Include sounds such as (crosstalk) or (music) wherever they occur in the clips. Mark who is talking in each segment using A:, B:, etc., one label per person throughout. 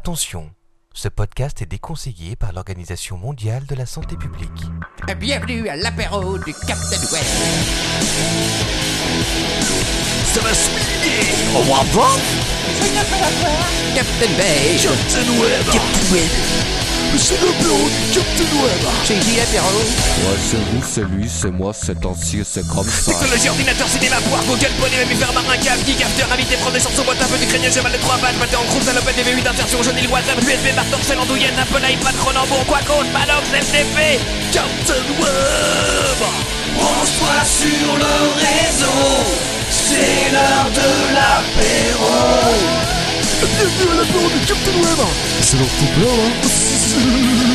A: Attention, ce podcast est déconseillé par l'Organisation mondiale de la santé publique.
B: Bienvenue à l'apéro du Captain West.
C: Ça va se miner On voit pas
B: Captain Beige.
C: Captain Web Captain Web C'est le bureau du Captain Web
B: J'ai dit apéro.
D: Ouais, c'est vous, c'est lui, c'est moi, c'est Tansi, c'est comme ça.
C: Technologie, ordinateur, cinéma, poire, Google, poney, mammifère, marin, cave, geek, after, invité, prendre des chansons, boîte un peu du crânien, cheval de trois pattes, maté en croupe, salopette, DV8, insertion, jaune, île, WhatsApp, USB, marteau, sel, andouillette, Apple, iPad, Cronenbourg, Quacos, Manox, FTP Captain Web Branche-toi sur le réseau C'est l'heure de l'apéro Bienvenue à l'apéro du Captain Web C'est leur ton père, hein C'est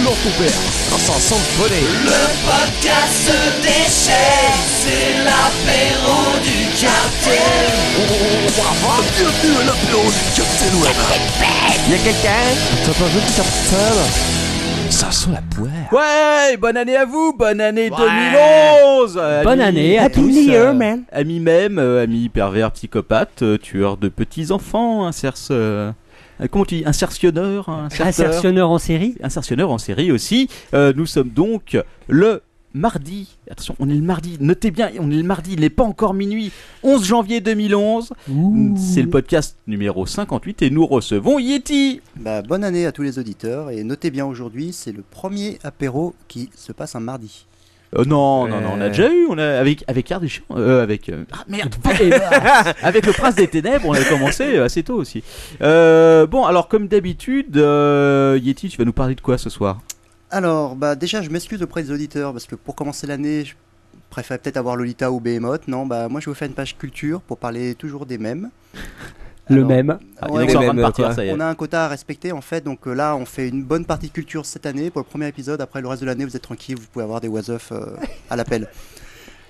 C: leur ton père le podcast se déchaîne, c'est l'apéro du capitaine. Bienvenue à l'apéro du capitaine Web.
E: Ouais, bonne année à vous, bonne année 2011
F: Bonne année à tous. euh,
E: Amis même, euh, amis pervers, psychopathe, euh, tueur de petits-enfants, inserce... euh, euh, comment tu dis Insertionneur inserteur,
F: Insertionneur en série.
E: Insertionneur en série aussi. Euh, nous sommes donc le mardi. Attention, on est le mardi. Notez bien, on est le mardi, il n'est pas encore minuit. 11 janvier 2011. C'est le podcast numéro 58 et nous recevons Yeti.
G: Bah, bonne année à tous les auditeurs et notez bien aujourd'hui, c'est le premier apéro qui se passe un mardi.
E: Euh, non, non, non, on a déjà eu, on a avec avec Kardashian, euh, avec euh, ah, merde, pas- (laughs) avec le prince des ténèbres, on a commencé assez tôt aussi. Euh, bon, alors comme d'habitude, euh, Yeti, tu vas nous parler de quoi ce soir
G: (laughs) Alors, bah, déjà, je m'excuse auprès des auditeurs parce que pour commencer l'année, je préfère peut-être avoir Lolita ou Behemoth. Non, bah, moi, je vais vous faire une page culture pour parler toujours des mêmes.
F: Le
G: Alors,
F: même.
E: Ah,
G: ouais,
E: il est en
G: on,
E: train de
D: mêmes,
E: partir,
D: quoi.
E: ça y est.
G: on a un quota à respecter en fait, donc euh, là, on fait une bonne partie de culture cette année pour le premier épisode. Après le reste de l'année, vous êtes tranquille, vous pouvez avoir des was of
E: (laughs)
G: euh, à l'appel.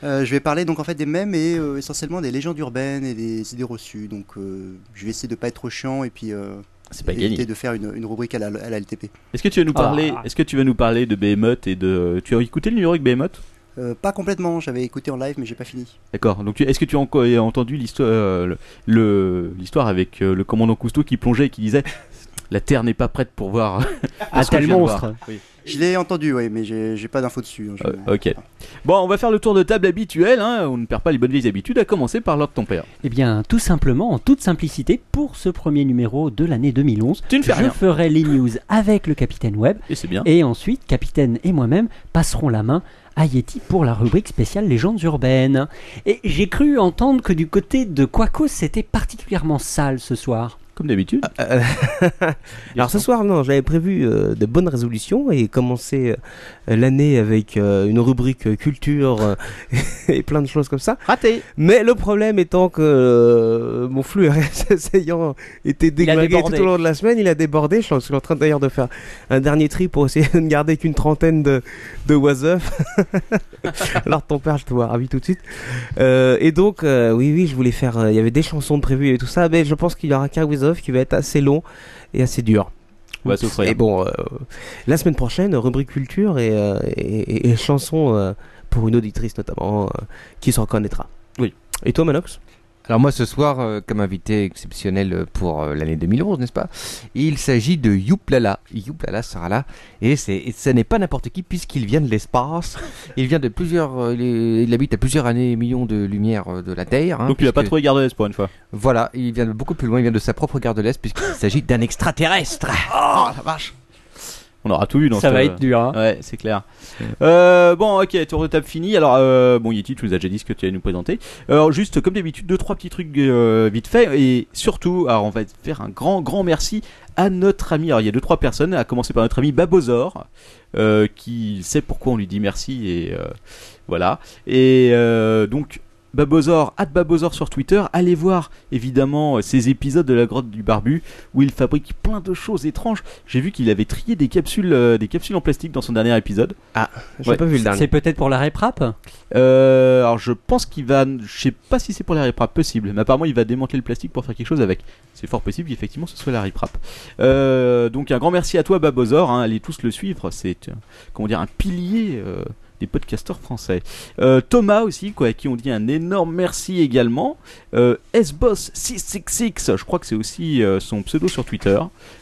G: Euh, je vais parler donc en fait des mêmes et euh, essentiellement des légendes urbaines et des idées reçues. Donc, euh, je vais essayer de pas être trop chiant et puis. euh,
E: C'est pas
G: éviter
E: gagné.
G: de faire une, une rubrique à la, à la LTP.
E: Est-ce que tu vas nous parler
F: Ah.
E: Est-ce que tu vas nous parler de Behemoth et de Tu as écouté le numéro avec Behemoth
G: Euh, pas complètement, j'avais écouté en live mais j'ai pas fini.
E: D'accord. Donc, tu- est-ce que tu as encore- as entendu l'histoire, euh, le- le l'histoire avec euh, le commandant Cousteau qui plongeait et qui disait la Terre n'est pas prête pour voir (laughs)
F: À
E: ce qu'on
F: Ah, tel
E: vient de voir.
F: monstre.
E: Oui.
G: Je l'ai entendu, oui, mais j'ai j'ai pas d'infos dessus. hein, je-
E: Euh, ok. Bon, on va faire le tour de table habituel. hein, On ne perd pas les bonnes vieilles habitudes. À commencer par l'ordre de ton père.
F: Eh bien, tout simplement, en toute simplicité, pour ce premier numéro de l'année 2011,
E: Tu ne fais
F: je
E: rien.
F: ferai les news avec le capitaine Web.
E: Et c'est bien.
F: Et ensuite, capitaine et moi-même passerons la main à Yeti pour la rubrique spéciale légendes urbaines. Et j'ai cru entendre que du côté de Quaco, c'était particulièrement sale ce soir.
E: Comme d'habitude.
H: Ah,
E: (laughs)
H: Alors ce soir, non, j'avais prévu euh, de bonnes résolutions et commencer euh, l'année avec euh, une rubrique euh, culture euh, (laughs) et plein de choses comme ça.
E: Raté.
H: Mais le problème étant que euh, mon flux RSS ayant été déglingué tout
F: débordé.
H: au long de la semaine, il a débordé. Je suis en train d'ailleurs de faire un dernier tri pour essayer (laughs) de ne garder qu'une trentaine de, de was up. (laughs) Alors ton père, je te vois ravi tout de suite. Euh, et donc, euh, oui, oui, je voulais faire... euh, Il y avait des chansons de prévues et tout ça, mais je pense qu'il y aura qu'un was off qui va être assez long et assez dur.
E: On va souffrir.
H: Et bon, euh, la semaine prochaine, rubrique culture et, euh, et- et- et chansons euh, pour une auditrice notamment euh, qui s'en connaîtra.
E: Oui.
H: Et toi, Manox
D: Alors moi ce soir, euh, comme invité exceptionnel euh, pour euh, l'année 2011, n'est-ce pas Il s'agit de Youplala. Youplala sera là et c'est et ce n'est pas n'importe qui puisqu'il vient de l'espace. Il vient de plusieurs, euh, il, est- il habite à plusieurs années millions de lumières euh, de la Terre. hein,
E: Donc tu l'as pas
D: puisque-
E: trouvé garde de l'Est pour une fois.
D: Voilà, il vient de beaucoup plus loin. Il vient de sa propre gare de l'Est puisqu'il s'agit d'un extraterrestre.
E: On aura tout vu dans
F: Ça
E: ce-
F: va être dur. hein.
E: Ouais, c'est clair. Euh, bon, ok, tour de table fini. Alors, euh, bon, Yeti, tu nous as déjà dit ce que tu allais nous présenter. Alors, juste comme d'habitude, deux, trois petits trucs euh, vite fait. Et surtout, alors, on va faire un grand, grand merci à notre ami. Alors, il y a deux, trois personnes, à commencer par notre ami Babozor, euh, qui sait pourquoi on lui dit merci. Et euh, voilà. Et euh, donc. Babozor, at Babozor sur Twitter, allez voir évidemment euh, ces épisodes de la grotte du barbu où il fabrique plein de choses étranges. J'ai vu qu'il avait trié des capsules, euh, des capsules en plastique dans son dernier épisode.
H: Ah, J'ai
E: Ouais.
H: pas vu le
F: C'est
H: dernier.
F: peut-être pour la réprap
E: Euh, alors je pense qu'il va, je sais pas si c'est pour la riprap possible, mais apparemment il va démanteler le plastique pour faire quelque chose avec. C'est fort possible qu'effectivement ce soit la riprap. Euh, donc un grand merci à toi Babozor, hein, allez tous le suivre, c'est euh, comment dire un pilier euh, des podcasteurs français. Euh, Thomas aussi, quoi, à qui on dit un énorme merci également. Euh, SBoss666, je crois que c'est aussi euh, son pseudo sur Twitter,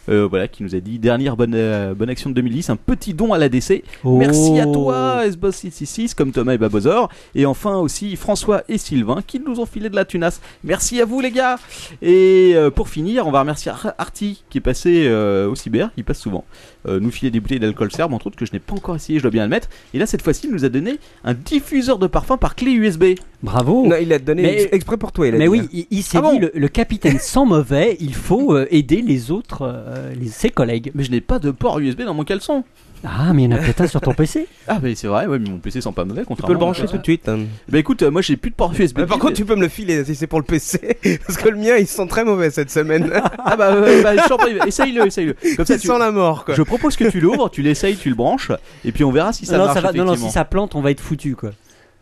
E: euh, voilà, qui nous a dit dernière bonne, euh, bonne action de 2010, un petit don à l'ADC. Merci
F: Oh.
E: à toi, SBoss666, comme Thomas et Babozor. Et enfin aussi François et Sylvain qui nous ont filé de la tunasse. Merci à vous les gars. Et euh, pour finir, on va remercier Ar- Arty qui est passé euh, au cyber, il passe souvent. Euh, nous filer des bouteilles d'alcool serbe, entre autres, que je n'ai pas encore essayé, je dois bien admettre. Et là, cette fois-ci, il nous a donné un diffuseur de parfum par clé USB.
F: Bravo.
H: Non, il l'a donné
F: Mais-
H: ex- exprès pour toi. Il a
F: Mais
H: dit,
F: oui,
H: hein.
F: il, il s'est
E: Ah bon
F: dit le, le capitaine (laughs) sans mauvais, il faut euh, aider les autres, euh, les- ses collègues.
E: Mais je n'ai pas de port USB dans mon caleçon.
F: Ah, mais il y en a peut-être un sur ton PC.
E: Ah, mais c'est vrai, ouais, mais mon PC sent pas mauvais,
H: Tu peux le
E: contrairement à-
H: brancher tout de suite. hein.
E: Bah écoute, euh, moi j'ai plus de port USB.
H: Mais par contre, tu peux me le filer si c'est pour le PC. (laughs) Parce que le mien, ils sont très mauvais cette (laughs) semaine. euh,
E: Ah bah, ouais, bah, je t'en prie, essaye-le, essaye-le.
H: (laughs)
E: Comme ça,
H: Ils
E: tu.
H: sont la mort, quoi.
E: Je propose que tu l'ouvres, tu l'essayes, tu le branches, et puis on verra si ça
F: non, non,
E: marche.
F: va- non, non, si
E: effectivement.
F: ça plante, on va être foutu quoi.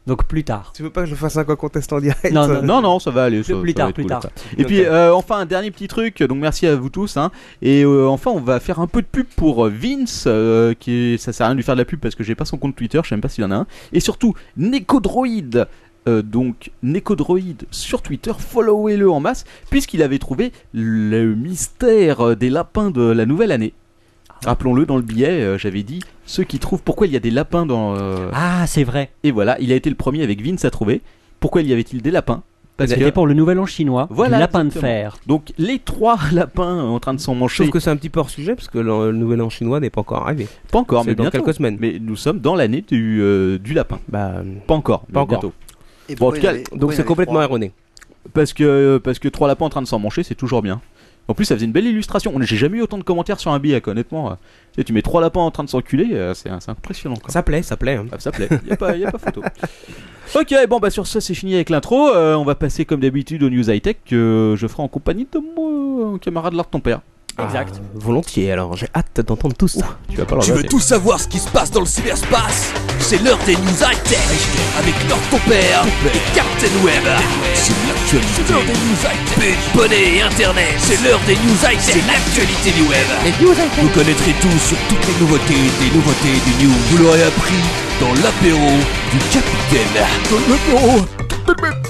F: Donc plus tard.
H: Tu veux pas que je fasse un quoi contest en direct
F: Non,
H: euh,
E: Non, non, ça va aller. ça-
F: Plus
E: ça
F: tard,
E: va être
F: plus
E: cool,
F: tard.
E: ça. Et puis, euh, enfin, un dernier petit truc. Donc, merci à vous tous. hein. Et euh, enfin, on va faire un peu de pub pour euh, Vince. euh, qui est- Ça sert à rien de lui faire de la pub parce que j'ai pas son compte Twitter. Je sais même pas s'il y en a un. Et surtout, Necodroid. euh, donc Necodroid sur Twitter, followez-le en masse, puisqu'il avait trouvé le mystère euh, des lapins de la nouvelle année. Rappelons-le, dans le billet, euh, j'avais dit ceux qui trouvent pourquoi il y a des lapins dans. euh,
F: Ah, c'est vrai.
E: Et voilà, il a été le premier avec Vince à trouver. Pourquoi il y avait-il des lapins Parce
F: C'était
E: que-
F: pour le nouvel an chinois.
E: Voilà,
F: du lapin de
E: exactement.
F: fer.
E: donc les trois (laughs) lapins en train de s'en
H: Je trouve
E: manger.
H: que c'est un petit peu hors sujet parce que le, le nouvel an chinois n'est pas encore arrivé.
E: Pas encore,
H: c'est
E: mais
H: dans
E: bientôt.
H: quelques semaines.
E: Mais nous sommes dans l'année du, euh, du lapin.
H: Bah,
E: Pas encore. mais
H: Pas encore.
E: bientôt.
G: Et
E: Bon,
G: pourquoi
E: en tout
G: il
E: cas,
G: avait- pourquoi
H: donc
G: il
H: c'est
G: avait
H: complètement
G: trois
H: erroné.
E: Parce que euh, parce que trois lapins en train de s'en manger, c'est toujours bien. En plus, ça faisait une belle illustration. On- J'ai jamais eu autant de commentaires sur un billet, quoi, honnêtement. Euh, Tu, sais, tu mets trois lapins en train de s'enculer, euh, c'est c'est impressionnant. Quoi.
H: Ça plaît, ça plaît. hein.
E: Ah, ça plaît, y a pas, y a pas photo. (laughs) Ok, bon bah sur ça c'est fini avec l'intro. Euh, on va passer comme d'habitude aux news high tech que je ferai en compagnie de mon euh, camarade l'art de ton père.
F: Exact.
H: Ah, volontiers, alors j'ai hâte d'entendre tout ça.
E: Tu vas pas le
C: Tu veux
E: regretter.
C: tout savoir ce qui se passe dans le cyberspace C'est l'heure des news high-tech avec Lord ton père et Captain Web. C'est l'actualité. C'est l'heure des news high-tech. Bonnet et Internet. C'est l'heure des news high-tech. C'est l'actualité du web. Vous connaîtrez tout sur toutes les nouveautés, des nouveautés du news. Vous l'aurez appris dans l'apéro du capitaine.
E: (laughs)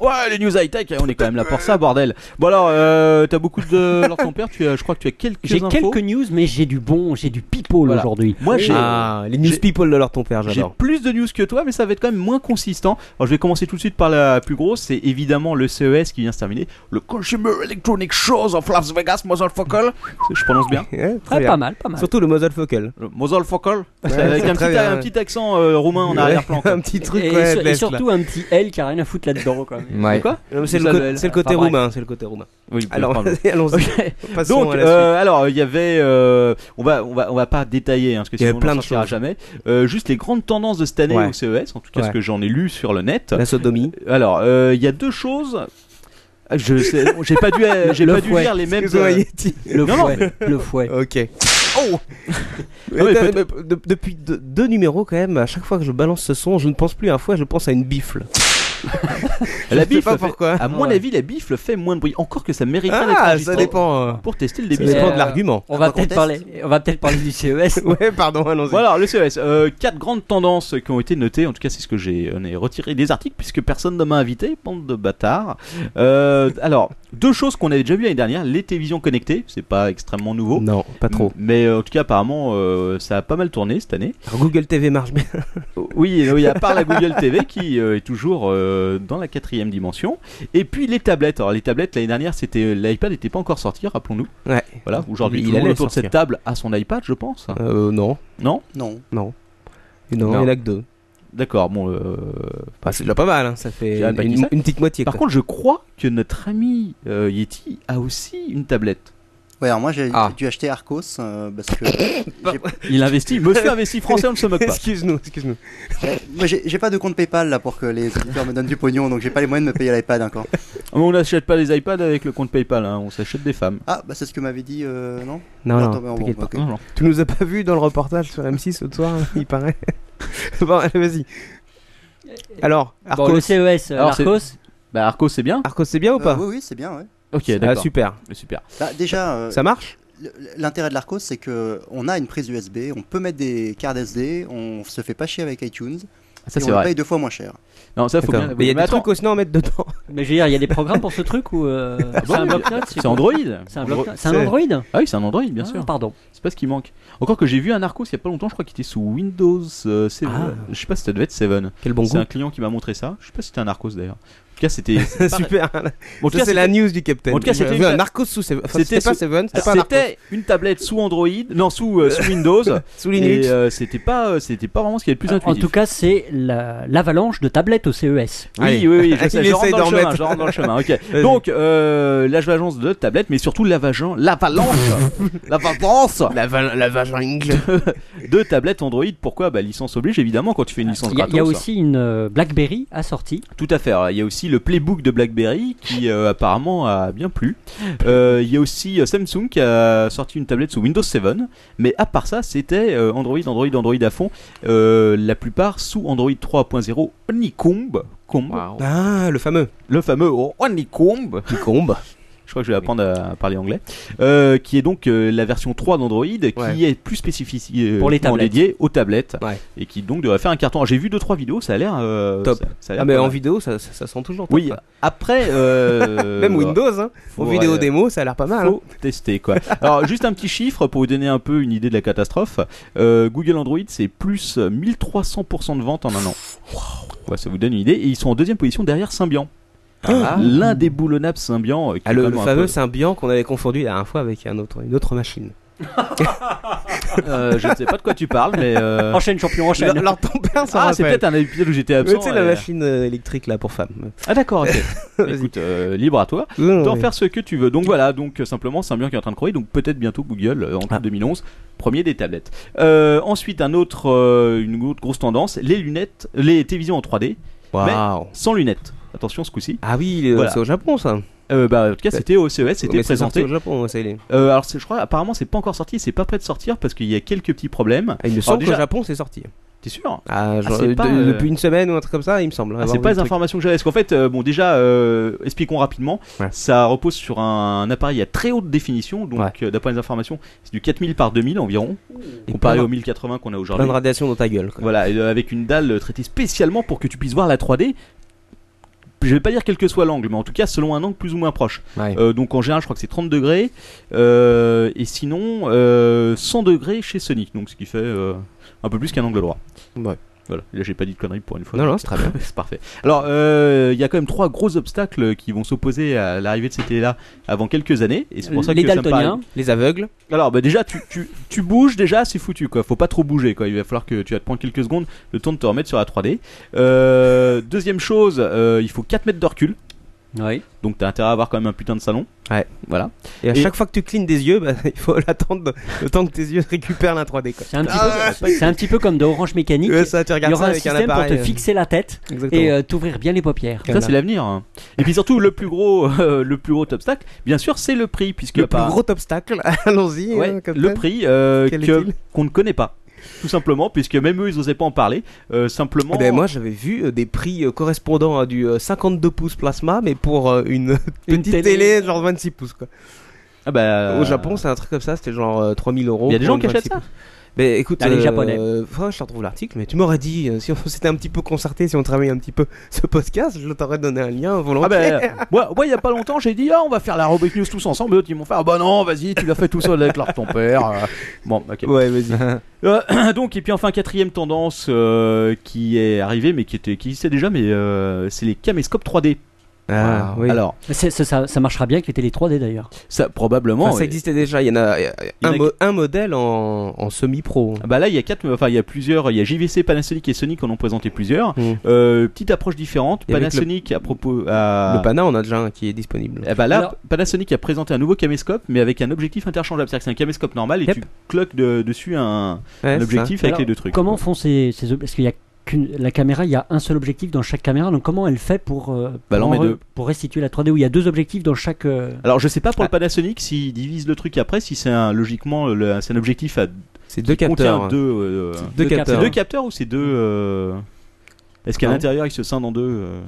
E: Ouais, les news high-tech, hein, on est quand même là pour ça, bordel. Bon alors, euh, t'as beaucoup de...
H: (laughs)
E: Alors ton père, tu as, je crois que tu as quelques
F: J'ai
E: infos.
F: quelques news, mais j'ai du bon, j'ai du people
E: Voilà.
F: aujourd'hui. euh,
E: Moi j'ai...
H: Ah, les news
E: j'ai-
H: people de leur ton père,
E: J'ai
H: j'adore.
E: plus de news que toi, mais ça va être quand même moins consistant. Alors, je vais commencer tout de suite par la plus grosse. C'est évidemment le CES qui vient se terminer. Le Consumer Electronic Shows of Las Vegas, Motherfucker. Je prononce bien.
H: Eh,
F: Ah,
H: très bien.
F: pas mal, pas mal.
H: Surtout le muzzle focal.
E: Le Motherfucker. C'est
H: Ouais,
E: avec
H: c'est
E: un petit,
H: très bien,
E: un
H: ouais.
E: petit accent euh, roumain en
H: Ouais,
E: arrière-plan. quoi.
H: (laughs) un petit truc,
F: et,
H: ouais,
F: sur-
H: de
F: et
H: l'Est, là.
F: surtout un petit L qui a rien à foutre là-dedans. quoi.
D: Ouais.
E: Quoi
H: Non, mais C'est
E: Muzzle,
H: le, co-
E: elle.
H: c'est le côté
F: Enfin, bref.
H: roumain, c'est le côté roumain.
E: Oui,
H: Alors,
E: pardon.
H: (laughs) allons-y.
E: Ok.
H: Passons
E: Donc,
H: à la
E: euh, alors, il y avait, euh, on va, on va, on va pas détailler, hein, parce que
H: Il y
E: sinon
H: avait
E: on
H: plein
E: n'en
H: de
E: sortira
H: choses.
E: jamais. Euh, juste les grandes tendances de cette année
H: Ouais.
E: au CES, en tout cas ce
H: Ouais.
E: que j'en ai lu sur le net.
H: suite. La sodomie.
E: Alors, euh, il y a deux choses. Ah, Je, sais- j'ai pas (laughs) dû, euh, j'ai
F: Le
E: pas dû
F: fouet.
E: lire les mêmes.
H: Excuse-moi,
E: euh,
H: Yeti.
F: Le
E: Non, non,
F: fouet, le fouet.
H: (laughs) Ok. (laughs)
E: Oh
H: Mais
E: Ah, mais
H: t'as-
E: peut-
H: mais de- depuis deux, deux numéros, quand même, à chaque fois que je balance ce son, je ne pense plus à un fouet, je pense à une (laughs) bifle.
E: la
H: je sais
E: bifle.
H: pas
E: fait-
H: pourquoi.
E: à mon
H: Ouais.
E: avis, la bifle fait moins de bruit. Encore que ça mériterait d'être
H: Ah, ça
E: enregistré
H: dépend. euh, Ah,
E: Pour tester le
H: Ça
E: débit.
F: Mais,
H: dépend
F: euh,
H: de l'argument.
F: On va
G: quoi qu'on
F: peut-être
G: teste
F: parler, on va peut-être parler du E CES.
H: (laughs) Ouais, pardon, allons-y.
E: Voilà, le CES. Euh, quatre grandes tendances qui ont été notées. En tout cas, c'est ce que j'ai on est retiré des articles puisque personne ne m'a invité. Bande de bâtards. Euh, alors, deux choses qu'on avait déjà vues l'année dernière les télévisions connectées. C'est pas extrêmement nouveau.
H: Non, pas trop.
E: Mais euh, en tout cas, apparemment, euh, ça a pas mal tourné cette année.
H: Alors, Google TV marche bien.
E: (laughs) Oui, oui, à part la Google TV qui euh, est toujours euh, dans la quatrième dimension. Et puis les tablettes. Alors les tablettes l'année dernière, c'était euh, l'iPad n'était pas encore sorti, rappelons-nous.
H: Ouais.
E: Voilà, aujourd'hui
H: Il
E: tout le monde
H: allait
E: autour de cette
H: sortir.
E: table a son iPad, je pense.
H: Euh, non,
E: Ah. Non
G: Non.
H: non. Non,
E: Non.
H: il y en a que deux.
E: D'accord. Bon. euh,
H: Bah, c'est déjà pas mal, hein,
E: (laughs)
H: ça
E: Il
H: fait
E: y en a pas qui
H: une,
E: savent.
H: une petite moitié.
E: Par
H: quoi.
E: contre, je crois que notre ami euh, Yeti a aussi une tablette.
G: Ouais, alors moi j'ai
H: Ah.
G: dû acheter Arcos euh, parce que
E: (laughs)
G: (laughs)
E: Il
H: (laughs)
E: investit. Monsieur investit français, on ne se moque pas.
H: excuse-nous, excuse-nous.
G: Ouais, (laughs) moi j'ai j'ai pas de compte PayPal là pour que les auditeurs me donnent du pognon donc j'ai pas les moyens de me payer l'iPad encore.
E: Ah, Mais on n'achète pas les iPads avec le compte PayPal. hein, On s'achète des femmes.
G: Ah bah c'est ce que m'avait dit euh, non
H: Non, non,
G: attends, bah, bon,
H: t'inquiète
G: bah,
H: pas.
G: ok.
E: Non, non.
H: Tu nous as pas vu dans le reportage sur M6 l'autre soir, hein, il paraît. (laughs) bon, allez, vas-y. Alors, Arcos,
F: Bon, le E CES,
E: Alors, c'est-
F: Arcos,
E: Bah Arco, c'est bien.
H: Arcos c'est bien ou
G: Euh,
H: pas
G: oui oui c'est bien ouais.
E: Ok,
H: Ah,
E: d'accord.
H: super.
E: Super.
G: Bah, déjà euh,
H: Ça marche
G: le- l'intérêt de l'Arcos, c'est que on a une prise USB, on peut mettre des cartes SD, on se fait pas chier avec iTunes,
E: Ça,
G: et
E: c'est
G: on le
E: vrai.
G: paye deux fois moins cher.
E: Non, ça, faut
H: D'accord.
E: bien
H: Mais il y a des
E: attends,
H: trucs aussi à en mettre dedans.
F: (laughs)
H: Ah
F: Mais je veux dire, il y a des programmes pour ce truc ou.
H: (laughs)
F: euh, c'est un bloc-notes
E: C'est Android.
F: C'est un bloc-notes. C'est
H: C'est-
F: un Android
E: Ah oui, c'est un Android, bien
F: Ah,
E: sûr.
F: Pardon.
E: C'est pas ce qui manque. Encore que j'ai vu un Arcos il y a pas longtemps, je crois qu'il était sous Windows euh, 7.
H: Ah.
E: Je sais pas si ça devait être 7.
H: Quel bon
E: C'est un client qui m'a montré ça. Je sais pas si c'était un Arcos d'ailleurs. En tout cas,
H: (laughs)
E: c'était.
H: goût. Super.
E: Bon, (laughs) en tout
H: Ça,
E: cas,
H: c'est la news du Captain.
E: en tout cas, c'était
H: J'ai
E: une-
H: vu un Narcos sous Seven. Enfin,
E: C'était
H: C'était pas
E: sous-
H: Seven, c'était pas un Narcos.
E: C'était une tablette sous Android, non sous,
H: (laughs)
E: euh, sous Windows.
H: Sous
E: et
H: Linux.
E: euh, c'était pas, euh, c'était pas vraiment ce qui est le plus
F: En
E: intuitif.
F: tout cas, c'est la- l'avalanche de tablettes au E CES.
E: Oui,
H: Allez.
E: oui, oui, je, sais,
H: (laughs) Il
E: je rentre
H: essaye
E: dans le
H: d'en
E: chemin,
H: mettre.
F: (laughs)
E: je rentre dans le chemin, ok.
H: (laughs) Vas-y.
E: Donc, euh, l'avalanche de tablettes, mais surtout l'avalanche,
H: (laughs)
E: l'avalanche, l'avalanche
H: La, va- la vagin.
E: (laughs) de tablettes Android. Pourquoi Bah, licence oblige, évidemment, quand tu fais une licence
F: Ah, Il y a,
E: gratos. hein.
F: il y a aussi une euh, BlackBerry assortie.
E: Tout à fait. Alors, Il y a aussi le Playbook de BlackBerry qui euh, apparemment a bien plu. Euh, il y a aussi euh, Samsung qui a sorti une tablette sous Windows 7. Mais à part ça, c'était euh, Android, Android, Android à fond. Euh, la plupart sous Android 3.0 Honeycomb. Comb.
H: Ah, le fameux.
E: Le fameux Honeycomb.
H: Qui combe.
E: Je crois que je vais apprendre à parler anglais. Euh, qui est donc euh, la version 3 d'Android
H: Ouais.
E: qui est plus spécifique euh,
F: Pour les
E: vraiment
F: tablettes.
E: dédiée aux tablettes
H: Ouais.
E: et qui donc devrait faire un carton. Alors, J'ai vu 2-3 vidéos, ça a l'air euh,
H: Top.
E: ça- ça a l'air
H: Ah, mais
E: pas
H: en
E: mal.
H: vidéo, ça, ça, ça sent toujours.
E: Oui,
H: top.
E: après. euh,
H: (laughs) Même Windows, hein.
E: faut,
H: En vidéo
E: euh,
H: démo, ça a l'air pas mal. hein.
E: Faut tester quoi. Alors (laughs) juste un petit chiffre pour vous donner un peu une idée de la catastrophe. Euh, Google Android c'est plus 1300% de vente en un an. Ouais, ça vous donne une idée. Et ils sont en deuxième position derrière Symbian.
H: Ah.
E: L'un des boulonnables Symbian. euh, qui
H: Ah,
E: est
H: le, le
E: vraiment un
H: fameux
E: peu-
H: Symbian qu'on avait confondu la dernière fois avec un autre, une autre machine.
E: (laughs) Euh, je ne sais pas de quoi tu parles, mais. euh,
F: (laughs) Enchaîne, champion, enchaîne.
H: Alors, alors, ton père s'en
E: Ah, c'est
H: rappelle.
E: peut-être un épisode où j'étais absent.
H: Tu sais, la
E: et-
H: machine euh, électrique là pour femmes.
E: Ah, d'accord,
H: (laughs)
E: ok.
H: Vas-y.
E: Écoute, euh, libre à toi. d'en faire ce que tu veux. Donc voilà, donc euh, simplement Symbian qui est en train de crever, donc peut-être bientôt Google euh, en
H: Ah.
E: 2011, premier des tablettes. Euh, ensuite, un autre, euh, une autre grosse tendance, les lunettes, les télévisions en 3D
H: Waouh.
E: sans lunettes. Attention ce coup-ci.
H: Ah oui, euh,
E: Voilà.
H: c'est au Japon ça.
E: Euh, bah, en tout cas, c'était au CES, c'était
H: Mais c'est sorti
E: présenté.
H: au Japon, ouais, ça il est.
E: Euh, alors c'est- je crois, apparemment, c'est pas encore sorti, c'est pas près de sortir parce qu'il y a quelques petits problèmes.
H: Ah, il me
E: Alors,
H: semble
E: déjà-
H: qu'au Japon c'est sorti.
E: T'es sûr
H: Ah, genre,
E: c'est
H: euh, de-
E: pas, euh,
H: Depuis une semaine ou un truc comme ça, il me semble.
E: Ah,
H: avoir
E: c'est
H: vu
E: pas
H: le
E: les
H: truc.
E: informations que j'avais. Parce qu'en fait, euh, bon, déjà, euh, expliquons rapidement.
H: Ouais.
E: Ça repose sur un, un appareil à très haute définition. Donc,
H: Ouais.
E: euh, d'après les informations, c'est du 4000 par 2000 environ. Comparé
H: plein
E: au
H: de-
E: 1080 qu'on a
H: Plein
E: aujourd'hui.
H: de radiation dans ta gueule. quoi.
E: Voilà, et, euh, avec une dalle euh, traitée spécialement pour que tu puisses voir la 3D. Je vais pas dire quel que soit l'angle, mais en tout cas selon un angle plus ou moins proche.
H: Ouais.
E: Euh, donc en général, je crois que c'est 30 degrés. euh, et sinon, euh, 100 degrés chez Sony. Donc ce qui fait euh, un peu plus qu'un angle droit.
H: Ouais.
E: Voilà, là j'ai pas dit de conneries pour une fois.
H: Non, non, c'est très bien.
E: (laughs) C'est parfait. Alors, euh, il y a quand même trois gros obstacles qui vont s'opposer à l'arrivée de ces télé-là avant quelques années. Et c'est pour ça
F: Euh, Les
E: que ça me
F: daltoniens.
H: Les aveugles.
E: paraît- Alors, bah, déjà, tu, tu, tu bouges, déjà, c'est foutu, quoi. Faut pas trop bouger, quoi. Il va falloir que tu vas te prendre quelques secondes, le temps de te remettre sur la 3D. Euh, deuxième chose, euh, il faut 4 mètres de recul.
F: Oui.
E: Donc, t'as intérêt à avoir quand même un putain de salon.
H: Ouais.
E: Voilà.
H: Et à
E: Et-
H: chaque fois que tu clignes des yeux, bah, (laughs) il faut l'attendre le temps que tes yeux récupèrent la 3D. Quoi.
F: C'est un, petit peu- c'est un petit peu comme de Orange Mécanique.
H: Ouais, ça,
F: Il
H: tu
F: y
H: regardes ça
F: aura un
H: avec un
F: système pour
H: appareil.
F: te
H: euh,
F: fixer la tête
H: Exactement.
F: et euh, t'ouvrir bien les paupières.
E: Ça,
H: Voilà.
E: c'est l'avenir. hein. Et puis surtout, le plus gros, euh, le plus gros obstacle, bien sûr, c'est le prix, puisque
H: le plus
E: par-
H: gros obstacle, (laughs) allons-y.
E: Ouais,
H: hein, comme
E: le
H: ça.
E: prix euh,
H: Quel
E: que-
H: est-il
E: qu'on ne connaît pas. Tout simplement, puisque même eux, ils n'osaient pas en parler. Euh, simplement.
H: Eh ben, moi j'avais vu euh, des prix euh, correspondant à du euh, 52 pouces plasma, mais pour euh, une (laughs)
F: Une
H: petite télé.
F: télé.
H: genre 26 pouces. Quoi.
E: Ah bah,
H: Au Japon, c'est un truc comme ça, c'était genre euh, 3000 euros.
E: il y a des
H: pour
E: gens
H: une
E: qui achètent
H: 26
E: ça.
H: Mais écoute,
F: Ah, les Japonais.
H: euh, faudrait que je te retrouve l'article, mais tu m'aurais dit, euh, si on (laughs) s'était un petit peu concerté, si on travaillait un petit peu (laughs) ce podcast, je t'aurais donné un lien
E: Ah
H: volontiers.
E: (laughs) bah, moi, moi, il y a pas longtemps, j'ai dit, ah, on va faire la rubrique news tous ensemble. Et D'autres, ils m'ont fait, ah bah non, vas-y, tu l'as fait tout
H: (laughs)
E: seul avec l'art de ton père. Euh, Bon, ok.
H: Ouais, vas-y.
E: Euh, (clears throat) donc, et puis enfin, quatrième tendance euh, qui est arrivée, mais qui, était, qui existait déjà, mais euh, c'est les caméscopes 3D.
H: Ah, oui.
E: Alors,
F: C'est- c'est- ça, ça marchera bien avec les télé 3D d'ailleurs.
E: ça, probablement.
H: Enfin, ça
E: euh,
H: existait déjà, il y en a, il y a
E: Il y en
H: un,
E: a
H: mo- un modèle en, en semi-pro.
E: Ah Bah là, il y a quatre, enfin, il y a plusieurs. Il y a JVC, Panasonic et Sony qui en ont présenté plusieurs.
H: Mm.
E: Euh, petite approche différente.
H: Et avec le-
E: Panasonic à propos. à-
H: Le Pana, on a déjà un qui est disponible.
E: Eh bah là,
F: Alors-
E: Panasonic a présenté un nouveau caméscope, mais avec un objectif interchangeable. C'est-à-dire que c'est un caméscope normal et
H: Yep.
E: tu cloques de- dessus un,
H: Ouais,
E: un
H: c'est
E: objectif avec
F: Alors,
E: les deux trucs.
F: Comment font ces, ces ob- Parce qu'il y a qu'une- la caméra, il y a un seul objectif dans chaque caméra. Donc comment elle fait pour euh,
E: Bah, elle en
F: pour,
E: met
F: en re-
E: deux.
F: pour restituer la 3D où il y a deux objectifs dans chaque. euh,
E: Alors je sais pas pour le
H: Ah.
E: Panasonic s'il divise le truc après, si c'est un, logiquement le- c'est un objectif à
H: ça. C'est deux capteurs. hein.
E: contient deux, euh,
H: Deux
F: deux
E: c'est
H: capteurs.
E: deux capteurs ou c'est deux euh, Est-ce qu'à
H: Non.
E: l'intérieur il se scinde en deux euh,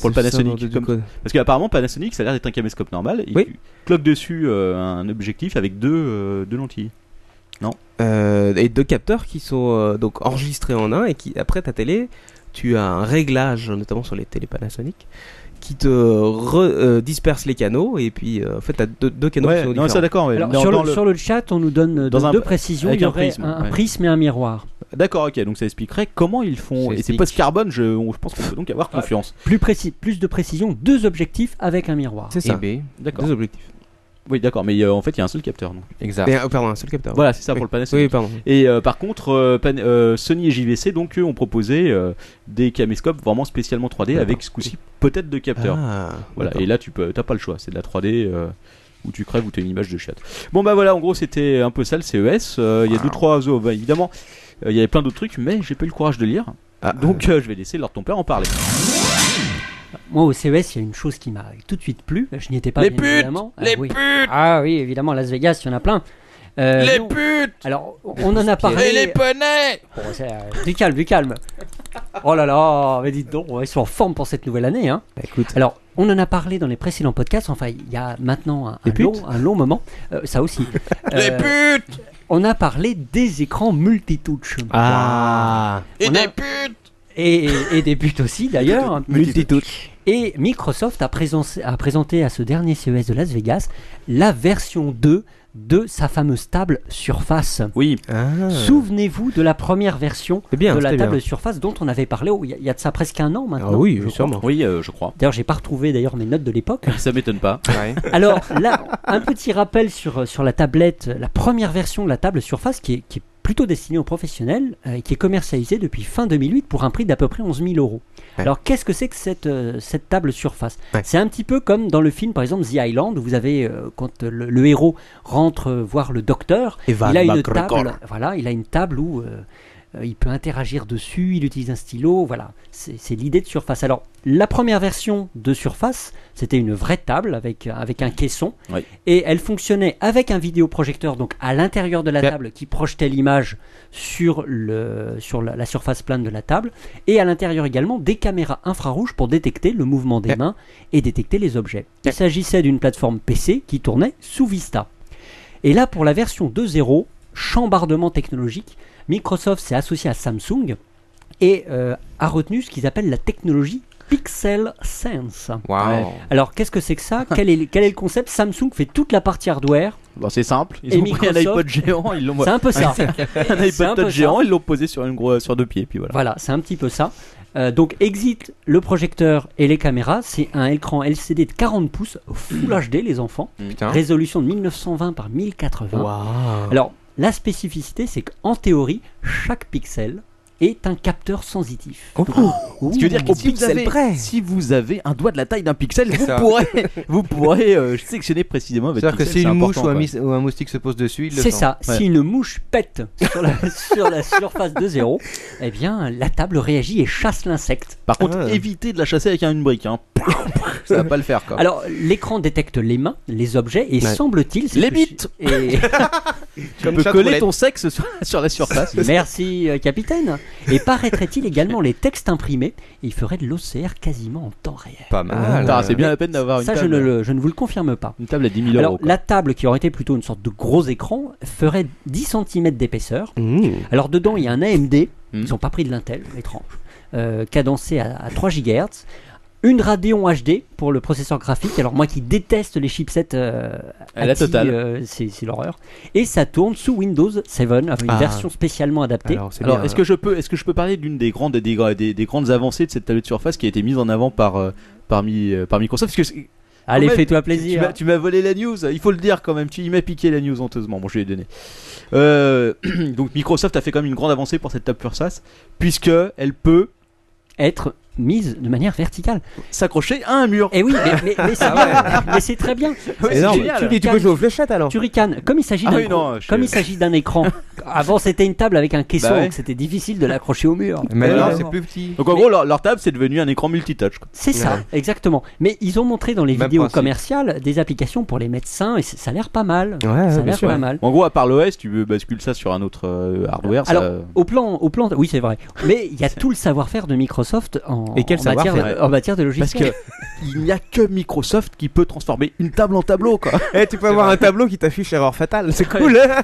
E: Pour le Panasonic, comme- Parce qu'apparemment, Panasonic, ça a l'air d'être un caméscope normal. Et
H: Oui.
E: Tu cloques dessus euh, un objectif avec deux, euh, deux lentilles.
H: Euh, et deux capteurs qui sont euh, donc enregistrés en un et qui après ta télé tu as un réglage notamment sur les télé Panasonic qui te re- euh, disperse les canaux et puis euh, en fait tu as deux, deux canaux qui sont
E: non, ça
H: différents.
E: d'accord. ouais.
F: Alors,
E: Dans-
F: sur,
E: dans
F: le,
E: le-
F: sur le chat, on nous donne euh,
E: Dans
F: deux-
E: un-
F: deux précisions.
E: avec
F: Il y
E: un
F: aurait
E: prisme,
F: un, un
E: ouais.
F: prisme et un miroir.
E: D'accord, ok. Donc ça expliquerait comment ils font. Et
D: Ça
E: c'est
D: explique.
E: post-carbone, je, on- je pense qu'on peut donc avoir
F: Ouais.
E: confiance.
F: Plus, précis, plus de précision, deux objectifs avec un miroir.
H: C'est ça.
D: Et B,
E: D'accord.
H: Deux objectifs.
E: Oui, d'accord. Mais euh, en fait, il y a un seul capteur. non
D: exact.
H: Et un- euh, pardon, un seul capteur.
E: Voilà, c'est ça pour le Panasonic.
H: Oui, pardon.
E: Et euh, par contre, euh, Pan- euh, Sony et JVC, donc eux, ont proposé euh, des caméscopes vraiment spécialement 3D
H: D'accord.
E: avec ce coup-ci peut-être deux capteurs.
H: Ah,
E: voilà.
H: d'accord.
E: Et là, tu peux, t'as pas le choix. C'est de la 3D. euh, où tu crèves ou t'as une image de chatte. Bon bah voilà, en gros c'était un peu ça le CES. Euh, Il y a deux trois, oh, bah, évidemment, euh, il y avait plein d'autres trucs, mais j'ai pas eu le courage de lire.
H: Ah,
E: donc euh, je vais laisser leur ton père en parler.
F: Moi, au CES, il y a une chose qui m'a tout de suite plu. Je n'y étais pas
C: Les
F: bien
C: putes
F: évidemment. Ah,
C: Les
F: oui.
C: putes
F: Ah oui, évidemment, Las Vegas, il y en a plein. Euh,
C: Les
F: non.
C: putes
F: Alors, on en a parlé.
C: Et les poneys
F: Bon, c'est, euh, du calme, du calme. Oh là là, mais dites donc, ils sont en forme pour cette nouvelle année. Hein.
H: Bah, écoute.
F: Alors, on en a parlé dans les précédents podcasts. Enfin, il y a maintenant un, un
H: Les putes
F: long, un long moment. Euh, ça aussi.
C: (laughs) Les
F: Euh,
C: putes
F: on a parlé des écrans multitouch.
H: Ah,
C: Et
F: On
C: des
F: a-
C: putes
F: Et, et- et des buts aussi
H: (laughs)
F: d'ailleurs.
H: multitouch.
F: Et Microsoft a, présen- a présenté à ce dernier CES de Las Vegas la version 2 de sa fameuse table Surface.
E: Oui,
H: Ah.
F: Souvenez-vous de la première version
H: C'est bien,
F: de la
H: c'était
F: table
H: bien.
F: Surface dont on avait parlé oh, il y, a- il y a de ça presque un an maintenant.
H: Ah oui,
F: je crois.
H: sûrement.
E: oui, euh, je crois.
F: D'ailleurs, j'ai pas retrouvé d'ailleurs mes notes de l'époque.
E: Ça m'étonne pas.
F: Alors là, un petit rappel sur, sur la tablette, la première version de la table Surface qui est, qui est plutôt destinée aux professionnels euh, et qui est commercialisée depuis fin 2008 pour un prix d'à peu près 11 000 euros.
H: Ouais.
F: Alors qu'est-ce que c'est que cette, euh, cette table Surface
H: Ouais.
F: C'est un petit peu comme dans le film par exemple The Island où vous avez, euh, quand le, le héros rentre euh, voir le docteur,
H: Et va
F: il a une
H: McGregor.
F: table, voilà, il a une table où euh, euh, il peut interagir dessus, il utilise un stylo, voilà. C'est c'est l'idée de Surface. Alors, la première version de Surface, c'était une vraie table avec, avec un caisson.
E: Oui.
F: Et elle fonctionnait avec un vidéoprojecteur, donc à l'intérieur de la
H: Bien.
F: table, qui projetait l'image sur, le, sur la, la surface plane de la table. Et à l'intérieur également des caméras infrarouges pour détecter le mouvement des
H: Bien.
F: mains et détecter les objets. Il s'agissait d'une plateforme PC qui tournait sous Vista. Et là, pour la version 2.0, chambardement technologique, Microsoft s'est associé à Samsung et euh, a retenu ce qu'ils appellent la technologie Pixel Sense.
H: Waouh.
F: Alors, qu'est-ce que c'est que ça quel est, quel est le concept Samsung fait toute la partie hardware.
E: Bon, c'est simple. Ils
F: Et
E: ont pris un
F: Microsoft-
E: iPod géant, ils l'ont
F: C'est un peu
E: (laughs)
F: ça.
E: un
F: c'est un
E: iPod
F: peu
E: touch
F: ça.
E: géant, ils l'ont posé sur une grosse sur deux pieds, puis voilà.
F: Voilà, c'est un petit peu ça. Euh, donc, exit le projecteur et les caméras. C'est un écran LCD de 40 pouces, Full HD, les enfants.
D: Putain.
F: Résolution de 1920 par 1080.
H: Waouh.
F: Alors, la spécificité, c'est qu'en théorie, chaque pixel est un capteur sensitif.
E: Oh. Ce qui veut dire que
H: Au
E: si vous,
H: pixel
E: avez,
H: près.
E: si vous avez un doigt de la taille d'un pixel, vous
D: ça.
E: pourrez, vous pourrez euh, sectionner précisément votre
D: C'est-à-dire que
E: pixel.
D: si une mouche ou
E: important,
D: un,
E: quoi.
D: mis- ou un moustique se pose dessus, il le
F: C'est
D: sent.
F: ça.
E: Ouais.
F: Si une mouche pète sur la, (laughs) sur la surface de zéro, eh bien, la table réagit et chasse l'insecte.
E: Par contre,
H: Ah.
E: évitez de la chasser avec une brique. Hein. Ça va pas le faire. Quoi.
F: Alors, l'écran détecte les mains, les objets et
H: Ouais.
F: semble-t-il. c'est
E: Les
F: que-
E: bites. (laughs)
F: et-
E: tu peux coller ton sexe sur, (laughs) sur la surface.
F: Merci, euh, capitaine. Et paraîtrait-il également les textes imprimés Il ferait de l'OCR quasiment en temps réel.
D: Pas mal.
E: Putain, Ah, c'est bien la peine d'avoir une
F: Ça, je
E: table.
F: ne, le- je ne vous le confirme pas.
E: Une table à 10 000 euros.
F: Alors,
E: quoi.
F: la table qui aurait été plutôt une sorte de gros écran ferait 10 cm d'épaisseur.
H: Mmh.
F: Alors dedans, il y a un AMD,
E: Hmm.
F: ils n'ont pas pris de l'Intel, étrange, euh, cadencé à, à 3 GHz. Une Radeon HD pour le processeur graphique. Alors moi qui déteste les chipsets euh,
E: À la
F: ATI,
E: totale.
F: euh, c'est c'est l'horreur. Et ça tourne sous Windows 7 avec une
H: Ah.
F: version spécialement adaptée.
H: Alors, c'est
E: Alors,
H: bien.
E: est-ce que je peux, est-ce que je peux parler d'une des grandes, des, gra- des- des grandes avancées de cette tablette surface qui a été mise en avant par, euh, parmi, euh, par Microsoft Parce que c'est-
F: Allez,
E: quand même,
F: fais-toi
E: tu m'as-
F: plaisir.
E: tu m'as volé la news. Il faut le dire quand même. Tu, il m'a piqué la news honteusement. Bon, je l'ai donné. Euh, (clears throat) donc Microsoft a fait quand même une grande avancée pour cette table surface puisque elle peut
F: Être mise de manière verticale.
E: s'accrocher à un mur. Ah
F: Et oui, mais, mais-
E: (laughs)
F: mais c'est bien. Mais c'est très bien.
E: Ouais, c'est
H: Énorme.
E: génial.
H: Tu, tu peux jouer aux fléchettes alors
F: Tu ricanes. Comme il s'agit
E: Ah
F: d'un
E: oui,
F: gros-
E: non, je-
F: comme il s'agit d'un
E: (laughs)
F: écran. Avant c'était une table avec un caisson,
E: Bah ouais.
F: donc c'était difficile de l'accrocher au mur.
D: Mais
E: Voilà.
D: là, c'est plus petit.
E: Donc en gros, leur, leur table c'est devenu un écran multitouch. quoi.
F: C'est ça, exactement. Mais ils ont montré dans les
D: Même
F: vidéos
D: principe.
F: commerciales des applications pour les médecins et c- ça a l'air pas mal. ça
H: Ouais, ouais,
F: a
H: bien
F: l'air
H: sûr.
F: pas mal.
E: En gros, à part l'OS, tu bascules ça sur un autre euh, hardware. ça-
F: Alors, au plan, au plan, oui c'est vrai. Mais il y a tout le savoir-faire de Microsoft en, en,
H: Et quel
F: en matière,
H: savoir-faire.
F: de- en matière de
E: Parce
F: logiciel.
E: que il n'y a que Microsoft qui peut transformer une table en tableau, quoi.
H: (laughs) Eh, tu peux avoir un tableau qui t'affiche erreur fatale, (laughs) c'est cool
E: hein.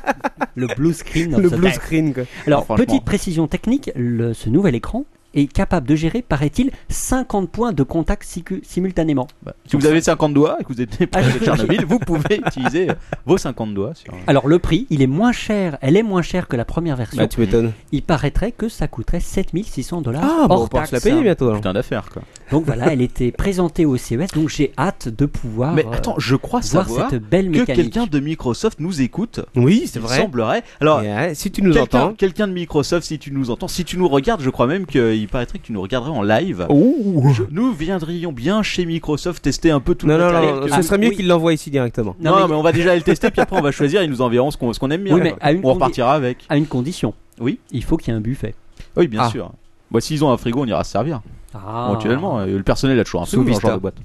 F: le blue screen.
H: Le
F: of the
H: blue
F: day.
H: screen, quoi.
F: Alors,
E: Non, franchement.
F: petite précision technique, le- ce nouvel écran est capable de gérer, paraît-il, 50 points de contact sicu- simultanément.
H: Bah,
E: Si vous avez 50 doigts et que vous êtes
F: Ah,
E: proche de
F: oui.
E: Tchernobyl, vous pouvez utiliser euh, vos 50 doigts. Sur...
F: Alors le prix, il est moins cher, elle est moins chère que la première version.
H: Bah, tu m'étonnes.
F: Il paraîtrait que ça coûterait 7600 dollars
H: Ah, bon, on
F: hors
H: pourra se la
F: taxe. hein.
H: payer bientôt, alors.
E: Putain d'affaires, quoi.
F: Donc voilà, elle était présentée au CES, donc j'ai hâte de pouvoir
E: Mais
F: euh,
E: attends, je crois
F: voir
E: savoir
F: cette belle
E: que
F: mécanique.
E: quelqu'un de Microsoft nous écoute.
H: Oui, c'est
E: Il
H: vrai.
E: semblerait. Alors,
H: Et, ouais, si tu nous
E: quelqu'un
H: entends.
E: quelqu'un de Microsoft, si tu nous entends, si tu nous regardes, je crois même qu'il paraîtrait que tu nous regarderais en live.
H: Ouh.
E: Nous viendrions bien chez Microsoft tester un peu tout
H: Oh. Non,
E: le
H: non,
E: matériel
H: non,
E: que-
H: ce serait mieux
F: oui.
H: qu'il l'envoie ici directement.
E: Ah, Non,
F: Non,
E: mais...
F: mais-
E: on va déjà le tester, puis après on va choisir, ils nous enverront ce qu'on ce qu'on aime bien.
F: Oui, mais
E: quoi.
F: à une
E: on
F: condi-
E: repartira avec.
F: À une condition.
E: Oui.
F: Il faut qu'il y ait un buffet.
E: Oui, bien
H: Ah.
E: sûr. Bah, s'ils ont un frigo, on ira se servir.
F: Ah.
E: Éventuellement, euh, le personnel a toujours un
H: Sous
E: frigo dans ce
H: Vista.
E: genre de boîte.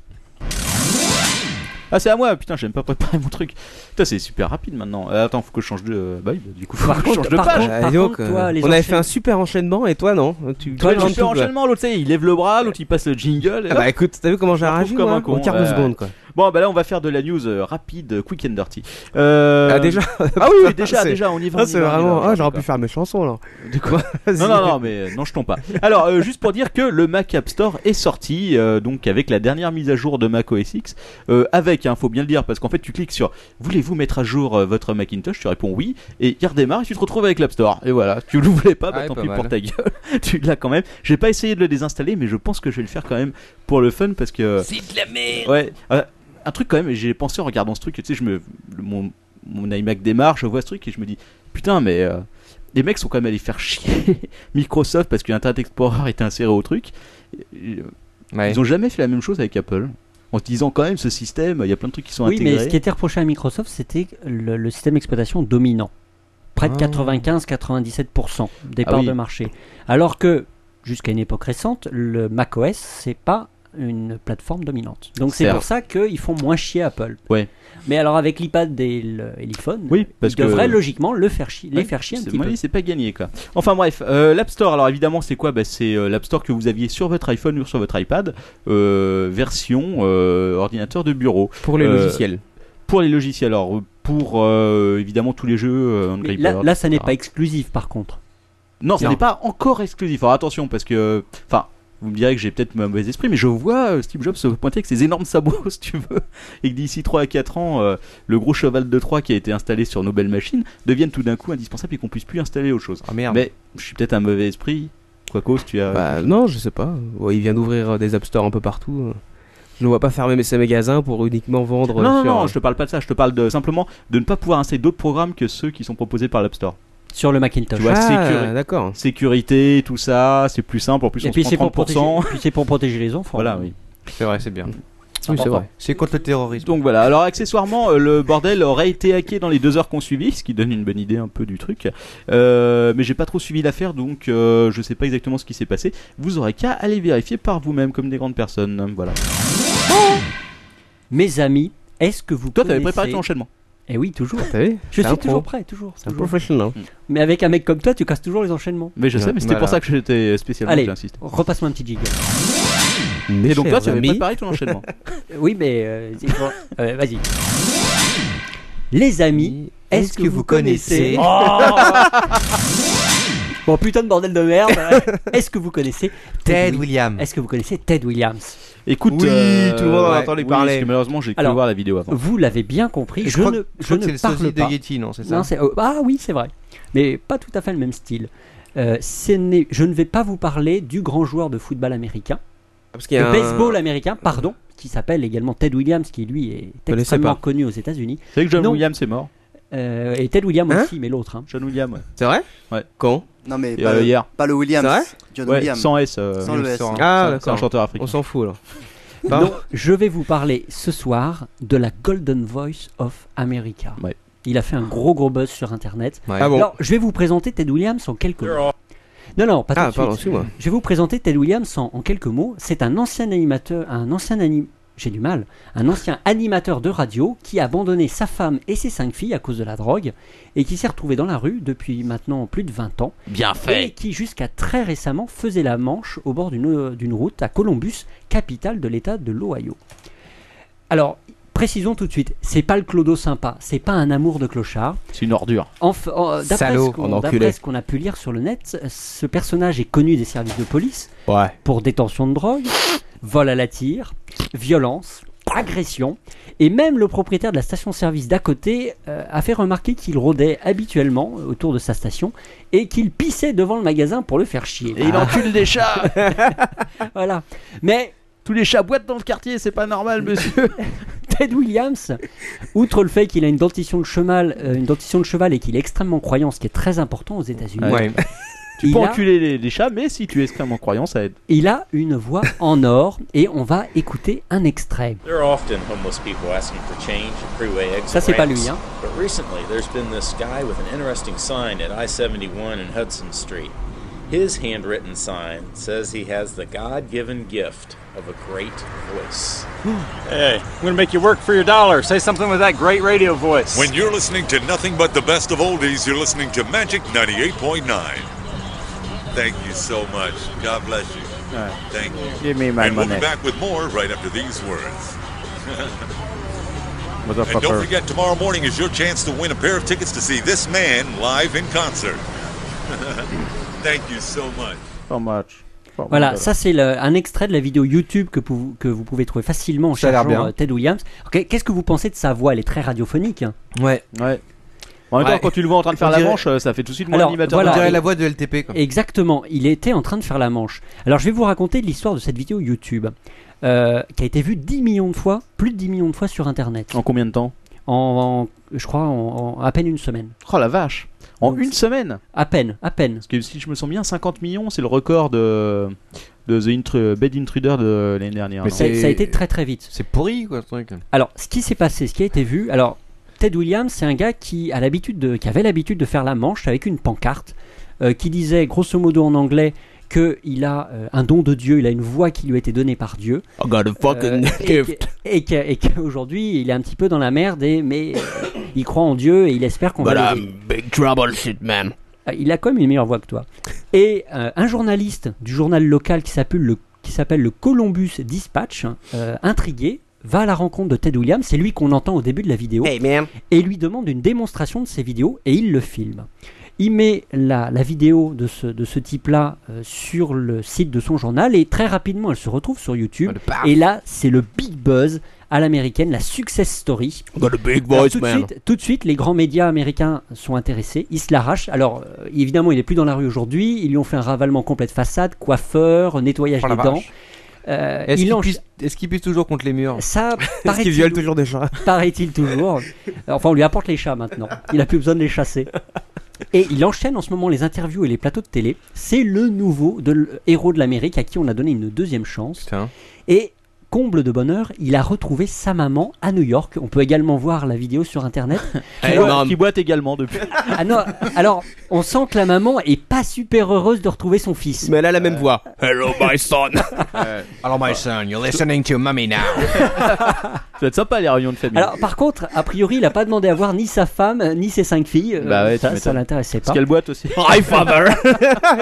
E: Ah, c'est à moi, putain, j'ai même pas préparé mon truc. Putain, c'est super rapide maintenant. Euh, attends, faut que je change de. Bah oui, bah, du coup, faut
F: Par
E: que je
F: contre-
E: change de
F: par
E: page.
F: contre-
H: Euh,
F: par
H: dis donc,
F: contre, toi,
H: euh,
F: les
H: on avait
F: enchaî-
H: fait un super enchaînement et toi non Tu
F: Toi,
H: tu
E: Ouais,
F: les
H: prends
E: je
H: tout,
E: fais
H: quoi.
E: enchaînement, l'autre, tu sais, il lève le bras, l'autre, il passe le jingle. et
H: Ah
E: hop.
H: bah écoute, t'as vu comment
E: Je
H: j'ai
E: me
H: réagi
E: retrouve comme
H: moi,
E: un con,
H: en quart de
E: ouais.
H: seconde quoi.
E: Bon, bah là, on va faire de la news euh, rapide, quick and dirty. Euh, (laughs)
H: Ah déjà,
E: Ah
H: (laughs)
E: oui, oui, déjà,
H: c'est-
E: déjà, on y va. on
H: ah,
E: y
H: c'est
E: va, on y va,
H: vraiment.
E: on y va,
H: Ah, j'aurais
E: quoi.
H: pu faire mes chansons alors.
E: (laughs) De quoi
H: Vas-y.
E: Non, non, non, mais euh, non, je tombe pas. Alors, euh, juste pour dire que le Mac App Store est sorti, euh, donc avec la dernière mise à jour de Mac OS X, euh, avec, hein, faut bien le dire, parce qu'en fait, tu cliques sur Voulez-vous mettre à jour euh, votre Macintosh Tu réponds oui, et il redémarre, et tu te retrouves avec l'App Store. Et voilà, tu le voulais pas, bah,
H: Ah,
E: tant
H: pas
E: pis
H: mal.
E: pour ta gueule, (laughs) tu l'as quand même. J'ai pas essayé de le désinstaller, mais je pense que je vais le faire quand même pour le fun, parce que.
B: C'est de la merde.
E: Ouais. euh, un truc quand même, j'ai pensé en regardant ce truc, tu sais, je me, le- mon, mon iMac démarre, je vois ce truc et je me dis, putain, mais euh, les mecs sont quand même allés faire chier (laughs) Microsoft parce que Internet Explorer était inséré au truc. Et, euh,
D: Ouais.
E: Ils ont jamais fait la même chose avec Apple. En se disant quand même ce système, il y a plein de trucs qui sont
F: Oui,
E: intégrés.
F: mais ce qui était reproché à Microsoft, c'était le, le système d'exploitation dominant. Près de
D: Ah.
F: 95-97% des
E: Ah
F: parts
E: oui.
F: de marché. Alors que, jusqu'à une époque récente, le macOS, c'est pas une plateforme dominante. Donc c'est
E: Certes.
F: pour ça qu'ils font moins chier Apple.
E: Ouais.
F: Mais alors avec l'iPad et le- et l'iPhone,
E: Oui, parce
F: ils devraient
E: que-
F: logiquement le faire chier- les
E: Ouais,
F: faire chier un
E: c'est-
F: petit
E: moi,
F: peu.
E: C'est pas gagné quoi. Enfin bref, euh, l'App Store, alors évidemment c'est quoi bah, C'est euh, l'App Store que vous aviez sur votre iPhone ou sur votre iPad, euh, version euh, ordinateur de bureau.
H: Pour les
E: Euh,
H: logiciels.
E: Pour les logiciels, alors euh, pour euh, évidemment tous les jeux euh, Angry
F: Mais Là,
E: Birds,
F: là, ça n'est
E: etc.
F: pas exclusif par contre.
E: Non, ça
H: Non.
E: n'est pas encore exclusif. Alors attention, parce que. Enfin, vous me direz que j'ai peut-être ma mauvaise esprit, mais je vois euh, Steve Jobs se pointer avec ses énormes sabots, (laughs) si tu veux, et que d'ici 3 à 4 ans, euh, le gros cheval de Troie qui a été installé sur nos belles machines devienne tout d'un coup indispensable et qu'on puisse plus installer autre chose.
H: Ah merde.
E: Mais je suis peut-être un mauvais esprit. Quoi cause, tu as.
H: Bah non, je sais pas. Ouais, il vient d'ouvrir euh, des App Store un peu partout. euh. Je ne vois pas fermer ses magasins pour uniquement vendre. euh,
E: non, non,
H: sur,
E: non,
H: euh,
E: je te parle pas de ça. Je te parle de, simplement de ne pas pouvoir installer d'autres programmes que ceux qui sont proposés par l'App Store.
F: Sur le Macintosh.
E: Tu vois,
H: Ah,
E: sécurité.
H: d'accord.
E: Sécurité, tout ça, c'est plus simple. En plus,
F: et
E: on
F: puis
E: se
F: c'est
E: prend
F: pour,
E: 30%.
F: protéger- puis c'est pour protéger les enfants.
E: Voilà, oui.
D: C'est vrai, c'est bien.
H: Oui, c'est vrai.
D: C'est contre le terrorisme.
E: Donc voilà, alors accessoirement, euh, le bordel aurait été hacké dans les deux heures qu'on suivit, ce qui donne une bonne idée un peu du truc. Euh, mais j'ai pas trop suivi l'affaire, donc euh, je sais pas exactement ce qui s'est passé. Vous aurez qu'à aller vérifier par vous-même, comme des grandes personnes. Voilà.
F: Mes amis, est-ce que vous
E: Toi, t'avais
F: connaissez-
E: préparé ton enchaînement.
F: Eh oui, toujours.
H: T'as vu
F: Je
H: C'est un
F: suis
H: pro.
F: toujours prêt, toujours.
H: C'est un
F: toujours.
H: professionnel.
F: Mais avec un mec comme toi, tu casses toujours les enchaînements.
E: Mm. Mais je sais,
D: Ouais.
E: mais c'était pour
D: Voilà.
E: ça que j'étais spécialement
F: Allez.
E: j'ai insisté.
F: Repasse-moi un petit jig.
E: Et donc toi, tu avais préparé ton enchaînement.
F: (laughs) Oui, mais euh, c'est- bon, euh, vas-y. Les amis, est-ce que, vous connaissez Bon putain de bordel de merde. hein. est-ce que vous connaissez
D: Ted
F: Wi-
D: William.
F: Est-ce que vous connaissez Ted Williams
E: Écoute, euh,
H: Oui, tout le monde en a entendu
E: oui,
H: parler.
E: parce que malheureusement, j'ai cru
F: Alors,
E: voir la vidéo avant.
F: Vous l'avez bien compris. Je,
D: crois
F: ne,
D: que-
F: je
D: crois que c'est
F: ne
D: le
F: parle
D: sosie
F: pas.
D: de Yeti, non, c'est ça
F: Non, c'est- oh, ah oui, c'est vrai. Mais pas tout à fait le même style. Euh, ce n'est- je ne vais pas vous parler du grand joueur de football américain,
H: Ah, Parce qu'il y
F: de
H: a un-
F: baseball américain, pardon, qui s'appelle également Ted Williams, qui lui est
H: connaissais
F: extrêmement
H: pas.
F: connu aux États-Unis.
E: C'est vrai que John
F: non.
E: Williams est mort.
F: Euh, et Ted Williams
H: Hein
F: aussi, mais l'autre. hein.
E: John Williams, ouais.
H: C'est vrai
E: Ouais.
H: Quand
G: Non, mais
E: Et,
G: pas,
E: euh,
G: le,
E: hier.
G: pas le Williams.
H: C'est vrai
G: John
E: Ouais,
G: Williams.
E: sans S. euh,
G: Sans
E: oui,
G: le S.
D: sans-
G: hein.
E: c'est un-
H: Ah
E: c'est un
H: d'accord.
E: chanteur
H: On
E: africain.
H: s'en fout alors.
F: Donc, je vais vous parler ce soir de la Golden Voice of America.
E: Ouais.
F: Il a fait un gros gros buzz sur Internet.
D: Ouais.
H: Ah bon
F: Alors, je vais vous présenter Ted Williams en quelques mots. Non, non, pas tout
H: Ah
F: de suite.
H: pardon, excuse-moi.
F: Je vais vous présenter Ted Williams en, en quelques mots. C'est un ancien animateur, un ancien ani- j'ai du mal, un ancien animateur de radio qui a abandonné sa femme et ses cinq filles à cause de la drogue et qui s'est retrouvé dans la rue depuis maintenant plus de 20 ans
C: Bien
F: et qui jusqu'à très récemment faisait la manche au bord d'une euh, d'une route à Columbus, capitale de l'État de l'Ohio. Alors, précisons tout de suite, c'est pas le clodo sympa, c'est pas un amour de clochard.
E: C'est une ordure.
F: Enf- en- euh, D'après
H: Salaud,
F: ce qu'on-
H: en enculé.
F: d'après ce qu'on a pu lire sur le net, ce personnage est connu des services de police
H: Ouais.
F: pour détention de drogue, vol à la tire, violence, agression, et même le propriétaire de la station-service d'à côté euh, a fait remarquer qu'il rôdait habituellement autour de sa station et qu'il pissait devant le magasin pour le faire chier. Ah.
E: Et il encule
F: (laughs)
E: des chats
F: Voilà. Mais
E: Tous les chats boitent dans le quartier, c'est pas
D: (laughs)
E: normal, monsieur
F: Ted Williams, outre le fait qu'il a une dentition de cheval, euh, une dentition de cheval et qu'il est extrêmement croyant, ce qui est très important aux États-Unis,
E: Ouais. (laughs) Tu
F: Il
E: peux
F: a-
E: enculer les, les chats, mais si tu es extrêmement croyant, ça aide.
F: (laughs) il a une voix en or et on va écouter un extrait.
I: There are often homeless people asking for change at freeway exit
F: Ça, c'est pas
I: ramps.
F: lui, hein.
I: But recently, there's been this guy with an interesting sign at I-71 and Hudson Street. His handwritten sign says he has the God-given gift of a great voice.
J: Hey, I'm gonna make you work for your dollar. Say something with that great radio voice.
K: When you're listening to nothing but the best of oldies, you're listening to Magic 98.9. Thank you so much. God bless you. Thank you.
E: Give me
K: and we'll be back with more right after these
E: (laughs)
K: words. And don't forget, tomorrow morning is your chance to win a pair of tickets to see this man live in concert. (laughs) Thank you so much.
F: Voilà, ça c'est le- un extrait de la vidéo YouTube que, pou- que vous pouvez trouver facilement en
D: Ça a l'air
F: cherchant
D: bien.
F: euh, Ted Williams. Ok, Qu'est-ce que vous pensez de sa voix Elle est très radiophonique. hein.
D: Ouais.
E: Ouais. En même temps,
D: Ouais.
E: quand tu le vois en train de faire
D: On
E: la
D: dirait-
E: manche, euh, ça fait tout de suite moins
F: Alors,
E: animateur.
F: voilà.
D: On dirait
F: et-
D: la voix de LTP. Quoi.
F: Exactement, il était en train de faire la manche. Alors je vais vous raconter l'histoire de cette vidéo YouTube, euh, qui a été vue 10 millions de fois, plus de 10 millions de fois sur Internet.
E: En combien de temps
F: En, en- je crois, en, en à peine une semaine.
E: Oh la vache En
F: Donc,
E: une semaine
F: À peine, à peine.
E: Parce que si je me sens bien, 50 millions, c'est le record de, de The Intru- Bed Intruder de l'année dernière.
D: Mais
E: non
F: Ça,
D: c'est-
F: ça a été très très vite.
D: C'est pourri quoi ce truc.
F: Alors, ce qui s'est passé, ce qui a été vu, alors Ted Williams, c'est un gars qui a l'habitude de, qui avait l'habitude de faire la manche avec une pancarte euh, qui disait grosso modo en anglais que il a euh, un don de Dieu, il a une voix qui lui a été donnée par Dieu.
H: I got a
F: euh, et que- et que- et qu'aujourd'hui, il est un petit peu dans la merde, et, mais euh, il croit en Dieu et il espère qu'on va l'aider.
H: big trouble, shit man.
F: Ah, Il a quand même une meilleure voix que toi. Et euh, un journaliste du journal local qui s'appelle le, qui s'appelle le Columbus Dispatch, euh, intrigué, va à la rencontre de Ted Williams, c'est lui qu'on entend au début de la vidéo,
H: Hey man.
F: et lui demande une démonstration de ses vidéos, et il le filme. Il met la, la vidéo de ce, de ce type-là euh, sur le site de son journal, et très rapidement, elle se retrouve sur YouTube. Et là, c'est le big buzz à l'américaine, la success story.
H: Got a big
F: Alors, tout, de suite, tout de suite, les grands médias américains sont intéressés, ils se l'arrachent. Alors, euh, évidemment, il est plus dans la rue aujourd'hui, ils lui ont fait un ravalement complet de façade, coiffeur, nettoyage
D: Oh, la
F: des dents.
D: vache.
F: Euh,
D: Est-ce
F: il
D: qu'il
F: en-
D: pisse- est-ce qu'il pisse toujours contre les murs
F: Ça
H: Parce qu'il viole
F: paraît-il
H: toujours des chats.
F: (laughs) paraît-il toujours. Enfin, on lui apporte les chats maintenant. Il a plus besoin de les chasser. Et il enchaîne en ce moment les interviews et les plateaux de télé. C'est le nouveau de l- euh, héros de l'Amérique à qui on a donné une deuxième chance.
D: Putain.
F: Et comble de bonheur, il a retrouvé sa maman à New York. On peut également voir la vidéo sur
E: (laughs)
F: internet.
E: Qui,
H: Hey,
E: boite-
H: man.
E: qui boite également depuis.
F: (laughs) Ah non, alors on sent que la maman est pas super heureuse de retrouver son fils.
H: Mais elle a la même
L: Euh.
H: voix. Hello
F: (laughs)
H: my son.
B: Hello, my son, you're listening to mummy now.
E: Ça doit être sympa les réunions de
B: (laughs)
E: famille.
F: Alors par contre, a priori, il a pas demandé à voir ni sa femme euh, ni ses cinq filles. Euh,
E: Bah ouais, tu
F: ça, ça
E: m'étonnes.
F: l'intéressait pas.
E: Parce qu'elle boite
F: (laughs)
E: aussi.
H: Hi father. Ah,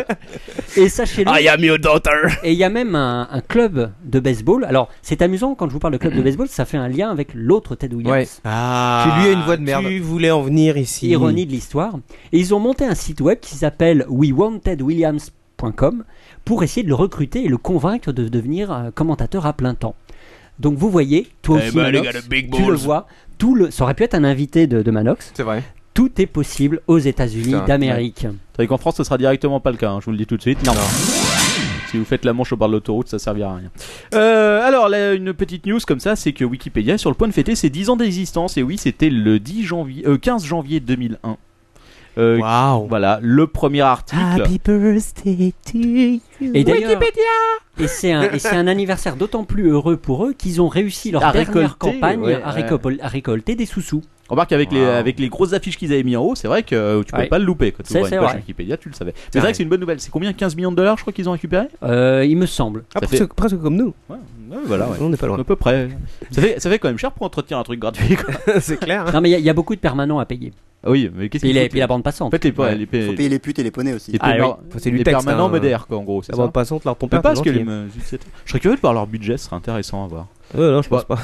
F: Et sachez-le,
H: I am your daughter.
F: et il y a même un, un club de baseball. Alors c'est amusant quand je vous parle de club de baseball, ça fait un lien avec l'autre Ted Williams.
H: Ah.
D: Puis lui a une voix de merde.
H: Tu voulais en venir ici.
F: Ironie de l'histoire. Et ils ont monté un site web qui s'appelle wewantedwilliams.com pour essayer de le recruter et le convaincre de devenir euh, commentateur à plein temps. Donc vous voyez, toi
H: Eh
F: aussi,
H: ben, les
F: Manox,
H: gars, le big
F: tu le
H: balls.
F: vois, tout le, ça aurait pu être un invité de, de Manox.
D: C'est vrai.
F: Tout est possible aux États-Unis
D: Putain,
F: d'Amérique.
E: Tandis qu'en France, ce sera directement pas le cas, hein, je vous le dis tout de suite. Non. Si vous faites la manche au bord de l'autoroute, ça servira à rien. Euh, alors, là, une petite news comme ça, c'est que Wikipédia est sur le point de fêter ses 10 ans d'existence. Et oui, c'était le 10 janvier, euh, 15 janvier 2001. Euh,
H: Waouh.
E: Voilà, le premier
F: Ah,
E: article.
H: Happy birthday to you.
F: Et d'ailleurs- Et c'est un, et c'est un anniversaire d'autant plus heureux pour eux qu'ils ont réussi leur
E: À
F: dernière
E: récolter,
F: campagne
E: ouais,
F: à,
E: ouais.
F: récol- à récolter des sous-sous.
E: Remarque avec les avec les grosses affiches qu'ils avaient mis en haut, c'est vrai que euh, tu peux
F: Ouais.
E: pas le louper. Quand tu
F: C'est-
E: ouvres
F: c'est
E: une page
F: vrai.
E: Wikipédia, tu le savais. C'est vrai que c'est une bonne nouvelle. C'est combien 15 millions de dollars, je crois qu'ils ont récupéré.
F: Euh, il me semble.
H: Ah,
E: Ça
H: presque, presque comme nous.
E: Ouais, ouais, Ouais, voilà, ouais.
H: On n'est pas loin.
E: À peu près. Ça fait, ça fait quand même cher pour entretenir un truc gratuit. Quoi.
H: (laughs) C'est clair. hein.
F: Non, mais il y a- il y, a beaucoup de permanents à payer.
E: Ah oui, mais qu'est-ce
F: Puis,
E: qu'il
F: la-
E: faut-
F: puis la bande
E: En
F: passante.
E: fait, les, ouais. les,
G: Faut payer les putes et les poneys aussi.
E: les
F: Ah,
E: perma-
H: oui. C'est du
E: les
H: texte,
E: permanents
H: hein.
E: modères, quoi, en gros. C'est
H: La
E: ça.
H: bande passante, leur ton
E: Même
H: père.
E: pas
H: t'es
E: parce que les
H: gentil.
E: me- Je serais curieux de voir leur budget, ce serait intéressant à voir.
H: Euh, non, je pense pas.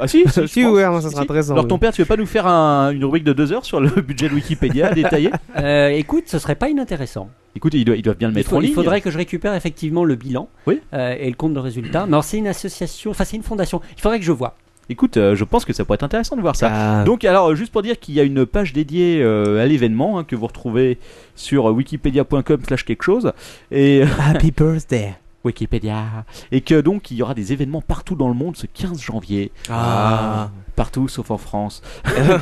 E: Ah
H: (laughs)
E: si,
H: Si,
E: je pense.
H: ouais, non, ça sera intéressant,
E: Alors
H: oui.
E: ton père, tu veux pas nous faire un- une rubrique de deux heures sur le budget
F: (laughs)
E: de Wikipédia détaillé
F: Euh, écoute, ce serait pas inintéressant.
E: Écoute, ils doivent, ils doivent bien le
F: Il,
E: mettre
F: faut-
E: en
F: il
E: ligne.
F: faudrait que je récupère effectivement le bilan
E: Oui.
F: euh, et le compte de résultat. Mais alors, c'est une association, enfin, c'est une fondation. Il faudrait que je vois.
E: Écoute, euh, je pense que ça pourrait être intéressant de voir ça.
H: Ah,
E: Donc alors euh, juste pour dire qu'il y a une page dédiée euh, à l'événement hein, que vous retrouvez sur euh, wikipedia.com slash quelque chose (laughs) et euh,
H: Happy birthday.
E: Wikipédia et que donc il y aura des événements partout dans le monde ce 15 janvier
H: Ah.
E: partout sauf en
H: (laughs)
E: France (laughs)
H: Merde.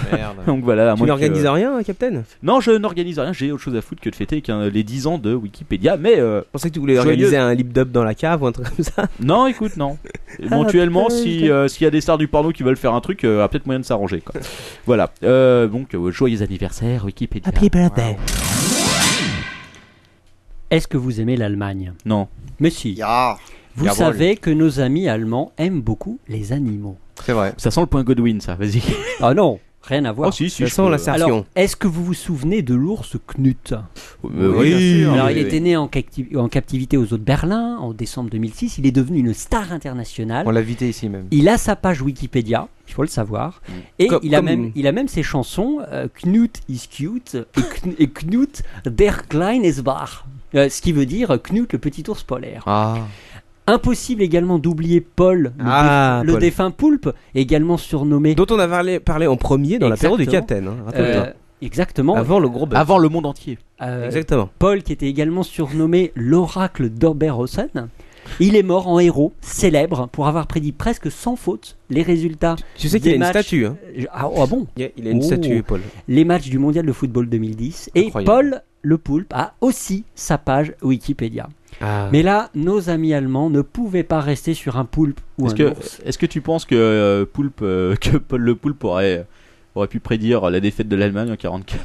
E: donc voilà à
H: Tu
E: moins que-
H: n'organises rien, hein, Captain Je
E: non je n'organise rien j'ai autre chose à foutre que de fêter qu'un- les 10 ans de Wikipédia mais euh,
H: pensais que tu voulais
E: Joyeux.
H: organiser un lip dub dans la cave ou un truc comme ça. Ah,
E: non écoute non éventuellement si euh, s'il y a des stars du porno qui veulent faire un truc euh, y a peut-être moyen de s'arranger quoi. voilà Euh, donc euh, joyeux anniversaire Wikipédia
H: birthday.
F: Est-ce que vous aimez l'Allemagne
E: non
F: Mais si.
G: Ya.
F: Vous
B: Jawohl.
F: savez que nos amis allemands aiment beaucoup les animaux.
D: C'est vrai.
E: ça sent le point Godwin ça vas-y
F: (laughs) Ah non, rien à voir.
E: Oh, si, si,
H: Ça
E: je
H: sent
E: peux-
H: la serpe.
F: Alors, est-ce que vous vous souvenez de l'ours Knut
E: Euh,
H: Oui, bien sûr.
F: Alors,
E: oui,
F: il
E: oui.
F: était né en, capti- en captivité aux eaux de Berlin en décembre 2006. Il est devenu une star internationale.
D: On l'a vité ici même.
F: Il a sa page Wikipédia, il faut le savoir. Et
H: Comme-
F: il, a
H: comme-
F: même, il a même ses chansons euh, Knut is cute et, Kn- et Knut der kleine ist bar. Euh, ce qui veut dire euh, Knut le petit ours polaire.
D: Ah.
F: Impossible également d'oublier Paul, le,
H: Ah,
F: déf- le
H: Paul.
F: défunt poulpe, également surnommé.
H: Dont on a parlé, parlé en premier dans l'apéro du Captain. hein, rappelle-toi.
F: Euh, exactement.
H: Avant le gros bœuf.
E: Avant le monde entier.
F: Euh,
H: Exactement.
F: Paul, qui était également surnommé l'oracle d'Oberhausen. Il est mort en héros, célèbre, pour avoir prédit presque sans faute les résultats.
H: Tu sais qu'il
F: des
H: y a une
F: matchs-
H: statue. hein.
F: Euh, Ah, ah bon
H: Il y a- il y a une
F: Oh.
H: statue, Paul.
F: les matchs du mondial de football 2010. Et
H: Incroyable.
F: Paul Le Poulpe a aussi sa page Wikipédia. Mais là, nos amis allemands ne pouvaient pas rester sur un poulpe ou
E: Est-ce
F: un
E: que,
F: ours.
E: est-ce que tu penses que, euh, Poulpe, euh, (laughs) que Paul le Poulpe aurait, aurait pu prédire la défaite de l'Allemagne en 44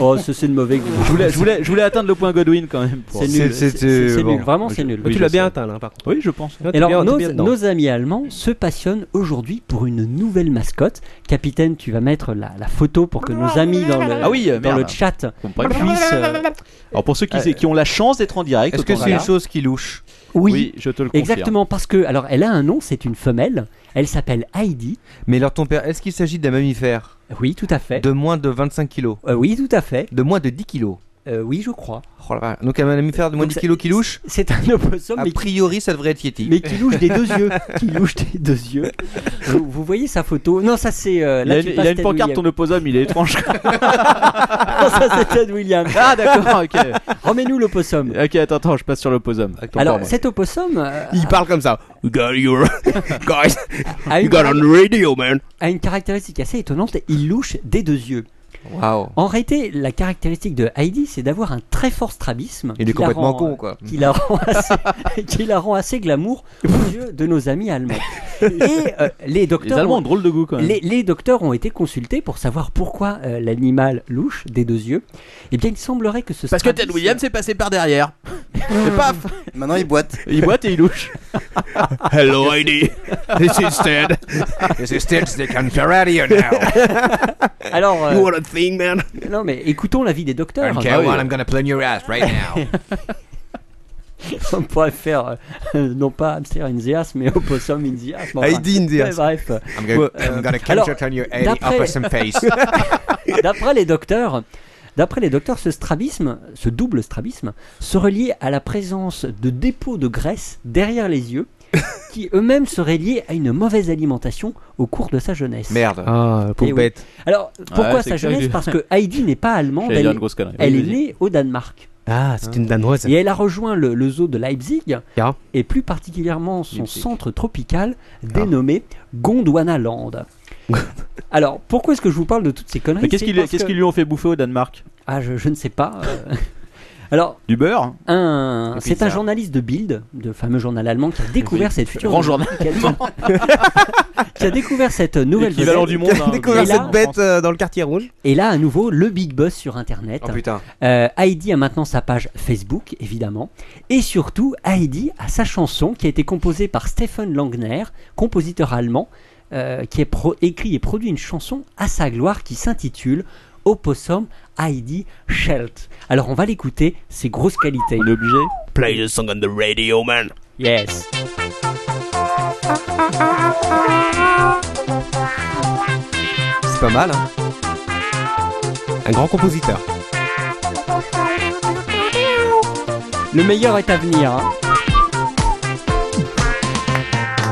F: Oh, ce, c'est de mauvais goût.
E: je voulais, je, voulais, je voulais atteindre le point Godwin quand même. pour-
F: C'est nul.
D: C'est-
F: C'est
D: c'est-
F: c'est- c'est
D: bon.
F: nul. Vraiment, c'est
E: Je-
F: nul.
E: Oui,
H: tu
E: je
H: l'as
E: sais.
H: bien atteint
F: hein,
H: là, par contre.
E: Oui, je pense.
H: Là, t'es
F: Et
H: bien-
F: Alors,
H: t'es
F: nos,
H: bien dedans.
F: nos amis allemands se passionnent aujourd'hui pour une nouvelle mascotte. Capitaine, tu vas mettre la, la photo pour que nos amis dans le,
E: Ah oui, euh,
F: dans
E: merde.
F: le chat
E: Qu'on parle.
F: puissent. euh,
E: Alors pour ceux qui, qui ont la chance d'être en direct,
D: Est-ce que
E: autant
D: c'est
E: là.
D: une chose qui louche
F: oui,
E: Oui, je te le confirme.
F: exactement. Parce que, alors, elle a un nom, c'est une femelle. Elle s'appelle Heidi.
D: Mais alors ton père, est-ce qu'il s'agit d'un mammifère
F: Oui, tout à fait.
D: de moins de 25 kilos
F: Euh, oui, tout à fait.
D: De moins de 10 kilos
F: Euh, oui, je crois.
D: Oh la vache. Donc un mammifère de moins
F: Donc
D: de 10
F: ça-
D: kilos qui louche
F: C'est un opossum,
D: A
F: mais qui,
D: priori, ça devrait être Yeti.
F: mais qui louche des deux
D: (laughs)
F: yeux. Qui louche des deux yeux. Vous, vous voyez sa photo Non, ça c'est. euh,
E: Il a,
F: là,
E: une-
F: tu
E: il
F: passes
E: a une
F: Ted
E: pancarte,
F: Williams.
E: ton opposum, il est étrange.
F: (laughs) Non, ça c'est Ted Williams.
E: ah d'accord, ok.
F: (laughs) Remets-nous l'opossum.
E: Ok, attends, attends, je passe sur l'opposum.
F: Alors, cet opossum euh,
H: Il parle comme ça. You got your
E: (laughs)
H: guys,
F: a
H: you
F: une,
H: got on the radio, man.
F: a une caractéristique assez étonnante. Il louche des deux yeux.
D: Waouh.
F: En réalité, la caractéristique de Heidi, c'est d'avoir un très fort strabisme. qui
D: Il est
F: la
D: complètement
F: rend,
D: con
F: euh,
D: quoi.
F: qui la
D: (laughs)
F: rend assez, qui la rend assez glamour aux yeux de nos amis
D: (laughs)
F: allemands. Et euh, les
E: Les
F: docteurs
E: Allemands
F: ont-
E: ont drôle de goût quand même.
F: Les, les docteurs ont été consultés pour savoir pourquoi euh, l'animal louche des deux yeux. Eh bien, il semblerait que ce strabisme-
E: s'est passé par
F: (laughs)
E: derrière. et paf
G: Maintenant, ils boitent.
E: Il boite et il louche.
J: Hello, ID. This is Ted. This is Ted the Confederate now.
F: (laughs) Alors, euh,
H: a thing, man.
F: (laughs) non mais écoutons l'avis des docteurs. Ah
J: Okay, well, I'm gonna plug your ass right now.
F: (laughs) On pourrait faire euh, euh, non pas hamster in the ass, mais opossum in the ass. mais enfin,
H: Heidi in the
F: ouais,
H: ass.
F: bref, Euh,
J: I'm gonna, I'm gonna
F: alors,
J: ketchup on your ID
F: d'après-
J: upper some face.
F: (laughs) d'après les docteurs. D'après les docteurs, ce strabisme, ce double strabisme, se reliait à la présence de dépôts de graisse derrière les yeux, qui eux-mêmes seraient liés à une mauvaise alimentation au cours de sa jeunesse.
D: Merde.
H: Ah,
F: Eh
H: pauvre
F: oui.
H: bête.
F: Alors, pourquoi
E: Ah Ouais, c'est
F: sa jeunesse
E: curieux.
F: Parce que Heidi n'est pas allemande,
E: J'allais
F: elle,
E: dire
F: est,
E: une grosse connerie.
F: elle est
E: Vas-y.
F: née au Danemark.
H: Ah, c'est une danoise.
F: Et elle a rejoint le, le zoo de Leipzig,
H: Ah.
F: et plus particulièrement son
E: Leipzig.
F: centre tropical dénommé
H: (laughs)
F: Gondwanaland. Alors, pourquoi est-ce que je vous parle de toutes ces conneries
E: Mais qu'est-ce
F: C'est
E: qu'ils
F: parce
E: qu'est-ce
F: que-
E: qu'ils lui ont fait bouffer au Danemark
F: Ah, je, je ne sais pas. euh, (laughs) Alors,
E: du beurre.
F: un,
E: Et puis
F: c'est un
E: ça.
F: journaliste de Bild, de fameux journal allemand, qui a découvert cette future
E: Grand journal
F: qui a- qui a découvert cette nouvelle
H: L'équivalent du monde,
F: (laughs)
H: hein, Découvert
F: et, là,
H: cette bête euh, dans le quartier rouge.
F: et là, à nouveau, le big boss sur Internet.
D: putain.
F: Euh, Heidi a maintenant sa page Facebook, évidemment. Et surtout, Heidi a sa chanson qui a été composée par Stephen Langner, compositeur allemand, euh, qui a pro- écrit et produit une chanson à sa gloire qui s'intitule Opossum Heidi Schelt. Alors on va l'écouter, c'est grosse qualité.
E: On est obligé.
C: Play the song on the radio, man.
F: Yes.
D: C'est pas mal. hein. Un grand compositeur.
F: Le meilleur est à venir. hein.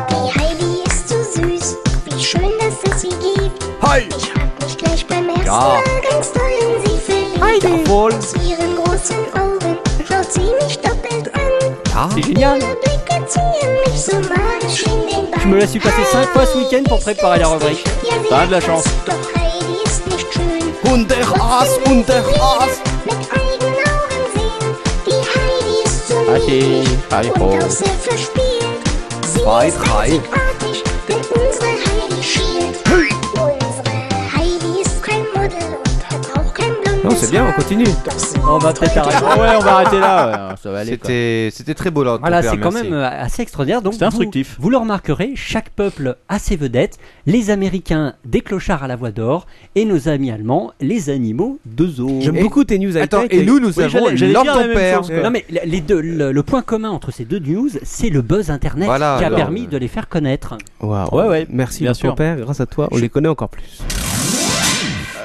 M: Hey, Heidi ist so süß. Wie schön, dass es sie gibt. Ich hab mich gleich beim ersten Mal ganz doll in sie verliebt. Heidi. Aus ihren großen Augen schaut sie mich doppelt an.
F: C'est génial.
M: Ihre Blicke ziehen mich so magisch in den Bann.
F: Je me la suis passé 5 fois ce week-end pour préparer la rubrique.
M: Ja, wer
E: T'as de la chance.
M: weiß, Doch Heidi ist nicht schön.
H: Unterhaas, Unterhaas.
M: Mit eigenen Augen sehen. Die Heidi ist so niedlich und auch sehr verspielt. Sie
D: Zwei,
M: ist
D: drei.
M: einzigartig, denn unsere Heidi schielt. Unsere Heidi ist kein Model und hat auch kein blondes
H: Non, c'est bien, on
M: Haar.
H: continue.
M: Doch sie
F: On va peut-être arrêter.
E: Ah ouais, on va arrêter là. ouais, ça va aller. quoi.
D: C'était c'était très beau là.
F: Voilà, c'est quand même euh, assez extraordinaire. Donc
E: C'était
F: vous-
E: instructif.
F: Vous, le remarquerez, chaque peuple a ses vedettes. Les Américains, des clochards à la voix d'or, et nos amis allemands, les animaux de zoo.
H: J'aime
D: Et-
H: beaucoup tes news high
D: Attends, et nous, nous
E: Oui,
D: avons
E: j'allais- j'allais
D: l'homme
E: dire la
D: ton
E: même
D: père.
E: chose, quoi.
F: Non mais le- les deux, le, le point commun entre ces deux news, c'est le buzz internet
D: Voilà,
F: qui a
D: alors,
F: permis
D: euh,
F: de les faire connaître.
H: Waouh.
E: Ouais, ouais,
H: Merci,
E: bien
H: mon
E: sûr.
H: père. Grâce à toi, on les connaît encore plus.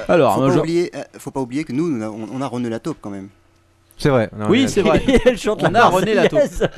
E: Alors,
G: Faut
E: moi,
G: pas,
E: je-
G: oublier, euh, faut pas oublier que nous, nous, on, on a René la taupe quand même.
D: C'est vrai. Non,
E: oui,
D: mais-
E: c'est vrai. (laughs)
F: Et elle chante
E: On
F: la
E: a René Latour.
F: Marseillaise.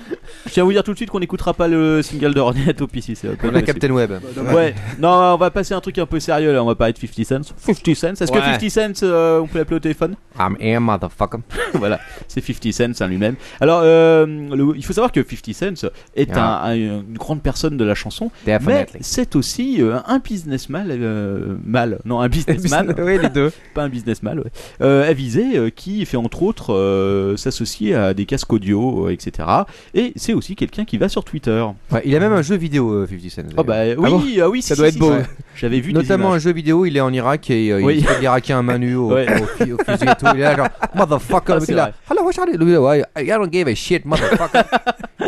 E: Je tiens à vous dire tout de suite qu'on n'écoutera pas le single de René Atop ici. c'est Bah,
D: On a Captain Web.
E: Ouais, non, on va passer un truc un peu sérieux là, on va parler de 50 Cent. 50 Cent, est-ce
D: Ouais.
E: que 50 Cent, euh, on peut l'appeler au téléphone
D: I'm here, motherfucker.
E: (laughs) Voilà, c'est 50 Cent hein, lui-même. Alors, euh, le- il faut savoir que 50 Cent est
D: Yeah.
E: un- un- une grande personne de la chanson, mais
D: Definitely.
E: c'est aussi euh, un businessman, euh, mal, non, un businessman,
H: (laughs) oui, les deux.
E: pas un businessman, ouais. euh, avisé euh, qui fait entre autres euh, s'associer à des casques audio, euh, etc. Et c'est aussi quelqu'un qui va sur Twitter.
D: Ouais, il a même un jeu vidéo, euh, 50 Cent.
E: Oh bah oui,
D: Ah bon
F: euh,
E: ah oui,
D: Ça
E: si,
D: doit
E: si,
D: être beau.
E: si. J'avais vu des
D: Notamment
E: images.
D: un jeu vidéo, il est en Irak et euh,
E: Oui.
D: il fait l'Irakien à main nue au,
E: Ouais.
F: (laughs)
D: au, fi- au fusil et tout. Il est là, genre, motherfucker.
E: Ah, c'est
D: il est là, hello, what's up? I don't give a
E: (laughs)
D: shit, motherfucker.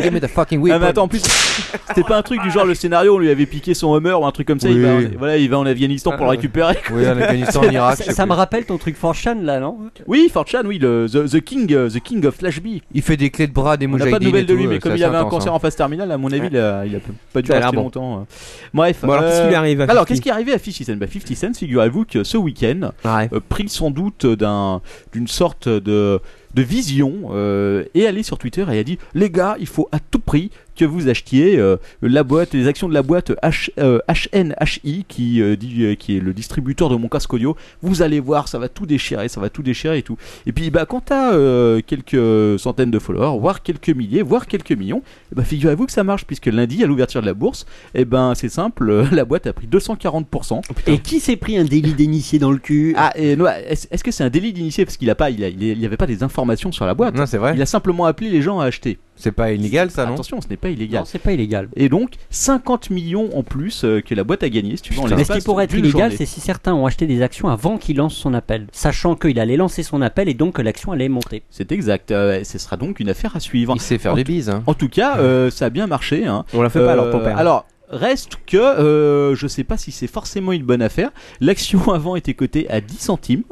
D: Give me the fucking
E: Ah,
D: weapon.
E: mais attends, en plus, c'était pas un truc du genre le scénario, on lui avait piqué son Hummer ou un truc comme ça. Il, va
D: Oui. Ah,
E: en, voilà, il va en Afghanistan pour le récupérer.
D: Oui, en Afghanistan,
E: (laughs)
D: en Irak.
F: ça
D: je sais
F: ça me
D: plus.
F: rappelle ton truc for Chan là, non
E: Oui, Fortran, oui, le, the, the King, euh, the King of Flash B.
D: Il fait des clés de bras, des
E: On n'a
D: moujahidines.
E: pas de nouvelles
D: et
E: de lui,
D: tout,
E: mais
D: euh,
E: comme
D: c'est
E: il avait
D: assez
E: un cancer en phase terminale, à mon avis, il, a, il a pas dû
H: Ça a l'air
E: rester
H: bon.
E: longtemps. euh. Bref.
H: Bon, alors, qu'est-ce
E: euh,
H: qu'il arrive à
E: alors,
H: 50?
E: qu'est-ce qui est arrivé à 50 Cent bah, 50 Cent, figurez-vous que ce week-end,
H: Ouais.
E: euh, pris sans doute d'un- d'une sorte de, de vision euh, et allé sur Twitter et a dit les gars il faut à tout prix que vous achetiez euh, la boîte les actions de la boîte H, euh, HNHI qui euh, dit euh, qui est le distributeur de mon casque audio vous allez voir ça va tout déchirer ça va tout déchirer et tout et puis bah quand t'as euh, quelques centaines de followers voire quelques milliers voire quelques millions eh ben, figurez-vous que ça marche puisque lundi à l'ouverture de la bourse et ben c'est simple euh, (laughs) la boîte a pris 240%
F: Oh, Et qui s'est pris un délit d'initié dans le cul
E: ah, et non, est-ce est-ce que c'est un délit d'initié Parce qu'il a pas, il, a- il est- il y avait pas des informations sur la boîte.
D: Non, c'est vrai.
E: Il a simplement appelé les gens à acheter.
D: C'est pas illégal, ça, non
E: Attention, ce n'est pas illégal.
F: Non, c'est pas illégal.
E: Et donc, 50 millions en plus euh, que la boîte a gagné, si tu veux, en
F: Mais ce qui
E: l'espace
F: pourrait être
E: d'une
F: illégal,
E: journée.
F: c'est si certains ont acheté des actions avant qu'il lance son appel, sachant qu'il allait lancer son appel et donc que l'action allait monter.
E: C'est exact. euh, ce sera donc une affaire à suivre.
D: Il sait faire
E: En
D: des
E: tout-
D: bises. Hein.
E: En tout cas, euh, ça a bien marché. Hein.
H: On la fait pas alors,
E: Euh,
H: ton père.
E: Alors, reste que euh, je sais pas si c'est forcément une bonne affaire. L'action (laughs) avant était cotée à 10 centimes.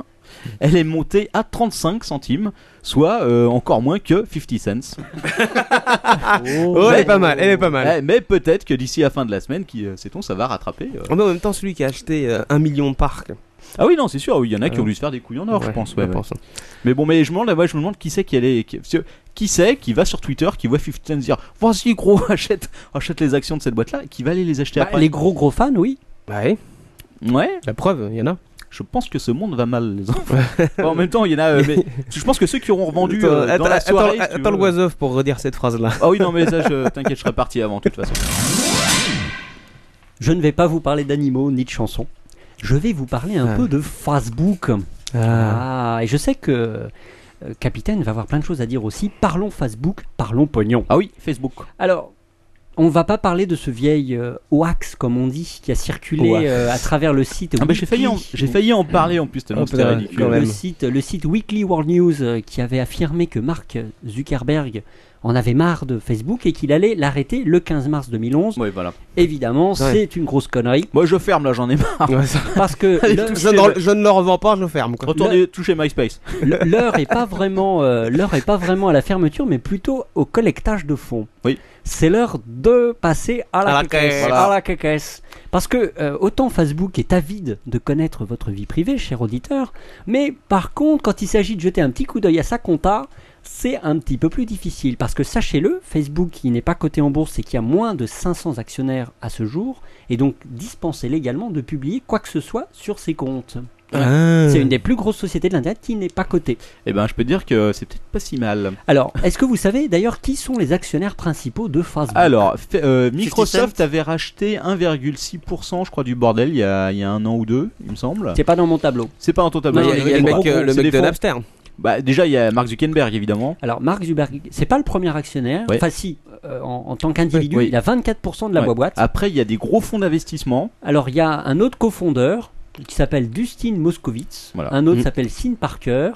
E: Elle est montée à 35 centimes, soit euh, encore moins que 50 cents.
H: (laughs) Oh, elle est pas mal, elle est pas mal.
E: Ouais, mais peut-être que d'ici la fin de la semaine, qui euh, sait-on, ça va rattraper. euh.
H: Oh, mais en même temps, celui qui a acheté euh, un million de parcs.
E: Ah oui, non, c'est sûr. oui, Il y en a qui
H: Ouais.
E: ont dû se faire des couilles en or, je pense. ouais, ouais.
H: pense.
E: Mais bon, mais je me demande, ouais, je me demande qui c'est qui allait, qui, parce que qui c'est qui va sur Twitter, qui voit 50 Cent dire, voici gros, (laughs) achète, achète les actions de cette boîte-là, qui va aller les acheter
F: Bah,
E: après.
F: les gros gros fans, oui.
H: Ouais,
E: Ouais.
H: Bah la preuve, il y en a.
E: Je pense que ce monde va mal,
H: (laughs)
E: les enfants. Bon, en même temps, il y en a. euh, mais- je pense que ceux qui auront revendu euh, dans
H: attends,
E: la
H: attends,
E: soirée. si tu
H: attends le
E: veux.
H: was off pour redire cette phrase-là.
E: Ah oui, non, mais ça, je, t'inquiète, je serai parti avant, de toute façon.
F: Je ne vais pas vous parler d'animaux ni de chansons. Je vais vous parler un
H: Ah.
F: Ah, peu de Facebook. Ah, et je sais que euh, capitaine va avoir plein de choses à dire aussi. Parlons Facebook, parlons pognon. Ah oui, Facebook. Alors, on va pas parler de ce vieil euh, hoax, comme on dit, qui a circulé
E: Hoax.
F: euh, à travers le site.
E: Ah bah, j'ai failli en-
F: Wiki.
E: j'ai failli en parler, en plus, tellement
F: Oh,
E: c'était
F: putain,
E: ridicule.
F: quand
E: Le
F: même. Le
E: site-
F: site, le site Weekly World News euh, qui avait affirmé que Mark Zuckerberg en avait marre de Facebook et qu'il allait l'arrêter le 15 mars 2011.
E: Oui, voilà.
F: Évidemment, c'est une grosse connerie.
E: Moi, je ferme là, j'en ai marre.
F: Parce que
E: (laughs) Allez,
F: le-
E: touchez le-
H: Je ne le revends pas, je le ferme. Quoi.
E: Retournez toucher MySpace.
F: L- L'heure est pas vraiment euh, l'heure est pas vraiment à la fermeture, mais plutôt au collectage de fonds.
E: Oui.
F: C'est l'heure de passer à la,
H: À la
F: cacasse,
H: caisse. Voilà.
F: à la cacasse. Parce que euh, autant Facebook est avide de connaître votre vie privée, cher auditeur, mais par contre, quand il s'agit de jeter un petit coup d'œil à sa compta, c'est un petit peu plus difficile. Parce que sachez-le, Facebook, qui n'est pas coté en bourse et qui a moins de 500 actionnaires à ce jour, est donc dispensé légalement de publier quoi que ce soit sur ses comptes.
E: Ah.
F: C'est une des plus grosses sociétés de l'Internet qui n'est pas cotée.
E: Eh ben, je peux dire que c'est peut-être pas si mal.
F: Alors, est-ce que vous savez d'ailleurs qui sont les actionnaires principaux de Facebook
E: Alors, fait- euh, Microsoft avait racheté 1,6% je crois du bordel il y, a, il y a un an ou deux, il me semble.
F: C'est pas dans mon tableau.
E: C'est pas dans ton tableau.
F: Non, il y a- il y a le
E: Des
F: mec,
E: gros
F: euh,
E: groupes,
F: le
E: c'est
F: mec
E: des
F: de
E: fonds.
F: Napster.
E: Bah déjà il y a Mark Zuckerberg évidemment.
F: Alors, Mark Zuckerberg, c'est pas le premier actionnaire.
E: Ouais.
F: Enfin, si, euh, en, en tant qu'individu,
E: Oui.
F: il a 24% de la
E: Ouais.
F: boîte.
E: Après il y a des gros fonds d'investissement.
F: Alors, il y a un autre cofondeur qui s'appelle Dustin Moskovitz.
E: Voilà.
F: Un autre
E: Mm.
F: s'appelle Sin Parker.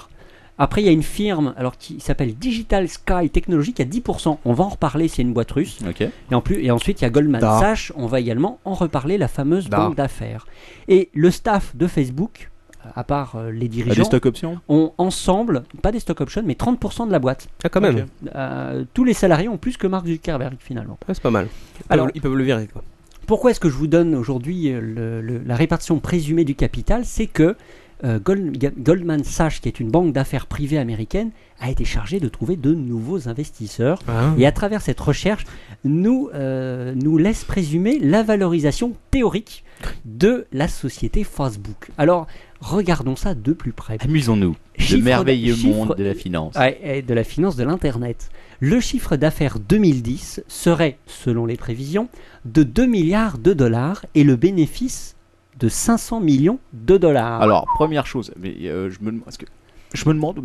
F: Après, il y a une firme alors, qui s'appelle Digital Sky Technology qui a 10%. On va en reparler, c'est une boîte russe.
E: Ok.
F: Et, en plus, et ensuite, il y a Goldman
E: Da.
F: Sachs. On va également en reparler, la fameuse
E: Da.
F: banque d'affaires. Et le staff de Facebook, à part euh, les dirigeants,
E: des stock options
F: ont ensemble, pas des stock options, mais 30% de la boîte.
H: Ah, quand même.
F: Ok. Euh, tous les salariés ont plus que Mark Zuckerberg, finalement.
H: Ouais, c'est pas mal. Ils peuvent-
F: Alors-
H: ils peuvent le virer. Quoi.
F: Pourquoi est-ce que je vous donne aujourd'hui euh, le- le- la répartition présumée du capital C'est que euh, Gold- Ga- Goldman Sachs, qui est une banque d'affaires privée américaine, a été chargée de trouver de nouveaux investisseurs.
H: Ah.
F: Et à travers cette recherche, nous, euh, nous laisse présumer la valorisation théorique de la société Facebook. Alors, regardons ça de plus près.
E: Amusons-nous.
F: Chiffre
E: Le merveilleux
F: chiffre-
E: monde de la finance.
F: Ouais, et de la finance de l'Internet. Le chiffre d'affaires 2010 serait, selon les prévisions, de 2 milliards de dollars et le bénéfice de 500 millions de dollars.
E: Alors première chose, mais euh, je me demande est-ce que je me demande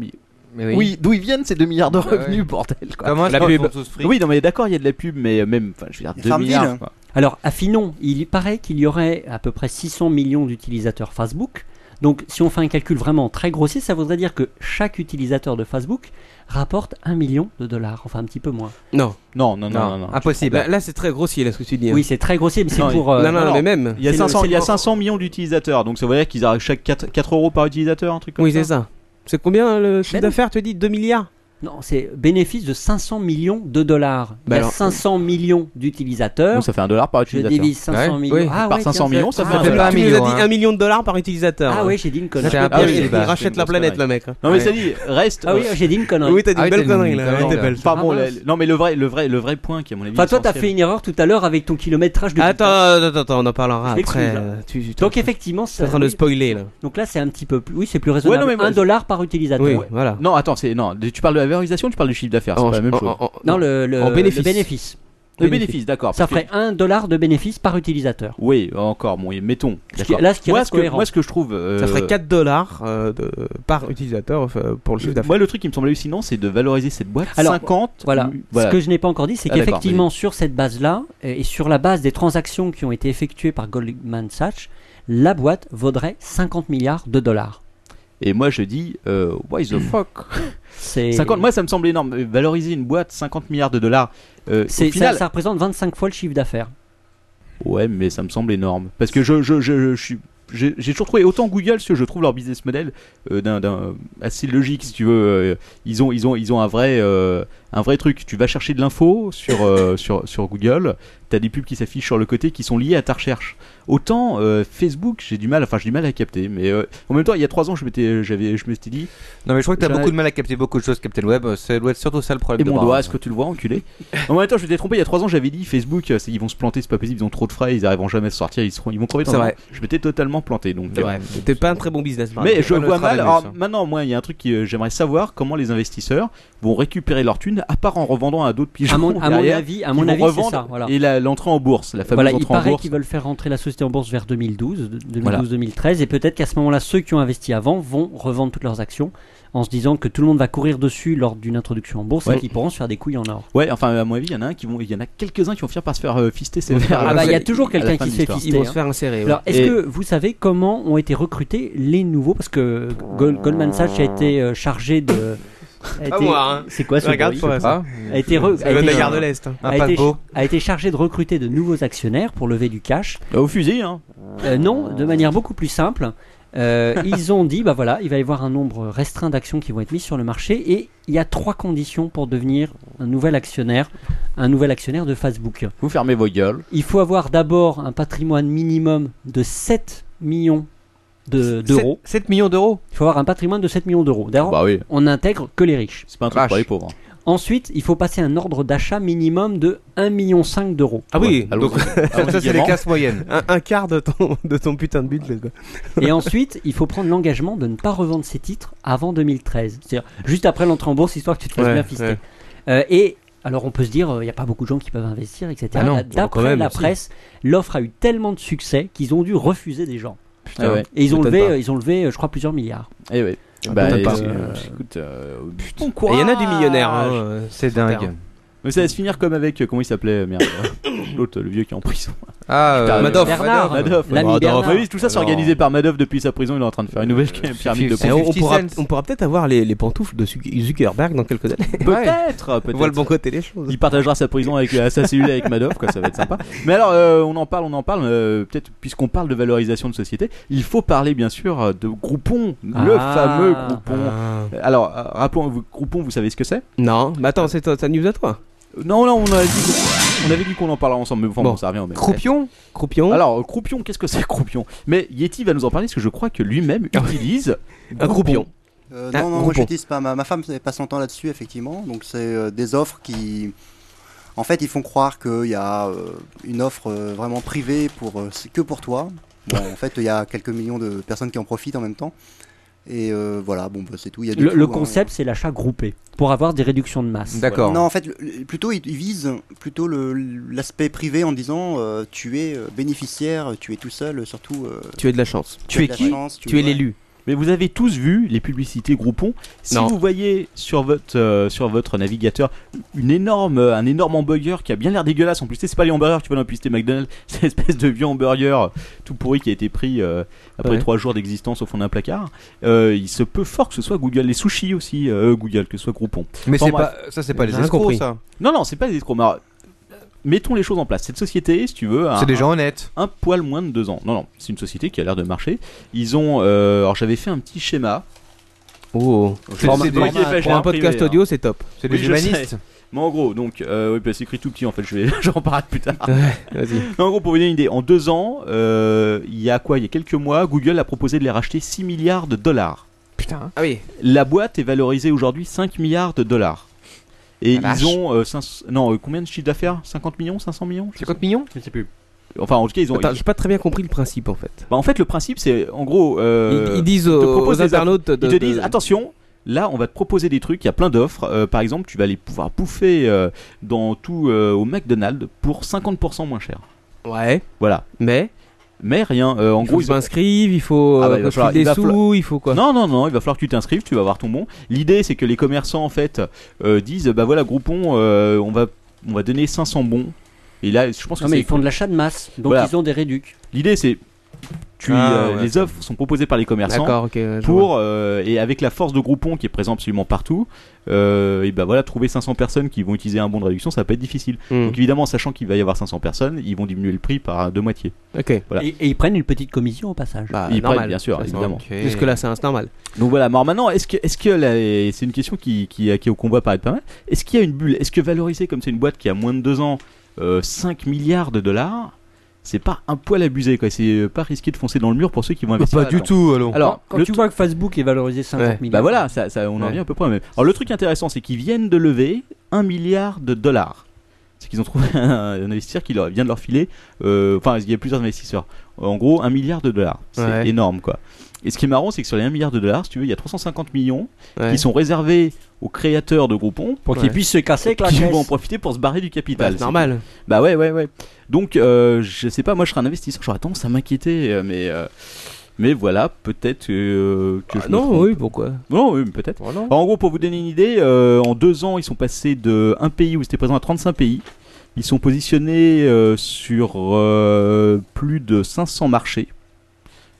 E: mais,
F: oui.
E: oui, d'où ils viennent ces 2 milliards de
F: Bah ouais.
E: revenus bordel quoi.
F: Comment
E: la
F: est-ce
E: pub.
F: qu'on trouve ce fric
E: Oui, non mais d'accord, il y a de la pub mais euh, même enfin je veux dire 2 milliards. quoi.
F: Alors, affinons, il paraît qu'il y aurait à peu près 600 millions d'utilisateurs Facebook. Donc, si on fait un calcul vraiment très grossier, ça voudrait dire que chaque utilisateur de Facebook rapporte 1 million de dollars, enfin un petit peu moins.
H: Non.
E: Non, non, non, non, non.
H: Impossible.
E: Je
H: Là,
E: comprends.
H: là, c'est très grossier, là, ce que tu dis. hein.
F: Oui, c'est très grossier, mais c'est
H: Non,
F: pour.
H: il-
F: euh,
H: non, non, mais même.
E: Il y a
F: c'est le-
E: 500,
F: c'est
E: il y a
F: le-
E: 500 millions d'utilisateurs, donc ça veut dire qu'ils arrivent chaque 4, euros par utilisateur, un truc comme
H: Oui,
E: ça.
H: c'est ça. C'est combien euh, le chiffre
F: Mais non.
H: d'affaires, tu dis 2 milliards
F: Non, c'est bénéfice de 500 millions de dollars.
H: Bah
F: il y a
H: alors-
F: 500 millions d'utilisateurs.
E: Donc ça fait un dollar par utilisateur.
F: Je divise 500
E: Ouais.
F: millions.
E: Oui.
F: Ah
E: Par
F: ouais,
E: 500
F: tiens,
E: millions, ça fait un
H: Tu
E: dollar.
H: nous as
E: million,
H: dit
E: hein.
H: 1 million de dollars par utilisateur.
F: Ah ouais, j'ai dit une connerie.
H: C'est un
F: Ah oui,
H: piège,
F: c'est
H: il
F: bas.
H: rachète la planète, le mec. hein.
E: Non mais
H: Ouais.
E: ça dit, reste.
F: Ah oui, j'ai dit une connerie.
H: Oui, t'as dit une Ah oui, belle t'as dit une connerie, là. connerie, Ouais, t'es là. belle.
E: Enfin bon,
F: Ah,
E: le-
F: mince.
E: non mais le vrai, le vrai, le vrai point qui est à mon avis.
F: Enfin, toi, t'as
E: essentiel.
F: fait une erreur tout à l'heure avec ton kilométrage de.
H: Attends, attends, attends, on en parlera
F: Je m'excuse,
H: après.
F: hein.
H: euh, Tu, tu-
F: Donc effectivement,
H: t'es en train de
F: oui.
H: spoiler là.
F: Donc là, c'est un petit peu plus. Oui, c'est plus raisonnable.
E: Ouais, non, mais-
F: un dollar par utilisateur.
E: Ouais. Non, attends, c'est non. Tu parles de la valorisation, tu parles du chiffre d'affaires, c'est
H: En-
E: pas la Bah, même
H: en-
E: chose.
H: en-
F: Non, le, le-
E: En bénéfice.
F: le bénéfice.
E: Le bénéfice, d'accord.
F: Ça
E: parce que-
F: ferait un dollar de bénéfice par utilisateur.
E: Oui, encore, bon, mettons.
F: qui-
E: d'accord.
F: là, ce qui
E: moi,
F: reste
E: ce que,
F: cohérent.
E: moi, ce que je trouve. euh,
H: Ça ferait 4 dollars euh, de- par utilisateur euh, pour le chiffre d'affaires.
E: Moi, le truc qui me semble hallucinant, c'est de valoriser cette boîte. 50.
F: Voilà.
E: euh, voilà.
F: Ce que je n'ai pas encore dit, c'est
E: Ah, d'accord,
F: qu'effectivement, sur cette base-là, euh, et sur la base des transactions qui ont été effectuées par Goldman Sachs, la boîte vaudrait 50 milliards de dollars.
E: Et moi je dis, euh, why the fuck
F: Hmm.
E: (laughs)
F: C'est-
E: 50, Moi ça me semble énorme. Euh, Valoriser une boîte 50 milliards de dollars, euh, au
F: C'est- ça-
E: final.
F: ça, représente 25 fois le chiffre d'affaires.
E: Ouais, mais ça me semble énorme. Parce que je, je, je, je suis. J'ai j'ai toujours trouvé autant Google, parce que je trouve leur business model euh, d'un- d'un- assez logique, si tu veux. Euh, ils ont, ils ont, ils ont un vrai, euh, un vrai truc. Tu vas chercher de l'info sur, euh, (laughs) sur, sur Google. T'as des pubs qui s'affichent sur le côté qui sont liées à ta recherche. Autant euh, Facebook, j'ai du mal, enfin j'ai du mal à capter. Mais euh, en même temps, il y a trois ans, je m'étais, j'avais, je m'étais dit.
D: Non, mais je crois que t'as
E: J'en ai-
D: beaucoup de mal à capter beaucoup de choses, Captain Web. Euh, Ça doit être surtout ça le problème.
E: Et
D: de
E: mon
D: base.
E: doigt, est-ce que tu le vois, enculé En même temps, je m'étais trompé, il y a 3 ans, j'avais dit Facebook, euh, c'est- ils vont se planter, c'est pas possible, ils ont trop de frais, ils arriveront jamais à se sortir, ils, seront, ils vont crever dans
H: C'est
E: un an.
H: vrai.
E: Je m'étais totalement planté. Donc,
H: C'est
E: euh,
H: vrai. C'était pas un très bon business. par
E: Mais
H: exemple.
E: je
H: Pas le
E: vois
H: travail,
E: mal.
H: mais
E: Alors
H: ça.
E: maintenant, moi, il y a un truc qui, euh, j'aimerais savoir comment les investisseurs vont récupérer leur thune, à part en revendant à d'autres pigeons.
F: À mon- à mon
E: derrière,
F: avis- à
E: qui
F: mon
E: vont
F: avis, c'est
E: revendre
F: ça, voilà.
E: Et la- l'entrée en bourse, la fameuse
F: Voilà, il
E: entrée en
F: paraît
E: bourse.
F: qu'ils veulent faire rentrer la société en bourse vers 2012, de- 2012-2013, et peut-être qu'à ce moment-là, ceux qui ont investi avant vont revendre toutes leurs actions en se disant que tout le monde va courir dessus lors d'une introduction en bourse
E: Ouais.
F: et qu'ils pourront se faire des couilles en or.
E: Ouais, enfin, à mon avis, il y en a un qui vont, il y en a quelques-uns qui vont finir par se faire euh, fister ces verres.
F: Ah bah il y
E: à
F: a
E: la
F: toujours
E: fin
F: quelqu'un
E: de
F: qui se fait
E: l'histoire.
F: fister. hein. Alors est-ce
E: Et-
F: que vous savez comment ont été recrutés les nouveaux Parce que Gol- Goldman Sachs a été euh, chargé de. a
H: Pas
F: été-
H: moi, hein.
F: C'est quoi ce
H: Regarde
F: bruit
H: pour
F: je sais
H: ça.
F: pas. A été re-
H: Ça
F: a
H: vient de
F: été-
H: la gare de l'Est, hein. Un
F: A été,
H: paquebot.
F: a été chargé de recruter de nouveaux actionnaires pour lever du cash. Euh,
E: Au fusil, hein
F: Non, de manière beaucoup plus simple. Euh, (laughs) ils ont dit, bah voilà, il va y avoir un nombre restreint d'actions qui vont être mises sur le marché et il y a trois conditions pour devenir un nouvel actionnaire, un nouvel actionnaire de Facebook.
E: Vous fermez vos gueules.
F: Il faut avoir d'abord un patrimoine minimum de 7 millions de- d'euros.
D: 7, millions d'euros
F: Il faut avoir un patrimoine de 7 millions d'euros. D'ailleurs, on n'intègre que les riches.
E: Bah C'est pas un truc pour les pauvres. hein.
F: Ensuite, il faut passer un ordre d'achat minimum de 1,5 million d'euros.
H: Ah oui, donc (laughs) ça, ça, c'est les classes moyennes. Un, un quart de ton, de ton putain de budget. quoi.
F: Et ensuite, il faut prendre l'engagement de ne pas revendre ses titres avant 2013. C'est-à-dire juste après l'entrée en bourse, histoire que tu te fasses
H: Ouais,
F: bien fister.
H: ouais.
F: Euh, et alors, on peut se dire, euh, il n'y a pas beaucoup de gens qui peuvent investir, etc.
H: Ah non,
F: Là,
H: bon, quand
F: D'après
H: même,
F: la
H: si.
F: presse, l'offre a eu tellement de succès qu'ils ont dû refuser des gens.
E: Putain, Ah ouais,
F: et ils ont,
E: m'étonne
F: levé,
E: pas.
F: euh, ils ont levé, euh, je crois, plusieurs milliards.
E: Eh ouais.
F: Ah,
E: Bah,
F: peut-être
E: et
F: pas.
E: c'est-
F: Euh,
E: écoute, euh, putain.
F: Bon courage.
H: Et il y en a des millionnaires, hein, euh, c'est
E: Sur
H: dingue.
E: Terre. Mais ça va se finir comme avec, euh, comment il s'appelait, euh, merde,
H: (coughs)
E: euh, l'autre, le vieux qui est en prison.
D: Ah,
E: Putain,
D: euh, Madoff.
E: Bernard,
D: Madoff.
E: Madoff.
D: L'ami
E: Madoff.
D: Bernard.
E: Ah oui, tout ça c'est
D: Alors.
E: organisé par Madoff depuis sa prison, il est en train de faire une nouvelle
H: Euh,
E: pyramide de
H: Et on, on
E: profit.
H: pourra, on pourra peut-être avoir les, les pantoufles de Zuc- Zuckerberg dans quelques années. (laughs)
E: Peut-être, peut-être.
H: On voit le bon côté des choses.
E: Il partagera sa prison avec euh, sa cellule avec Madoff, quoi, ça va être sympa. Mais alors, euh, on en parle, on en parle. euh, Peut-être, puisqu'on parle de valorisation de société, il faut parler bien sûr euh, de Groupon, le
H: Ah.
E: fameux Groupon.
H: Ah.
E: Alors, euh, rappelons, Groupon, vous savez ce que c'est
H: Non, mais attends, c'est toi, ça news à toi.
E: Non, non, on avait dit qu'on, on avait dit qu'on en parlera ensemble, mais enfin, bon, ça revient. au même.
H: Croupion Croupion
E: Alors, croupion, qu'est-ce que c'est croupion Mais Yeti va nous en parler parce que je crois que lui-même utilise
H: Ah Un croupion.
G: Euh, non,
E: Ah,
G: non, moi
E: Groupon.
G: je n'utilise pas. Ma, ma femme passe son temps là-dessus, effectivement. Donc c'est euh, des offres qui. En fait, ils font croire qu'il y a euh, une offre euh, vraiment privée pour, euh, c'est que pour toi. Bon, en fait, il y a quelques millions de personnes qui en profitent en même temps. Et euh, voilà, bon, bah, c'est tout. Il y a du
F: Le,
G: tout,
F: le
G: hein.
F: concept, c'est l'achat groupé pour avoir des réductions de masse.
G: Non, en fait, le- le- plutôt ils ils visent plutôt le- l'aspect privé en disant euh, tu es euh, bénéficiaire, tu es tout seul, surtout. euh,
H: Tu as de la chance.
G: Tu es de la chance, tu- ouais.
E: Mais vous avez tous vu les publicités Groupon. Si
H: Non.
E: vous voyez sur votre, euh, sur votre navigateur une énorme, euh, un énorme hamburger qui a bien l'air dégueulasse, en plus, tu sais, c'est pas les hamburgers que tu vois dans la publicité McDonald's, (laughs) c'est l'espèce de vieux hamburger euh, tout pourri qui a été pris euh, après
H: Ouais.
E: trois jours d'existence au fond d'un placard, euh, il se peut fort que ce soit Google. Les sushis aussi, euh, Google, que ce soit Groupon.
D: Mais
E: Enfin,
D: c'est
E: bref.
D: pas- ça, c'est pas les J'ai escrocs, compris. ça.
E: Non, non, c'est pas les escrocs. Mais alors, mettons les choses en place. Cette société, si tu veux, a
D: C'est des
E: un-
D: gens honnêtes.
E: Un poil moins de deux ans. Non, non, c'est une société qui a l'air de marcher. Ils ont, euh, alors j'avais fait un petit schéma.
H: Oh,
E: Je sais pas qui est fait, j'ai
H: pour un podcast
E: privé, hein.
H: audio, c'est top.
E: Oui, je sais. Mais en gros, donc, euh, oui, bah, c'est écrit tout petit en fait, je vais, (laughs) j'en parle plus tard.
H: Ouais, vas-y.
E: Mais en gros, pour vous donner une idée, en deux ans, euh, il y a quoi Il y a quelques mois, Google a proposé de les racheter 6 milliards de dollars.
H: Putain. Ah oui.
E: La boîte est valorisée aujourd'hui 5 milliards de dollars. Et
H: La vache.
E: ils ont euh, cinq- non, euh, combien de chiffre d'affaires 50 millions 500 millions
H: 50 millions
F: Je sais plus.
E: Enfin, en tout cas, ils ont.
H: Attends,
E: ils-
H: j'ai pas très bien compris le principe en fait.
E: Bah, en fait, le principe, c'est en gros. euh,
H: Ils- ils disent aux-
E: te proposent
H: aux
E: des
H: internautes
E: offres.
H: de-
E: ils te
H: de-
E: disent attention, là, on va te proposer des trucs. Il y a plein d'offres. Euh, par exemple, tu vas aller pouvoir bouffer euh, dans tout euh, au McDonald's pour 50% moins cher.
H: Ouais.
E: Voilà.
H: Mais.
E: Mais rien. euh, en
H: Il faut
E: gros,
H: que
E: ils
H: je m'inscrive, il faut,
E: Ah bah,
H: euh,
E: il
H: que
E: va
H: je
E: falloir-
H: file
E: il va
H: des sous,
E: falloir-
H: il faut quoi
E: Non, non, non, il va falloir que tu t'inscrives, tu vas avoir ton bon. L'idée, c'est que les commerçants, en fait, euh, disent bah voilà, Groupon, euh, on, va, on va donner 500 bons. Et là, je pense que
F: Non, mais
E: c'est-
F: ils font de l'achat de masse, donc
E: Voilà.
F: ils ont des réducs.
E: L'idée, c'est. Tu,
F: Ah,
E: euh,
F: ouais,
E: les
F: ça-
E: offres sont proposées par les commerçants
H: D'accord, ok, je
E: pour euh, et avec la force de Groupon qui est présent absolument partout euh, et ben voilà trouver 500 personnes qui vont utiliser un bon de réduction ça va pas être difficile
H: Mm.
E: donc évidemment sachant qu'il va y avoir 500 personnes ils vont diminuer le prix par deux moitiés
H: Ok.
E: voilà
F: Et, et ils prennent une petite commission au passage.
H: Bah,
E: ils
H: normal,
E: prennent, bien sûr,
H: ça, c'est
E: évidemment.
H: ok. Jusque-là, c'est un- c'est normal.
E: Donc voilà, mais maintenant, est-ce que, est-ce que la- c'est une question qui, qui, qui au combat paraît pas mal Est-ce qu'il y a une bulle Est-ce que valoriser comme c'est une boîte qui a moins de 2 ans euh, 5 milliards de dollars c'est pas un poil abusé quoi, c'est euh, pas risqué de foncer dans le mur pour ceux qui vont investir.
F: pas du
E: là-dedans.
F: tout, allons. Quand- quand
E: le
F: tu
E: tr-
F: vois que Facebook est valorisé 50 milliards.
E: Bah voilà, ça, ça- on en
F: Ouais.
E: revient à peu près au même. Alors le truc intéressant, c'est qu'ils viennent de lever 1 milliard de dollars. C'est qu'ils ont trouvé (laughs) un, un investisseur qui leur, vient de leur filer. euh, Enfin, il y a plusieurs investisseurs. En gros, 1 milliard de dollars. C'est
H: Ouais.
E: énorme quoi. Et ce qui est marrant, c'est que sur les 1 milliard de dollars, si tu veux, il y a 350 millions
F: Ouais.
E: qui sont réservés aux créateurs de Groupon
F: Pour qu'ils puissent se casser avec la
E: qui
F: caisse.
E: vont en profiter pour se barrer du
F: Bah,
E: capital.
F: c'est normal.
E: tout. Bah ouais, ouais, ouais. Donc, euh, je sais pas, moi je serais un investisseur, j'aurais tendance à m'inquiéter, euh, mais. euh, mais voilà, peut-être euh, que je me
H: Ah non,
E: trompe.
H: oui, pourquoi
E: Euh, Non, oui, mais peut-être. Bah, En gros, pour vous donner une idée, euh, en deux ans, ils sont passés de un pays où ils étaient présents à 35 pays. Ils sont positionnés euh, sur euh, plus de 500 marchés.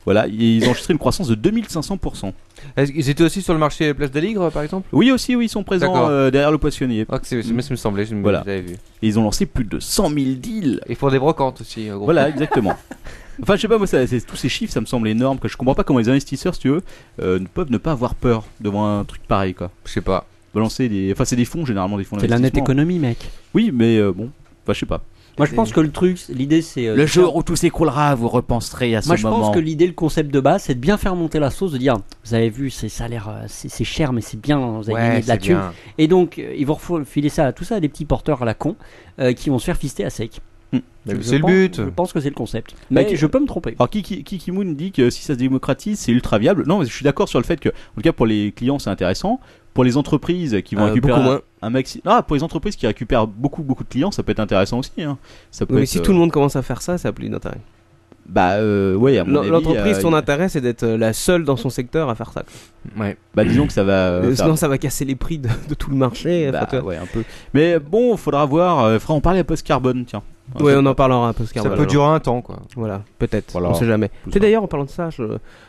E: Voilà, et ils ont enregistré une croissance de 2500%.
D: Ils étaient aussi sur le marché Place d'Aligre, par exemple
E: Oui, aussi, oui, ils sont
D: D'accord.
E: présents euh, derrière le poissonnier.
D: Ah, c'est- c'est- mais ça me semblait, je me-
E: Voilà.
D: j'avais vu.
E: Et ils ont lancé plus de 100 000 deals.
D: Et pour des brocantes aussi. en gros. (laughs)
E: Voilà, exactement. Enfin, je sais pas, moi, ça- c'est- tous ces chiffres, ça me semble énorme. Que je comprends pas comment les investisseurs, si tu veux, euh, ne peuvent ne pas avoir peur devant un truc pareil, quoi.
D: Je sais pas.
E: Balancer des. Enfin, c'est des fonds, généralement, des fonds
F: C'est de la nette
E: d'investissement.
F: économie, mec.
E: Oui, mais euh, bon. Enfin, je sais pas.
F: Moi, je pense que le truc, l'idée, c'est. euh,
E: Le
F: de
E: jour
F: faire-
E: où tout s'écroulera, vous repenserez à ce
F: Moi, je
E: moment.
F: pense que l'idée, le concept de base, c'est de bien faire monter la sauce, de dire, vous avez vu, c'est ça a l'air, euh, c'est c'est cher, mais c'est bien, vous avez
N: Ouais,
F: gagné de la
N: c'est
F: thune.
N: bien.
F: Et donc, euh, ils vont refou- filer ça à tout ça à des petits porteurs à la con, euh, qui vont se faire fister à sec.
E: Hmm. Mais
F: Je
E: c'est le
F: pense-
E: but.
F: Je pense que c'est le concept. Mais
E: Bah, qui-
F: je peux me tromper.
E: Alors, Kiki, Kiki Moon dit que si ça se démocratise, c'est ultra viable. Non, mais je suis d'accord sur le fait que, en tout cas, pour les clients, c'est intéressant. Pour les entreprises qui vont
D: Euh,
E: récupérer
D: beaucoup
E: un-
D: moins.
E: un maxi. Ah, pour les entreprises qui récupèrent beaucoup, beaucoup de clients, ça peut être intéressant aussi. hein. Ça peut
H: Oui, mais
E: être,
H: si
E: euh,
H: tout le monde commence à faire ça, ça a plus d'intérêt.
E: Bah, euh, ouais, à mon
H: L'en-
E: avis,
H: L'entreprise,
E: euh,
H: son intérêt, c'est d'être euh, la seule dans son secteur à faire ça. quoi.
E: Ouais. Bah, disons que ça va.
H: Euh,
E: euh, ça-
H: sinon, ça va casser les prix de, de tout le marché.
E: Bah,
H: enfin, tu vois.
E: ouais, un peu. Mais bon, faudra voir. euh, faudra en parler à Post Carbone, tiens.
H: Ouais, on en parlera à Post Carbone,
E: Ça
H: alors. (laughs)
E: peut durer
D: un temps, quoi.
H: Voilà, peut-être.
E: Voilà.
H: On sait jamais.
E: Tout
H: Tu sais, d'ailleurs, en parlant de ça, je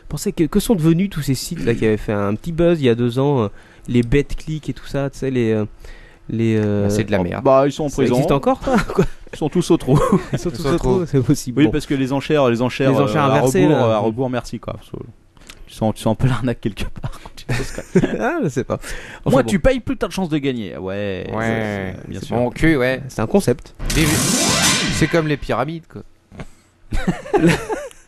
H: pensais que, que sont devenus tous ces sites là qui avaient fait un petit buzz il y a deux ans, euh, les bêtes clics et tout ça, tu sais, les. euh, les euh,
D: c'est de la merde.
E: Bah, ils sont en
H: ça
E: prison.
H: existe encore, ça, quoi (laughs)
E: Ils sont tous au trou.
H: Ils sont tous au trou, c'est possible.
E: Oui,
H: Bon.
E: parce que les enchères, les enchères,
H: Les enchères
E: euh,
H: inversées,
E: à rebours,
H: là.
E: à rebours, merci quoi. Parce que Tu sens, tu sens un peu l'arnaque quelque part. quand tu fais ça.
H: (laughs) Ah, je sais pas. Enfin,
E: Moi,
H: bon.
E: tu payes plus t'as de chances de gagner. Ouais.
D: Ouais,
E: c'est- bien
D: c'est
E: sûr.
D: Mon cul, ouais.
H: C'est un concept.
D: C'est comme les pyramides,
E: (laughs)
D: quoi.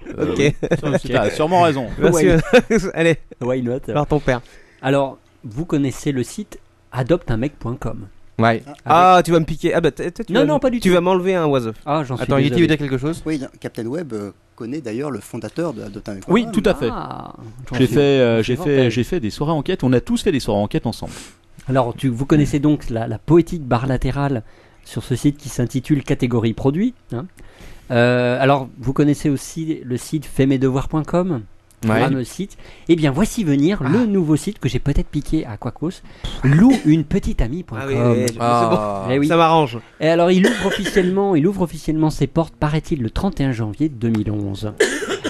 H: Ok.
E: Euh, ça, c'est- t'as sûrement raison.
H: Merci.
F: Why-
H: Allez.
F: Why not
H: Par ton père.
F: Alors, vous connaissez le site adopteunmec.com.
D: Ouais.
H: Ah, tu vas me piquer. Ah, bah, t- t- tu
F: Non,
H: vas-
F: non, pas du
H: Tu vas m'enlever un was
F: Ah, j'en
H: suis Attends, Yeti, désolé. il veut dire
D: quelque chose
G: Oui, Captain Web euh, connaît d'ailleurs le fondateur de Adotin.
E: Oui, tout à fait. j'ai fait, euh, j'ai fait, j'ai fait des soirées enquête. On a tous fait des soirées enquête ensemble.
F: Alors, tu, vous connaissez donc la, la poétique barre latérale sur ce site qui s'intitule Catégorie produit. hein. Euh, alors, vous connaissez aussi le site faitmesdevoirs.com
D: Ouais.
F: fameux site. Eh bien, voici venir le nouveau site que j'ai peut-être piqué à Quacos. Loueunepetiteamie.com.
H: Ah oui, oui, oui, c'est bon.
F: Eh oui.
H: Ça m'arrange.
F: Et alors, il ouvre officiellement, il ouvre officiellement ses portes, paraît-il, le 31 janvier 2011.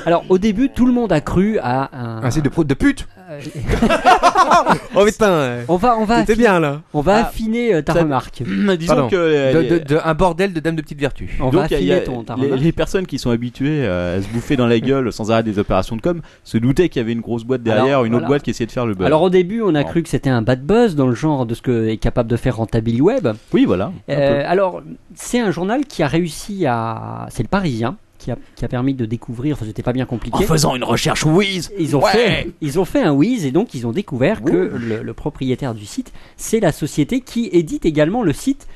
F: Alors, au début, tout le monde a cru à un, Euh,
D: Un site de, pro- de pute
F: (laughs)
H: Oh putain
F: On va, on va.
H: C'était
F: affiner-
H: bien, là.
F: On va
H: Ah,
F: affiner euh, ta
E: ça-
F: remarque.
E: (clears throat) Disons
D: Pardon.
E: que euh,
D: De- de- de- un bordel de dames de petite vertu.
F: On va
E: Donc, il y a- il y a
F: affiner ton- ta
E: les,
F: remarque.
E: les personnes qui sont habituées euh, à se bouffer dans la gueule sans arrêt des opérations de com se doutaient qu'il y avait une grosse boîte derrière,
F: Alors,
E: une
F: voilà.
E: autre boîte qui essayait de faire le buzz.
F: Alors au début, on a
E: Bon.
F: cru que c'était un bad buzz dans le genre de ce que est capable de faire Rentability Web.
E: Oui, voilà. un
F: Euh,
E: peu.
F: alors, c'est un journal qui a réussi à. C'est le Parisien qui a, qui a permis de découvrir. Enfin, c'était pas bien compliqué.
E: En faisant une recherche Wiz.
F: Ils ont,
E: Ouais.
F: fait, ils ont fait un whiz et donc ils ont découvert que le, le propriétaire du site, c'est la société qui édite également le site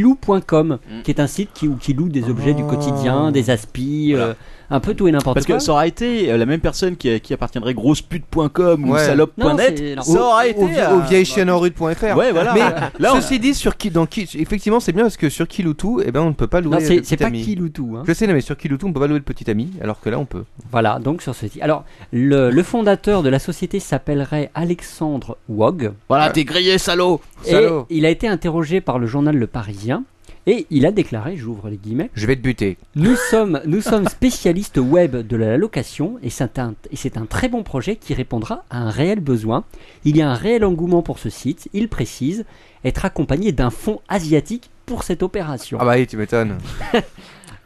F: ilou.com,
E: Mm.
F: qui est un site qui, où- qui loue
E: Ah.
F: des objets du quotidien, des aspis, euh, un peu tout et n'importe
E: Parce
F: quoi.
E: que ça aurait été euh, la même personne qui, qui appartiendrait grossepute.com ou
D: Ouais.
E: salope.net, ça aurait été
D: au, vie-
E: euh,
D: au vieille chaîne en rue.fr.
E: Ouais, voilà.
D: Mais
E: (laughs) Là, on-
D: ceci dit, sur qui, dans qui, effectivement, c'est bien parce que sur Kiloutou, eh ben, on ne peut pas louer.
F: Non, c'est-
D: le petit
F: c'est pas
D: ami.
F: Kiloutou, hein.
D: Je sais, non, mais sur Kiloutou, on peut pas louer le petit ami, alors que là, on peut.
F: Voilà, donc sur ce site. Alors, le, le fondateur de la société s'appellerait Alexandre Wog.
E: Voilà, t'es grillé, salaud.
F: Et
E: Salaud.
F: il a été interrogé par le journal Le Parisien et il a déclaré, j'ouvre les guillemets,
D: Je vais te buter.
F: nous sommes, nous sommes spécialistes web de la location et c'est un, et c'est un très bon projet qui répondra à un réel besoin. Il y a un réel engouement pour ce site, il précise, être accompagné d'un fonds asiatique pour cette opération.
D: Ah bah oui,
F: (laughs)
D: tu m'étonnes.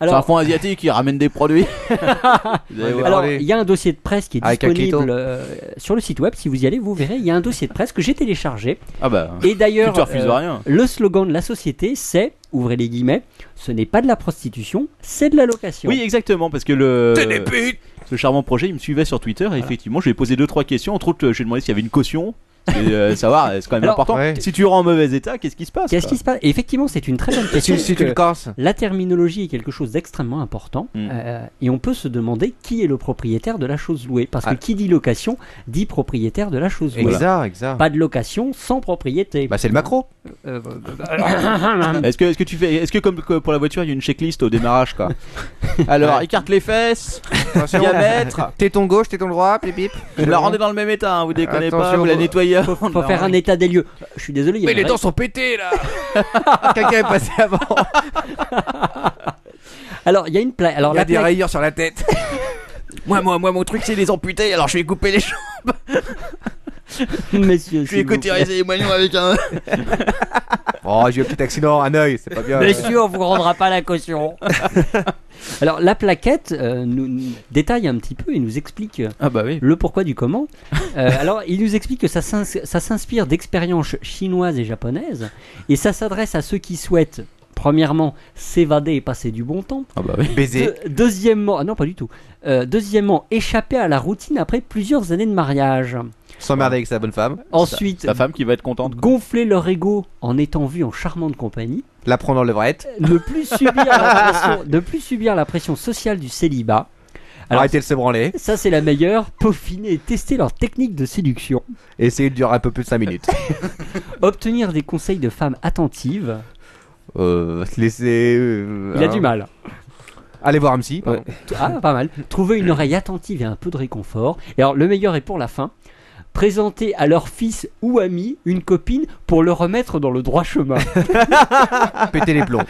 E: C'est un
F: Alors-
E: fonds asiatique qui ramène
F: (laughs)
E: des produits. Vous allez voir.
F: Alors, il y a un dossier de presse qui est
E: Avec un
F: disponible
E: clito.
F: euh, sur le site web. Si vous y allez, vous verrez, il y a un dossier de presse que j'ai téléchargé.
E: Ah bah,
F: Et d'ailleurs, euh,
E: tu te refuses rien.
F: le slogan de la société, c'est, ouvrez les guillemets, ce n'est pas de la prostitution, c'est de la location.
E: Oui, exactement, parce que le. euh, Ce charmant projet, il me suivait sur Twitter et effectivement, je lui ai posé deux trois questions. Entre autres, je lui ai demandé s'il y avait une caution. Et, (laughs) euh, savoir, c'est quand même
F: Alors,
E: important.
F: ouais.
E: Si tu rends en mauvais état, qu'est-ce qui se passe
F: Qu'est-ce
E: quoi
F: qui se passe Et Effectivement, c'est une
E: (laughs)
F: très bonne question.
E: Si- si tu
F: parce
E: le
F: que
E: casses.
F: La terminologie est quelque chose d'extrêmement important.
E: Hmm.
F: euh, et on peut se demander qui est le propriétaire de la chose louée. Parce
E: Ah.
F: que qui dit location dit propriétaire de la chose louée.
D: Exact, exact.
F: Pas de location sans propriété.
D: Bah, c'est le macro.
E: (coughs) Est-ce que, est-ce que tu fais, est-ce que comme que pour la voiture, il y a une checklist au démarrage (laughs) quoi Alors,
D: Ouais.
E: écarte les fesses, (laughs)
D: Attention.
E: diamètre.
D: (laughs) Téton gauche, téton droit, pip
E: (laughs)
D: pip.
E: Vous la rendez dans le même état, hein, vous déconnez pas,
D: Attention,
E: vous la
D: faut-
E: nettoyez.
F: Faut, faut faire un état des lieux. Je suis désolé. il y a
E: Mais
F: une
E: les
F: règle-
E: dents sont
C: pétées (laughs) là
D: Quelqu'un est passé avant.
F: (laughs) Alors, il y a une plaque. Alors,
C: Il y a
F: la
C: des
F: plaque-
C: rayures sur la
F: (laughs)
C: tête. moi, moi, moi, mon truc, c'est les amputés, alors je vais couper les jambes.
F: (laughs) Monsieur,
C: je vais cautériser les moignons avec un.
D: Oh, j'ai eu un petit
E: (laughs)
D: accident, un œil, c'est pas bien.
F: Monsieur, (laughs) on vous rendra
C: (laughs)
F: pas la caution. Alors la plaquette euh, nous, nous détaille un petit peu et nous explique euh, le pourquoi du comment. Euh, alors il nous explique que ça s'ins- ça s'inspire d'expériences chinoises et japonaises et ça s'adresse à ceux qui souhaitent premièrement s'évader et passer du bon temps.
D: Baiser.
F: Deux- deuxièmement, ah non pas du tout. Euh, deuxièmement, échapper à la routine après plusieurs années de mariage.
D: S'emmerder avec sa bonne femme.
F: Ensuite,
E: La femme qui va être contente.
F: gonfler leur ego en étant vu en charmante compagnie Euh,
D: La prendre dans levrette.
F: ne plus subir la pression, ne plus subir la pression sociale du célibat. Alors,
D: Arrêter de se branler.
F: ça c'est la meilleure, peaufiner et tester leur technique de séduction,
D: Essayer de durer un peu plus de 5 minutes.
F: (laughs) obtenir des conseils de femmes attentives.
D: euh, se laisser. euh,
F: Il a
D: hein.
F: du mal.
D: Aller voir un psy. pardon.
F: Ah, pas mal. Trouver une oreille attentive et un peu de réconfort. Et alors, le meilleur est pour la fin. Présenter à leur fils ou ami une copine pour le remettre dans le droit chemin.
D: (laughs) Péter les plombs.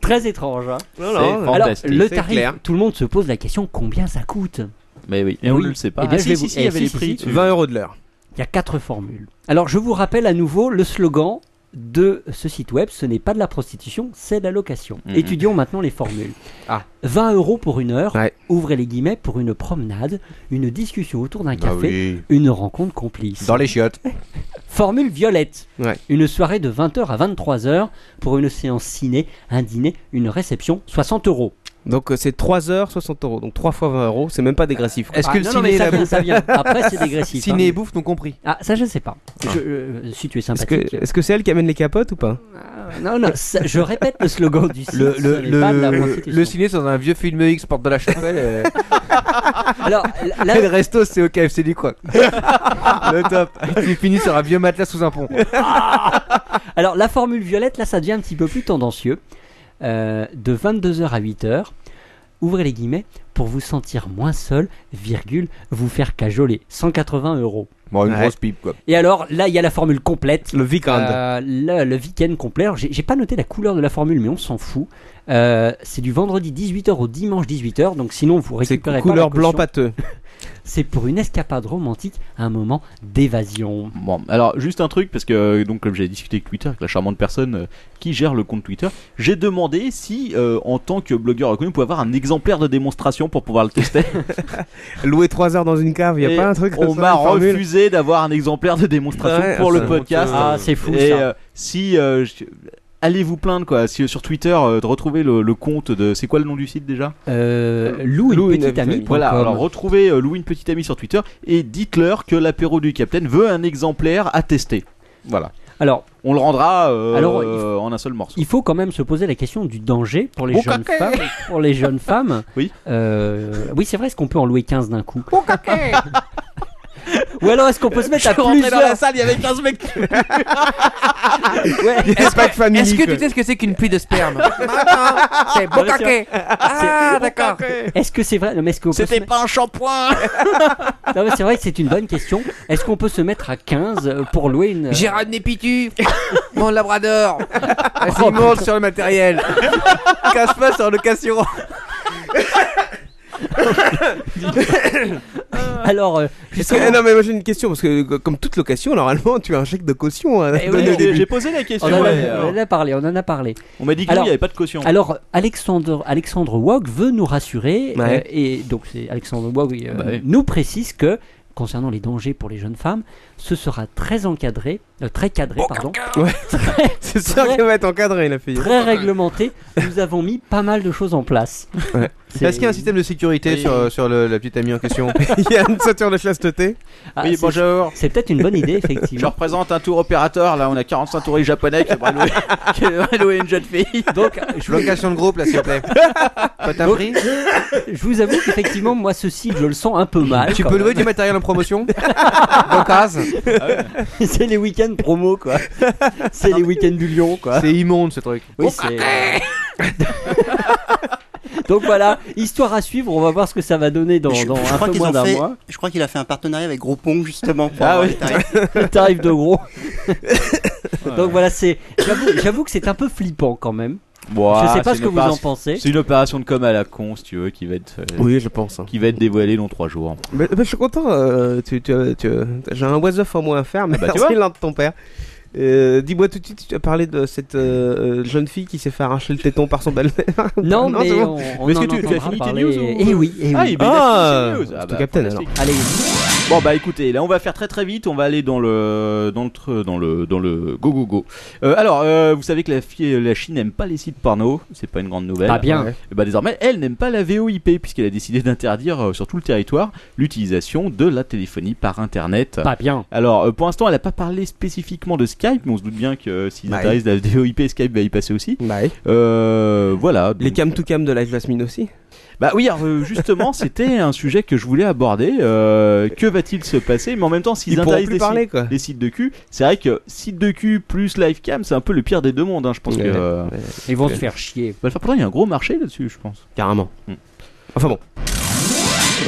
F: Très étrange. hein.
E: eh non, non.
F: Alors,
E: fantastique.
F: le
E: C'est
F: tarif,
E: clair.
F: tout le monde se pose la question combien ça coûte
E: Mais oui, et on
F: Oui.
E: ne le sait pas.
F: Eh bien,
E: Ah,
F: je
E: si,
F: vais
E: si,
F: vous-
E: si, il y
F: eh,
E: avait
F: si,
E: les
F: si,
E: prix.
F: si.
E: tu-
F: 20
H: euros de l'heure.
F: Il y a quatre formules. Alors, je vous rappelle à nouveau le slogan de ce site web ce n'est pas de la prostitution, c'est de la location.
D: Mhm.
F: Étudions maintenant les formules.
D: Ah.
F: 20 euros pour une heure,
D: Ouais.
F: ouvrez les guillemets, pour une promenade, une discussion autour d'un
D: Bah
F: café,
D: oui.
F: une rencontre complice.
D: Dans les chiottes.
F: (laughs) Formule violette.
D: Ouais.
F: Une soirée de 20h à 23h pour une séance ciné, un dîner, une réception, 60 euros.
H: Donc euh, c'est 3 heures, 60 euros. Donc 3 fois 20 euros, c'est même pas dégressif.
F: Ah, non, non, mais ça vient, ça (laughs)
D: (laughs)
F: vient. Après, c'est dégressif.
D: Ciné
F: hein.
D: et bouffe non compris.
F: Ah, ça, je ne sais pas. Je-
D: Ah.
F: euh, si tu es
H: Est-ce que
F: sympathique. Ah,
H: est-ce que c'est elle qui amène les capotes
E: (laughs)
H: ou pas
F: Non, non, ça- je répète le slogan du site.
D: Le,
F: ce
D: le,
F: n'est pas de la
D: le,
F: prostitution.
D: le ciné, c'est dans un vieux film X, porte de la chapelle. euh,
F: (laughs)
D: (laughs)
F: Alors, là,
D: le resto, c'est au KFC
F: (laughs)
D: du coin. (laughs) le top. Il finit sur un vieux matelas sous un pont.
F: Ah. alors, la formule violette, là, ça devient un petit peu plus tendancieux. Euh, de 22h à 8h, ouvrez les guillemets, pour vous sentir moins seul, virgule, vous faire cajoler. 180 euros.
D: Bon, une
H: Ouais.
D: grosse pipe, quoi.
F: Et alors, là, il y a la formule complète.
H: Le week-end.
F: Euh, le, le week-end complet. Alors, j'ai j'ai pas noté la couleur de la formule, mais on s'en fout. Euh, c'est du vendredi 18h au dimanche 18h, donc sinon vous
H: c'est
F: récupérez pas
H: couleur
F: la
H: blanc
F: caution.
H: pâteux.
F: (laughs) C'est pour une escapade romantique, un moment d'évasion.
E: Bon, alors juste un truc parce que euh, donc comme j'ai discuté avec Twitter, avec la charmante personne euh, qui gère le compte Twitter, j'ai demandé si euh, en tant que blogueur reconnu, on pouvait avoir un exemplaire de démonstration pour pouvoir le tester.
H: (laughs) Louer 3 heures dans une cave, y a
E: Et
H: pas un truc comme
E: On
H: ça,
E: m'a
H: une formule
E: refusé d'avoir un exemplaire de démonstration
H: Ouais,
E: pour
H: ça
E: le
H: monte,
E: podcast.
F: Ah, c'est fou
E: Et
F: ça.
E: euh, si euh, je- allez vous plaindre quoi, si euh, sur Twitter euh, de retrouver le, le compte de c'est quoi le nom du site déjà
F: Euh, Lou,
H: Lou,
F: une
H: une
F: petite
H: amie.
F: amie.
E: Voilà, alors retrouvez euh, Louis une petite amie sur Twitter et dites-leur que l'apéro du Capitaine veut un exemplaire à tester. Voilà.
F: Alors,
E: On le rendra euh,
F: Alors, il
E: euh, en un seul
D: (laughs)
E: morceau.
F: il faut quand même se poser la question du danger pour les
E: Bon
F: jeunes femmes. Pour les jeunes femmes.
E: Oui.
F: Euh, oui, c'est vrai, est-ce qu'on peut en louer 15 d'un coup (laughs) Ou alors est-ce qu'on peut se mettre à plusieurs
C: salle, il y avait 15 mecs.
N: (laughs)
F: Ouais.
H: Est-ce pas de famille
N: Est-ce que
H: quoi.
N: tu sais ce que c'est qu'une pluie de sperme
E: Ah,
N: Maman, C'est
M: (laughs)
N: bokake. Ah, d'accord.
F: Est-ce que c'est vrai Non, mais est-ce qu'on peut se
C: C'était pas un shampoing.
F: mettre- (laughs) Non, mais c'est vrai que c'est une bonne question. Est-ce qu'on peut se mettre à 15 pour louer une euh,
N: Gérard Népitu, mon labrador.
F: (laughs)
D: Vas-y, monte sur le matériel. Casse pas sur location.
F: (laughs) Alors, euh,
H: Est-ce que-
F: justement,
H: eh non mais moi j'ai une question parce que euh, comme toute location normalement tu as un chèque de caution à (laughs)
F: Eh
H: donner
F: oui,
H: au début.
E: J'ai posé la question.
F: on, en a,
E: ouais,
F: on
E: euh,
F: en a parlé, on en a parlé.
E: on m'a dit que non, il
F: Alors-
E: n'y avait pas de caution.
F: Alors, Alexandre, Alexandre Wog veut nous rassurer,
H: Ouais.
F: euh, et donc c'est Alexandre Wog oui, euh,
E: Bah oui.
F: nous précise que, concernant les dangers pour les jeunes femmes, ce sera très encadré, euh, très cadré, pardon, (laughs)
H: (laughs) C'est sûr
F: Ouais.
H: qu'elle va être encadrée la fille.
F: très réglementé. Nous avons mis pas mal de choses en place. C'est-
D: Est-ce qu'il y a un système de sécurité
F: Oui.
D: sur, euh, sur le, la petite amie
F: (laughs)
D: en question Il y a une ceinture de chasteté
F: Ah, c'est- C'est peut-être une bonne
E: (laughs)
F: idée,
E: Je
F: effectivement.
E: représente un tour opérateur, là on a 45 touristes japonais qui vont louer- (laughs) qui vont louer une jeune fille.
F: Donc,
D: Location de groupe, là, s'il
F: (laughs)
D: vous plaît. Potin
F: Donc,
D: prix
F: Je vous avoue qu'effectivement, moi, ce site, je le sens un peu mal.
D: Tu
F: quand
D: peux
F: même. Ah
D: louer du matériel
F: (laughs)
D: en promotion D'occasion
F: C'est les week-ends promo,
D: (laughs)
F: quoi. C'est les week-ends du Lion, quoi.
D: C'est immonde ce truc.
F: Oui, c'est. Donc voilà, histoire à suivre, on va voir ce que ça va donner dans,
G: Je-
F: dans
G: je
F: un
G: crois
F: peu
G: qu'ils
F: moins
G: ont
F: d'un
G: fait-
F: mois.
G: Je crois qu'il a fait un partenariat avec Groupon justement pour
F: Ah
G: avoir
F: oui,
G: les tarifs.
F: (laughs) le tarif
G: (laughs)
F: de gros. Donc voilà, c'est. j'avoue- J'avoue que c'est un peu flippant quand même.
E: Ouah,
F: je sais pas
E: c'est
F: ce
E: une
F: que vous en
E: opération-
F: pensez.
D: (laughs)
E: C'est une opération de com à la con, si tu veux, qui va être. euh,
H: Oui, je pense, hein.
E: Qui va être dévoilée dans 3 jours.
H: Mais- mais je suis content. euh, tu, tu- tu- J'ai un was of en moi à faire, mais
E: bah, tu
H: merci
E: vois.
H: l'un de ton père. Euh, Dis-moi tout de suite, tu as parlé de cette euh, jeune fille qui s'est fait arracher le téton par son belle-mère.
F: Non,
H: (laughs)
F: mais
H: c'est
F: on- on Mais est-ce en que tu- tu as entendra fini tes parler- news ou- Eh oui, eh
E: ah,
F: oui.
E: il- mais il a
H: Ah,
E: fini ses news.
H: c'est tout Captain, alors.
E: Bah, fantastique.
F: Allez.
E: Bon bah écoutez, là on va faire très très vite, on va aller dans le dans le tr- dans le dans le go go go. Euh, alors euh, vous savez que la, fi- la Chine n'aime pas les sites porno, c'est pas une grande nouvelle.
F: Ah, bien.
E: Ouais. Et bah désormais elle n'aime pas la VOIP puisqu'elle a décidé d'interdire euh, sur tout le territoire l'utilisation de la téléphonie par internet.
F: Pas bien.
E: Alors euh, pour l'instant elle n'a pas parlé spécifiquement de Skype, mais on se doute bien que euh, s'ils
H: Ouais.
E: intéressent la VOIP, Skype va y passer aussi.
H: Ouais.
E: Euh, voilà.
H: Bah Les cam to cam de la Jasmine aussi.
E: Bah oui, alors, euh, justement, (laughs) c'était un sujet que je voulais aborder. euh, que va-t-il se passer Mais en même temps, s'ils
H: Ils pourront
E: interdisent
H: plus
E: les,
H: parler,
E: sites,
H: quoi.
E: les sites de cul, c'est vrai que site de cul plus livecam, c'est un peu le pire des deux mondes. hein, je pense
H: Ouais,
E: que
H: ouais.
F: Ils vont se faire chier.
E: Bah, pourtant, il y a un gros marché là-dessus, je pense.
H: Carrément.
E: Enfin bon.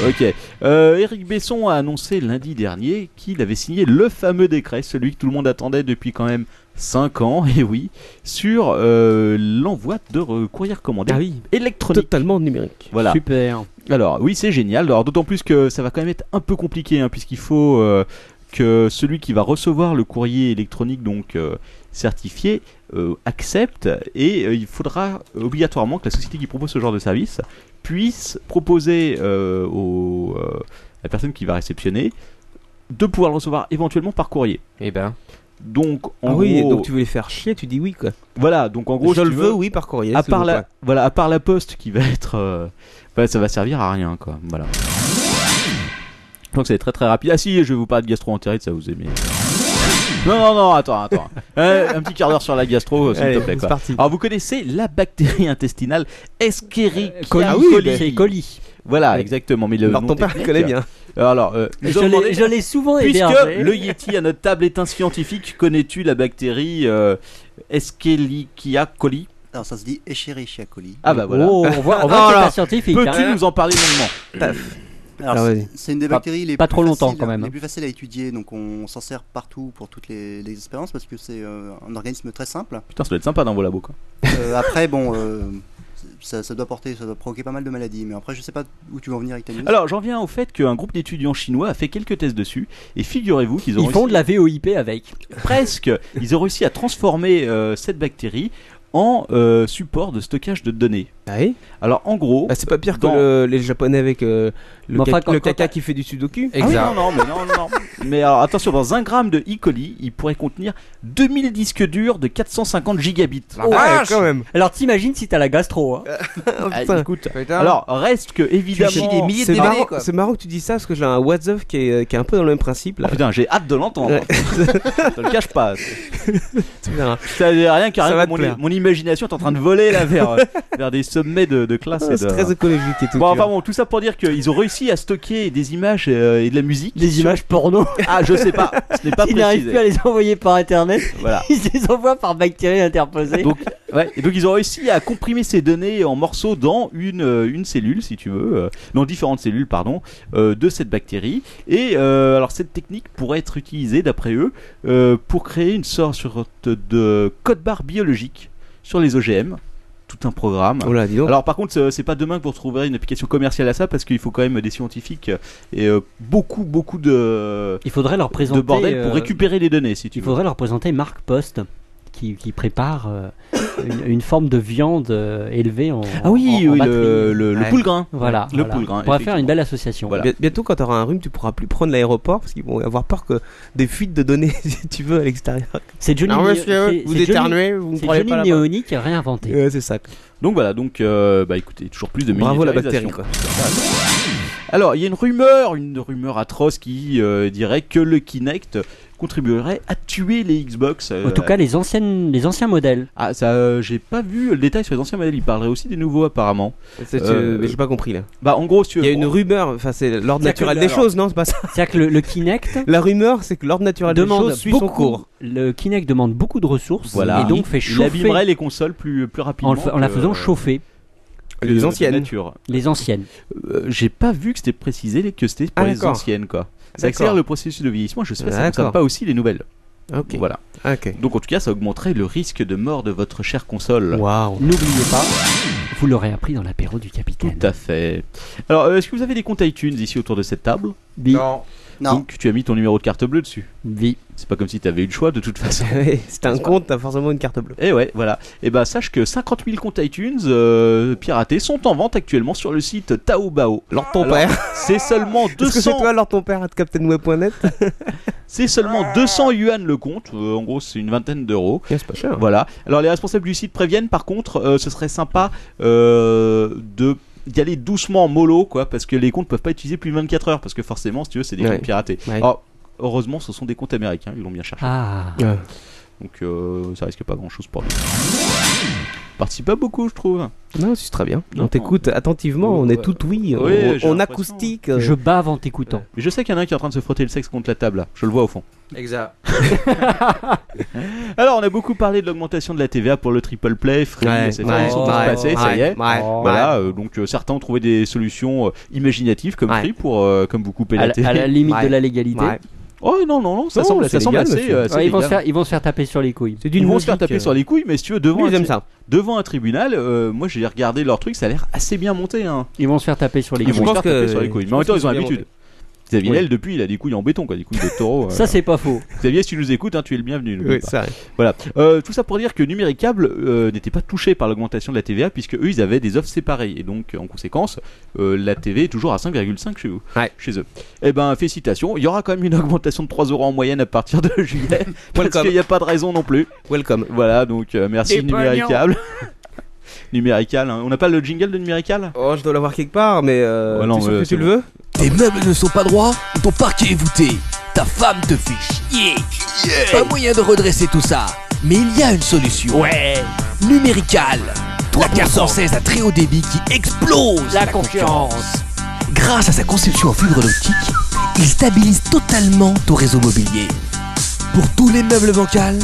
E: Ok. Euh, Eric Besson a annoncé lundi dernier qu'il avait signé le fameux décret, celui que tout le monde attendait depuis quand même 5 ans, (laughs) et oui, sur euh, l'envoi de re- courrier commandé
H: Ah oui.
E: électronique.
H: Totalement numérique.
E: Voilà.
F: Super.
E: Alors oui, c'est génial. Alors d'autant plus que ça va quand même être un peu compliqué, hein, puisqu'il faut euh, que celui qui va recevoir le courrier électronique donc euh, certifié euh, accepte, et euh, il faudra obligatoirement que la société qui propose ce genre de service puisse proposer euh, au, euh, la personne qui va réceptionner de pouvoir le recevoir éventuellement par courrier.
D: Eh ben.
E: Donc en
H: ah oui,
E: gros,
H: donc tu veux les faire chier, tu dis oui quoi.
E: voilà, donc en gros,
H: je
E: si
H: le
E: tu
H: veux, oui, par courrier.
E: À
H: s'il vous
E: part la,
H: plaît.
E: voilà, à part la poste qui va être, euh, bah, ça va servir à rien, quoi. Voilà. Donc c'est très très rapide. Ah si, je vais vous parler de gastro-entérite, ça vous aimez. Non non non, attends
H: (laughs)
E: attends. Euh, (laughs) un petit quart d'heure sur la gastro, euh, s'il
H: Allez,
E: te plaît.
H: c'est
E: quoi.
H: parti. Ah
E: Alors vous connaissez la bactérie intestinale Escherichia
F: coli,
E: coli.
F: ben, c'est coli.
E: Voilà, exactement. Mais le
H: Alors,
E: nom
H: ton père
E: technique-
H: connaît bien.
E: Alors, euh, nous
F: Je
E: avons
F: l'ai-
E: demandé-
F: je l'ai souvent
E: Puisque
F: hébergé.
E: le Yeti à notre table est un scientifique, connais-tu la bactérie euh, Escherichia coli
G: Alors ça se dit Escherichia coli.
E: Ah bah voilà.
F: Oh, on
E: (laughs)
F: voit- on voit que t'es pas scientifique,
E: Peux-tu
F: hein.
E: nous en parler longuement
G: Alors,
E: Ah,
G: c'est-
E: vas-y.
G: c'est une des
E: Pas-
G: bactéries les
E: pas
G: plus
E: trop longtemps,
G: faciles-
E: quand même,
G: les
E: hein.
G: plus faciles à étudier, donc on s'en sert partout pour toutes les, les expériences parce que c'est euh, un organisme très simple.
E: Putain, ça doit être sympa dans vos labos quoi.
G: Euh, après, bon, euh, ça, ça doit porter, ça doit provoquer pas mal de maladies, mais après je sais pas où tu vas en venir avec ta news.
E: Mmh. Alors j'en viens au fait qu'un groupe d'étudiants chinois a fait quelques tests dessus et figurez-vous qu'ils ont
F: Ils font
E: réussi-
F: de la VOIP avec.
E: presque ils ont réussi à transformer euh, cette bactérie en euh, support de stockage de données. Alors en gros,
H: Ah, c'est pas pire
E: dans-
H: que le- les japonais avec euh, le,
E: Mais enfin,
H: caca-
E: quand-
H: le
E: quand
H: caca
E: t'as-
H: qui fait du sudoku.
E: Ah oui, non, non, mais non,
H: (laughs)
E: non. Mais alors, attention, dans un gramme de E. coli, il pourrait contenir 2000 disques durs de 450 gigabits.
H: La Ouais, vache Ah, quand même.
F: Alors t'imagines si t'as la
D: Oh,
F: gastro. Hein.
E: Ah,
H: putain.
E: écoute,
H: Putain.
E: alors reste que évidemment.
H: c'est marrant, c'est marrant que tu dis ça parce que j'ai un What's Up qui est, euh, qui est un peu dans le même principe là.
E: Ah, Putain, j'ai hâte de l'entendre.
H: Ouais.
E: (laughs) Je te le cache pas.
H: verras.
E: Ça rien
H: Ça
E: carrément.
H: va te
E: Mon,
H: plaire.
E: mon imagination est en train de voler là
H: (laughs)
E: vers, euh, (laughs) vers des sommets de, de classe.
F: Ah,
E: et
H: c'est
E: de-
H: très écologique et
E: Bon,
H: tout. tu vois.
E: enfin bon, tout ça pour dire qu'ils ont réussi à stocker des images euh, et de la musique.
F: Des images porno.
E: Ah, je sais pas. Ce n'est pas
F: (laughs) Ils n'arrivent plus à
E: précisé.
F: les envoyer par internet. (laughs)
E: Voilà.
F: Ils les envoient par bactéries interposées.
E: Donc, (laughs) ouais, et donc ils ont réussi à comprimer ces données en morceaux dans une, euh, une cellule, si tu veux, euh, dans différentes cellules, pardon, euh, de cette bactérie. Et euh, alors cette technique pourrait être utilisée, d'après eux, euh, pour créer une sorte de code-barre biologique sur les OGM. Tout un programme.
H: Oh là, dis donc.
E: Alors par contre, euh, c'est- c'est pas demain que vous retrouverez une application commerciale à ça parce qu'il faut quand même des scientifiques et euh, beaucoup beaucoup de
F: Il faudrait leur présenter.
E: de bordel pour
F: euh,
E: récupérer les données si tu
F: Il
E: veux.
F: faudrait leur présenter Marc Post. qui, qui prépare euh, une, une forme de viande euh, élevée en.
E: Ah oui,
F: en- en
E: oui, le-
F: batterie.
E: le- le
F: Ouais.
E: poule grain.
F: Voilà.
E: Le
F: voilà.
E: poule grain,
F: On pourrait faire une belle association.
H: Bien- Bientôt, quand tu auras un rhume, tu pourras plus prendre l'aéroport parce qu'ils vont avoir peur que des fuites de données, (laughs) si tu veux, à l'extérieur.
F: C'est Johnny
H: Alors,
F: Neo-
H: monsieur,
F: c'est-
H: vous
F: c'est Johnny-
H: éternuez, vous ne
F: c'est
H: prenez
F: Johnny
H: pas la
F: Neo- Nick réinventé.
H: Ouais, c'est ça.
E: Donc voilà, donc euh, bah écoutez, toujours plus de
H: Bravo la
E: miniaturisation.
H: bactérie, quoi.
E: Alors, il y a une rumeur, une rumeur atroce qui euh, dirait que le Kinect contribuerait à tuer les Xbox. euh,
F: En tout cas, les anciennes, les anciens modèles.
E: Ah, ça, euh, j'ai pas vu le détail sur les anciens modèles. Il parlerait aussi des nouveaux, apparemment.
H: C'est, euh, mais j'ai pas compris, là.
E: Bah, en gros, si tu
H: Il y a une rumeur, enfin, c'est l'ordre naturel des choses, non C'est pas ça
F: C'est-à-dire que le, le Kinect.
H: La rumeur, c'est que l'ordre naturel des
F: demande
H: choses suit son
F: beaucoup,
H: cours.
F: Le Kinect demande beaucoup de ressources
E: Voilà.
F: et donc fait
E: Il
F: chauffer.
E: abîmerait les consoles plus- plus rapidement
F: En, le fa- en la
E: que-
F: faisant chauffer.
E: euh, Les de- anciennes. de nature.
F: Les anciennes.
E: j'ai pas vu que c'était précisé que c'était
F: Ah,
E: pour les
F: d'accord.
E: anciennes, quoi.
F: D'accord.
E: Ça accélère le processus de vieillissement. Je sais pas, ça concerne
F: D'accord.
E: pas aussi les nouvelles.
H: Ok.
E: Voilà. Donc en tout cas, ça augmenterait le risque de mort de votre chère console.
H: Waouh.
F: N'oubliez pas, vous l'aurez appris dans l'apéro du capitaine.
E: Tout à fait. Alors, euh, est-ce que vous avez des comptes iTunes ici autour de cette table
F: Non.
G: Non.
E: Donc tu as mis ton numéro de carte bleue dessus.
F: Oui.
E: C'est pas comme si tu avais eu le choix de toute
H: (laughs)
E: façon.
H: C'est un compte, t'as forcément une carte bleue.
E: Et ouais, voilà. Et bah sache que 50 000 comptes iTunes euh, piratés sont en vente actuellement sur le site Taobao.
H: Lord ton
E: Alors,
H: père.
E: C'est seulement
H: (laughs) Est-ce que c'est
E: 200
H: toi, alors ton père,
E: (laughs)
H: à captainweb.net
E: C'est seulement
F: Ah.
E: 200 yuan le compte, euh, en gros c'est une vingtaine d'euros.
H: c'est pas cher.
E: Voilà. Alors les responsables du site préviennent par contre, euh, ce serait sympa euh, de d'y aller doucement en mollo quoi parce que les comptes peuvent pas être utilisés plus de 24 heures parce que forcément si tu veux c'est des
H: Ouais.
E: comptes piratés.
H: Ouais.
E: Alors, heureusement ce sont des comptes américains, ils l'ont bien cherché.
F: Ah.
H: Ouais.
E: Donc euh, ça risque pas grand chose pour nous. Participe pas beaucoup je trouve.
H: Non, c'est très bien.
E: Non.
H: On t'écoute attentivement, on est tout oui, on-
E: Ouais, j'ai
H: on,
E: l'impression.
H: acoustique. euh,
F: Je bave en t'écoutant.
E: Mais je sais qu'il y en a un qui est en train de se frotter le sexe contre la table là, je le vois au fond.
D: Exact.
E: (laughs) Alors, on a beaucoup parlé de l'augmentation de la TVA pour le triple play, free,
D: Ouais,
E: etc.
D: ouais,
E: Ils sont tous
D: ouais,
E: passés, ça y est.
D: ouais, ouais,
F: Oh.
E: voilà,
D: ouais.
E: euh, donc euh, certains ont trouvé des solutions euh, imaginatives comme free pour euh, comme vous couper
F: À
E: la
F: la-
E: télé.
F: à la limite de la légalité.
E: Oh non, non, non, ça
F: Non,
E: semble,
F: c'est
E: ça semble
F: légal,
E: assez.
F: monsieur.
E: euh, assez
F: Ouais, ils, vont se
E: légal.
F: faire, ils vont se faire taper sur les couilles.
E: Ils vont se faire
F: euh.
E: taper sur les couilles, mais si tu veux, devant,
F: Lui,
E: un,
F: il aime
E: tri-
F: ça.
E: devant un tribunal, euh, moi j'ai regardé leur truc, ça a l'air assez bien monté. Hein.
F: Ils vont se faire taper sur les
E: Ils
F: couilles.
E: vont se faire taper sur les couilles. Mais en même temps, ils ont l'habitude. Xavier
F: Oui.
E: Lel, depuis, il a des couilles en béton, quoi, des couilles de taureau. euh.
F: Ça, c'est pas faux.
E: Xavier, si tu nous écoutes, hein, tu es le bienvenu. n'oublie
F: Oui,
E: pas.
F: c'est vrai.
E: Voilà. Euh, tout ça pour dire que Numéricable euh, n'était pas touché par l'augmentation de la TVA puisque eux, ils avaient des offres séparées et donc en conséquence, euh, la TV est toujours à 5,5 chez vous, chez eux. Eh ben, félicitations. Il y aura quand même une augmentation de 3 euros en moyenne à partir de (laughs) juillet parce
H: Welcome.
E: qu'il n'y a pas de raison non plus.
H: Welcome.
E: Voilà, donc euh, merci
H: Et pognon.
E: Numéricable. (laughs) Numérical, hein. on n'a pas le jingle de Numérical
H: Oh, je dois l'avoir quelque part, mais euh,
E: Ouais, non,
H: t'es sûr
E: euh,
H: que
E: c'est
H: tu le
E: bon.
H: veux
O: Tes meubles ne sont pas droits, ton parquet est voûté, ta femme te fait chier. Pas moyen de redresser tout ça, mais il y a une solution.
C: Ouais.
O: Numérical. Toi,
C: carte
O: carte française à très haut débit qui explose
C: La
O: Grâce à sa conception en fibre optique, il stabilise totalement ton réseau mobilier. Pour tous les meubles bancals,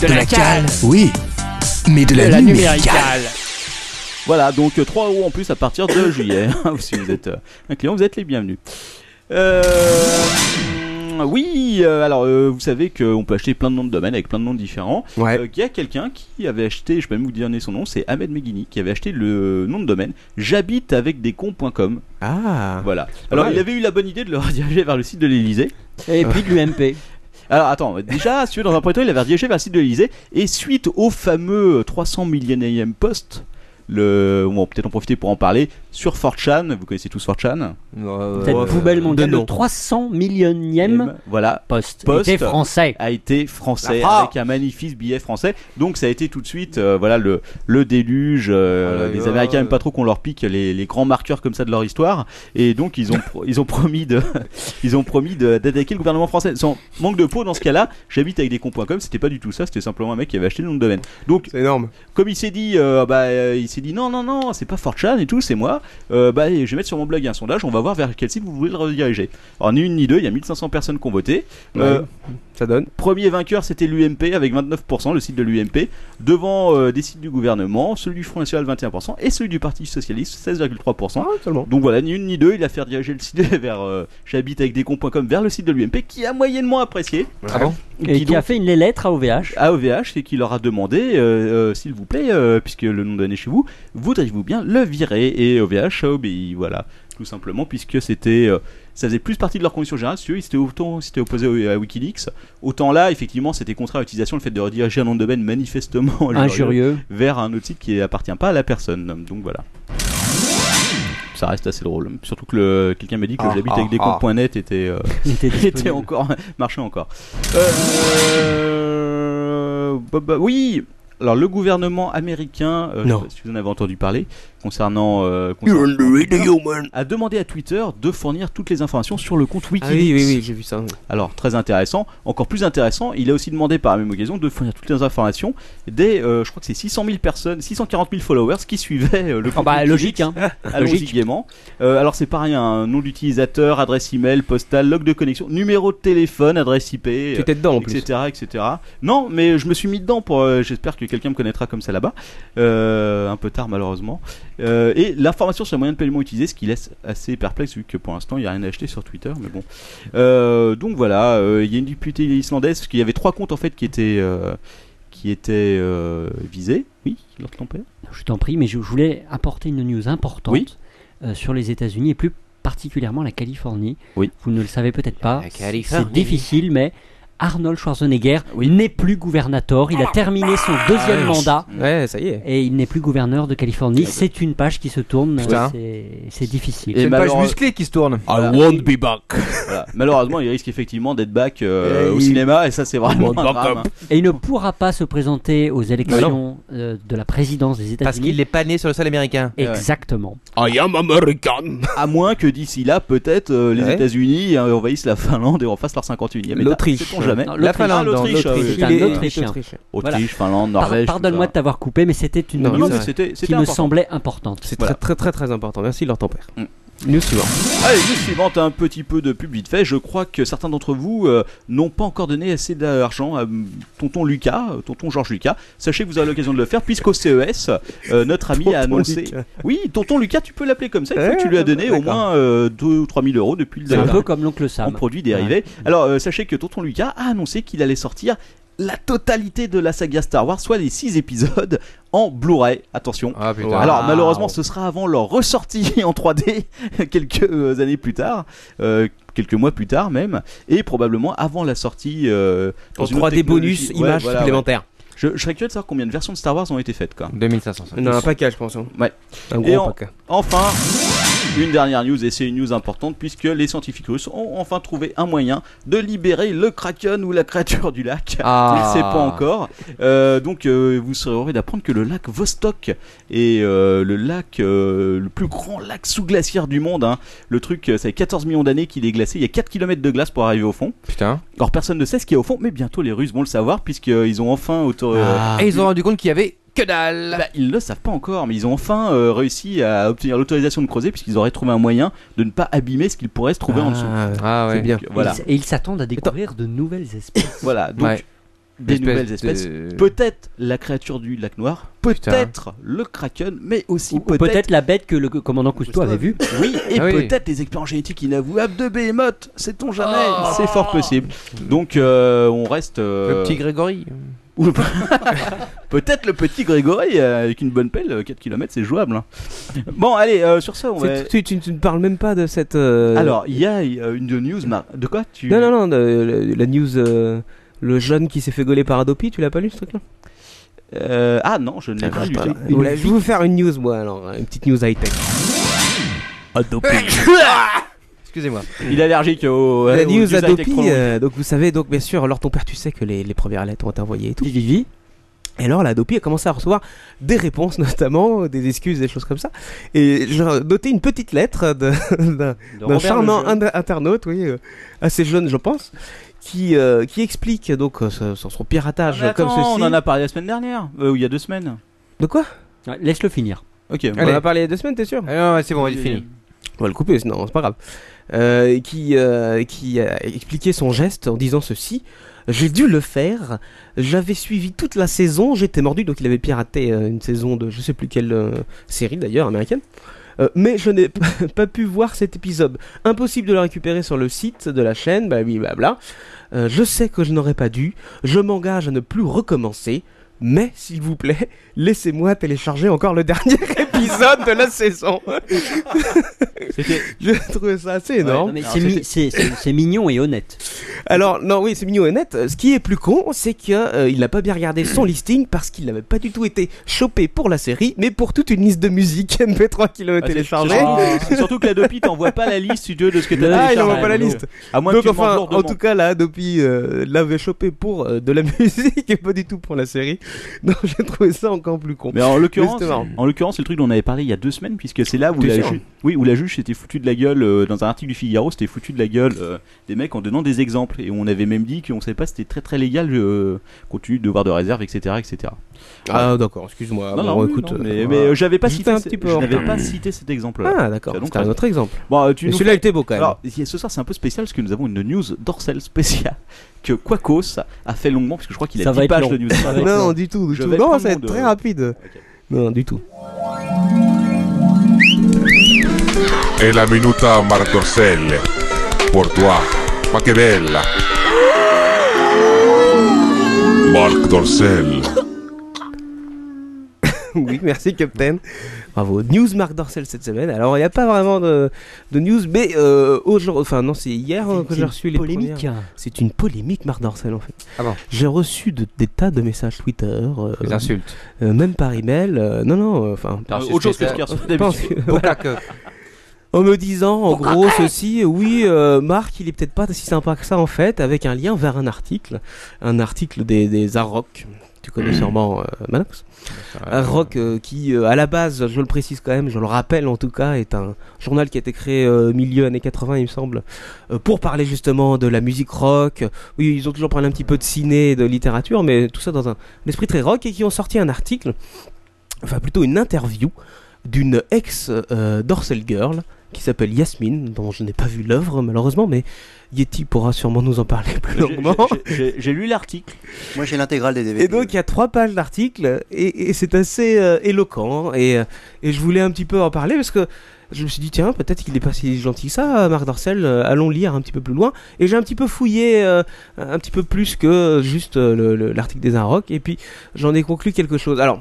C: De la cale.
O: oui, mais de, la, numéricale.
E: Voilà, donc euh, 3 euros en plus à partir de juillet. (laughs) si vous êtes euh, un client, vous êtes les bienvenus. Euh, oui, euh, alors euh, vous savez qu'on peut acheter plein de noms de domaines avec plein de noms différents. Euh, Il y a quelqu'un qui avait acheté, je peux même vous donner son nom, c'est Ahmed Meghini, qui avait acheté le nom de domaine j'habite avec des cons.com.
H: Ah
E: Voilà. Alors
H: mal.
E: il avait eu la bonne idée de le (laughs) rediriger vers le site de l'Elysée.
F: Et puis de l'UMP.
E: (laughs) Alors attends, déjà, si tu veux, dans un premier temps, il avait redirigé vers le site de l'Elysée, et suite au fameux 300 millionième poste, le... on va peut-être en profiter pour en parler, sur 4chan, vous connaissez tous 4chan
F: Cette poubelle mondiale, le 300
E: Eh ben,
F: millionième.
E: voilà,
F: poste,
E: Poste
F: était français. Ah.
E: a été français
F: La France.
E: avec un magnifique billet français. Donc ça a été tout de suite, euh, voilà le le déluge. euh,
H: Ah là
E: les
H: là.
E: Américains aiment pas trop qu'on leur pique les, les grands marqueurs comme ça de leur histoire, et donc ils ont pro- ils ont promis de (laughs) ils ont promis de- d'attaquer le gouvernement français. Sans manque de peau dans ce cas-là, j'habite avec des cons.com, c'était pas du tout ça, c'était simplement un mec qui avait acheté le nom de domaine. Donc
H: c'est énorme.
E: Comme il s'est dit, euh, bah euh, il s'est dit non non non, c'est pas 4chan et tout, c'est moi. Euh, bah je vais mettre sur mon blog un sondage, on va voir vers quel site vous voulez le rediriger. Alors ni une ni deux, il y a 1500 personnes qui ont voté. Euh,
H: Ouais. Ça donne.
E: Premier vainqueur, c'était l'UMP avec 29%, le site de l'UMP, devant euh, des sites du gouvernement, celui du Front National 21% et celui du Parti Socialiste 16,3%. Donc voilà, ni une ni deux, il a fait diriger le site (laughs) vers euh, j'habite avec des cons.com vers le site de l'UMP qui a moyennement apprécié.
F: Ah bon Et qui a fait une lettre à OVH.
E: À OVH, et qui leur a demandé, euh, euh, s'il vous plaît, euh, puisque le nom donné chez vous, voudriez-vous bien le virer Et OVH a obéi, voilà, tout simplement, puisque c'était euh, ça faisait plus partie de leurs conditions générales. Si tu veux, ils s'étaient autant s'étaient opposés au- à Wikileaks. Autant là, effectivement, c'était contraire à l'utilisation, le fait de rediriger un nom de domaine manifestement (laughs)
F: Injurieux.
E: vers un outil qui appartient pas à la personne. Donc voilà. Ça reste assez drôle. Surtout que le- quelqu'un m'a dit que
J: Ah,
E: j'habite
J: ah,
E: avec des
J: ah.
E: comptes.net
F: (laughs)
E: était,
H: (laughs)
E: euh,
J: Était
E: (laughs) était
J: disponible.
E: encore marchait encore. Euh, bah, bah, oui. Alors le gouvernement américain, euh, je
J: Non.
E: sais pas si vous en avez entendu parler, concernant, euh, concernant-
J: You're the radio man.
E: a demandé à Twitter de fournir toutes les informations sur le compte Wikileaks.
H: Ah oui, oui, oui, j'ai vu ça. oui.
E: Alors très intéressant, encore plus intéressant, il a aussi demandé par la même occasion de fournir toutes les informations des, euh, je crois que c'est 600 000 personnes, 640 000 followers qui suivaient euh, le compte.
F: bah,
E: Wikileaks. Ah,
F: logique, hein.
E: Allons-y
F: Logique.
E: gaiement. Euh, alors c'est pareil, un nom d'utilisateur, adresse email, postal, log de connexion, numéro de téléphone, adresse IP, tu
H: étais dedans, en plus.
E: etc., etc. Non, mais je me suis mis dedans pour. euh, J'espère que quelqu'un me connaîtra comme ça là-bas. Euh, un peu tard malheureusement. Euh, et l'information sur les moyens de paiement utilisés, ce qui laisse assez perplexe vu que pour l'instant il n'y a rien à acheter sur Twitter, mais bon. Euh, donc voilà, euh, il y a une députée islandaise parce qu'il y avait trois comptes en fait qui étaient euh, qui étaient euh, visés. Oui, Lord Lampert
F: Je t'en prie, mais je je voulais apporter une news importante
E: Oui.
F: euh, sur les États-Unis et plus particulièrement la Californie.
E: Oui.
F: Vous ne le savez peut-être pas. C'est
E: Californie.
F: c'est difficile, mais Arnold Schwarzenegger n'est plus gouvernateur. Il a terminé son deuxième
H: Ah,
F: mandat.
H: Ouais, ça y est.
F: Et il n'est plus gouverneur de Californie. C'est une page qui se tourne.
H: Putain.
F: C'est- C'est difficile.
H: C'est une page musclée qui se tourne.
E: Voilà.
H: won't be back.
E: (laughs) Voilà. Malheureusement, il risque effectivement d'être back
F: Et
E: euh, au
F: il-
E: cinéma et ça c'est vraiment un
F: Bon,
E: drame. hein.
F: Et il ne pourra pas se présenter aux élections euh, de la présidence des États-Unis.
E: Parce qu'il
F: n'est pas né sur le sol américain. Exactement.
E: I am American. À moins que d'ici là, peut-être euh, les
F: Ouais.
E: États-Unis euh, envahissent la Finlande et refassent leur 51e État.
F: L'Autriche.
E: Sait-on jamais.
F: Non, l'Autriche.
E: Ah, l'Autriche.
F: l'Autriche,
E: euh,
F: c'est un
E: oui.
F: Autrichien.
E: Autriche,
F: Voilà.
E: Finlande,
F: Par-
E: Norvège. tout
F: Pardonne-moi
E: ça.
F: de t'avoir coupé, mais c'était une
E: Non, non,
F: news
E: mais c'était- c'était Ah.
F: qui me
E: important.
F: semblait importante.
H: C'est
E: Voilà. Mm.
H: très, très, très, très important. Merci, Lord Tempère. News suivante.
E: Allez, news suivante, un petit peu de pub vite fait. Je crois que certains d'entre vous euh, n'ont pas encore donné assez d'argent à mm, tonton Lucas, euh, tonton Georges Lucas. Sachez que vous aurez l'occasion de le faire, puisqu'au CES, euh, notre ami a
J: Tonton
E: annoncé.
J: Lucas.
E: Oui, tonton Lucas, tu peux l'appeler comme ça. Il faut que tu lui as donné au
J: d'accord.
E: moins euh, 2 ou 3 000 euros depuis le
F: Eh, C'est un
E: départ.
F: peu comme l'oncle Sam.
E: En produits dérivés.
F: Ouais.
E: Alors, euh, sachez que tonton Lucas a annoncé qu'il allait sortir la totalité de la saga Star Wars, soit les 6 épisodes, en Blu-ray. Attention.
J: putain.
E: Alors,
J: Wow.
E: malheureusement, ce sera avant leur ressortie (laughs) en 3D quelques années plus tard, euh, quelques mois plus tard même, et probablement avant la sortie euh, dans
H: En
E: une autre
H: 3D bonus,
E: technologie.
H: images supplémentaires.
E: Je, je serais curieux de savoir combien de versions de Star Wars ont été faites. Quoi.
H: 2500. Non, un paquet, je pense. hein.
E: Ouais.
H: Un
E: Et
H: gros
E: en-
H: paquet.
E: Enfin, une dernière news, et c'est une news importante, puisque les scientifiques russes ont enfin trouvé un moyen de libérer le kraken ou la créature du lac.
H: (laughs)
J: Ah.
E: On ne sait pas encore. Euh, donc, euh, vous serez heureux d'apprendre que le lac Vostok est euh, le lac, euh, le plus grand lac sous-glaciaire du monde. hein. Le truc, euh, ça fait 14 millions d'années qu'il est glacé. Il y a 4 km de glace pour arriver au fond.
H: Putain.
E: Alors, personne ne sait ce qu'il y a au fond, mais bientôt les Russes vont le savoir, puisqu'ils ont enfin auto. euh,
H: Ah. Et ils ont rendu compte qu'il y avait que dalle.
E: Bah, ils le savent pas encore, mais ils ont enfin euh, réussi à obtenir l'autorisation de creuser puisqu'ils auraient trouvé un moyen de ne pas abîmer ce qu'ils pourraient se trouver en dessous.
H: Ah ouais.
E: Donc, Voilà.
F: Et ils- Et ils s'attendent à découvrir de nouvelles espèces.
E: Voilà. Donc
F: Ouais.
E: des
F: Espèce
E: nouvelles espèces.
F: de-
E: Peut-être la créature du lac noir, peut-être le kraken, mais aussi
F: Ou
E: peut-être.
F: peut-être la bête que le commandant Cousteau avait vue.
E: Oui, et
F: Ah oui.
E: peut-être les expériences génétiques inavouables de Behemoth, sait-on jamais C'est fort possible. Donc euh, on reste. euh,
H: Le petit Grégory.
E: Ou le- Peut-être le petit Grégory euh, avec une bonne pelle, euh, 4 km c'est jouable. hein. Bon allez, euh, sur ça on va...
H: C'est- Tu, tu- tu ne parles même pas de cette. euh,
E: Alors, il y a euh, une news, Mar- de quoi tu...
H: Non, non, non, de- la news. euh, Le jeune qui s'est fait gauler par Adopi, tu l'as pas lu ce truc-là
E: Euh, ah non, je ne l'ai pas lu.
H: Voilà. Voilà, Je vais vous faire une news, moi, alors. Une petite news high-tech.
E: Adopi. (laughs)
H: Excusez-moi.
E: Ah Il est allergique au...
H: la
E: au
H: news
E: news high-tech
H: Adopi,
E: trop long.
H: euh, donc vous savez, donc bien sûr, alors ton père, tu sais que les, les premières lettres ont été envoyées et tout. Et alors, la Adopi a commencé à recevoir des réponses, (laughs) notamment euh, des excuses, des choses comme ça. Et j'ai noté une petite lettre de- (laughs) d'un d'un
J: Robert
H: charmant
J: Lejeune.
H: ind- internaute, oui, euh, assez jeune, je pense, qui, euh, qui explique donc euh, son, son- son
E: Ah,
H: piratage
E: mais
H: comme
E: attends,
H: ceci.
E: On en a parlé la semaine dernière, euh, ou il y a deux semaines.
H: De quoi
F: Laisse-le finir.
E: Ok,
H: on en a parlé il y a deux semaines, t'es sûr Non, c'est bon,
E: il est fini.
H: On va le couper, sinon c'est pas grave. Euh, qui euh, qui a expliqué son geste en disant ceci. J'ai dû le faire. J'avais suivi toute la saison. J'étais mordu, donc il avait piraté euh, une saison de je sais plus quelle euh, série d'ailleurs américaine. Euh, mais je n'ai (laughs) p- pas pu voir cet épisode. Impossible de le récupérer sur le site de la chaîne. Bah oui, blabla. Euh, je sais que je n'aurais pas dû. Je m'engage à (laughs) ne plus recommencer. Mais s'il vous plaît, laissez-moi télécharger encore le (laughs) dernier épisode.
E: Ah,
H: épisode de la saison. Je trouvais ça assez énorme.
F: Ouais, non, mais c'est mi- c'est- c'est- c'est mignon et honnête.
H: Alors non, oui, c'est mignon et net. Euh, Ce qui est plus con, c'est que euh, il n'a pas bien regardé son listing parce qu'il n'avait pas du tout été chopé pour la série, mais pour toute une liste de (laughs) musique MP3 qu'il avait
E: Ah, c'est-
H: téléchargée.
E: c'est surtout- c'est surtout que la Dopi t'envoie (laughs) pas la liste si tu veux de ce que t'as
H: Ah, il
E: téléchargé.
H: n'envoie pas la liste.
E: euh, À moins
H: Donc
E: que tu
H: enfin,
E: demandes
H: en tout cas, la Adopi euh, l'avait chopé pour euh, de la (laughs) musique et pas du tout pour la série. (laughs) Donc j'ai trouvé ça encore plus con.
E: Mais en l'occurrence,
H: c'était marrant.
E: en l'occurrence, c'est le truc dont on avait parlé il y a deux semaines, puisque c'est là où
H: T'es
E: la,
H: sûr
E: ju- oui, où la juge s'était foutue de la gueule euh, dans un article du Figaro, c'était foutu de la gueule euh, des mecs en donnant des exemples, et on avait même dit qu'on savait pas, si c'était très très légal, euh, compte tenu de devoir de réserve, etc., etc.
H: Ah, d'accord, excuse-moi.
E: Non,
H: Bon,
E: non, oui,
H: écoute,
E: non, mais,
H: euh,
E: mais, euh, j'avais pas
H: j'étais
E: cité,
H: un
E: ce-
H: petit peu
E: je
H: hors
E: n'avais
H: terme.
E: pas cité cet exemple.
H: Ah, d'accord, c'était un autre exemple.
E: Bon, euh, tu
H: Mais
E: nous
H: celui-là
E: fais-
H: était beau, quand même.
E: Alors, il y a- ce soir, c'est un peu spécial parce que nous avons une news dorsale spéciale (laughs) que Quacos a fait longuement, parce que je crois qu'il a
H: Ça
E: 10
H: va être
E: pages
H: long.
E: de news.
H: Ça va être Non, long. du tout, du
E: Je
H: tout.
E: vais
H: Non,
E: prendre
H: ça va
E: mon
H: être
E: de-
H: très rapide. Non, du tout.
P: È E la minuta Marcorselle. Pour toi. Ma che bella. Marc Dorcel.
H: (laughs) oui, merci Captain. Bravo. News Marc Dorcel cette semaine. Alors, il n'y a pas vraiment de, de news, mais euh, aujourd'hui, enfin non, c'est hier hein, que
F: c'est
H: j'ai
F: une
H: reçu les
F: polémique.
H: premières. C'est une polémique Marc Dorcel en fait.
D: Ah bon
H: J'ai reçu de- des tas de messages Twitter, euh,
D: Des insultes.
H: euh, même par email. euh, non, non, euh, enfin.
D: Euh, autre chose que ce qu'il reçoit (laughs)
H: Je pense
D: d'habitude.
H: que-
D: Bon,
H: voilà.
D: que-
H: (laughs) En me disant, en gros, ceci, oui, euh, Marc, il est peut-être pas si sympa que ça en fait, avec un lien vers un article, un article des, des Arocs. Tu connais sûrement euh, Manox. Un rock euh, qui, euh, à la base, je le précise quand même, je le rappelle en tout cas, est un journal qui a été créé euh, milieu années 80, il me semble, euh, pour parler justement de la musique rock. Oui, ils ont toujours parlé un petit peu de ciné, de littérature, mais tout ça dans un esprit très rock et qui ont sorti un article enfin plutôt une interview d'une ex euh, Dorsel Girl qui s'appelle Yasmine, dont je n'ai pas vu l'œuvre malheureusement, mais Yeti pourra sûrement nous en parler (laughs) plus longuement.
E: J'ai lu l'article.
G: Oh.
E: Eh ben,
G: Moi, j'ai l'intégrale des DVD.
H: Et donc il y a trois pages d'article et, et c'est assez euh, éloquent et, euh, et je voulais un petit peu en parler parce que je me suis dit tiens peut-être qu'il n'est pas si gentil que ça Marc Dorcel euh, allons lire un petit peu plus loin et j'ai un petit peu fouillé euh, un petit peu plus que juste euh, le- le- l'article des Inrocks et puis j'en ai conclu quelque chose alors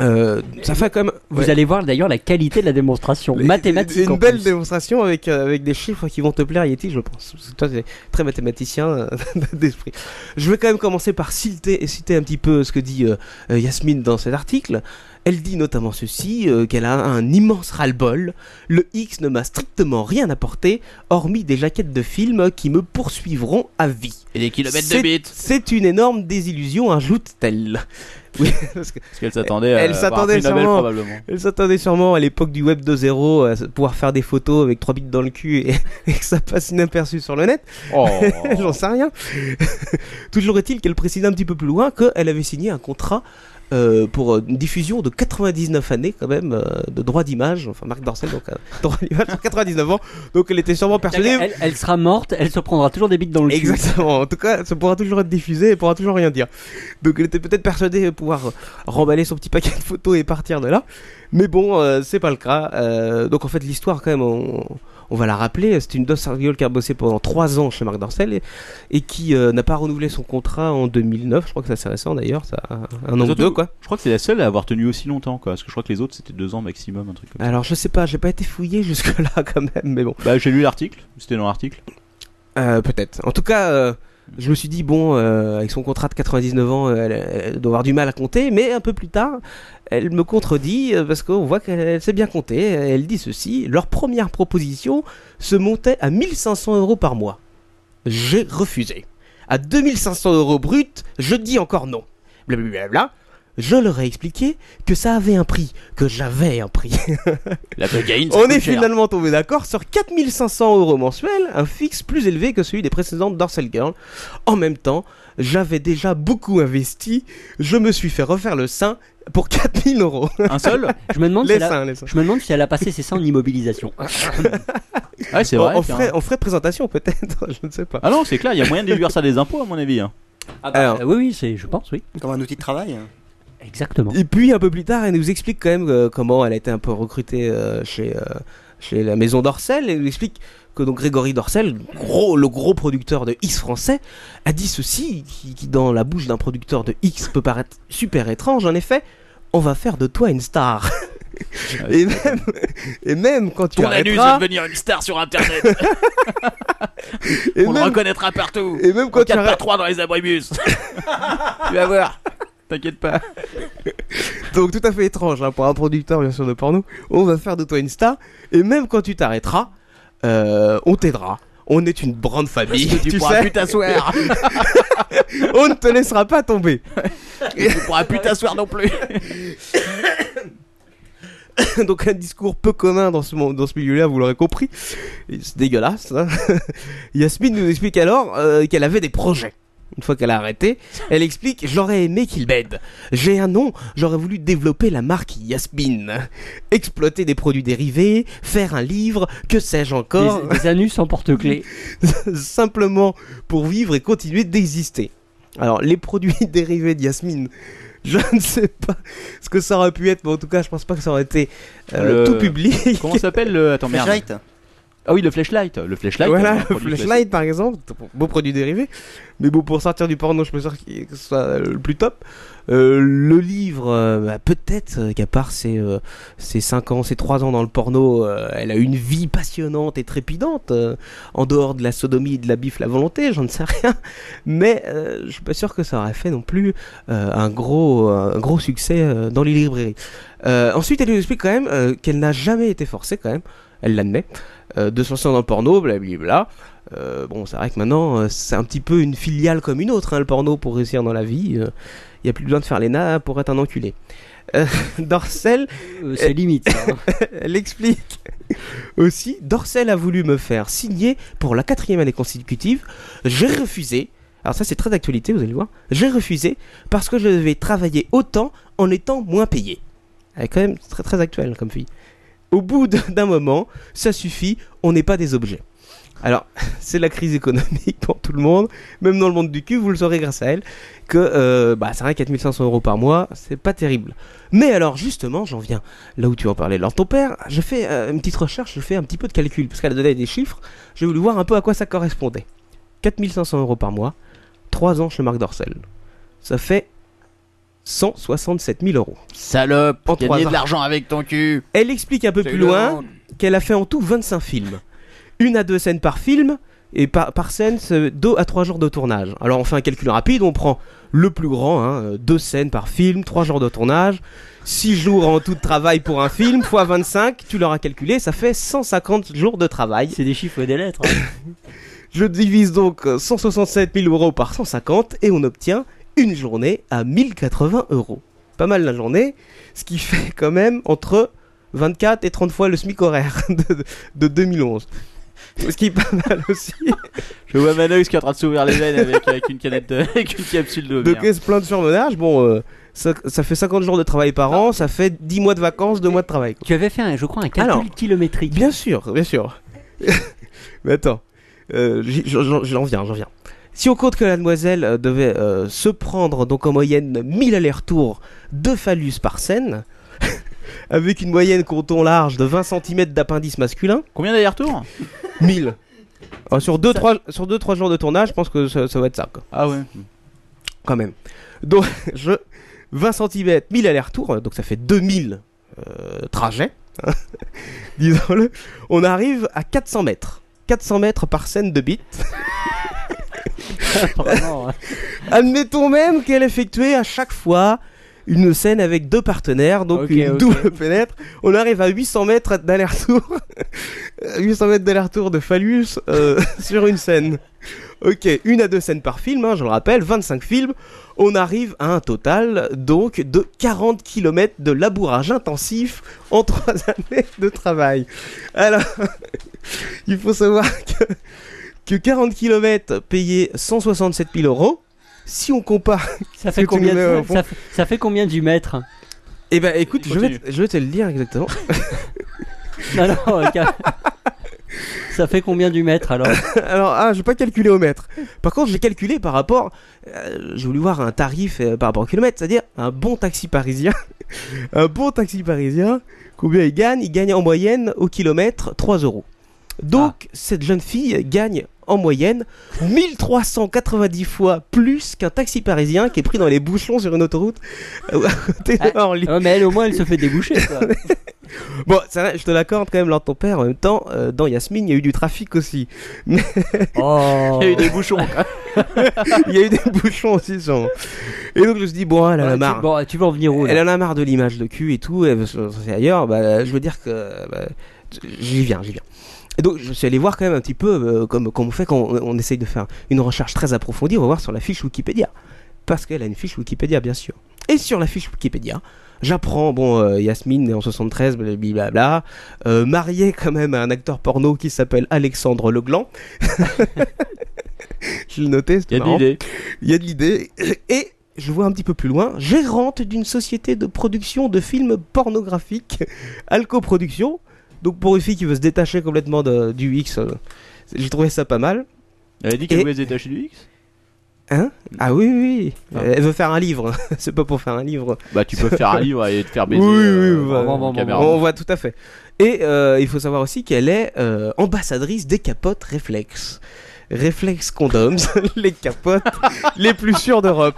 H: euh, ça fait quand même
F: Vous allez voir d'ailleurs la qualité de la démonstration. Mathématique. en
H: une belle
F: plus.
H: démonstration avec, euh, avec des chiffres qui vont te plaire, Yeti, je pense. Parce que toi, t'es très mathématicien euh, (laughs) d'esprit. Je vais quand même commencer par citer, citer un petit peu ce que dit euh, euh, Yasmine dans cet article. Elle dit notamment ceci, euh, qu'elle a un immense ras-le-bol. Le X ne m'a strictement rien apporté, hormis des jaquettes de films qui me poursuivront à vie.
E: Et des kilomètres de
H: C'est-
E: bites.
H: C'est une énorme désillusion, ajoute-t-elle. Oui, parce que-
E: Parce qu'elle s'attendait à
H: elle
E: avoir
H: s'attendait
E: un prix Nobel,
H: sûrement-
E: probablement.
H: elle s'attendait sûrement à l'époque du web 2.0 à s- pouvoir faire des photos avec trois bits dans le cul et, (laughs) et que ça passe inaperçu sur le net.
E: Oh.
H: (laughs) J'en sais rien. Toujours est-il qu'elle précisait un petit peu plus loin qu'elle avait signé un contrat euh, pour euh, une diffusion de 99 années quand même euh, de droit d'image. Enfin, Marc Dorcel, donc euh, (laughs) droit d'image sur 99 ans. Donc elle était sûrement persuadée.
F: Elle, elle sera morte, elle se prendra toujours des bites dans le cul.
H: Exactement. En tout cas, ça pourra toujours être diffusé et pourra toujours rien dire. Donc, elle était peut-être persuadée de pouvoir euh, remballer son petit paquet de photos et partir de là. Mais bon, euh, c'est pas le cas. Euh, donc, en fait, l'histoire, quand même, on, on va la rappeler. C'est une Dorsal Girl qui a bossé pendant 3 ans chez Marc Dorcel et, et qui euh, n'a pas renouvelé son contrat en 2009. Je crois que c'est assez récent d'ailleurs. Ça, un an ou
E: Surtout,
H: deux, quoi.
E: Je crois que c'est la seule à avoir tenu aussi longtemps, quoi. Parce que je crois que les autres c'était deux ans maximum, un truc comme ça.
H: Alors, je sais pas, j'ai pas été fouillé (laughs) jusque-là, quand même, mais bon.
E: Bah, j'ai lu l'article. C'était dans l'article.
H: Euh, peut-être. En tout cas, euh, je me suis dit, bon, euh, avec son contrat de 99 ans, euh, elle, elle doit avoir du mal à compter, mais un peu plus tard, elle me contredit euh, parce qu'on voit qu'elle elle sait bien compter. Elle dit ceci leur première proposition se montait à 1500 euros par mois. J'ai refusé. À 2500 euros brut, je dis encore non. Blablabla. Je leur ai expliqué que ça avait un prix, que j'avais un
F: (laughs)
H: prix.
E: La cocaïne, ça
H: On
E: coûte
H: est
E: cher.
H: finalement tombé d'accord sur 4500 euros mensuels, un fixe plus élevé que celui des précédentes Dorsal Girl. En même temps, j'avais déjà beaucoup investi, je me suis fait refaire le sein pour 4000 euros.
E: Un seul
F: Je me demande
H: les
F: si elle a-
H: seins, les seins.
F: Je me demande si elle a passé ses seins en
H: (laughs)
F: immobilisation.
E: Ouais, c'est
H: En-
E: vrai.
H: En,
E: tiens.
H: frais, en frais de présentation peut-être, (laughs) je ne sais pas.
E: Ah non, c'est clair, il y a moyen de déduire ça des impôts, à mon avis. hein.
F: oui, oui, c'est, je pense, oui.
G: Comme un outil de travail.
F: Exactement.
H: Et puis un peu plus tard, elle nous explique quand même euh, comment elle a été un peu recrutée euh, chez, euh, chez la maison Dorcel. Elle nous explique que donc Grégory Dorcel, gros, le gros producteur de X français, a dit ceci, qui, qui dans
C: (laughs)
H: la bouche d'un producteur de X peut paraître super étrange. En effet, on va faire de toi une star. et, même, et même quand tu
C: Ton anus va
H: arrêteras-
C: devenir une star sur
D: (laughs)
C: internet. On le
H: même-
C: reconnaîtra partout.
H: et même quand
C: En
H: tu
C: 4 par
H: arrêtes-
C: 3 dans les
D: (laughs)
C: abribus. tu vas voir.
E: T'inquiète pas.
H: (laughs) Donc tout à fait étrange hein, pour un producteur bien sûr de porno. On va faire de toi une star et même quand tu t'arrêteras, euh, on t'aidera. On est une grande famille. (laughs)
E: Parce que tu pourras
H: sais.
E: plus t'asseoir.
H: (laughs) on ne te laissera pas tomber.
E: Et tu pourras plus t'asseoir non
H: (laughs)
E: plus.
H: (coughs) Donc un discours peu commun dans ce, mon- dans ce milieu-là, vous l'aurez compris. Et C'est dégueulasse. hein. (laughs) Yasmine nous explique alors euh, qu'elle avait des projets. Une fois qu'elle a arrêté, elle explique J'aurais aimé qu'il m'aide. J'ai un nom, j'aurais voulu développer la marque Yasmine. Exploiter des produits dérivés, faire un livre, que sais-je encore.
F: Des- anus en porte-clés.
H: (laughs) Simplement pour vivre et continuer d'exister. Alors, les produits (laughs) dérivés de Yasmine, je ne sais pas ce que ça aurait pu être, mais en tout cas, je pense pas que ça aurait été euh,
E: Le-
H: tout public.
E: Comment ça s'appelle le. Attends, merde.
H: Flashlight.
E: Ah oui, le flashlight. Le flashlight.
H: Voilà,
E: euh,
H: le
E: produit
H: flashlight par exemple, beau produit dérivé. Mais bon, pour sortir du porno, je me sûr qu'il- que ce soit le plus top. Euh, le livre, euh, bah, peut-être euh, qu'à part ses, euh, ses 5 ans, ses 3 ans dans le porno, euh, elle a une vie passionnante et trépidante, euh, en dehors de la sodomie et de la biffe la volonté, j'en ne sais rien. Mais euh, je suis pas sûr que ça aurait fait non plus euh, un, gros, un gros succès euh, dans les librairies. Euh, ensuite, elle nous explique quand même euh, qu'elle n'a jamais été forcée quand même elle l'admet, euh, de sortir dans le porno, blablabla. Euh, bon, c'est vrai que maintenant, euh, c'est un petit peu une filiale comme une autre, hein, le porno, pour réussir dans la vie. Il n'y a plus besoin de faire l'ENA pour être un enculé. Euh, (laughs) Dorcel...
F: Euh, c'est limite, hein.
H: (laughs) elle explique aussi, Dorcel a voulu me faire signer pour la quatrième année consécutive. J'ai refusé. Alors ça, c'est très d'actualité, vous allez voir. J'ai refusé parce que je devais travailler autant en étant moins payé. Elle est quand même très très actuelle comme fille. Au bout de- d'un moment, ça suffit, on n'est pas des objets. Alors, (laughs) c'est la crise économique pour tout le monde, même dans le monde du cul, vous le saurez grâce à elle, que euh, bah, c'est vrai, 4500 euros par mois, c'est pas terrible. Mais alors, justement, j'en viens là où tu en parlais. Alors, ton père, je fais euh, une petite recherche, je fais un petit peu de calcul, parce qu'elle a donné des chiffres, j'ai voulu voir un peu à quoi ça correspondait. 4500 euros par mois, 3 ans chez Marc Dorcel. Ça fait 167 000 euros. Salope,
E: Gagner de l'argent avec ton cul.
H: elle explique un peu
E: C'est
H: plus
E: une
H: loin
E: honte.
H: qu'elle a fait en tout 25 films. Une à deux scènes par film, et par, par scène, c'est deux à trois jours de tournage. Alors on fait un calcul rapide, on prend le plus grand, hein, euh, deux scènes par film, trois jours de tournage, six jours en tout de travail pour un film, fois 25, tu l'auras calculé, ça fait 150 jours de travail.
F: C'est des chiffres et des lettres. hein.
H: Je divise donc euh, 167 000 euros par 150 et on obtient une journée à 1080 euros. Pas mal la journée, ce qui fait quand même entre 24 et 30 fois le SMIC horaire (laughs) de, de 2011. Ce qui est pas mal aussi.
E: Je vois Manox qui est en train de s'ouvrir les veines avec, avec une canette (laughs) de, avec une capsule de.
H: Donc euh,
E: bière.
H: elle se plaint de surmenage, bon, euh, ça, ça fait 50 jours de travail par an, ça fait 10 mois de vacances, 2 mois de travail.
F: Tu avais fait, un, je crois, un calcul kilométrique.
H: Bien sûr, bien sûr. (laughs) Mais attends, euh, j'y- j'en- j'en j'en viens, j'en viens. Si on compte que la demoiselle euh, devait euh, se prendre donc en moyenne 1000 allers-retours de phallus par scène, (laughs) avec une moyenne comptons large de 20 cm d'appendice masculin.
E: Combien d'allers-retours
H: 1000. Alors, Euh, sur 2-3 sur deux, trois jours de tournage, je pense que ça, ça va être ça. Quoi.
E: Ah ouais.
H: Quand même. Donc, (laughs) je, 20 cm, 1000 allers-retours, euh, donc ça fait 2000 euh, trajets. hein, (laughs) Disons-le. On arrive à 400 mètres. 400 mètres par scène
F: (laughs)
H: de bite. (laughs) Admettons même qu'elle effectuait à chaque fois une scène avec deux partenaires, donc
F: Ok,
H: une
F: ok.
H: double pénètre. On arrive à 800 mètres d'aller-retour. 800 mètres d'aller-retour de phallus euh, (laughs) sur une scène. Ok, une à deux scènes par film, hein, je le rappelle, 25 films. On arrive à un total donc de 40 km de labourage intensif en (laughs) trois années de travail. Alors, (laughs) il faut savoir que que 40 km payés 167 000 euros, si on compare.
F: Ça fait combien de- ça fait- combien du mètre
H: Eh ben écoute, je vais,
F: Continue.
H: je vais te le
F: (laughs)
H: dire exactement.
F: Ah Non, non, ok. Ça fait combien du mètre alors
H: (laughs) Alors, ah, j'ai pas calculé au mètre. Par contre, j'ai calculé par rapport. euh, j'ai voulu voir un tarif euh, par rapport au kilomètre, c'est-à-dire un bon taxi parisien. (laughs) un bon taxi parisien, combien il gagne Il gagne en moyenne au kilomètre 3 euros. Donc,
F: Ah.
H: cette jeune fille gagne en moyenne 1390 fois plus qu'un taxi parisien qui est pris dans les bouchons sur une autoroute. euh, (laughs) à côté de Orly.
F: Ah, mais elle, au moins, elle se fait déboucher. quoi.
H: (laughs) Bon, ça, va, je te l'accorde quand même, Lord ton père. En même temps, euh, dans Yasmine, il y a eu du trafic aussi. (laughs) Mais-
F: Oh.
E: Il y a eu des bouchons.
H: (laughs) il y a eu des bouchons aussi, sûrement. Et donc, je me suis dit, bon, elle en
F: Ouais,
H: a
F: tu-
H: marre.
F: bon, tu veux en venir où, là
H: Elle en a marre de l'image de cul et euh, tout. Elle veut se lancer ailleurs. Bah, je veux dire que. bah, j'y viens, j'y viens. Et donc, je suis allé voir quand même un petit peu, euh, comme, comme on fait quand on, on essaye de faire une recherche très approfondie. On va voir sur la fiche Wikipédia. Parce qu'elle a une fiche Wikipédia, bien sûr. Et sur la fiche Wikipédia, j'apprends, bon, euh, Yasmine née en 73, blablabla, euh, mariée quand même à un acteur porno qui s'appelle Alexandre Legland. (laughs) je le notais,
E: Il y a de l'idée.
H: Il y a de l'idée. Et je vois un petit peu plus loin, gérante d'une société de production de films pornographiques, Alco Production. Donc pour une fille qui veut se détacher complètement de- du X, euh, j'ai trouvé ça pas mal.
E: Elle a dit qu'elle
H: Et-
E: voulait se détacher du X
H: (laughs) Hein Ah oui, oui, oui. Elle veut faire un livre. (laughs) c'est pas pour faire un livre.
E: Bah, tu peux faire un livre et te faire baiser,
H: Oui, oui, bah,
E: euh,
H: oui, voilà.
E: en caméra.
H: On voit tout à fait. Et euh, il faut savoir aussi qu'elle est euh, ambassadrice des capotes réflexes. Réflex condoms, (laughs) les capotes les plus sûres
E: (laughs)
H: d'Europe.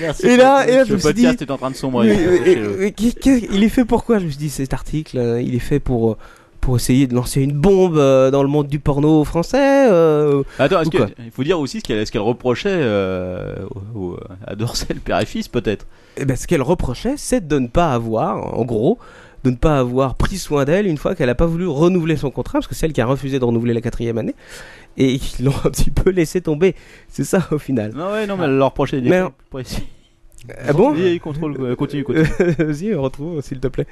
E: Merci.
H: et là, et là,
E: Ce
H: je me suis dit,
E: podcast est en train de sombrer.
H: mais- mais-
E: Sachez-le.
H: mais qu'est- qu'est- il est fait pourquoi Je me suis dit, cet article, euh, il est fait pour euh, pour essayer de lancer une bombe euh, dans le monde du porno français. euh,
E: Attends, est-ce
H: ou quoi
E: que- il faut dire aussi ce qu'elle ce qu'elle reprochait euh, au- au- à Dorsel, père et fils, peut-être.
H: Eh ben, ce qu'elle reprochait, c'est de ne pas avoir, en gros, de ne pas avoir pris soin d'elle une fois qu'elle n'a pas voulu renouveler son contrat, parce que c'est elle qui a refusé de renouveler la quatrième année, et (laughs) qu'ils l'ont un petit peu laissé tomber. C'est ça, au final.
E: Non, ouais,
D: Ah.
E: non, mais elle leur reprochait des
H: Mais-
E: trucs plus précis.
H: Ah bon
E: Oui, contrôle, euh, continue, continue.
H: (laughs) Vas-y, retrouve, s'il te plaît.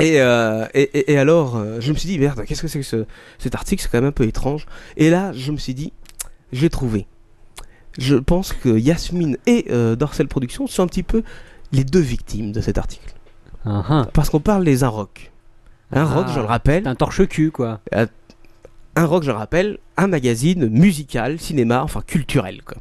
H: Et, euh, et, et- et alors, euh, je me suis dit, merde, qu'est-ce que c'est que ce- cet article C'est quand même un peu étrange. Et là, je me suis dit, je l'ai trouvé. Je pense que Yasmine et euh, Dorsel Productions sont un petit peu les deux victimes de cet article. Parce qu'on parle des Arocs. Un rock,
F: Ah,
H: je le rappelle. Ah,
F: Un torche-cul, quoi.
H: Un rock, je le rappelle, un magazine musical, cinéma, enfin culturel, quoi.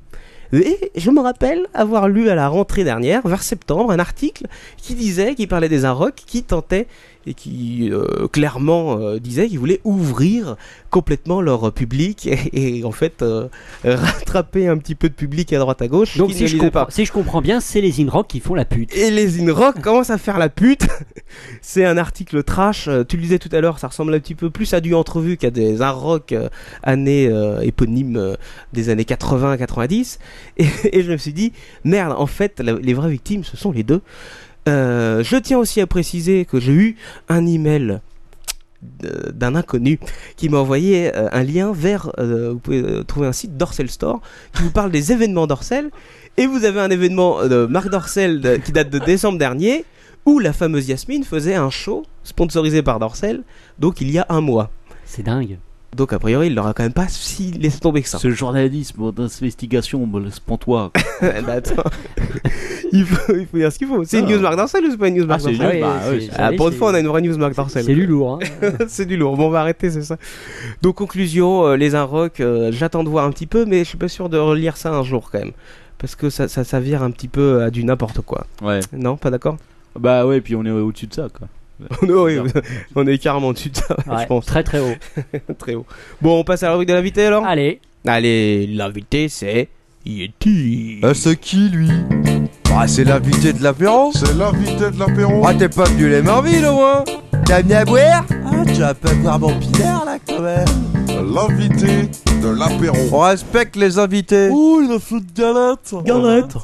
H: Et je me rappelle avoir lu à la rentrée dernière, vers septembre, un article qui disait, qui parlait des Arocs, qui tentait et qui euh, clairement euh, disait qu'ils voulaient ouvrir complètement leur public et, et, en fait euh, (laughs) rattraper un petit peu de public à droite à gauche.
F: Donc
H: qui
F: si
H: ne
F: je,
H: lisait pas.
F: comprends, si je comprends bien, c'est les in-rock qui font la pute. Ah.
H: Et les In Rock commencent à faire la pute. (laughs) C'est un article trash. Euh, Tu le disais tout à l'heure, ça ressemble un petit peu plus à du entrevue qu'à des In Rock euh, années euh, éponymes euh, des années 80-90. (laughs) Et, et je me suis dit, merde, en fait, la- les vraies victimes, ce sont les deux. Euh, je tiens aussi à préciser que j'ai eu un email de- d'un inconnu qui m'a envoyé euh, un lien vers euh, vous pouvez euh, trouver un site Dorsel Store qui vous parle des événements Dorsel et vous avez un événement euh, de Marc Dorsel de- qui date de décembre dernier où la fameuse Yasmine faisait un show sponsorisé par Dorsel donc il y a un mois
F: c'est dingue
H: donc a priori il l'aura quand même pas si laissé tomber que ça
E: Ce journalisme d'investigation, bon, laisse-prends-toi.
D: (laughs)
H: Bah, attends. (laughs) il, faut, il faut dire ce qu'il faut
F: Ah.
H: c'est une news Marc Dorsel ou c'est pas une news Marc
E: c'est une
H: Dorsel
E: news, bah, oui, c'est-
H: Ah, pour une fois on a une vraie news Marc Dorsel
F: C'est du lourd. hein.
H: (laughs) c'est du lourd. Bon, on va arrêter, c'est ça. Donc, conclusion, euh, les Inrocks, euh, j'attends de voir un petit peu, mais je suis pas sûr de relire ça un jour quand même. Parce que ça, ça, ça vire un petit peu à du n'importe quoi.
E: Ouais.
H: Non, pas d'accord
E: Bah ouais, puis on est au-dessus de ça,
D: (laughs)
E: quoi.
H: (laughs) Non, oui, on est carrément dessus de ça,
F: Ouais,
H: je pense.
F: Très très haut.
H: (laughs) très haut. Bon, on passe à la rubrique de l'invité alors
F: Allez.
H: Allez, l'invité c'est Yeti.
D: Ah,
Q: c'est qui lui Bah, c'est l'invité de l'apéro. C'est l'invité de l'apéro. Ah, t'es pas venu les Marvilles au moins T'as venu à boire Ah, tu vas pas boire mon pinard là quand même. L'invité de l'apéro. On respecte les invités. Ouh, il a fait de galette.
E: Galette.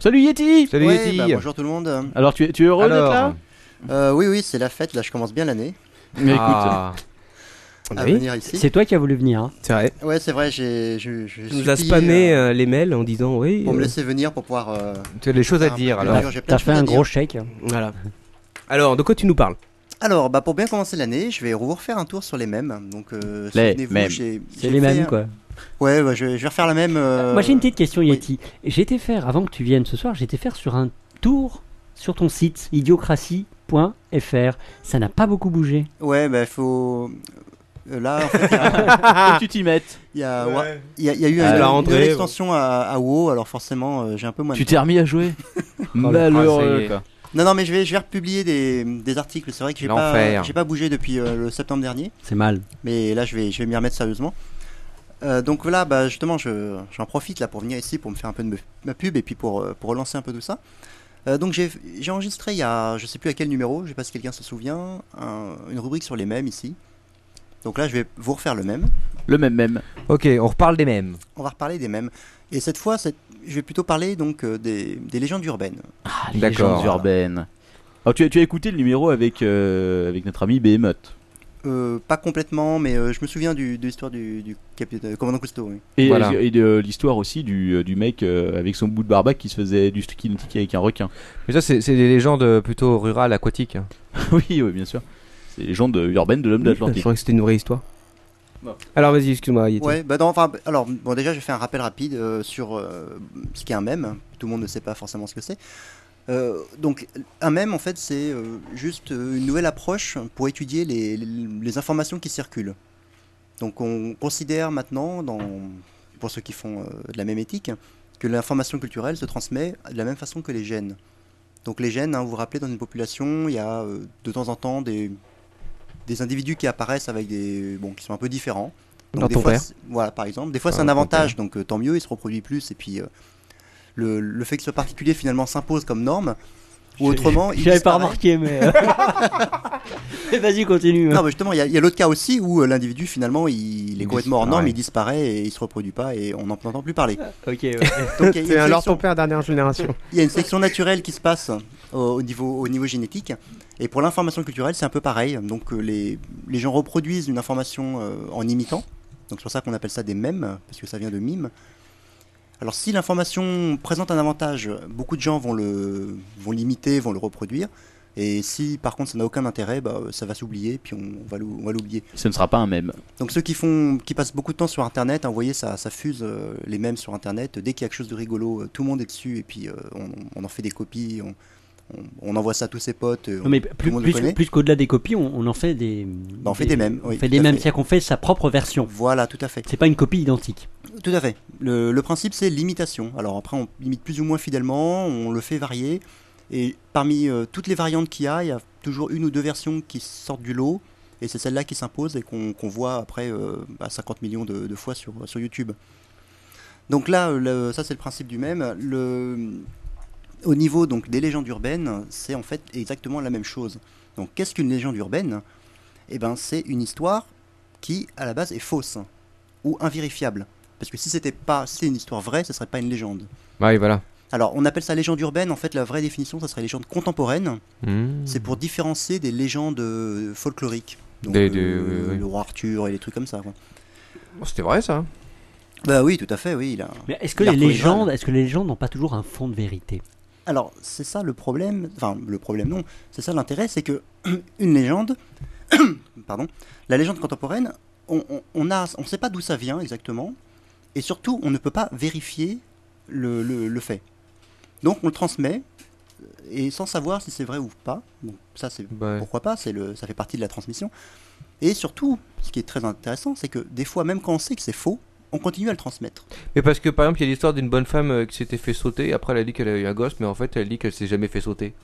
E: Salut Yeti
G: Salut Ouais, Yeti. bah, bonjour tout le monde.
E: Alors, tu es, tu es heureux d'être là
G: Euh, Oui, oui, c'est la fête, là je commence bien l'année.
E: Mais écoute, Ah.
G: à venir ici.
F: C'est toi qui as voulu venir. hein.
H: C'est vrai.
G: Ouais, c'est vrai, j'ai. Je, je
H: Tu nous
G: supplie,
H: as spammé euh, les mails en disant oui.
G: euh, Pour me
H: euh,
G: laisser venir pour pouvoir. euh,
H: Tu as des choses à
G: faire un peu
H: dire,
G: de
H: alors.
G: lecture, j'ai plein de
F: T'as fait
G: choses à
F: un
G: dire.
F: gros chèque.
H: Voilà. Alors, de quoi tu nous parles
G: Alors, bah, pour bien commencer l'année, je vais vous refaire un tour sur les mêmes. Donc, euh,
F: Les
G: souvenez-vous,
F: mêmes.
G: j'ai-
F: C'est
G: j'ai
F: les mêmes,
G: fait un-
F: quoi. Ah,
G: Ouais, bah, je, je vais refaire la même. euh,
F: Moi j'ai une petite question Yeti. J'étais faire, avant que tu viennes ce soir, j'étais faire sur un tour sur ton site idiocratie.fr. Ça n'a pas beaucoup bougé.
G: Ouais, bah, faut. euh, Là, en fait, il y
E: Faut
G: a-
E: que tu t'y mettes.
G: Il y a,
E: Ouais.
G: ouais, il y a- il y a eu
E: À
G: une,
E: la
G: une
E: rentrée,
G: nouvelle extension à, à WoW, alors forcément, euh, j'ai un peu moins.
E: Tu
G: de
E: t'es
G: temps.
E: remis à
D: (laughs)
E: jouer
G: Oh,
E: Malheureux, quoi.
G: Non, non, mais je vais, je vais republier des, des articles. C'est vrai que j'ai pas,
E: L'enfer.
G: j'ai pas bougé depuis euh, le septembre dernier.
F: C'est mal.
G: Mais là, je vais, je vais m'y remettre sérieusement. Euh, donc là, bah, justement, je- j'en profite là pour venir ici pour me faire un peu de me- ma pub et puis pour, euh, pour relancer un peu tout ça. Euh, donc j'ai j'ai enregistré il y a, je sais plus à quel numéro, je sais pas si quelqu'un se souvient, un- une rubrique sur les mêmes ici. Donc là, je vais vous refaire le même.
E: Le même même.
D: Ok, on reparle des mêmes.
G: On va reparler des mêmes. Et cette fois, cette- je vais plutôt parler donc euh, des, des légendes urbaines.
E: Ah, les légendes urbaines. Alors, tu, as, tu as écouté le numéro avec, euh, avec notre ami Behemoth.
G: Euh, pas complètement, mais euh, je me souviens du- de l'histoire du, du capitaine, euh, commandant Cousteau. oui.
E: Et, et de l'histoire aussi du, du mec euh, avec son bout de barbac qui se faisait du sticky sticky avec un requin.
D: Mais ça, c'est c'est des légendes euh, plutôt rurales, aquatiques. hein.
E: (laughs) oui, oui, bien sûr. C'est les légendes urbaines de l'homme de
H: Je
E: l'Atlantique.
H: croyais bah, que c'était une vraie histoire. Alors vas-y, excuse-moi. Yeti.
G: Ouais, bah non, enfin, alors, bon, déjà, je fais un rappel rapide euh, sur euh, ce qu'est un mème. Tout le monde ne sait pas forcément ce que c'est. Euh, donc, un mème, en fait, c'est euh, juste euh, une nouvelle approche pour étudier les, les- les informations qui circulent. Donc, on considère maintenant, dans, pour ceux qui font euh, de la mémétique, que l'information culturelle se transmet de la même façon que les gènes. Donc, les gènes, hein, vous vous rappelez, dans une population, il y a euh, de temps en temps des, des individus qui apparaissent avec des bon qui sont un peu différents.
H: Dans
G: des
H: ton
G: fois,
H: père.
G: c'est- voilà par exemple. Des fois
H: Ah,
G: c'est un
H: ton
G: avantage donc euh, tant mieux il se reproduit plus et puis euh, le, le fait que ce particulier finalement s'impose comme norme ou autrement il
F: J'avais pas
G: disparaît.
F: remarqué, mais.
G: (laughs)
F: euh, (laughs) Vas-y, continue.
G: Non mais justement il y a- il y a, l'autre cas aussi où euh, l'individu finalement il, est complètement hors norme,
H: disparaît.
G: il disparaît et il se reproduit pas et on n'en entend plus parler.
H: (laughs)
F: Ok. Ouais.
G: Donc, il y a une
H: C'est alors
G: sélection-
H: ton père dernière génération.
G: il y a une sélection naturelle qui se passe au, au niveau, au niveau génétique. Et pour l'information culturelle, c'est un peu pareil. Donc euh, les, les gens reproduisent une information euh, en imitant. Donc c'est pour ça qu'on appelle ça des mèmes, parce que ça vient de mime. Alors si l'information présente un avantage, beaucoup de gens vont le vont l'imiter, vont le reproduire. Et si par contre ça n'a aucun intérêt, bah, ça va s'oublier, puis on, on va l'ou- on va l'oublier.
E: Ce ne sera pas un mème.
G: Donc ceux qui font, qui passent beaucoup de temps sur Internet, hein, vous voyez, ça, ça fuse euh, les mêmes sur Internet. Dès qu'il y a quelque chose de rigolo, euh, tout le monde est dessus et puis euh, on, on en fait des copies, on, on- on envoie ça à tous ses potes. euh,
F: Non, mais
G: tout le
F: plus,
G: monde le
F: plus-
G: connaît. Bah,
F: plus qu'au-delà des copies, on, on en fait des.
G: on fait des mêmes,
F: On
G: oui,
F: fait
G: tout
F: des
G: à
F: mêmes,
G: fait.
F: c'est-à-dire qu'on fait sa propre version.
G: Voilà, tout à fait.
F: C'est pas une copie identique.
G: Tout à fait. Le, le principe, c'est l'imitation. Alors après, on limite plus ou moins fidèlement, on le fait varier. Et parmi euh, toutes les variantes qu'il y a, il y a toujours une ou deux versions qui sortent du lot. Et c'est celle-là qui s'impose et qu'on qu'on voit après euh, à 50 millions de, de fois sur, sur YouTube. Donc là, euh, le- ça c'est le principe du même. Le, au niveau donc des légendes urbaines, c'est en fait exactement la même chose. Donc qu'est-ce qu'une légende urbaine Eh ben c'est une histoire qui à la base est fausse ou invérifiable. Parce que si c'était pas si une histoire vraie, ce serait pas une légende.
D: Bah oui, voilà.
G: Alors on appelle ça légende urbaine. En fait, la vraie définition, ça serait légende contemporaine.
F: Hmm.
D: Mmh.
G: C'est pour différencier des légendes euh, folkloriques. Donc,
D: Des- des-
G: euh,
D: oui, oui.
G: le roi Arthur et les trucs comme ça. quoi.
D: C'était vrai ça
G: Bah oui, tout à fait, oui. Il a,
F: Mais est-ce que,
G: il a
F: les
G: retrouvé Graal.
F: légendes, est-ce que les légendes n'ont pas toujours un fond de vérité
G: Alors, c'est ça le problème, enfin le problème non, c'est ça l'intérêt, c'est que (clears throat) une légende, (clears throat) pardon, la légende contemporaine, on on, on a, on sait pas d'où ça vient exactement, et surtout on ne peut pas vérifier le, le- le fait. Donc on le transmet et sans savoir si c'est vrai ou pas. Bon, ça c'est pourquoi pas, c'est le, ça fait partie de la transmission. Et surtout, ce qui est très intéressant, c'est que des fois même quand on sait que c'est faux, on continue à le transmettre.
D: Mais parce que par exemple, il y a l'histoire d'une bonne femme euh, qui s'était fait sauter. Après, elle a dit qu'elle a eu un gosse, mais en fait, elle dit qu'elle s'est jamais fait sauter.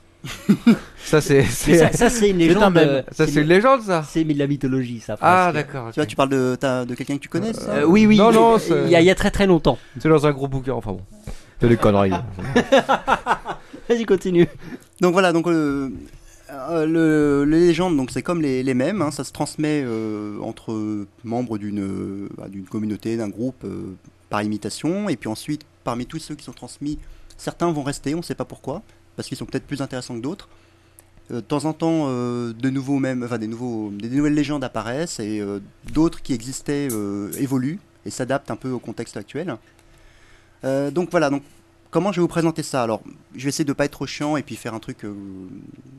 D: ça, c'est.
F: Mais
D: (laughs)
F: ça, ça, c'est une légende. euh,
D: Ça, c'est une légende, ça.
F: C'est mais de la mythologie, ça.
D: Ah,
F: presque.
D: d'accord.
G: Tu vois, tu parles de, t'as- de quelqu'un que tu connais, c'est ça
F: Euh, oui, oui.
D: Non, non,
F: il, il y a, il y a très très longtemps.
D: C'est dans un gros bouquin, enfin bon. C'est des conneries.
F: Vas-y, continue.
G: Donc voilà, donc euh, euh, le- les légendes, donc c'est comme les, les mêmes, hein, ça se transmet euh, entre membres d'une euh, bah, d'une communauté, d'un groupe euh, par imitation, et puis ensuite parmi tous ceux qui sont transmis, certains vont rester, on ne sait pas pourquoi, parce qu'ils sont peut-être plus intéressants que d'autres. Euh, de temps en temps, euh, de nouveaux mêmes, enfin des nouveaux, des nouvelles légendes apparaissent et euh, d'autres qui existaient euh, évoluent et s'adaptent un peu au contexte actuel. Euh, donc voilà, donc comment je vais vous présenter ça Alors, je vais essayer de pas être trop chiant et puis faire un truc euh,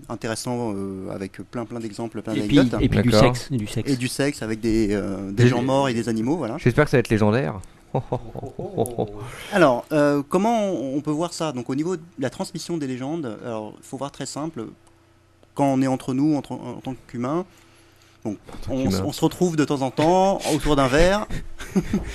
G: intéressant euh, avec plein plein d'exemples, plein
F: Et puis-
G: d'anecdotes.
F: et puis du D'accord. sexe, du sexe.
G: Et du sexe avec des, euh, des
D: Des-
G: gens morts et des animaux, voilà.
D: J'espère que ça va être légendaire.
G: Alors, euh, comment on on peut voir ça Donc, au niveau de la transmission des légendes, alors il faut voir très simple. Quand on est entre nous, entre- en tant qu'humains, bon, on,
H: qu'humains.
G: on se retrouve de temps en temps (laughs) autour d'un verre.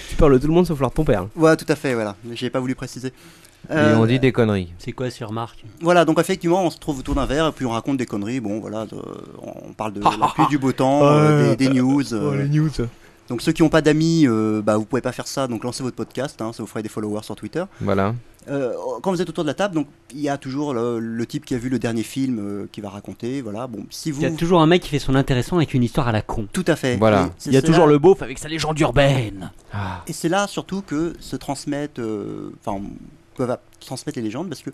H: Tu parles de tout le monde sauf leur ton père.
G: Ouais, tout à fait. Voilà, j'ai pas voulu préciser.
D: Et
G: Euh,
D: on dit des conneries.
F: C'est quoi ces remarques
G: Voilà, donc effectivement, on se trouve autour d'un verre et puis on raconte des conneries. Bon, voilà, de- on parle de
H: Ah,
G: la pluie, du beau temps, euh, des, des news.
H: Oh,
G: euh,
H: les news.
G: Donc ceux qui n'ont pas d'amis, euh, bah, vous pouvez pas faire ça, donc lancez votre podcast, hein, ça vous ferait des followers sur Twitter.
D: Voilà.
G: euh, quand vous êtes autour de la table, donc il y a toujours le, le type qui a vu le dernier film euh, qui va raconter. Voilà. Bon, si vous
F: Il y a toujours un mec qui fait son intéressant avec une histoire à la con.
G: Tout à fait. Et c'est- c'est là-
F: Ah.
G: Et c'est là surtout que se transmettent, euh, enfin, que va transmettre les légendes parce que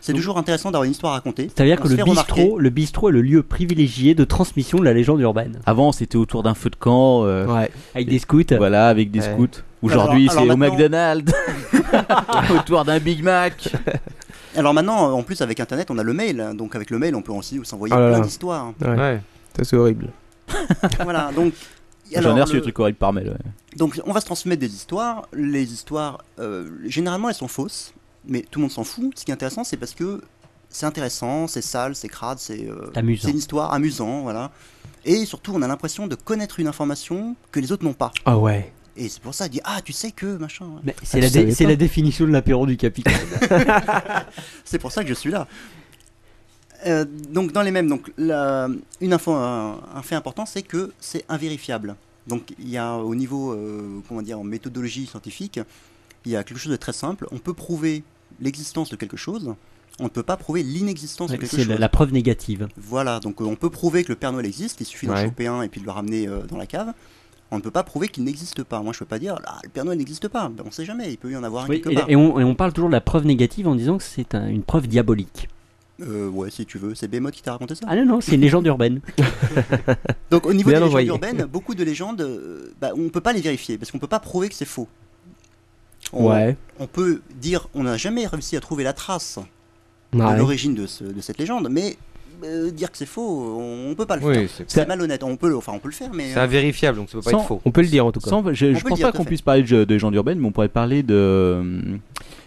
G: c'est toujours intéressant d'avoir une histoire à raconter.
F: C'est-à-dire
G: On
F: que
G: se
F: le
G: fait remarquer.
F: bistrot, le bistrot est le lieu privilégié de transmission de la légende urbaine.
E: Avant, c'était autour d'un feu de camp. euh,
F: Avec des scouts.
E: Voilà, avec des
F: Ouais.
E: scouts.
G: Alors-
E: Aujourd'hui, c'est
G: alors
E: au
G: maintenant- (laughs)
E: McDonald's. (laughs) autour d'un Big Mac.
G: Alors maintenant, en plus avec Internet, on a le mail. hein, Donc avec le mail, on peut aussi s'envoyer
H: Ah là
G: plein
H: là.
G: d'histoires.
H: Ouais. Ça, c'est horrible.
G: voilà, donc.
E: J'en ai reçu
G: le-
E: des trucs horribles par mail. ouais.
G: Donc on va se transmettre des histoires. Les histoires, euh, généralement, elles sont fausses, mais tout le monde s'en fout. Ce qui est intéressant, c'est parce que c'est intéressant, c'est sale, c'est crade, c'est euh,
F: C'est amusant.
G: c'est une histoire amusant, voilà. Et surtout, on a l'impression de connaître une information que les autres n'ont pas.
H: Ah ouais.
G: Et c'est pour ça, il dit ah tu sais que machin. ouais.
F: C'est la, dé- c'est la définition de l'apéro du capitaine.
G: (laughs) C'est pour ça que je suis là. Euh, donc dans les mêmes, donc la- une info, un, un fait important, c'est que c'est invérifiable. Donc il y a au niveau, euh, comment dire, en méthodologie scientifique, il y a quelque chose de très simple. On peut prouver l'existence de quelque chose, on ne peut pas prouver l'inexistence de (laughs) quelque
F: C'est
G: chose.
F: la, la preuve négative.
G: Voilà, donc euh, on peut prouver que le Père Noël existe, il suffit d'en
F: Ouais.
G: choper un et puis de le ramener euh, dans la cave. On ne peut pas prouver qu'il n'existe pas. Moi, je peux pas dire, ah, le Père Noël n'existe pas. Ben, on ne sait jamais, il peut y en avoir un
F: Oui,
G: quelque part.
F: et, et on, et on parle toujours de la preuve négative en disant que c'est un- une preuve diabolique.
G: Euh, ouais, si tu veux, c'est Behemoth qui t'a raconté ça.
F: Ah non, non, c'est une légende urbaine.
G: (laughs) Donc au niveau
F: Bien
G: des
F: envoyé.
G: légendes
E: (laughs)
G: urbaines, beaucoup de légendes, euh, bah, on peut pas les vérifier parce qu'on peut pas prouver que c'est faux. On,
H: Ouais.
G: On peut dire, on n'a jamais réussi à trouver la trace
H: Ouais.
G: de l'origine de, ce- de cette légende, mais euh, dire que c'est faux, on, on peut pas le
D: Oui,
G: faire.
D: c'est-
G: C'est malhonnête. On peut, le, enfin, on peut le faire, mais euh,
D: C'est invérifiable, donc ça peut pas
E: Sans-
D: être faux.
E: Sans- je
G: On
E: je
G: peut le
E: pense
G: dire,
E: pas
G: tout à
E: qu'on
G: fait.
E: puisse parler de, de légende urbaine, mais on pourrait parler de euh,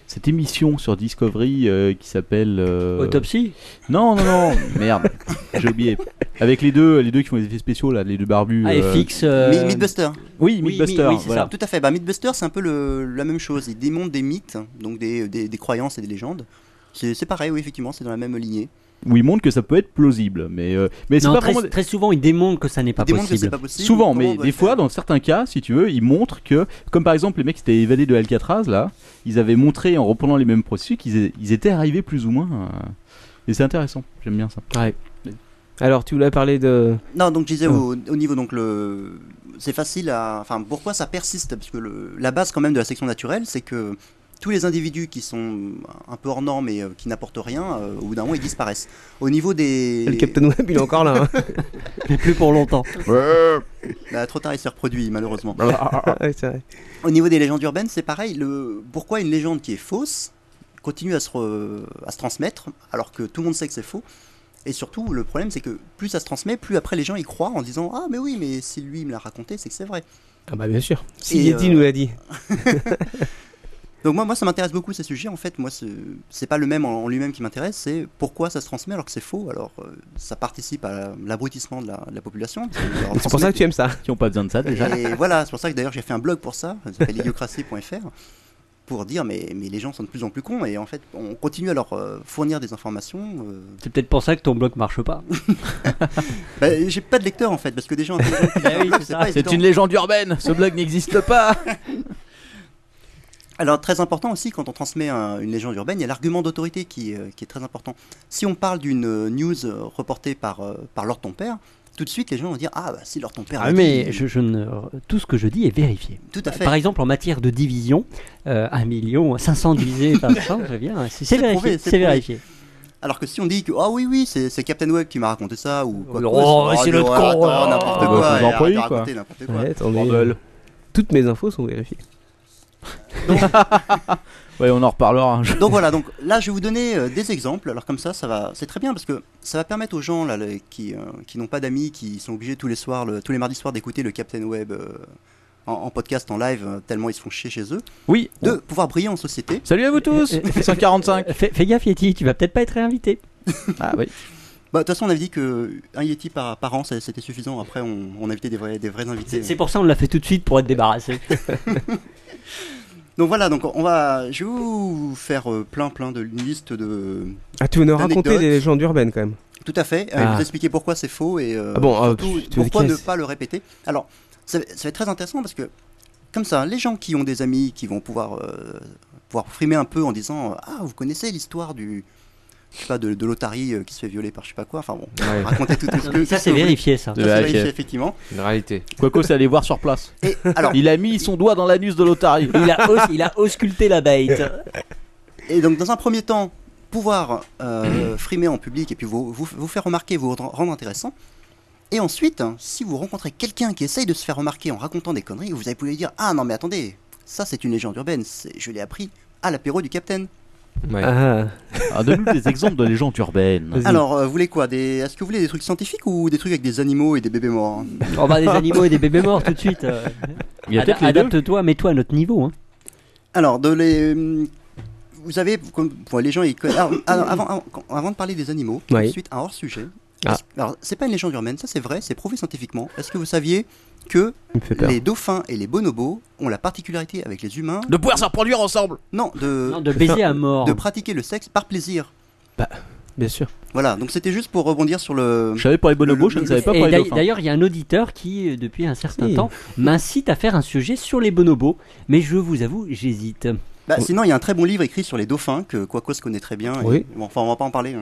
E: cette émission sur Discovery euh, qui s'appelle euh,
F: Autopsie
E: Non, non, non,
F: (laughs)
E: merde, j'ai oublié. Avec les deux, les deux qui font les effets spéciaux là, les deux barbus.
F: Ah, FX, euh,
G: Mi- Mythbuster.
E: Oui, Mythbuster.
G: mi- oui, c'est
E: voilà.
G: ça. Tout à fait. Bah, Mythbuster, c'est un peu le- la même chose. Ils démontent des mythes, donc des, des- des croyances et des légendes. C'est c'est pareil, oui, effectivement, c'est dans la même lignée.
E: Où ils montrent que ça peut être plausible, mais euh, mais c'est
F: Non,
E: pas
F: très,
E: vraiment.
F: très souvent, ils démontrent que ça n'est pas,
G: démontrent que
F: possible.
G: c'est pas possible.
E: Souvent,
G: Comment
E: mais
G: on doit
E: des
G: le
E: fois, dans certains cas, si tu veux, ils montrent que, comme par exemple les mecs qui étaient évadés de Alcatraz, là, ils avaient montré en reprenant les mêmes processus qu'ils é- ils étaient arrivés plus ou moins. euh, et c'est intéressant, j'aime bien ça.
H: Ouais. Alors, tu voulais parler de.
G: Non, donc je disais
H: Ah.
G: au, au niveau donc le, c'est facile à, enfin pourquoi ça persiste parce que le- la base quand même de la section naturelle, c'est que tous les individus qui sont un peu hors normes et euh, qui n'apportent rien, euh, au bout d'un moment ils disparaissent. Au niveau des,
H: Le Captain Web, il est encore là.
G: (laughs)
H: hein.
F: Mais plus pour longtemps.
G: Bah, trop tard il s'est reproduit malheureusement.
H: (laughs) Ouais, c'est vrai.
G: Au niveau des légendes urbaines, c'est pareil. Le... Pourquoi une légende qui est fausse continue à se, re- à se transmettre alors que tout le monde sait que c'est faux Et surtout, le problème, c'est que plus ça se transmet, plus après les gens y croient en disant Ah, mais oui, mais si lui me l'a raconté, c'est que c'est vrai.
H: Ah, bah, bien sûr. Si
G: Et,
H: Yeti
G: euh,
H: nous l'a dit.
G: Donc, moi, moi ça m'intéresse beaucoup ces sujets. En fait, moi, c'est- c'est pas le même en en lui-même qui m'intéresse, c'est pourquoi ça se transmet alors que c'est faux. Alors, euh, ça participe à l'abrutissement de la, de la
H: (laughs)
G: population. parce que leur
H: C'est pour ça que tu aimes ça.
E: Qui ont pas besoin de ça déjà.
G: Et voilà, c'est pour ça que d'ailleurs j'ai fait un blog pour ça, ça s'appelle idiocratie.fr, pour dire mais, mais les gens sont de plus en plus cons et en fait on continue à leur euh, fournir des informations. euh.
F: (laughs) C'est peut-être pour ça que ton blog
G: (laughs)
F: marche pas.
G: Bah, j'ai pas de lecteur en fait, parce que des gens intelligents
E: (laughs)
G: qui lisent un blog, c'est pas
E: Bah C'est
G: évident.
E: une légende urbaine, ce blog n'existe pas.
G: (laughs) Alors très important aussi quand on transmet un- une légende urbaine, il y a l'argument d'autorité qui, euh, qui est très important. Si on parle d'une euh, news euh, reportée par, euh, par Lord Ton Père, tout de suite les gens vont dire ah bah si Lord Ton Père
F: Ah,
G: l'a
F: mais
G: dit,
F: je, je ne... tout ce que je dis est vérifié.
G: Tout à fait.
F: Par exemple, en matière de division, euh, 1 million, 500 divisé
G: (laughs)
F: par 100, je viens, c'est c'est
G: prouvé, c'est
F: vérifié. C'est
G: prouvé.
F: vérifié.
G: Alors que si on dit que ah oui oui c'est c'est Captain Web qui m'a raconté ça ou quoi que
F: Oh,
G: ce soit,
F: c'est
G: ah,
F: l'autre
G: non,
F: con,
G: attends,
F: oh.
G: n'importe
H: Ah,
G: quoi,
H: bah,
G: et
H: faut en
G: arrête
H: payer,
G: de
H: quoi.
G: raconter n'importe quoi.
H: Ouais, attendez. Toutes mes infos sont vérifiées.
E: ouais, on en reparlera. un jour.
G: Donc voilà, donc là je vais vous donner euh, des exemples. Alors comme ça, ça va, c'est très bien parce que ça va permettre aux gens là les- qui, euh, qui n'ont pas d'amis, qui sont obligés tous les soirs, le- tous les mardis soirs d'écouter le Captain Web euh, en, en podcast, en live, euh, tellement ils se font chier chez eux.
E: Oui.
G: De pouvoir briller en société.
E: Salut à vous tous. (laughs) 145.
F: Euh, Fais, fais gaffe, Yeti, tu vas peut-être pas être
G: (laughs)
F: réinvité.
E: Ah oui.
G: Bah, de toute façon, on avait dit que un Yeti par, par an, ça- c'était suffisant. Après, on, on invitait des vrais, des vrais invités.
F: C'est pour ça on l'a fait tout de suite pour
G: (laughs)
F: être débarrassé.
G: Donc voilà, donc on va, je vais vous faire euh, plein, plein de une liste de.
H: Ah, tu veux nous raconter
G: d'anecdotes.
H: des légendes urbaines quand même.
G: Tout à fait.
H: Ah.
G: Et vous expliquer pourquoi c'est faux et euh,
H: Ah bon, ah,
G: surtout,
H: pff, tu veux
G: pourquoi
H: des
G: ne
H: caisses.
G: pas le répéter. Alors, ça, ça va être très intéressant parce que, comme ça, les gens qui ont des amis qui vont pouvoir euh, pouvoir frimer un peu en disant euh, Ah, vous connaissez l'histoire du. Je sais pas, de, de l'otarie euh, qui se fait violer par je sais pas quoi. Enfin bon,
E: Ouais.
G: racontez tout, tout ce que.
F: Ça,
G: tout ce
F: c'est
G: que vous
F: vérifié,
G: voulez.
F: ça.
G: C'est
E: Vérifié.
G: vérifié, effectivement.
D: Une réalité.
E: Quoique, c'est allé voir sur place.
G: alors-
E: il a mis son doigt dans l'anus de l'otarie.
F: Il a, aus- il a ausculté la bête.
G: Et donc, dans un premier temps, pouvoir euh, frimer en public et puis vous, vous, vous faire remarquer, vous rendre- rendre intéressant. Et ensuite, si vous rencontrez quelqu'un qui essaye de se faire remarquer en racontant des conneries, vous allez pouvoir lui dire Ah non, mais attendez, ça c'est une légende urbaine, c'est- je l'ai appris à l'apéro du capitaine.
E: Ah, Donne-nous des exemples de légendes urbaines.
G: Alors, euh, vous voulez quoi des... Est-ce que vous voulez des trucs scientifiques ou des trucs avec des animaux et des bébés morts
F: On (laughs) va des animaux et des bébés morts tout de suite. euh.
G: Il y a
F: Ad-
G: peut-être les deux.
F: Adapte-toi, mets-toi à notre niveau. hein.
G: Alors, de les. euh, Vous avez. comme- bon, les gens, ils conna- Alors,
E: (coughs)
G: alors, avant, avant, avant de parler des animaux, tout de
H: Oui.
G: suite, un hors-sujet.
H: Ah.
G: Est-ce- Alors, c'est pas une légende urbaine, ça c'est vrai, c'est prouvé scientifiquement. Est-ce que vous saviez que
H: Il me fait peur.
G: les dauphins et les bonobos ont la particularité avec les humains
C: De pouvoir se reproduire ensemble
G: Non, de.
F: Non, de baiser à mort.
G: De pratiquer le sexe par plaisir.
H: Bien sûr.
G: Voilà, donc c'était juste pour rebondir sur le.
E: Je savais pour les bonobos, je ne savais pas
F: Et
E: pour les
F: d'ailleurs-
E: dauphins.
F: d'ailleurs, il y a un auditeur qui, euh, depuis un certain
G: Oui.
F: temps, m'incite à faire un sujet sur les bonobos, mais je vous avoue, j'hésite.
G: Bah, sinon, il y a un très bon livre écrit sur les dauphins que Quacos connaît très bien. et-
H: Oui.
G: Bon, enfin, on va pas en parler. hein.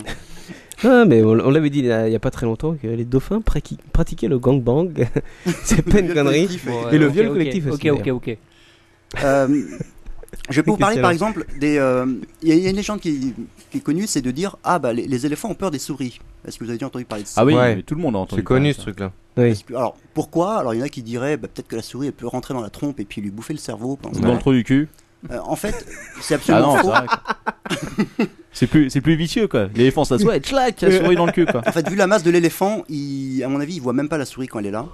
H: Ah, mais on, on l'avait dit il y a il y a pas très longtemps que les dauphins praqui- pratiquaient le
G: (laughs)
H: gangbang. C'est pas une
G: Le viol
H: connerie.
G: collectif,
H: Et
G: ouais.
H: le
G: Ok,
H: viol
G: ok,
H: collectif
G: ok,
H: aussi.
G: ok,
H: d'ailleurs.
F: ok.
G: Euh, je vais (laughs) vous parler
H: Excellent.
G: par exemple des. euh, Il y, a- il y a une légende qui, qui est connue, c'est de dire Ah bah les, les éléphants ont peur des souris. Est-ce que vous avez déjà entendu parler de ça
E: Ah oui, Ouais. mais tout le monde a entendu C'est connu, parler de ce ça.
D: truc-là.
G: Parce que- Alors pourquoi Alors il y en a qui diraient bah, peut-être que la souris elle peut rentrer dans la trompe et puis lui bouffer le cerveau. pendant ce
E: Dans le
G: temps-là.
E: trou du cul.
G: Euh, en fait, c'est
E: Ah
G: absolument
E: non,
G: faux.
E: c'est vrai, quoi. C'est plus, c'est plus vicieux quoi. L'éléphant s'assoit et tchlac, la souris dans le cul quoi.
G: En fait, vu la masse de l'éléphant, il- à mon avis, il voit même pas la souris quand elle est là.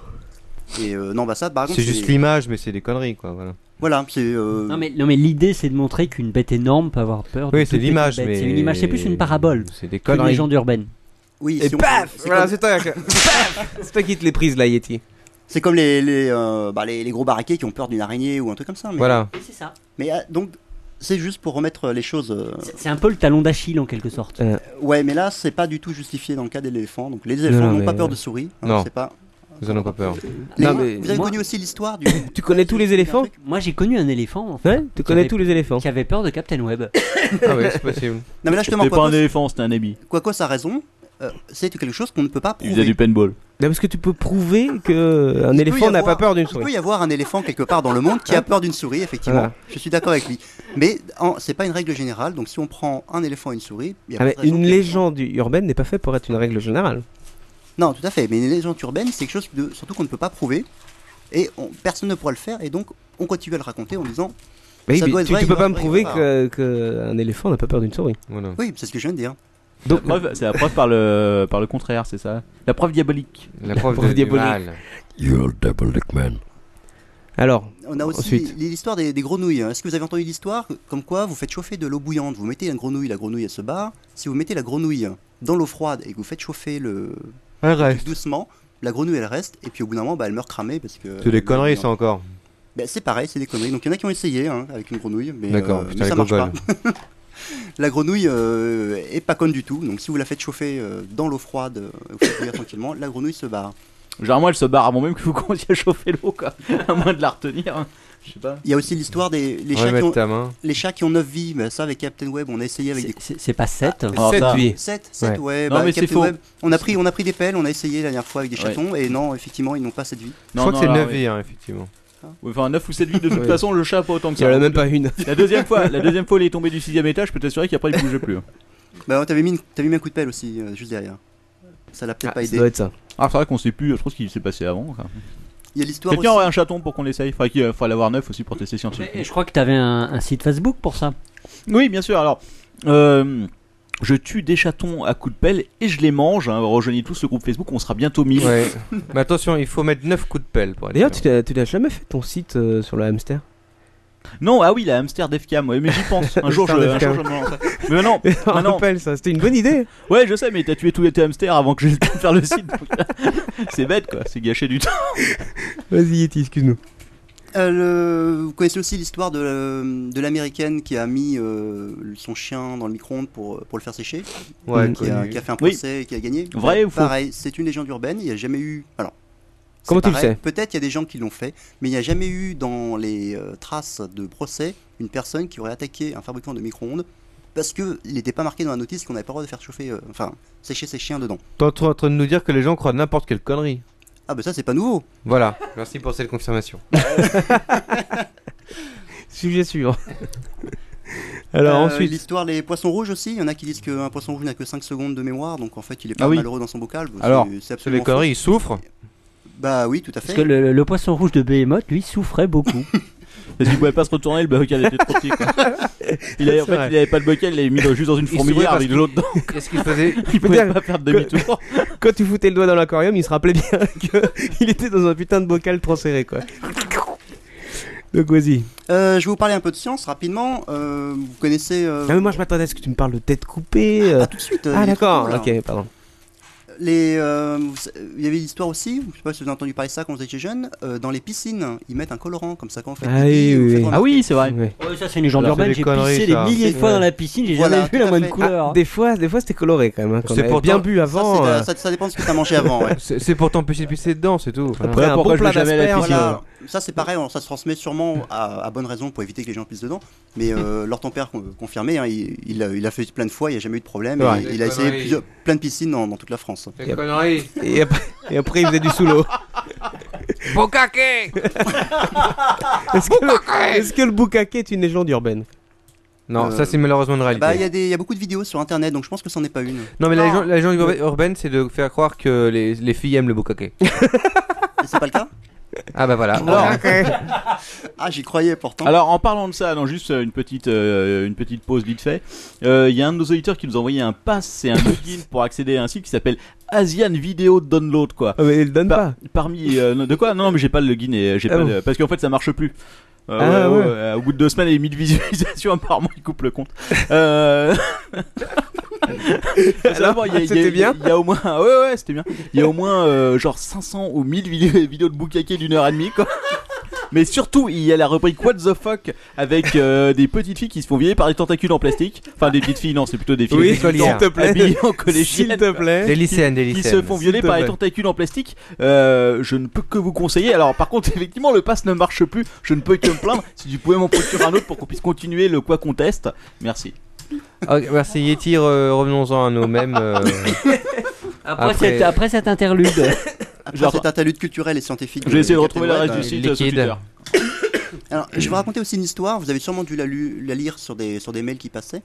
G: Et euh, non, bah ça, par contre,
D: C'est juste l'image, mais c'est des conneries, quoi. Voilà.
G: Voilà, c'est. euh,
F: Oh. Non mais, non, mais l'idée c'est de montrer qu'une bête énorme peut avoir peur. de
D: Oui,
F: toute
D: c'est
F: petite
D: l'image,
F: bête.
D: mais-
F: C'est une image, c'est plus une parabole.
D: C'est des
F: qu'une
D: conneries.
F: légende urbaine.
G: Oui,
D: Et
G: si on-
D: paf
G: c'est
D: Voilà,
G: comme-
D: c'est
G: (laughs)
D: toi. que- Paf C'est toi qui te les prises, là, Yeti.
G: C'est comme les, les, euh, bah, les, les gros baraquets qui ont peur d'une araignée ou un truc comme ça. Mais...
D: Voilà.
F: C'est ça.
G: Mais ah, donc, c'est juste pour remettre les choses. euh,
F: C'est un peu le talon d'Achille en quelque sorte.
G: Ouais, mais là, c'est pas du tout justifié dans le cas des éléphants. Donc, les
D: Non,
G: éléphants
D: non,
G: n'ont
D: mais-
G: pas peur de souris. hein,
D: Non.
G: c'est pas...
D: Vous en avez pas peur.
G: Les-
D: Non, mais
G: Vous avez
D: moi-
G: connu aussi l'histoire du.
D: Tu connais tous les éléphants
F: Moi j'ai connu un éléphant. En fait,
D: Ouais, tu
F: qui
D: connais
F: avait-
D: tous les éléphants.
F: Qui avait peur de Captain Web.
D: (laughs) (coughs) Ah ouais, c'est possible.
G: Non, mais là, justement,
E: C'était pas un
G: Quacos,
E: éléphant, c'était un ami.
G: Quacos a raison. euh, c'est quelque chose qu'on ne peut pas
E: Il
G: prouver.
E: faisait du paintball.
D: Non, parce que tu peux prouver que un
G: Il peut y
D: éléphant n'a pas
G: avoir-
D: peur d'une
G: Il peut
D: souris.
G: y avoir un éléphant quelque part dans le monde qui a peur d'une souris, effectivement.
D: Voilà.
G: Je suis d'accord avec lui. Mais en- c'est pas une règle générale. Donc, si on prend un éléphant et une souris, il y a
H: Ah,
G: pas
H: mais
G: de raison
H: une légende urbaine n'est pas faite pour être une règle générale.
G: Non, tout à fait. Mais une légende urbaine, c'est quelque chose de, surtout qu'on ne peut pas prouver. Et on- personne ne pourra le faire. Et donc, on continue à le raconter en disant.
H: Mais
G: ça
H: oui,
G: doit
H: mais
G: être
H: tu,
G: vrai,
H: tu
G: il
H: peux
G: doit
H: pas
G: être
H: me
G: vrai,
H: prouver
G: il doit être
H: que qu'un éléphant n'a pas peur d'une souris.
G: vrai. Oui, c'est ce que je viens de dire.
E: Donc, la preuve, c'est la preuve par le, par le contraire, c'est ça La preuve diabolique.
D: La
H: preuve de-
D: diabolique.
H: You're diabolic man. Alors,
G: On a aussi
H: ensuite,
G: l'histoire des, des grenouilles. hein. Est-ce que vous avez entendu l'histoire comme quoi vous faites chauffer de l'eau bouillante Vous mettez une grenouille, la grenouille elle se barre. Si vous mettez la grenouille dans l'eau froide et que vous faites chauffer le.
D: Elle reste.
G: Doucement, la grenouille elle reste et puis au bout d'un moment bah, elle meurt cramée parce que.
D: C'est des conneries, ça encore.
G: Bah, c'est pareil, c'est des conneries. Donc il y en a qui ont essayé hein, avec une grenouille, mais,
D: D'accord,
G: euh,
D: putain,
G: mais ça
D: les
G: marche pas. (laughs)
D: gogoles.
G: la grenouille euh, est pas conne du tout. Donc si vous la faites chauffer euh, dans l'eau froide, euh, vous faites bouillir tranquillement, la grenouille se barre.
E: Généralement, elle se barre avant même que vous commenciez à chauffer l'eau quoi. (laughs) À moins de la retenir. hein. Je sais pas.
G: Il y a aussi l'histoire des les
E: Ouais,
G: chats, qui
E: mettre
G: ont,
E: ta main.
G: les chats qui ont 9 vies. Mais ça, avec Captain Web, on a essayé avec des.
F: C'est pas hein. 7
E: Alors, Ah, ça-
G: 7, 7, ouais.
E: Non,
G: bah,
E: mais c'est
G: Captain
E: faux.
G: Web, on a, pris, on a pris des pelles, on a essayé la dernière fois avec des
E: Ouais.
G: chatons, et non, effectivement, ils n'ont pas cette vie.
E: Non, non, là, oui.
D: effectivement.
E: hein, Oui, enfin 9 ou 7 vies de toute
D: Ouais.
E: façon le chat a pas autant que
D: Il y
E: ça.
D: en a même pas une.
E: La deuxième fois, la deuxième fois il est tombé du sixième étage, je peux t'assurer qu'après il bougeait plus. hein.
G: Bah, ouais, t'avais mis, une- t'avais mis un coup de pelle aussi, euh, juste derrière. Ça l'a peut-être pas aidé.
E: Ah c'est vrai qu'on sait plus, je pense qu'il s'est passé avant. quoi.
G: Il y a l'histoire
E: Quelqu'un
G: aussi-
E: aurait un chaton pour qu'on l'essaye. Enfin, qu'il faut l'avoir neuf aussi pour tester scientifiquement.
F: Et je crois que t'avais un, un site Facebook pour ça.
E: Oui, bien sûr. Alors, euh, je tue des chatons à coups de pelle et je les mange. hein. Rejoignez tous le groupe Facebook, on sera bientôt 1000.
D: Ouais. Mais attention, il faut mettre 9 coups de pelle pour aller.
H: Bah, d'ailleurs, tu l'as- tu l'as jamais fait ton site euh, sur le hamster
E: Non, ah oui, la hamster Defcam, ouais, mais j'y pense.
D: (laughs)
E: Un jour, je,
H: Hamster
E: un jour, je me
H: Defcam.
E: lancerai. Mais non,
H: On rappelle ça, c'était une bonne idée.
E: Ouais, je sais, mais t'as tué tous tes hamsters avant que j'ai le temps de faire le site. (laughs) donc, c'est bête, quoi. C'est gâché du temps.
H: Vas-y, Yeti, excuse-nous.
G: Euh, le- Vous connaissez aussi l'histoire de, euh, de l'américaine qui a mis euh, son chien dans le micro-ondes pour, euh, pour le faire sécher
D: Ouais,
G: qui, a,
D: connu.
G: qui a fait un
D: Oui.
G: procès et qui a gagné.
D: Vrai ou faux
G: Pareil, c'est une légende urbaine, il n'y a jamais eu. Alors, C'est
H: Comment tu le
G: pareil.
H: sais
G: Peut-être il y a des gens qui l'ont fait, mais il n'y a jamais eu dans les euh, traces de procès une personne qui aurait attaqué un fabricant de micro-ondes parce qu'il n'était pas marqué dans la notice qu'on n'avait pas le droit de faire chauffer, euh, enfin, sécher ses chiens dedans.
H: T'es en train en train de nous dire que les gens croient n'importe quelle connerie.
G: Ah, ben ça, c'est pas nouveau.
H: Voilà, merci pour cette
D: (laughs)
H: confirmation. Sujet (laughs) suivant. Alors
G: Euh,
H: ensuite.
G: L'histoire des poissons rouges aussi, il y en a qui disent qu'un poisson rouge n'a que 5 secondes de mémoire, donc en fait il est
H: Ah
G: pas
H: oui.
G: malheureux dans son bocal. parce
H: Alors,
G: que c'est
H: c'est
G: absolument
H: les conneries, il souffre
G: Bah oui, tout à fait.
F: Parce que le, le poisson rouge de Behemoth, lui,
G: (coughs)
F: souffrait beaucoup.
E: Parce qu'il pouvait pas se retourner, le bocal était trop petit. quoi. Il avait, en
F: C'est
E: fait,
F: vrai.
E: il avait pas le bocal, il l'avait mis dans- juste dans une
F: Il
E: fourmilière
F: s'ouvrait
E: avec de l'eau dedans.
H: Qu'est-ce qu'il faisait
E: (laughs) Il pouvait pas faire demi-tour.
H: (laughs) Quand tu foutais le doigt dans l'aquarium, il se rappelait bien (laughs) qu'il était dans un putain de bocal trop serré, quoi. Donc vas-y.
G: Euh, je vais vous parler un peu de science rapidement. Euh, vous connaissez euh,
H: Ah, mais moi je m'attendais à ce que tu me parles de tête coupée. Ah,
G: tout de suite. euh,
H: Ah,
G: il est
H: d'accord,
G: trop cool,
H: ok,
G: alors.
H: pardon.
G: Les, euh, vous sa- il y avait l'histoire aussi, je sais pas si vous avez entendu parler de ça quand vous étiez jeune, euh, dans les piscines, ils mettent un colorant comme ça quand on fait
H: Ah
G: pipi,
H: oui,
G: vous
H: oui,
G: faites
H: oui.
G: remarquer.
H: Ah oui, c'est vrai. Oui.
G: Oh,
F: Ouais, ça, c'est une légende
H: Alors,
F: urbaine.
H: c'est
F: J'ai
H: des conneries,
F: pissé des
H: ça.
F: milliers de fois
H: Ouais.
F: dans la piscine, j'ai
G: Voilà,
F: jamais vu
G: tout
F: la
G: à
F: moindre
G: fait.
F: couleur.
H: Ah, Des fois, des fois c'était coloré quand même. hein, quand
D: C'est
H: on avait
D: pourtant-
H: bien bu avant.
G: Ça, c'est, euh,
H: euh,
G: ça- ça dépend de ce que t'as mangé avant, ouais.
H: (laughs)
D: C'est c'est pour t'empêcher de pisser dedans, c'est tout. Enfin,
E: Après,
D: un
E: pourquoi
D: bon
E: je
D: plat
E: vais jamais à la hein
D: d'asperges,
E: piscine,
D: voilà.
Q: hein.
G: Alors, ça c'est pareil, hein, ça se transmet sûrement à, à bonne raison pour éviter que les gens pissent dedans. Mais euh, leur ton père con- confirmé, hein, il, il a, il a fait plein de fois, il n'y a jamais eu de problème.
H: Ouais.
G: et
H: Des
G: il a essayé
H: conneries.
G: plusieurs- plein de piscines dans, dans toute la France.
H: Et ap- Et après, et après, il faisait
G: (laughs)
H: du sous l'eau.
N: Bokake
G: Bah,
H: Est-ce que, le- est-ce que le boucaquet est une légende urbaine Non,
G: Euh,
H: ça c'est malheureusement une
G: Bah, Il
H: réalité.
G: y, a des- il y a beaucoup de vidéos sur internet, donc je pense que c'en est pas une.
D: Non, mais la légende- la légende urba- urbaine, c'est de faire croire que les, les filles aiment
F: (laughs)
D: le boucaquet.
G: c'est pas le cas
D: Ah bah voilà.
G: ah, j'y croyais pourtant.
E: Alors en parlant de ça, non juste euh, une petite euh, une petite pause vite fait. Euh, Il y a un de nos auditeurs qui nous a envoyé un pass et un login pour accéder à un site qui s'appelle Asian Video Download quoi.
H: Ah, mais il le donne
E: pas. Parmi euh, non, de quoi Non non, mais j'ai pas le login et euh, j'ai
H: Ah
E: pas
H: bon.
E: le- parce qu'en fait ça marche plus. Euh,
H: Ah ouais.
E: euh, au bout de deux semaines et demie de visualisation, (laughs) apparemment, il coupe le compte.
H: (laughs)
E: Euh... Faut savoir, il y a- il y a-
H: c'était bien
E: Il y a au moins, ouais, ouais, c'était bien. Il y a au moins euh, genre 500 ou 1000 vidéos, vidéos de boucaquet d'une heure et demie, quoi. Mais surtout, il y a la rubrique What the fuck avec euh, des petites filles qui se font vieillir par des tentacules en plastique. Enfin, des petites filles, non, c'est plutôt des filles
H: Oui,
E: des
H: s'il
E: adultes
H: te plaît.
E: habillées en collégienne,
H: S'il te plaît.
E: quoi.
D: Des
E: Qui-
D: lycéennes, des
E: Qui se
D: lycéennes.
E: font violer
D: S'il te
E: par les
D: plaît.
E: tentacules en plastique. Euh, je ne peux que vous conseiller. Alors, par contre, (laughs) effectivement, le pass ne marche plus. Je ne peux que me plaindre. Si tu pouvais m'en procurer un autre pour qu'on puisse continuer le quoi qu'on teste. Merci.
D: Ok, merci Yeti, re- revenons-en à nous-mêmes. euh,
F: (laughs) Après, cette, après
G: (coughs)
F: cette interlude.
G: Après cet interlude culturel et scientifique.
E: Je vais essayer de retrouver le reste du site, euh, sur
G: liquide.
E: Twitter.
G: Alors, je vais raconter aussi une histoire. Vous avez sûrement dû la, lu- la lire sur des, sur des mails qui passaient.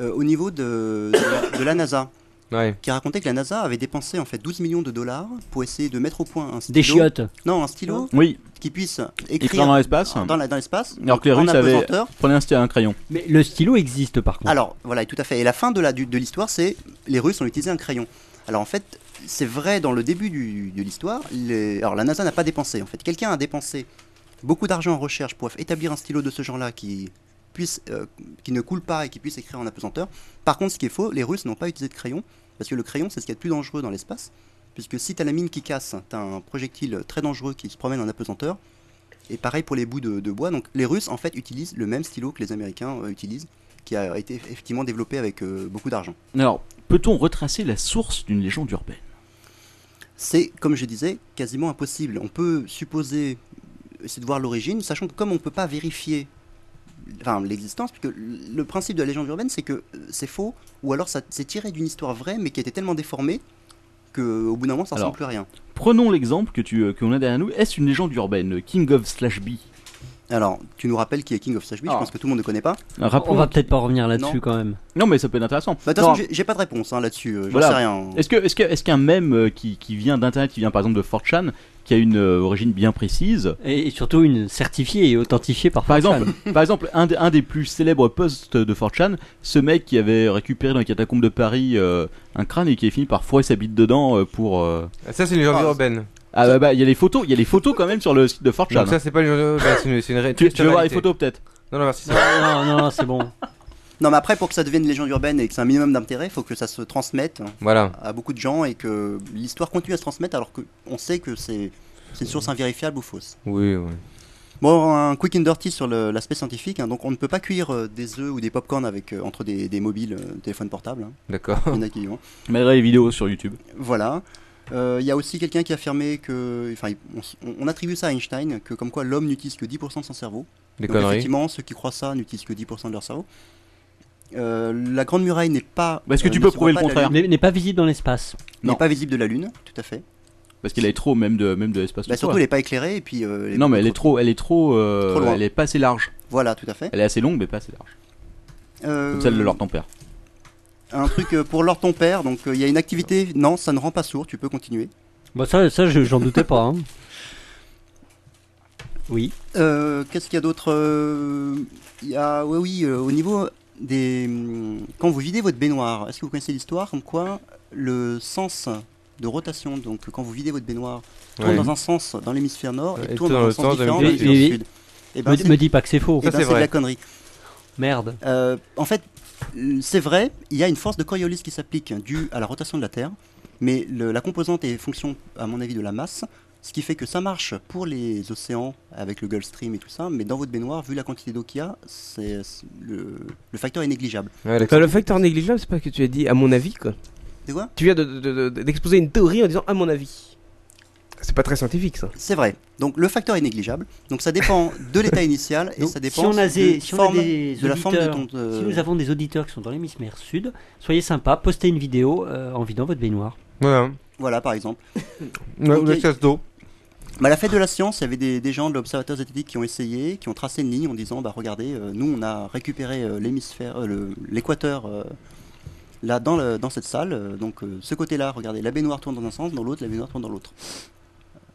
G: euh, au niveau de, de la, de la NASA.
D: Ouais.
G: Qui racontait que la NASA avait dépensé en fait 12 millions de dollars pour essayer de mettre au point un stylo.
E: Des chiottes.
G: Non, un stylo.
E: Oui.
G: Qui puisse
E: Écrire
G: écrire.
E: dans l'espace.
G: Dans la- dans l'espace.
E: Alors que les
G: en
E: Russes avaient.
G: apesanteur.
E: Prenez un, stylo- un crayon.
F: Mais le stylo existe par contre.
G: Alors voilà, tout à fait. Et la fin de la- du- de l'histoire, c'est les Russes ont utilisé un crayon. Alors en fait, c'est vrai dans le début du- de l'histoire. les- Alors la NASA n'a pas dépensé. En fait, quelqu'un a dépensé beaucoup d'argent en recherche pour établir un stylo de ce genre-là qui puisse, euh, qui ne coule pas et qui puisse écrire en apesanteur. Par contre, ce qui est faux, les Russes n'ont pas utilisé de crayon parce que le crayon, c'est ce qui est le plus dangereux dans l'espace. Puisque si t'as la mine qui casse, t'as un projectile très dangereux qui se promène en apesanteur. Et pareil pour les bouts de, de bois. Donc les Russes en fait utilisent le même stylo que les Américains euh, utilisent, qui a été eff- effectivement développé avec euh, beaucoup d'argent.
E: Alors, peut-on retracer la source d'une légende urbaine
G: C'est, comme je disais, quasiment impossible. On peut supposer, essayer de voir l'origine, sachant que comme on ne peut pas vérifier enfin, l'existence, puisque le principe de la légende urbaine, c'est que euh, c'est faux, ou alors ça c'est tiré d'une histoire vraie, mais qui était tellement déformée qu'au bout d'un moment, ça ne
E: Alors,
G: ressemble plus à rien.
E: Prenons l'exemple que tu euh, qu'on a derrière nous. Est-ce une légende urbaine euh, King of Slash B Ah,
G: Alors, tu nous rappelles qui est King of Slash B Je pense que tout le monde ne connaît pas.
F: on va peut-être pas revenir là-dessus
G: Non.
F: quand même.
E: Non, mais ça peut être intéressant.
G: Bah, De toute
E: Non,
G: façon, j'ai- j'ai pas de réponse hein, là-dessus, euh, j'en
E: voilà.
G: sais rien.
E: Est-ce que est-ce que est-ce qu'un mème euh, qui, qui vient d'internet, qui vient par exemple de 4chan, qui a une euh, origine bien précise
F: et, surtout une certifiée et authentifiée par
E: par exemple, par exemple, un, des- un des plus célèbres posts de 4chan, ce mec qui avait récupéré dans les catacombes de Paris euh, un crâne et qui a fini par foirer sa bite dedans euh, pour. euh,
D: Ça, c'est une légende urbaine.
E: Ah bah bah, il y a les photos, il y a les photos quand même sur le site de 4chan.
D: Donc ça, c'est pas une légende urbaine, c'est une, c'est une ré-
E: Tu-
D: triste
E: tu veux voir les
D: réalité.
E: photos, peut-être
D: Non, non, merci.
F: Non, non, non, c'est bon.
G: Non, mais après, pour que ça devienne une légende urbaine et que c'est un minimum d'intérêt, il faut que ça se transmette
D: Voilà.
G: à beaucoup de gens et que l'histoire continue à se transmettre alors qu'on sait que c'est c'est une source invérifiable ou fausse.
D: Oui, oui.
G: Bon, un quick and dirty sur le- l'aspect scientifique. hein. donc, on ne peut pas cuire euh, des œufs ou des pop-corn avec, euh, entre
E: (laughs)
G: des, des mobiles, euh, téléphones portables. hein.
D: D'accord.
G: Il y en a qui y vont.
E: Malgré les vidéos sur YouTube.
G: Voilà. Euh, Il y a aussi quelqu'un qui a affirmé que, enfin, on, s- on- on attribue ça à Einstein, que comme quoi l'homme n'utilise que 10% de son cerveau.
H: Des
G: Donc,
H: conneries.
G: Effectivement, ceux qui croient ça n'utilisent que 10% de leur cerveau. Euh, la Grande Muraille n'est pas.
E: Bah, Est-ce que
G: euh,
E: tu
G: ne
E: peux
G: se
E: prouver
G: voit
E: le
G: pas de la
E: contraire
G: Lune.
F: N'est pas visible dans l'espace.
G: N'est pas visible de la Lune, tout à fait.
E: Parce qu'elle est trop, même de, même de l'espace.
G: Bah,
E: tout
G: surtout,
E: ça.
G: elle n'est pas éclairée et puis. euh, elle est
E: Non, mais elle est trop, elle est trop, euh,
G: Trop loin.
E: elle est pas assez large.
G: Voilà, tout à fait.
E: Elle est assez longue, mais pas assez large.
G: Euh,
E: Comme celle de leur tempère.
G: Un truc euh, pour leur ton père, donc euh, il y a une activité. Non, ça ne rend pas sourd, tu peux continuer.
F: Bah ça, ça je- j'en doutais pas. hein. Oui.
G: Euh, Qu'est-ce qu'il y a d'autre Euh, Il y a, oui, oui, euh, au niveau des, hum, quand vous videz votre baignoire, est-ce que vous connaissez l'histoire comme quoi le sens de rotation, donc quand vous videz votre baignoire, tourne
F: Ouais.
G: dans un sens dans l'hémisphère nord et,
F: Et
G: tourne
F: tourne
G: dans un
F: le
G: sens
F: sens de
G: différent dans
F: l'hémisphère
G: l'hémisphère
F: sud.
G: sud. Eh
F: Me- me dis pas que c'est faux.
G: eh
F: Ça,
G: ben,
F: c'est
G: c'est de
F: vrai.
G: la connerie.
F: Merde.
G: Euh, en fait, l- c'est vrai, il y a une force de Coriolis qui s'applique due à la rotation de la Terre, mais le- la composante est fonction, à mon avis, de la masse, ce qui fait que ça marche pour les océans avec le Gulf Stream et tout ça, mais dans votre baignoire, vu la quantité d'eau qu'il y a, c'est- c'est- le, le facteur est négligeable.
H: Bah, le facteur négligeable, c'est pas que tu as dit à mon avis quoi.
G: C'est quoi
H: Tu viens de- de- de- de- d'exposer une théorie en disant à mon avis. C'est pas très scientifique ça.
G: C'est vrai. Donc le facteur est négligeable. Donc ça dépend de l'état initial et
F: Donc,
G: ça dépend
F: si on a des,
G: de,
F: si on a
G: forme-
F: des
G: de la forme de
F: auditeurs,
G: ton. euh, de-
F: si nous avons des auditeurs qui sont dans l'hémisphère sud, soyez sympa, postez une vidéo euh, en vidant votre baignoire.
H: Voilà.
G: Voilà, par exemple.
H: (laughs) Ouais, ou
G: Ok.
H: la chasse d'eau.
G: Bah, à la fête de la science, il y avait des, des gens de l'Observatoire zététique qui ont essayé, qui ont tracé une ligne en disant bah, regardez, euh, nous, on a récupéré euh, l'hémisphère, euh, le- l'équateur. euh, Là, dans, le- dans cette salle, Euh, donc euh, ce côté-là, regardez, la baignoire tourne dans un sens, dans l'autre, la baignoire tourne dans l'autre.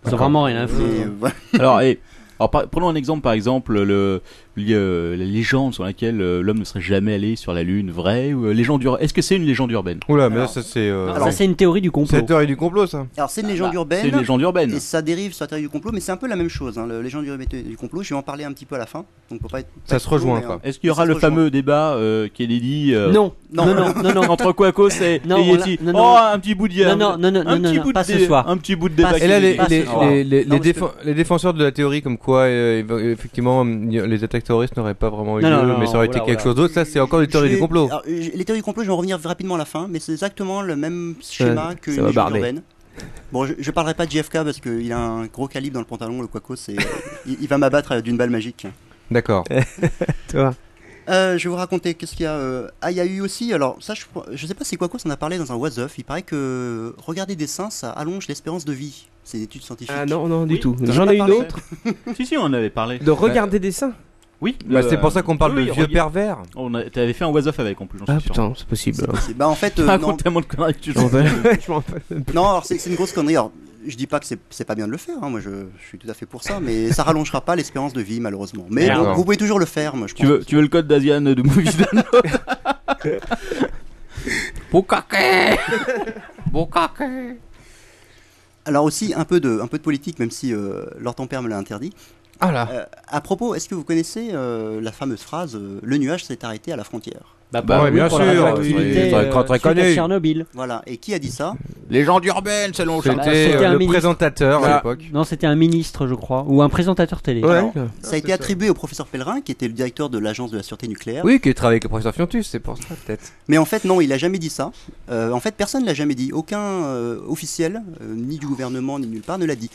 F: Ils ont vraiment rien à foutre.
G: Et, euh, voilà.
E: (laughs) alors, eh, alors, par- prenons un exemple, par exemple, le, li- euh, la légende sur laquelle euh, l'homme ne serait jamais allé sur la Lune, vrai ou euh, légende urbaine Est-ce que c'est une légende urbaine
H: Oula, mais là, ça, c'est, euh,
E: non,
H: Alors-
F: Ah, Ça, c'est une théorie du complot.
H: C'est la théorie du complot ça.
G: Alors c'est une
E: Ah
G: légende
E: bah,
G: urbaine.
E: c'est une légende urbaine.
G: Et ça dérive sur la théorie du complot, mais c'est un peu la même chose. Hein, la légende urbaine du complot, je vais en parler un petit peu à la fin. Donc pour pas être. pas être trop, mais, hein,
E: Est-ce qu'il y aura
G: ça
E: le
G: se rejoint.
E: fameux débat euh, Kennedy euh,
F: Non, non, non, non, non.
E: Entre Quacos et,
F: (laughs) Non,
E: et
F: on l'a-
E: Yeti
F: non,
E: Oh,
F: non.
E: un petit bout de
F: Non, non, non, non,
E: un
F: non,
E: petit
F: non,
E: bout de
F: pas ce
E: dé-
F: soir.
E: Un petit bout de débat.
F: Pas ce
H: Et là, les,
F: soir. Ah,
H: les,
F: Pas ce soir.
H: les- les-
F: Non,
H: les
F: parce
H: défen- les défenseurs de la théorie comme quoi, euh, il va- effectivement, les attaques terroristes n'auraient pas vraiment eu
F: Non,
H: lieu,
F: non, non,
H: mais ça aurait
F: voilà,
H: été quelque
F: voilà.
H: chose d'autre, ça c'est encore des théories
G: Je
H: du
G: vais-
H: complot.
E: Ah.
G: alors, je- les théories du complot, je vais en revenir rapidement à la fin, mais c'est exactement le même schéma
H: Ouais,
G: que
H: ça
G: les
H: va
G: légendes
H: barder.
G: urbaines. Bon, je, je parlerai pas de JFK parce qu'il a un gros calibre dans le pantalon, le Quaco,
H: (laughs)
G: c'est, il, il va m'abattre euh, d'une balle magique.
E: (laughs)
H: D'accord. Toi.
G: Euh, je vais vous raconter qu'est-ce qu'il y a. euh, Ah, il y a eu aussi. Alors, ça, je, je sais pas c'est quoi quoi, on en a parlé dans un Was Up. Il paraît que regarder des seins, ça allonge l'espérance de vie. C'est une étude scientifique.
H: Ah non, non, du
G: Oui,
H: tout.
G: t'en as
H: J'en
G: pas
H: ai une
G: parlé.
H: autre.
E: (laughs) si, si, on en avait parlé.
H: De regarder des seins
E: Oui.
H: Bah, c'est pour ça qu'on parle de vieux
E: pervers. On a- T'avais fait un was-off avec en plus, j'en suis
H: Ah
E: sûr.
H: putain, c'est possible.
G: C'est- Bah en fait,
E: Tu
G: euh, non.
E: racontes tellement de conneries que tu
H: J'en vais. Je
G: Non, alors c'est c'est une grosse connerie. Alors, je dis pas que c'est c'est pas bien de le faire. hein. Moi, je, je suis tout à fait pour ça, mais ça rallongera pas l'espérance de vie malheureusement. Mais
E: Merde.
G: bon, vous pouvez toujours le faire. Moi, je
E: Tu veux, tu veux le code d'Asian de Movie (laughs) Download Bukake
M: Bukake
G: Alors aussi un peu de, un peu de politique, même si euh, Lord Ampère me l'a interdit.
H: Ah là.
G: Euh, à propos, est-ce que vous connaissez euh, la fameuse phrase euh, Le nuage s'est arrêté à la frontière
F: Bah, Bah oui, oui, bien pour la sûr, radioactivité, oui, c'est euh, très- très suite à connu. Tchernobyl.
G: Voilà, et qui a dit ça
B: Les gens d'urbaine, selon
F: Bah,
E: euh,
F: un ministre. Voilà. Non, c'était un ministre, je crois, ou un présentateur télé.
G: Alors, ça a été attribué au professeur Pellerin, qui était le directeur de l'agence de la sûreté nucléaire.
H: Oui, qui travaille avec le professeur Fiontus, c'est pour ça peut-être.
G: Mais en fait, non, il a jamais dit ça. Euh, en fait, personne ne l'a jamais dit. Aucun euh, officiel, euh, ni du gouvernement, ni nulle part, ne l'a dit.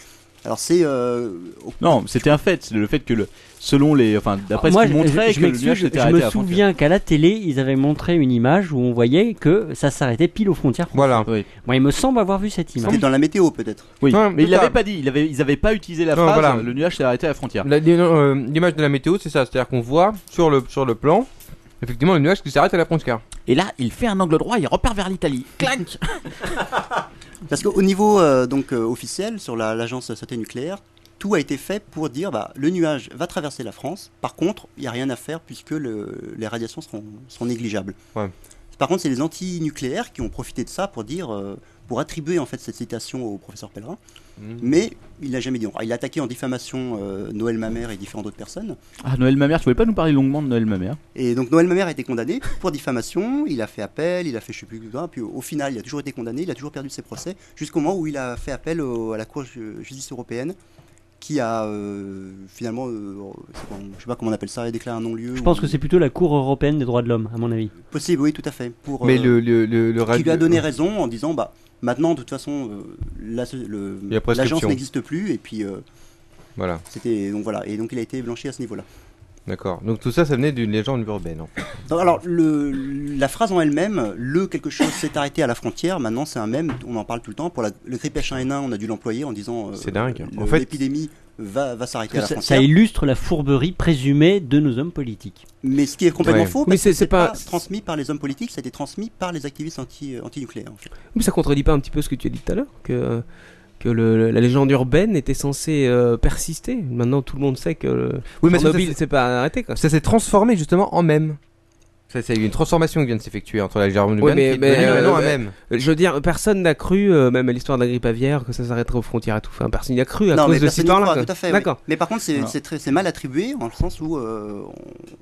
G: Alors c'est... euh, au-
E: Non, c'était un fait, c'est le fait que le, selon les, enfin, d'après ce
F: Moi,
E: qu'ils
F: je-
E: montraient,
F: je,
E: que le
F: m'excuse,
E: nuage
F: je,
E: s'était
F: je
E: arrêté à
F: me
E: la frontière.
F: souviens qu'à la télé, ils avaient montré une image où on voyait que ça s'arrêtait pile aux frontières.
H: Voilà.
F: Moi, il me semble avoir vu cette image.
G: C'était dans la météo, peut-être.
E: Oui,
H: Ouais,
E: mais ils
H: tout à-
E: l'avaient pas dit, ils avaient, ils avaient pas utilisé la
H: Non,
E: phrase,
H: voilà.
E: le nuage s'est arrêté à la frontière.
H: La- euh, L'image de la météo, c'est ça, c'est-à-dire qu'on voit sur le, sur le plan, effectivement, le nuage qui s'arrête à la frontière.
E: Et là, il fait un angle droit, il repart vers l'Italie.
H: (laughs)
E: Clank
G: Parce qu'au niveau euh, donc, euh, officiel, sur la- l'agence de sûreté nucléaire, tout a été fait pour dire bah, le nuage va traverser la France. Par contre, il n'y a rien à faire puisque le- les radiations seront, seront négligeables. Par contre, c'est les anti-nucléaires qui ont profité de ça pour dire, euh, pour attribuer en fait cette citation au professeur Pellerin.
E: Mhm.
H: Mm.
G: Mais il l'a jamais dit. Alors, Il a attaqué en diffamation euh, Noël Mamère et différentes autres personnes.
E: Ah, Noël Mamère, tu voulais pas nous parler longuement de Noël Mamère
G: Et donc Noël Mamère a été condamné pour diffamation, il a fait appel, il a fait je sais plus quoi, puis au final il a toujours été condamné, il a toujours perdu ses procès, jusqu'au moment où il a fait appel au- à la Cour de justice européenne qui a euh, finalement, euh, c'est bon, je sais pas comment on appelle ça, déclaré un non-lieu.
F: Je pense que c'est plutôt la Cour européenne des droits de l'homme, à mon avis.
G: Possible, oui, tout à fait. Pour, euh,
D: Mais le- le- le- le
G: qui
D: règle-
G: lui a donné raison en disant bah maintenant de toute façon euh, la- le-
D: Il y a prescription.
G: l'agence n'existe plus et puis euh,
D: Voilà,
G: c'était donc voilà et donc il a été blanchi à ce niveau-là.
D: d'accord. Donc tout ça, ça venait d'une légende urbaine. en fait.
G: Donc, alors le, la phrase en elle-même, le quelque chose s'est arrêté à la frontière. Maintenant c'est un même, on en parle tout le temps. Pour la- le grippe H1N1, on a dû l'employer en disant euh,
D: C'est dingue.
G: le-
D: En fait-
G: l'épidémie va, va s'arrêter à la
F: Ça,
G: frontière.
F: ça illustre la fourberie présumée de nos hommes politiques.
G: Mais ce qui est complètement faux,
F: Mais
G: parce que
F: c'est- c'est
G: c'est pas,
F: pas-
G: transmis par les hommes politiques, ça a été transmis par les activistes anti, euh, anti-nucléaires. en fait.
H: Mais ça contredit pas un petit peu ce que tu as dit tout à l'heure que que le- la légende urbaine était censée euh, persister. Maintenant, tout le monde sait que le
D: Oui, mais ça,
H: Tchernobyl
D: ça,
H: s'est pas arrêté. Quoi.
D: Ça s'est transformé justement en même. Ça, c'est une transformation qui vient de s'effectuer entre la légende
H: Oui,
D: urbaine
H: mais,
D: qui
H: mais,
D: est devenue
H: euh,
D: maintenant un
H: euh,
D: même.
H: Je veux dire, personne n'a cru, euh, même à l'histoire de la grippe aviaire, que ça s'arrêterait aux frontières et tout. Enfin, personne n'y a cru à
G: non, mais
H: cause de
G: personne n'y
H: cette histoire-là.
G: croit,
H: quoi.
G: tout à fait. oui.
H: D'accord.
G: Mais par contre, c'est,
H: Alors.
G: c'est très- c'est mal attribué, dans le sens où euh,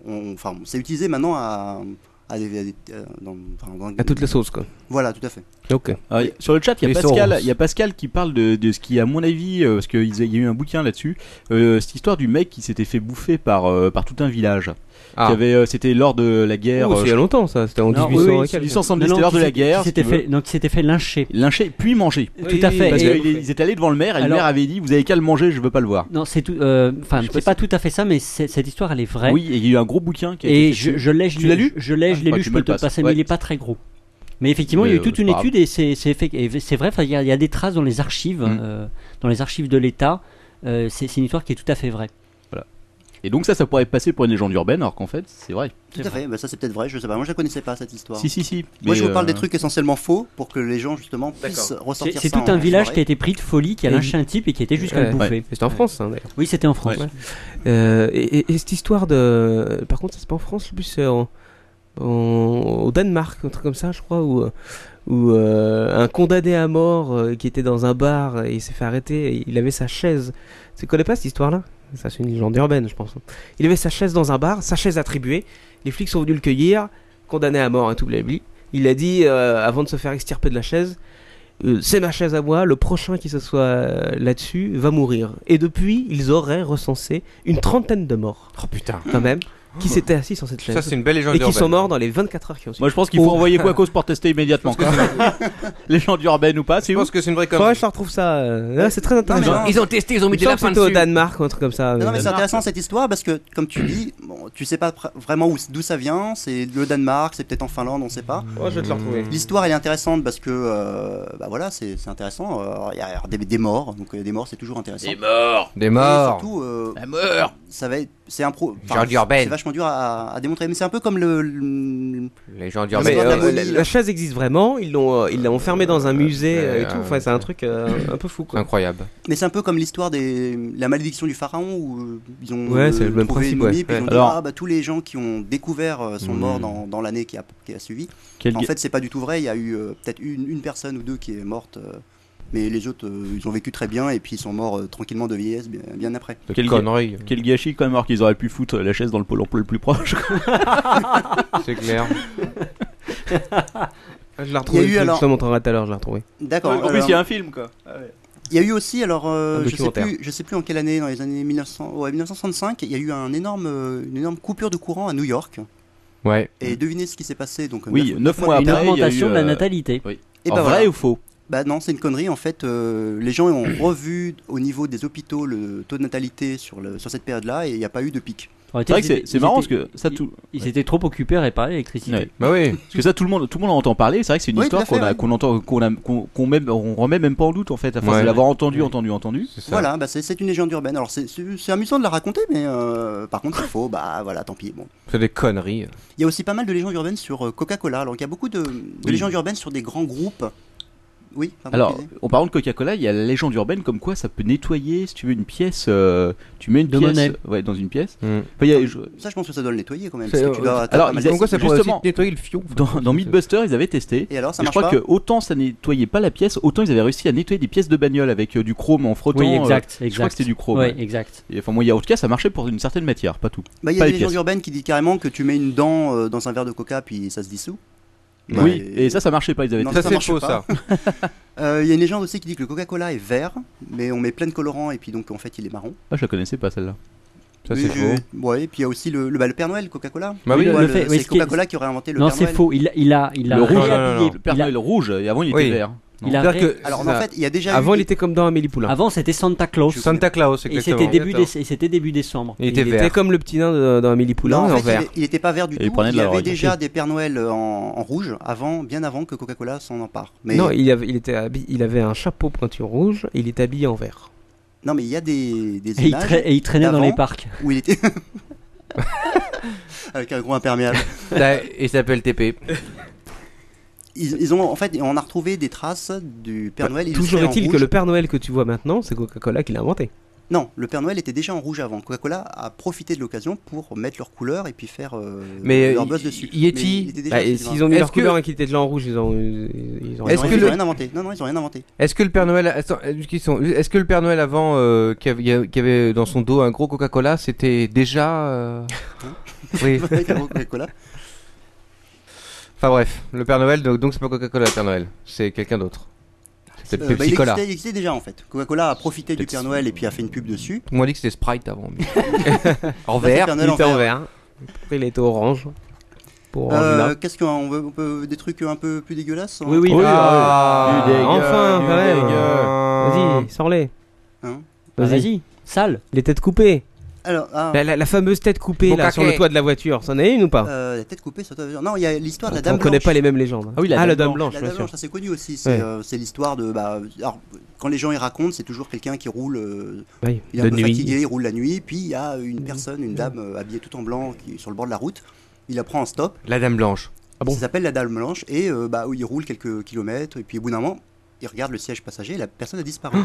G: on, on- enfin, c'est utilisé maintenant à, à des- à des- euh, dans- enfin, dans-
H: À toute la sauce, quoi.
G: Voilà, tout à fait.
H: Ok.
E: Ah, y- sur le chat, il y, a
H: Les
E: Pascal,
H: Soros.
E: il y a Pascal qui parle de, de ce qui, à mon avis, euh, parce qu'il y a eu un bouquin là-dessus, euh, cette histoire du mec qui s'était fait bouffer par, euh, par tout un village.
H: Ah.
E: Qui avait, euh, c'était lors de la guerre.
H: Oh, c'est il y a
E: je-
H: longtemps, ça, c'était en
E: Non,
H: 1800
E: oui, oui,
H: et quelques.
E: 1870,
H: Non,
E: c'était
H: non,
E: lors de
H: qui
E: la
H: s'est- qui
E: guerre. si
F: s'était
E: tu
F: fait-
E: veux.
F: donc, il s'était fait lyncher.
E: Lyncher, puis manger.
F: Tout à fait.
E: Parce
F: Et-
E: qu'ils étaient allés devant le maire et
F: Alors-
E: le maire avait dit Vous avez qu'à le manger, je veux pas le voir.
F: Non, c'est tout. euh, Enfin, c'est pas tout à fait ça, mais c'est- cette histoire, elle est vraie.
E: Oui, et il y a eu un gros bouquin qui a été
F: Et
E: fait
F: je,
E: dessus.
F: je l'ai, je
E: Tu
F: l'ai
E: l'as lu
F: lu, je l'ai, je l'ai
E: Ah,
F: lu,
E: tu
F: je
E: me
F: peux
E: le
F: te le
E: passes.
F: passer,
E: Ouais.
F: mais il est pas très gros. Mais effectivement, il y a
E: Mais,
F: eu toute
E: euh,
F: une
E: c'est pas
F: étude et c'est, c'est, fait- et c'est vrai, enfin, il y, a- il y a des traces dans les archives,
E: Mm.
F: euh, dans les archives de l'État. euh, c'est, c'est une histoire qui est tout à fait vraie.
E: Voilà. Et donc, ça, ça pourrait passer pour une légende urbaine, alors qu'en fait, c'est vrai.
G: Tout à fait, bah, ça c'est peut-être vrai, je sais pas. Moi je la connaissais pas cette histoire.
E: Si, si, si.
G: Moi
E: Mais,
G: je vous parle
E: euh,
G: des trucs essentiellement faux pour que les gens justement puissent
F: C'est,
G: ressortir
F: c'est
G: ça
F: tout
G: en-
F: un
G: en
F: village
G: soirée.
F: qui a été pris de folie, qui a
H: Et-
F: lynché un type et qui était jusqu'à
H: Ouais.
F: le bouffer.
H: Ouais. C'était en France, hein, d'ailleurs.
F: Oui, c'était en France.
H: Ouais. Euh, et, et- et cette histoire de. Par contre, ça, c'est pas en France, c'est plus euh, en- en- au Danemark, un truc comme ça, je crois, où, euh, où euh, un condamné à mort euh, qui était dans un bar et il s'est fait arrêter, et il avait sa chaise. Tu connais pas cette histoire-là Ça, c'est une légende urbaine, je pense. Il avait sa chaise dans un bar, sa chaise attribuée. Les flics sont venus le cueillir, condamné à mort, et tout blabli. Il a dit, euh, avant de se faire extirper de la chaise, euh, c'est ma chaise à moi, le prochain qui se soit euh, là-dessus va mourir. Et depuis, ils auraient recensé une trentaine de morts. Oh putain. Quand même.
E: Oh.
H: Qui s'étaient assis sur cette chaise.
D: Ça, c'est une belle légende
H: Et qui sont
D: urbaine.
H: morts dans les 24 heures qui ont suivi.
E: Moi, je pense qu'il faut
H: Oh.
E: envoyer
H: (laughs)
E: Quacos pour tester immédiatement. (laughs) Légende urbaine ou pas, c'est où Je pense
D: que c'est une vraie
H: Faudrait que je leur retrouve ça. euh, là, c'est très intéressant.
G: non. Ils ont testé, ils ont mis
H: Il me
G: des
H: semble
G: lapins
H: que C'était au
G: dessus.
H: Danemark ou un truc comme ça.
G: Non,
H: euh,
G: non, mais c'est intéressant cette histoire parce que, comme tu dis, bon, tu sais pas pr- vraiment où, d'où ça vient. C'est le Danemark, c'est peut-être en Finlande, on sait pas.
H: Oh, je vais te le retrouver.
G: Mm. L'histoire elle est intéressante parce que, euh, bah voilà, c'est c'est intéressant. Alors, Il y a des, des morts, donc euh, des morts c'est toujours intéressant.
B: Des morts.
D: Des
G: Et
D: morts.
G: surtout, euh,
B: mort.
G: Ça va être, c'est un pro. enfin,
D: Genre urbaine.
G: C'est vachement dur à, à démontrer, mais c'est un peu comme le. le-
D: Légende
H: Non,
D: urbaine.
H: mais, euh, la,
D: C'est
H: la chaise existe vraiment, ils l'ont euh, ils l'ont enfermée dans un musée euh, et tout. Enfin, c'est un truc euh, un peu fou quoi.
D: Incroyable.
G: Mais c'est un peu comme l'histoire des la malédiction du pharaon où euh, ils ont
H: Ouais,
G: euh,
H: c'est le même
G: trouvé
H: principe,
G: une
H: ouais.
G: momie, puis ils ont
H: Ouais.
G: dit,
H: Alors-
G: ah, bah, tous les gens qui ont découvert euh, sont
H: Mm.
G: morts dans, dans l'année qui a, qui a suivi.
E: Quel
G: en
E: ga-
G: fait, c'est pas du tout vrai. Il y a eu euh, peut-être une, une personne ou deux qui est morte, euh, mais les autres euh, ils ont vécu très bien et puis ils sont morts euh, tranquillement de vieillesse bien, bien après.
E: Quel, ga-
H: hein.
E: quel gâchis quand même, alors qu'ils auraient pu foutre la chaise dans le pôle emploi le plus proche.
D: (laughs) clair.
H: (laughs) Je la retrouve,
G: Il y a eu alors-
H: je te montrerai tout à l'heure, je l'ai retrouvé.
G: D'accord.
E: En plus,
G: alors-
E: il y a un film quoi.
G: Il y a eu aussi, alors euh,
H: Un
G: je sais
H: documentaire.
G: plus, je sais plus en quelle année, dans les années 1900, ouais, 1965, il y a eu un énorme, euh, une énorme coupure de courant à New York.
D: Ouais.
G: Et devinez ce qui s'est passé. Donc
E: Oui, neuf mois après, il y a eu, Une augmentation de la euh, natalité. oui. En vrai ou faux
G: Bah non, c'est une connerie. En fait, euh, les gens
E: (clears throat)
G: ont revu au niveau des hôpitaux le taux de natalité sur, le, sur cette période-là et il n'y a pas eu de pic.
E: C'est vrai que c'est- c'est marrant parce que ça tout.
F: Ils étaient trop occupés à réparer l'électricité.
E: Bah oui. Parce que ça tout le monde tout le monde en entend parler. C'est vrai que c'est une
F: Oui,
E: histoire
F: tout à
E: qu'on
F: fait,
E: a-
F: ouais.
E: qu'on entend qu'on a- qu'on qu'on même on remet même pas en doute en fait à force
D: Ouais.
E: de l'avoir entendu
D: Ouais.
E: entendu entendu.
G: Voilà, bah, c'est c'est une légende urbaine. Alors c'est- c'est c'est amusant de la raconter, mais euh, par contre c'est faux. Bah voilà, tant pis. Bon.
D: des conneries.
G: Il y a aussi pas mal de légendes urbaines sur euh, Coca-Cola. Alors il y a beaucoup de, de légendes urbaines sur des grands groupes. Oui. pardon,
E: Alors,
G: tu disais
E: en parlant de Coca-Cola, il y a la légende urbaine comme quoi ça peut nettoyer si tu veux une pièce. euh, tu mets une
G: De
E: pièce
G: monnaie.
E: ouais, dans une pièce.
F: Mm.
E: Enfin, il y a- je-
G: Ça, je pense que ça doit le nettoyer quand même.
E: C'est-
G: Parce que tu dois
E: euh,
G: t'as
E: alors,
G: pas mal
E: ils a-
G: d'essai.
E: ça pourrait aussi Justement.
D: nettoyer le fion.
E: Dans, dans Mythbusters, ils avaient testé.
G: Et alors, ça
E: je crois
G: marche
E: que
G: pas
E: autant ça nettoyait pas la pièce, autant ils avaient réussi à nettoyer des pièces de bagnole avec euh, du chrome en frottant.
F: Oui, exact,
E: Je crois
F: exact.
E: que c'était du chrome.
F: Ouais, exact.
E: Et, enfin, moi, il y a en tout cas, ça marchait pour une certaine matière, pas tout.
G: Bah, il y
E: Pas
G: a
E: les
G: des légendes
E: pièces.
G: urbaines qui disent carrément que tu mets une dent euh, dans un verre de coca puis ça se dissout.
E: Oui, et ça, ça marchait pas, ils avaient
G: Non,
E: testé.
G: marche pas. (laughs) Euh, Il y a une légende aussi qui dit que le Coca-Cola est vert, mais on met plein de colorants et puis donc en fait il est marron.
E: Ah, je la connaissais pas celle-là.
G: Oui, (laughs) je- Ouais, et puis il y a aussi le, le, bah, le Père Noël, Coca-Cola.
E: Bah oui,
G: Tu vois,
E: le
G: le-
E: fait-
F: Euh,
E: oui,
G: c'est
E: ce qui est-
G: Coca-Cola qui aurait inventé le
F: Non,
G: Père
F: c'est
G: Noël.
F: faux, il a- il a- il a
E: Le rouge,
F: réhabillé-
E: le Père
F: il a-
E: Noël rouge, et avant il était
F: Oui.
E: vert.
F: Il a
E: C'est-à-dire
F: ré-
E: que-
G: Alors en fait, il y a déjà
H: Avant,
G: eu
H: il était comme dans Amélie Poulain.
F: Avant, c'était Santa Claus.
H: Santa Claus,
F: Et
H: exactement.
F: c'était début, déce-
H: Exactement.
F: et c'était début décembre.
H: Il était,
F: Et-
H: vert. comme le petit nain de- dans Amélie Poulain,
G: Non,
H: mais
G: en
H: en
G: fait,
H: vert.
G: il est- il était pas vert du
H: Et il
G: tout.
H: prenait de
G: Il y
H: la
G: avait
H: drogue, bien
G: déjà
H: sûr.
G: des Pères Noël euh, en, en rouge avant, bien avant que Coca-Cola s'en empare. Mais
H: Non, il avait, il, était habi- il avait un chapeau pointure rouge, il était habillé en vert.
G: Non, mais il y a des, des
H: Et il
G: images
H: trai- et il traînait dans
G: d'avant
H: les parcs.
G: Où il
H: (laughs)
G: était. Avec un gros imperméable.
D: Là, Bah, il s'appelle TP.
G: Ils, ils ont, en fait, on a retrouvé des traces du Père Noël.
H: Bah, Toujours
G: illustré en
H: est-il que
G: rouge.
H: le Père Noël que tu vois maintenant, c'est Coca-Cola qui l'a inventé.
G: Non, le Père Noël était déjà en rouge avant. Coca-Cola a profité de l'occasion pour mettre leur couleur et puis faire euh,
D: Mais,
G: leur
D: euh,
G: buzz dessus.
D: Y- Yeti,
G: Mais il était déjà
D: bah,
G: sorti
D: s'ils
G: dans-
D: ont mis
G: Est-ce
D: leur
G: que-
D: couleur et qu'ils étaient déjà en rouge, ils ont. Ils ont
G: Est-ce
D: ils ont-
G: que le- rien inventé Non, non, ils ont rien inventé.
D: Est-ce que le Père Noël, attends, euh, juste question, est-ce que le Père Noël avant, euh, qui, avait, qui avait dans son dos un gros Coca-Cola, c'était déjà, euh,
G: (laughs)
D: oui.
G: Avec un gros Coca-Cola.
D: enfin bref, le Père Noël, donc donc c'est pas Coca-cola le Père Noël, c'est quelqu'un d'autre. C'est
G: Euh,
D: peut-être
G: bah, il,
D: Pepsi-Cola.
G: existait, il existait déjà en fait. Coca-Cola a profité du Père Noël et puis a fait une pub dessus.
D: On m'a dit que c'était Sprite avant.
G: (laughs)
D: mais- en
G: Là, c'est
D: vert,
G: Père Noël
D: il était
G: en
D: en
G: vert.
D: vert.
H: Après, il était orange. Pour
G: Euh,
H: Orangina.
G: Qu'est-ce qu'on veut, on peut des trucs un peu plus dégueulasses hein
H: Oui, oui. Oui, ah,
G: Du
H: oui.
G: dégueu,
H: enfin,
G: du
H: quand même.
G: dégueu.
H: Vas-y, sors-les.
G: Hein
H: Vas-y.
G: Vas-y,
F: sale.
H: Les têtes coupées.
G: Alors, ah.
H: la, la- la fameuse tête coupée
G: Bon
H: là, sur
G: caquet.
H: le toit de la voiture, c'en est une ou pas
G: Euh, la tête coupée sur toi. Non, il y a l'histoire de la
H: On-
G: dame
H: on connaît
G: blanche.
H: pas les mêmes légendes. Ah oui, la Ah, la dame dame blanche, blanche,
G: La
H: bien
G: dame
H: sûr.
G: blanche, ça, c'est connu aussi. C'est
H: Ouais.
G: euh, c'est l'histoire de. Bah, alors, quand les gens y racontent, c'est toujours quelqu'un qui roule. euh,
H: Bah Oui,
G: il est
H: de
G: un peu
H: nuit.
G: fatigué, il roule la nuit. Puis il y a une personne, une dame euh, habillée tout en blanc qui est sur le bord de la route. Il la prend en stop.
D: La Dame Blanche.
G: Ça s'appelle la Dame Blanche. Et euh, bah, il roule quelques kilomètres. Et puis au bout d'un moment, il regarde le siège passager et la personne a disparu.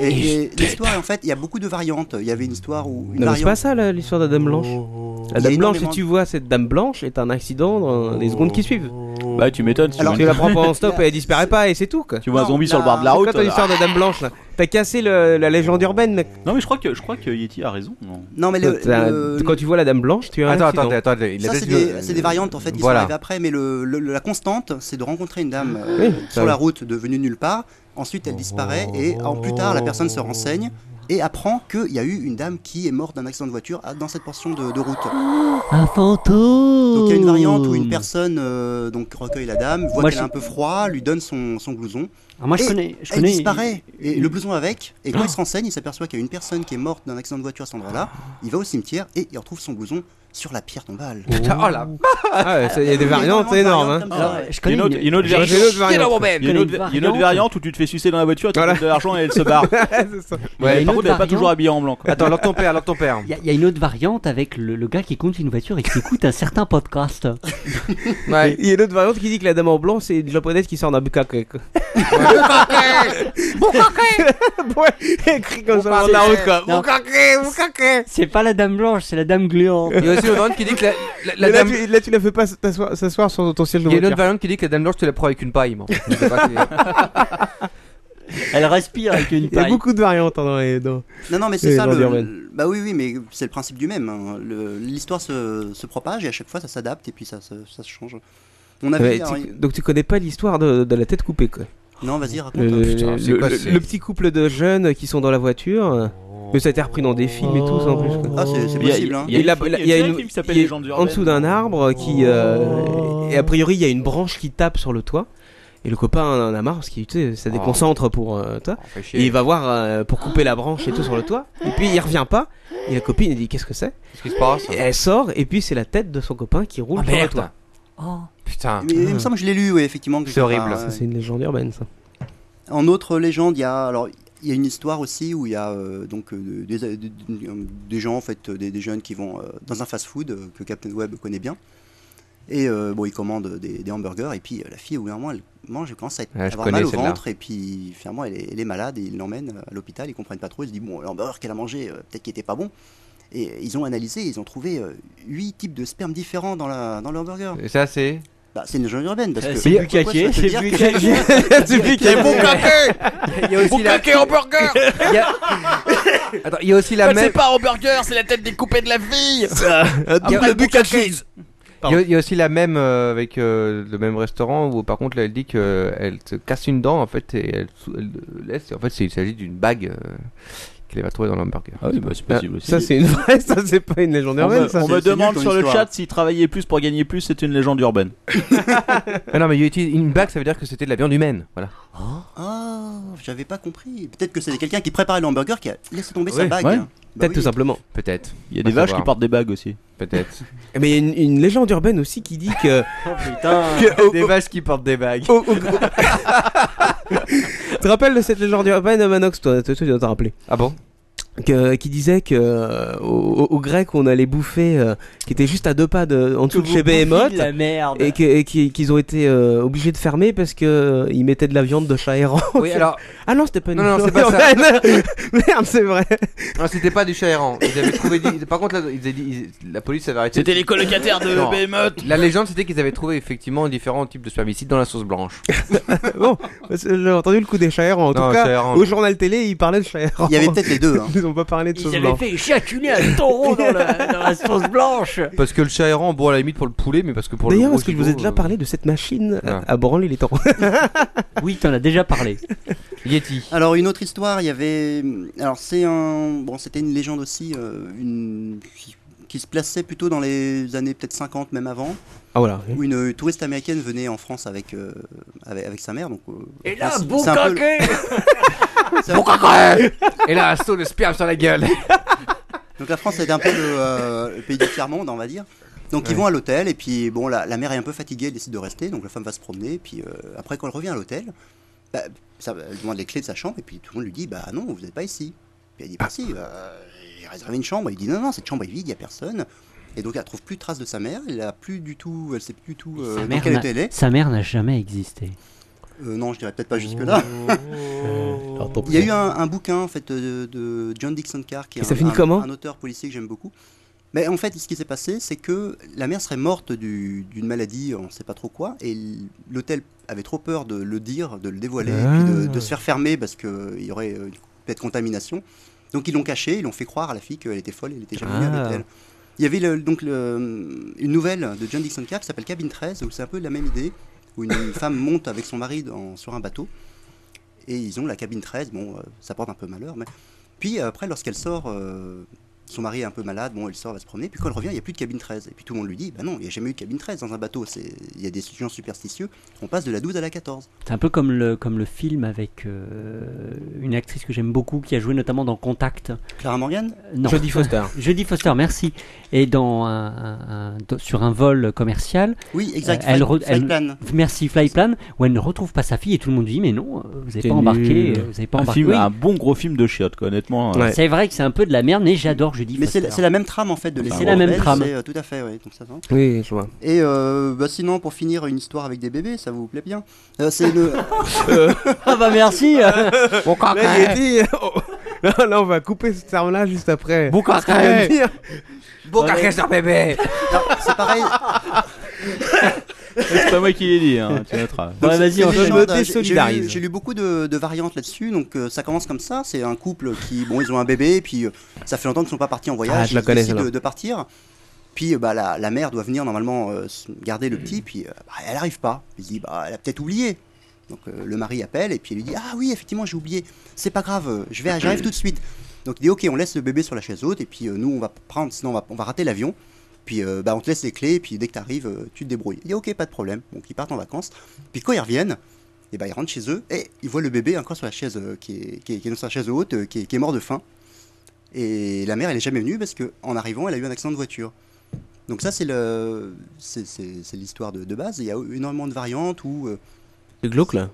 G: Et, et l'histoire, en fait, il y a beaucoup de variantes. Il y avait une histoire où. Une
H: Non, mais c'est
G: variante-
H: pas ça là, l'histoire de la dame blanche. La
G: Il y a
H: dame blanche, si
G: énormément
H: tu vois cette dame blanche, est un accident dans les secondes qui suivent.
E: Oh. Bah, tu m'étonnes.
H: Alors,
E: (laughs)
H: tu la prends pas en stop et elle disparaît pas et c'est tout quoi. Tu
E: vois un zombie sur le bord de la route,
H: C'est quoi ton
E: là
H: histoire de dame blanche là T'as cassé le- la légende urbaine mec.
E: Non, mais je crois que, je crois que Yeti a raison. Non,
G: Non, mais le-
H: T'as-
G: le-
H: Quand tu vois la dame blanche, tu as. un
D: Attends,
H: accident.
D: attendez, attendez, il a
G: Ça,
D: peut-être
G: c'est
D: une-
G: des, c'est des variantes en fait qui
D: Voilà.
G: sont arrivées après, mais le, le- la constante, c'est de rencontrer une dame euh,
D: Oui, ça
G: sur la
D: oui.
G: route devenue nulle part. Ensuite, elle disparaît et en plus tard, la personne se renseigne et apprend qu'il y a eu une dame qui est morte d'un accident de voiture à- dans cette portion de, de route.
F: Un fantôme
G: Donc il y a une variante où une personne euh, donc recueille la dame, voit
F: Moi,
G: qu'elle
F: je-
G: est un peu froid, lui donne son, son blouson.
F: Ah, moi, je
G: et
F: connais- je
G: elle
F: connais-
G: disparaît et
F: une-
G: le blouson avec. Et quand
F: Oh.
G: il se renseigne, il s'aperçoit qu'il y a une personne qui est morte d'un accident de voiture à cet endroit-là. Il va au cimetière et il retrouve son blouson sur la pierre tombale.
H: Oh
F: (laughs)
H: là Ah ouais, ça, il y a des variantes énormes. hein.
E: Il y a une autre- il y a une autre
H: J'ai
E: variante.
H: une autre variante.
E: Il y a une autre- il y a une autre variante où tu te fais sucer dans la voiture, tu donnes de l'argent et elle se
H: (laughs)
E: barre.
F: Il y a
E: Mais
F: une
E: Par
F: autre
E: contre, elle est pas
F: variante.
E: toujours habillée en blanc. quoi.
D: Attends, alors ton père, alors ton père.
F: Il y, a- il y a une autre variante avec le, le gars qui conduit une voiture et qui écoute un certain podcast.
H: Ouais. Il y a une autre variante qui dit que la dame en blanc, c'est une japonaise qui sort d'un bukkake. quoi.
M: (laughs)
H: Ouais, elle crie comme ça sur la route quoi.
F: Non. C'est pas la dame blanche, c'est la dame gluante.
D: Il y a aussi une variante qui dit que la, la- la
H: Mais là,
D: dame...
H: tu, là, tu la fais pas t'asseoir s'asseoir sur ton siège de
D: Il y a une
H: voiture.
D: autre variante qui dit que la Dame Blanche te la prend avec une paille. moi. Je sais pas si-
F: (laughs)
D: (laughs)
F: Elle respire avec une
H: Il y a
F: paille.
H: beaucoup de variantes hein, dans les. dans-
G: Non, non, mais c'est
H: les
G: ça.
H: légendes
G: Le,
H: urbaines.
G: le- bah oui, oui, mais c'est le principe du même. hein. Le- L'histoire se, se propage et à chaque fois ça s'adapte et puis ça, se- ça se change. On
H: Ouais,
G: avait.
H: tu-
G: alors,
H: Donc tu connais pas l'histoire de, de la tête coupée quoi.
G: hein, Non, vas-y, raconte. hein.
H: Le,
G: Putain, c'est
H: le-
G: quoi,
H: le-
G: c'est-
H: le petit couple de jeunes qui sont dans la voiture. euh, Mais ça a été repris dans des films et tout, ça en plus. quoi.
G: Ah, c'est- c'est Il y a- possible, hein. il y a-
H: Et là-
G: il y a
H: il y a
G: déjà un
H: une-
G: film qui s'appelle
H: il y a-
G: Légendes
H: En dessous d'un arbre qui. euh, et a priori, il y a une branche qui tape sur le toit. Et le copain en a marre parce que tu sais, ça déconcentre pour euh, toi.
D: chier.
H: Et il va voir euh, pour couper la branche et tout sur le toit. Et puis il revient pas. Et la copine elle dit Qu'est-ce que c'est Qu'est-ce
D: qui se passe
H: Elle sort et puis c'est la tête de son copain qui roule sur le
D: merde.
H: toit. Mmh.
F: Oh.
D: Putain.
G: Mais il me semble que je l'ai lu, oui, effectivement. quelque
H: C'est horrible.
G: part,
H: Ça,
G: ouais.
H: c'est une légende urbaine ça.
G: En autre légende, il y a alors il y a une histoire aussi où il y a euh, donc euh, des, des- des gens en fait euh, des, des jeunes qui vont euh, dans un fast-food euh, que Captain Web connaît bien. Et euh, bon, ils commandent des, des hamburgers et puis euh, la fille au bout d'un moment elle mange, elle commence à être-
D: Ouais, je
G: avoir
D: connais
G: mal au
D: celle-là.
G: ventre et puis finalement elle est, elle est malade et ils l'emmènent à l'hôpital, ils comprennent pas trop, ils se disent bon l'hamburger qu'elle a mangé euh, peut-être qu'il était pas bon. Et ils ont analysé, ils ont trouvé euh, huit types de sperme différents dans la dans le hamburger.
D: Et ça, c'est.
G: Bah, c'est une légende urbaine parce
D: Euh,
G: que.
D: c'est
G: Pourquoi
D: Bukake,
G: je dois te
D: c'est
G: dire que- (laughs)
D: (laughs) Bukake. C'est Bukake. C'est Bukake. Il y a aussi
C: Bukake
D: la-
C: hamburger
D: Il y a- Attends, il y a aussi la
C: Mais
D: même. (laughs)
C: C'est pas hamburger, c'est la tête découpée de la fille
D: un double
C: Après,
D: Bukake.
C: Bukake.
D: Il y, a, il y a aussi la même euh, avec euh, le même restaurant où par contre là elle dit qu'elle se casse une dent en fait et elle, sou- elle le laisse. Et en fait c'est- il s'agit d'une bague euh, qu'elle va trouver dans l'hamburger.
E: Ah oui, bah, c'est possible aussi.
D: Ça c'est une vraie, ça
G: (laughs)
D: c'est pas une légende
E: On
D: urbaine.
E: me,
D: ça.
E: on me demande sur le chat si travailler plus pour gagner plus, c'est une légende urbaine.
D: (laughs) Ah non mais il utilise une bague ça veut dire que c'était de la viande humaine. Voilà.
G: Ah, j'avais pas compris. Peut-être que c'était quelqu'un qui préparait l'hamburger qui a laissé tomber sa
D: Ouais,
G: bague.
D: ouais.
G: Bah
D: Peut-être
G: oui.
D: tout simplement. Peut-être.
E: Il y a des vaches qui portent des bagues aussi.
D: Peut-être.
H: Eh, Mais il y a une, une légende urbaine aussi qui dit
F: (laughs)
H: que.
F: Oh,
G: Oh,
H: (laughs)
D: (laughs) Que- des vaches qui portent des bagues.
E: (laughs)
H: Tu te rappelles de cette légende urbaine, Manox Toi, toi, tu dois t'en rappeler.
D: Ah bon
H: que, qui disait que euh, aux, aux Grecs on allait bouffer, euh, qui était juste à deux pas de, en dessous de
F: vous
H: chez Behemoth,
F: bouffiez de la merde.
H: et que- et qui- qu'ils ont été euh, obligés de fermer parce que euh, ils mettaient de la viande de chat errant. (laughs)
D: Oui, alors-
H: ah non c'était pas une
D: Non, non,
E: (laughs)
D: c'est pas ça. (laughs)
H: Merde c'est vrai.
D: Non, Ah, c'était pas du chat errant. Ils avaient trouvé. des- Par contre, là, ils avaient dit- ils- la police avait arrêté.
C: C'était les colocataires de
D: Non.
C: Behemoth.
D: La légende, c'était qu'ils avaient trouvé effectivement différents types de spermicides dans la sauce blanche. (laughs)
H: bon, parce que j'ai entendu le coup des chats errants. En
D: Non,
H: tout
D: chat
H: cas,
D: errant.
H: au journal télé, ils parlaient de chats errants.
D: Il y avait peut-être les deux, hein.
H: (laughs) Ils ont pas parlé de choses
F: Ils avaient
H: blanches.
F: fait éjaculer un taureau dans la, dans la sauce blanche.
D: Parce que le chat errant, bon, à la limite pour le poulet, mais parce que pour le
H: D'ailleurs,
D: gros
H: est-ce que je vous ai
D: gigot,
H: déjà
D: euh,
H: parlé de cette machine à-
D: Ouais.
H: à branler les
D: (laughs)
H: temps
F: Oui, t'en as déjà parlé.
D: Yeti.
G: Alors une autre histoire, il y avait. Alors c'est un. Bon, c'était une légende aussi, euh, une qui- qui se plaçait plutôt dans les années peut-être 50, même avant.
H: Ah voilà.
G: Où une euh, touriste américaine venait en France avec euh, avec, avec sa mère, donc. euh,
F: Et
G: enfin,
F: là,
G: c'est-
F: bon
G: c'est un peu-
F: coquet (laughs)
G: C'est un peu-
D: Et là, un saut de sperme sur la gueule.
G: (laughs) Donc la France est un peu le, euh, le pays du tiers-monde, on va dire. Donc ils vont à l'hôtel et puis bon la, la mère est un peu fatiguée, elle décide de rester, donc la femme va se promener et puis euh, après quand elle revient à l'hôtel, bah, ça, elle demande les clés de sa chambre et puis tout le monde lui dit bah non vous n'êtes pas ici. Puis elle dit bah si, euh, j'ai réservé une chambre, il dit non non cette chambre est vide, il n'y a personne. Et donc elle trouve plus de traces de sa mère, elle a plus du tout, elle sait plus du tout euh,
F: Sa
G: dans
F: mère
G: quel
F: n'a-
G: hôtel elle est.
F: Sa mère n'a jamais existé.
G: Euh, non, je dirais peut-être pas jusque
H: (laughs)
G: là. Il y a eu un, un bouquin en fait de, de John Dixon Carr qui est
H: Et ça
G: un,
H: finit
G: un-
H: comment
G: un auteur policier que j'aime beaucoup. Mais en fait, ce qui s'est passé, c'est que la mère serait morte du- d'une maladie, on ne sait pas trop quoi, et l- l'hôtel avait trop peur de le dire, de le dévoiler, et puis de, de
H: Ah.
G: se faire fermer parce qu'il y aurait euh, peut-être contamination. Donc ils l'ont caché, ils l'ont fait croire à la fille qu'elle était folle, elle était jamais venue
H: Ah.
G: à l'hôtel. Il y avait le- donc le- une nouvelle de John Dixon Carr qui s'appelle Cabin 13, où c'est un peu la même idée, où une femme monte avec son mari dans- sur un bateau, et ils ont la cabine 13, bon, euh, ça porte un peu malheur, mais... Puis euh, après, lorsqu'elle sort, euh, son mari est un peu malade, bon, elle sort, elle va se promener, puis quand elle revient, il n'y a plus de cabine 13. Et puis tout le monde lui dit, bah non, il n'y a jamais eu de cabine 13 dans un bateau, c'est- il y a des gens superstitieux, on passe de la 12 à la 14.
F: C'est un peu comme le, comme le film avec euh, une actrice que j'aime beaucoup qui a joué notamment dans Contact.
G: Clara Morgan
F: Euh, non.
H: Jodie Foster.
F: (laughs) Jodie Foster, merci. Et dans un- un- un- dans- sur un vol commercial. Euh,
G: Oui, exact,
F: elle
G: Fly-
F: re- elle-
G: Flyplan.
F: Merci, Flyplan, où elle ne retrouve pas sa fille et tout le monde dit Mais non, euh, vous n'avez
E: C'est
F: pas embarqué.
E: nul.
F: euh, Vous n'avez pas
E: un,
F: embarqué.
E: film-
F: Oui,
E: un bon gros film de chiottes, quoi, honnêtement. euh.
F: C'est vrai que c'est un peu de la merde, mais j'adore Jodie
G: Mais
F: Foster.
G: c'est c'est la même trame en fait de
F: C'est
G: l'essai
F: la même
G: rebelle,
F: trame.
G: c'est, euh, Tout à fait, oui. Donc ça, ça va.
H: Oui, je vois.
G: Et euh, bah, sinon, pour finir, une histoire avec des bébés, ça vous plaît bien Euh, C'est le.
F: (laughs) ah bah
H: (laughs)
F: merci
H: Bon Là, il
G: euh,
H: est dit. oh, (laughs) Là, là, on va couper cette arme-là juste après. Bon
D: carré. (laughs) Bon carré sur bébé.
G: C'est pareil.
E: C'est pas moi qui l'ai dit, hein, tu noteras.
G: Donc, c'est une légende,
H: me
G: j'ai- j'ai lu-
H: désolidarise.
G: J'ai lu beaucoup de, de variantes là-dessus, donc euh, ça commence comme ça. C'est un couple qui, bon, ils ont un bébé, et puis euh, ça fait longtemps qu'ils sont pas partis en voyage.
H: Ah, je la
G: ils
H: connais,
G: décident de,
H: celle-là.
G: de partir. Puis euh, bah, la, la mère doit venir normalement euh, s- garder le petit, puis euh, bah, elle arrive pas. Il se dit, bah, elle a peut-être oublié. Donc euh, le mari appelle et puis il lui dit Ah oui, effectivement, j'ai oublié. C'est pas grave, euh, je vais, j'arrive tout de suite. Donc il dit Ok, on laisse le bébé sur la chaise haute et puis euh, nous, on va prendre, sinon on va, on va rater l'avion. Puis euh, bah, on te laisse les clés et puis dès que t'arrives, euh, tu te débrouilles. Il dit Ok, pas de problème. Donc ils partent en vacances. Puis quand ils reviennent, et bah, ils rentrent chez eux et ils voient le bébé encore sur la chaise euh, qui, est, qui, est, qui est sur la chaise haute, euh, qui est, qui est mort de faim. Et la mère, elle est jamais venue parce qu'en arrivant, elle a eu un accident de voiture. Donc ça, c'est le, c'est, c'est- c'est l'histoire de, de base. Il y a énormément de variantes où euh,
H: Le glauque là.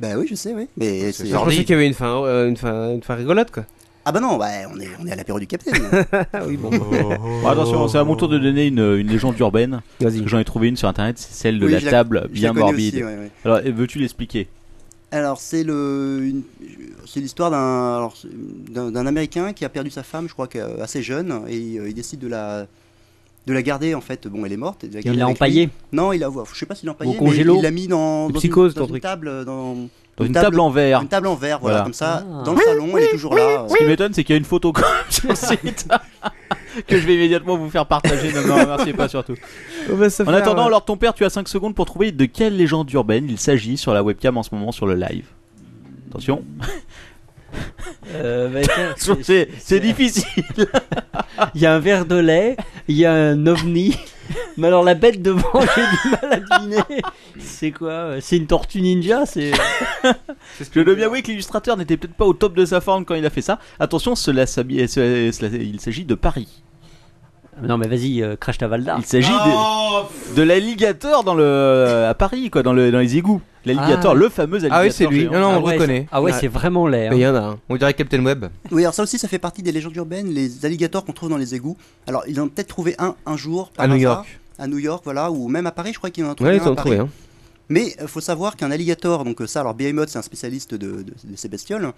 G: bah oui, je sais, oui. Mais c'est
H: Je pensais qu'il y avait une fin, euh, une fin, une fin rigolote quoi. Ah
G: Ah bah non, bah, on est, on est à l'apéro du capitaine.
H: (laughs) oui, bon.
E: Bon, Oh. Bah, attention, c'est à mon tour de donner une, une légende urbaine. Parce que J'en ai trouvé une sur internet, c'est celle de
G: Oui,
E: la
G: je la-
E: table
G: je la
E: bien
G: connais
E: morbide.
G: aussi, ouais, ouais.
E: Alors, eh, veux-tu l'expliquer
G: Alors c'est le, une- c'est l'histoire d'un, alors, c'est- d'un, d'un américain qui a perdu sa femme, je crois qu'assez assez jeune, et euh, il décide de la, de la garder en fait. Bon, elle est morte. et de la garder
F: l'a
G: avec
F: empaillée.
G: lui. Non, il l'a, je sais pas s'il l'a empaillée. mais
F: congélo.
G: Il l'a mis dans,
F: Une
G: dans
F: psychose,
G: une,
F: ton
G: dans une
F: truc.
G: table, dans,
E: Dans une table en verre.
G: Une table en verre, voilà,
E: Voilà.
G: comme ça, dans le salon, elle est toujours là. euh.
E: Ce qui m'étonne, c'est qu'il y a une photo quand même sur le site. (laughs) que je vais immédiatement vous faire partager. Non, non, remerciez pas surtout.
H: On va se
E: En
H: faire,
E: attendant,
H: euh,
E: alors ton père, tu as 5 secondes pour trouver de quelle légende urbaine il s'agit sur la webcam en ce moment sur le live. Attention.
F: Euh,
E: (laughs)
F: bah, tiens,
E: C'est- c'est- c'est difficile.
F: (laughs) Il y a un verre de lait, il y a un ovni. Mais alors la bête devant, (laughs) j'ai du mal à deviner. C'est quoi euh, C'est une tortue ninja C'est.
E: (laughs) Je dois bien avouer que l'illustrateur n'était peut-être pas au top de sa forme quand il a fait ça. Attention, cela, s'habille- cela- cela- il s'agit de Paris.
F: Non mais vas-y, euh, crache ta valda.
E: Il s'agit
I: Oh
K: Oh,
E: de, de l'alligator dans le euh, à Paris quoi, dans, le, dans les égouts. L'alligator,
F: Ah.
E: le fameux alligator.
D: Ah oui, c'est lui.
E: géant.
D: Non, non, on le reconnaît.
F: laid, hein.
D: Mais Il y en a un. On dirait
G: (laughs)
D: Captain Web.
G: Oui, alors ça aussi, ça fait partie des légendes urbaines, les alligators qu'on trouve dans les égouts. Alors, ils en ont peut-être trouvé un un jour. par
D: À New
G: hasard,
D: York.
G: À New York, voilà, ou même à Paris, je crois qu'ils en ont trouvé
D: Ouais,
G: un.
D: ils en
G: à
D: ont trouvé.
G: Paris.
D: Hein.
G: Mais il faut savoir qu'un alligator, donc euh, ça, alors Behemoth, c'est un spécialiste de, de- de ces bestioles,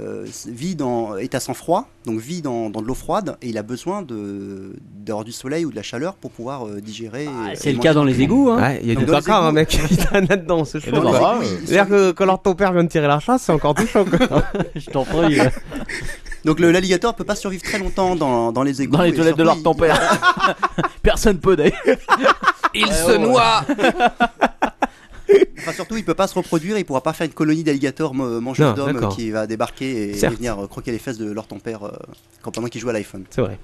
G: euh, c'est- vit dans, est à sang froid, donc vit dans, dans de l'eau froide, et il a besoin de- d'avoir du soleil ou de la chaleur pour pouvoir euh, digérer. et-
E: Ah,
G: et manger rapidement.
E: hein.
H: Ouais, il y a
G: Donc,
H: du
G: dans les
H: bacard,
G: égouts,
H: hein, mec. (laughs) Il y en a dedans, c'est
G: Et
H: chaud.
G: dans les égouts, ils- ils
H: C'est-à-dire que quand leur ton père vient de tirer la chasse, c'est encore plus
E: (laughs)
H: chaud, quoi.
F: Je t'en prie.
G: (laughs) Donc le- l'alligator peut pas survivre très longtemps dans, dans les égouts.
E: Dans les toilettes de leur tempère.
G: (laughs)
E: Personne peut d'ailleurs.
M: Eh
G: Il
E: se noie.
G: Enfin, surtout, il peut pas se reproduire, il pourra pas faire une colonie d'alligators mo- mangeurs
D: Non,
G: d'hommes
D: d'accord.
G: euh, qui va débarquer et,
D: Certes.
G: venir euh, croquer les fesses de leur tempère euh, quand, pendant qu'il joue à l'iPhone.
D: C'est vrai.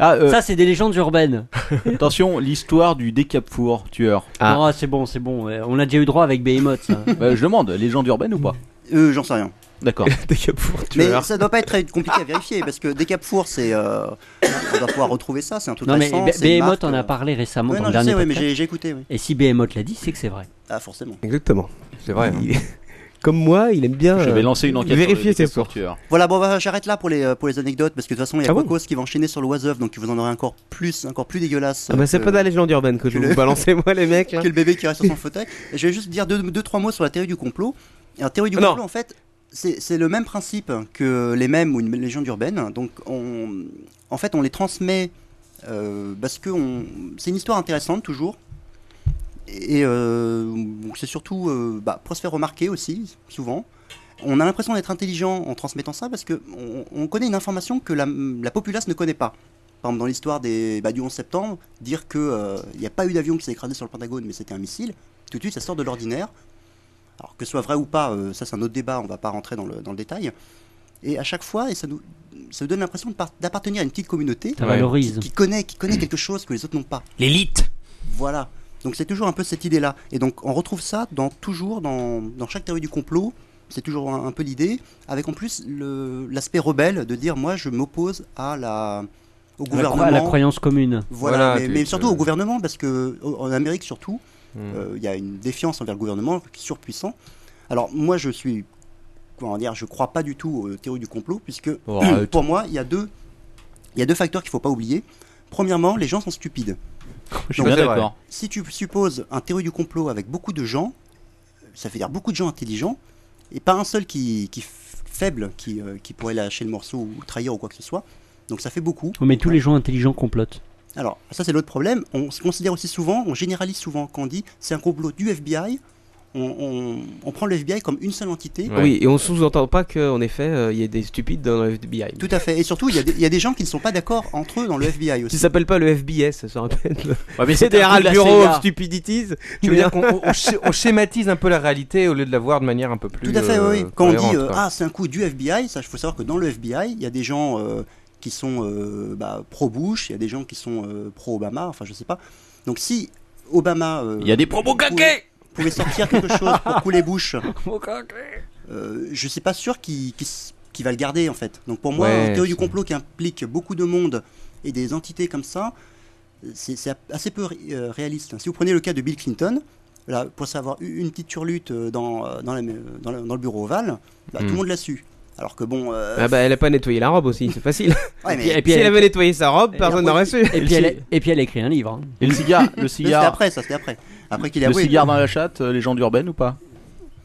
F: Ça c'est des légendes urbaines.
E: Ah, euh. (laughs) Attention, l'histoire du décapfour tueur.
D: Ah.
F: Non, ah, c'est bon, c'est bon. ouais. On a déjà eu droit avec Behemoth.
E: (laughs)
F: ça.
E: Bah, Ah. je demande, légende urbaine ou pas
G: Euh, j'en sais
E: (laughs)
G: rien.
E: D'accord.
G: Mais ça doit pas être très compliqué à vérifier parce que Décapfour, c'est. euh, on doit pouvoir retrouver ça, c'est un truc
F: Non mais
G: récent,
F: Be-
G: c'est une
F: Behemoth
G: marque,
F: en
G: euh,
F: a parlé récemment
G: Ouais,
F: dans
G: non,
F: le
G: je sais,
F: dernier
G: ouais, mais
F: podcast.
G: j'ai j'ai écouté, oui.
F: Et si Behemoth l'a dit, c'est que c'est vrai.
G: Ah, forcément.
H: Exactement.
D: C'est vrai. hein.
H: Il- (laughs) Comme moi, il aime bien.
E: Je vais
H: euh,
E: lancer une enquête sur
H: Vérifier
E: le
H: ses
E: décapfour
H: sources.
E: tueur.
G: Voilà, bon, bah, j'arrête là pour les, euh, pour les anecdotes parce que de toute façon, il y a
H: Ah
G: quoi
H: bon
G: qui va enchaîner sur le was of, donc vous en aurez encore plus, encore plus dégueulasse.
H: Ah bah, c'est
G: euh,
H: pas de la légende urbaine que je vais
G: le-
H: vous balancer, moi, les mecs. là.
G: (laughs) que le bébé qui reste sur son fauteuil. Et je vais juste dire deux, deux, trois mots sur la théorie du complot. Et la
E: Ah,
G: théorie du
H: Ah Non.
G: complot, en fait, c'est c'est le même principe que les mêmes ou une légende urbaine. Donc, on, en fait, on les transmet euh, parce que on- c'est une histoire intéressante toujours. Et euh, donc c'est surtout euh, bah, pour se faire remarquer aussi, souvent. On a l'impression d'être intelligent en transmettant ça parce qu'on on connaît une information que la, la populace ne connaît pas. Par exemple, dans l'histoire des- bah, du 11 septembre, dire qu'il n'y a pas eu d'avion qui s'est écrasé sur le Pentagone mais c'était un missile, tout de suite ça sort de l'ordinaire. Alors que ce soit vrai ou pas, euh, ça c'est un autre débat, on ne va pas rentrer dans le, dans le détail. Et à chaque fois, et ça nous, ça nous donne l'impression de par- d'appartenir à une petite communauté
F: Ça valorise.
G: qui- qui connaît, qui connaît quelque chose que les autres n'ont pas.
C: L'élite
G: Voilà. Donc c'est toujours un peu cette idée-là. Et donc on retrouve ça dans toujours dans, dans chaque théorie du complot. C'est toujours un, un peu l'idée, avec en plus le- l'aspect rebelle de dire moi je m'oppose à la au
F: À la
G: gouvernement,
F: cro- à la croyance commune.
G: Voilà,
F: Voilà,
G: mais,
F: tu-
G: mais
F: tu- Hmm.
G: surtout au gouvernement parce que au- en Amérique surtout, euh, il y a une défiance envers le gouvernement surpuissant. Alors moi je suis comment dire, je crois pas du tout aux théories du complot puisque
E: Oh,
G: (clears throat)
E: arrête.
G: pour moi il y a deux il y a deux facteurs qu'il faut pas oublier. Premièrement, les gens sont stupides.
E: (laughs) Je suis bien d'accord.
G: Si tu supposes un théorie du complot avec beaucoup de gens, ça veut dire beaucoup de gens intelligents, et pas un seul qui, qui f- faible, qui, euh, qui pourrait lâcher le morceau ou trahir ou quoi que ce soit. Donc ça fait beaucoup.
F: Oh, Mais tous les gens intelligents complotent.
G: Alors, ça c'est l'autre problème. On se considère aussi souvent, on généralise souvent quand on dit c'est un complot du FBI. On, on- on prend le FBI comme une seule entité.
H: (laughs) Oui, et on sous-entend pas qu'en effet, euh, il y a des stupides dans le FBI.
G: Tout à fait. Et surtout, il y, a des- il y a des gens qui ne sont pas d'accord entre eux dans le FBI aussi.
H: Qui s'appelle pas le FBS, ça rappelle.
E: Ouais, mais c'était un
H: Federal
E: coup de la
H: Bureau
E: CIA.
H: of Stupidities.
D: Tu veux dire qu'on on- on sché- on schématise un peu la réalité au lieu de la voir de manière un peu plus.
G: Tout à fait,
D: euh,
G: oui. Quand on
D: cohérente,
G: dit euh,
D: quoi.
G: ah c'est un coup du FBI, ça, il faut savoir que dans le FBI, il y a des gens euh, qui sont euh, bah, pro Bush, il y a des gens qui sont euh, pro Obama, enfin je sais pas. Donc si Obama, euh,
E: Il y a des propos
G: pouvait-
E: caqués
G: pouvait sortir quelque chose pour couler
H: (laughs)
G: Bush, euh, je suis pas sûr qu'il qu'il s- qu'il va le garder en fait. Donc pour moi,
D: Ouais,
G: une théorie du
D: c'est-
G: complot qui implique beaucoup de monde et des entités comme ça, c'est c'est assez peu ré- euh, réaliste. Si vous prenez le cas de Bill Clinton, là, pour savoir eu une petite turlute euh, dans, euh, dans, la- dans la- dans le bureau ovale, bah, tout
H: Hmm.
G: le monde l'a su. Alors que bon, euh,
H: Ah bah, elle a pas nettoyé la robe aussi, c'est facile.
G: (laughs) Ouais, mais-
H: et puis, si elle avait nettoyé sa robe, personne n'aurait su.
F: Et
H: (laughs)
F: puis, elle, et puis elle a écrit un livre. hein.
E: Et le cigare, le
G: mais c'était
E: cigare.
G: après, ça c'était après. Après qu'il ait
E: Le
G: avoué.
E: cigare dans la chatte, euh, légende urbaine ou pas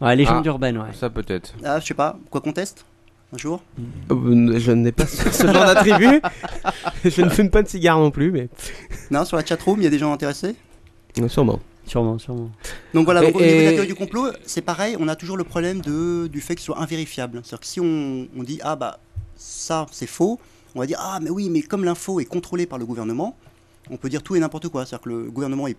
F: Ouais,
D: légende
F: urbaine, ouais.
D: Ah. Ça peut-être.
G: Ah, je sais pas, quoi qu'on teste un jour
H: Euh, Je n'ai pas ce ce genre d'attribut. (laughs) je ne fume pas de cigare non plus, mais.
G: Non, sur la chatroom, il y a des gens intéressés
H: Ouais, Euh, Sûrement.
F: Sûrement, sûrement.
G: Donc voilà, donc, au
H: Et-
G: niveau de la
H: et-
G: théorie du complot, c'est pareil, on a toujours le problème de, du fait que ce soit invérifiable. C'est-à-dire que si on, on dit, ah bah, ça c'est faux, on va dire Ah, mais oui, mais comme l'info est contrôlée par le gouvernement, on peut dire tout et n'importe quoi. C'est-à-dire que le gouvernement est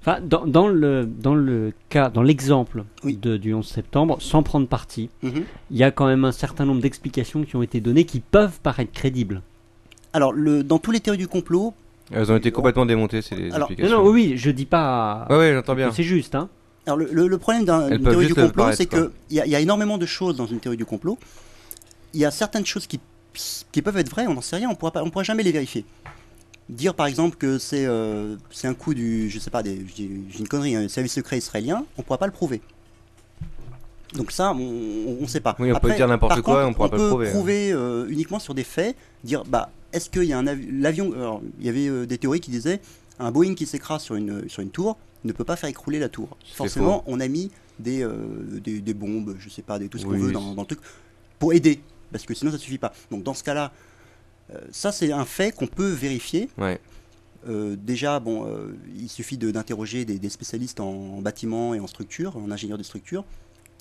F: Enfin, dans, dans le, dans le cas, dans l'exemple de- du 11 septembre, sans prendre parti,
G: Mhm.
F: il y a quand même un certain nombre d'explications qui ont été données qui peuvent paraître crédibles.
G: Alors, le, dans tous les théories du complot.
D: Elles ont été complètement démontées, ces
G: Alors-
D: explications.
F: Non, non, oui, oui, je dis pas.
D: Ouais, ouais, j'entends bien.
F: que C'est juste, hein.
G: Alors, le, le- le problème d'un-
D: Elles
G: d'une
D: peuvent
G: théorie du
D: juste le
G: complot,
D: paraître,
G: c'est
D: quoi.
G: qu'il y, a- il y a énormément de choses dans une théorie du complot. Il y a certaines choses qui, qui peuvent être vraies, on n'en sait rien, on pourra pas- on pourra jamais les vérifier. Dire par exemple que c'est euh, c'est un coup du, je sais pas, des, je dis- je dis une connerie, un service secret israélien, on pourra pas le prouver. Donc ça, on ne sait pas.
D: Oui, on peut dire n'importe
G: par
D: quoi,
G: contre,
D: on pourra pas le
G: peut
D: prouver, hein.
G: prouver euh, uniquement sur des faits, dire bah est-ce qu'il y a un avi- l'avion alors, Il y avait euh, des théories qui disaient un Boeing qui s'écrase sur une sur une tour ne peut pas faire écrouler la tour. Forcément,
D: faux.
G: on a mis des, euh, des, des bombes, je sais pas, des, tout ce qu'on
D: Oui,
G: veut
D: c'est-
G: dans, dans le truc pour aider, parce que sinon ça suffit pas. Donc dans ce cas-là, euh, ça c'est un fait qu'on peut vérifier.
D: Ouais.
G: Euh, déjà, bon, euh, il suffit de- d'interroger des, des spécialistes en, bâtiment et en structure, en ingénieur de structure,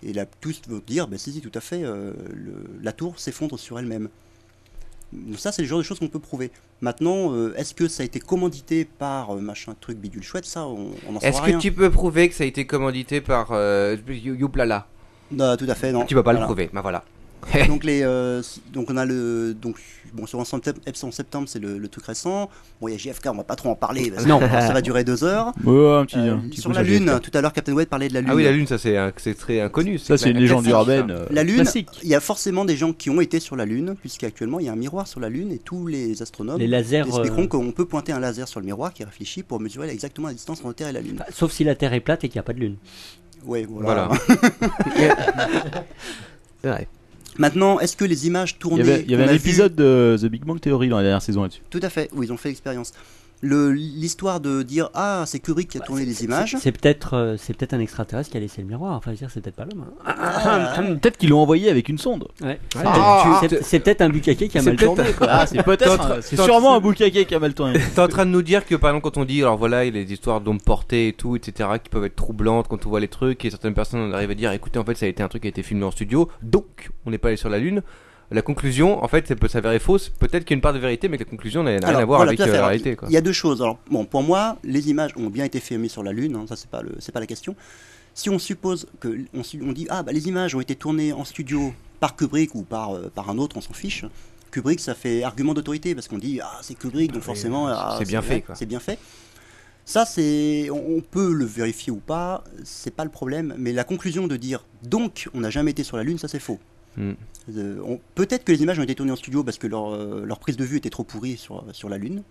G: et là, tous vont dire, bah, si, si, tout à fait, euh, le- la tour s'effondre sur elle-même. Donc ça, c'est le genre de choses qu'on peut prouver. Maintenant, euh, est-ce que ça a été commandité par euh, machin truc bidule chouette Ça, on, on en saura
D: Est-ce
G: rien.
D: que tu peux prouver que ça a été commandité par euh, You- Youplala
G: Non, Bah, tout à fait, non.
D: Tu peux pas le
G: Voilà.
D: prouver, bah voilà.
G: (laughs)
D: (laughs)
G: donc les euh, si- donc on a le donc bon sur 11 septembre, 11 septembre, c'est le, le truc récent. Bon il y a JFK, on va pas trop en parler parce que
D: Non.
G: ça va durer deux
D: (laughs)
G: heures.
D: Ouais, un petit-
G: Euh,
D: un petit
G: sur
D: coup
G: la
D: sur
G: lune,
D: JFK.
G: tout à l'heure Captain Wade parlait de la lune.
D: Ah oui, la lune, ça c'est un- c'est très inconnu.
E: Ça,
G: Bah,
E: c'est une légende
D: classique,
E: urbaine,
D: ça.
E: euh,
G: La lune, il y a forcément des gens qui ont été sur la lune puisqu'actuellement il y a un miroir sur la lune et tous les astronomes
F: Les lasers,
G: expliqueront
F: euh,
G: qu'on peut pointer un laser sur le miroir qui réfléchit pour mesurer exactement la distance entre la Terre et la lune.
F: Sauf si la Terre est plate et qu'il n'y a pas de lune.
G: Ouais, voilà.
D: C'est vrai.
G: Maintenant, est-ce que les images
E: Il y
G: tournées
E: avait, il y avait
G: qu'on
E: un
G: a vues-
E: épisode de The Big Bang Theory dans la dernière saison là-dessus.
G: (laughs) Tout à fait, oui, ils ont fait l'expérience. Le- L'histoire de dire Ah, c'est Kubrick qui a tourné les images.
F: Bah, C'est peut-être euh, c'est peut-être un extraterrestre qui a laissé le miroir. Enfin, je veux dire, c'est peut-être pas l'homme. hein.
E: Ah, Peut-être qu'ils l'ont envoyé avec une sonde.
F: Ouais.
E: Ah,
F: C'est-
E: ah,
F: c'est-
E: ah,
F: c'est peut-être un bucaquet qui a
E: c'est
F: mal
E: peut-être-
F: tourné. quoi.
E: Ah, c'est peut-être. un- C'est sûrement un boucaquet qui a mal tourné.
D: T'es en train de nous dire que par exemple quand on dit alors voilà il y a des histoires d'hommes portés et tout etc qui peuvent être troublantes quand on voit les trucs et certaines personnes on arrive à dire écoutez en fait ça a été un truc qui a été filmé en studio donc on n'est pas allé sur la lune la conclusion en fait ça peut s'avérer fausse peut-être qu'il y a une part de vérité mais que la conclusion n'a n'a rien
G: Alors,
D: à voir
G: voilà,
D: avec
G: tout à fait.
D: euh, la
G: Alors,
D: réalité quoi.
G: Il y a deux choses. Alors, bon, pour moi, les images ont bien été filmées sur la Lune, hein, ça c'est pas, le- c'est pas la question. Si on suppose que on, su- on dit Ah, bah, les images ont été tournées en studio par Kubrick ou par, euh, par un autre, on s'en fiche. Kubrick, ça fait argument d'autorité parce qu'on dit Ah, c'est Kubrick, donc forcément. ah,
D: c'est bien fait,
G: vrai,
D: quoi.
G: C'est bien fait. Ça, c'est, on on peut le vérifier ou pas, c'est pas le problème. Mais la conclusion de dire donc on n'a jamais été sur la Lune, ça c'est faux.
D: Hmm.
G: Euh, on- Peut-être que les images ont été tournées en studio parce que leur, euh, leur prise de vue était trop pourrie sur, sur la Lune.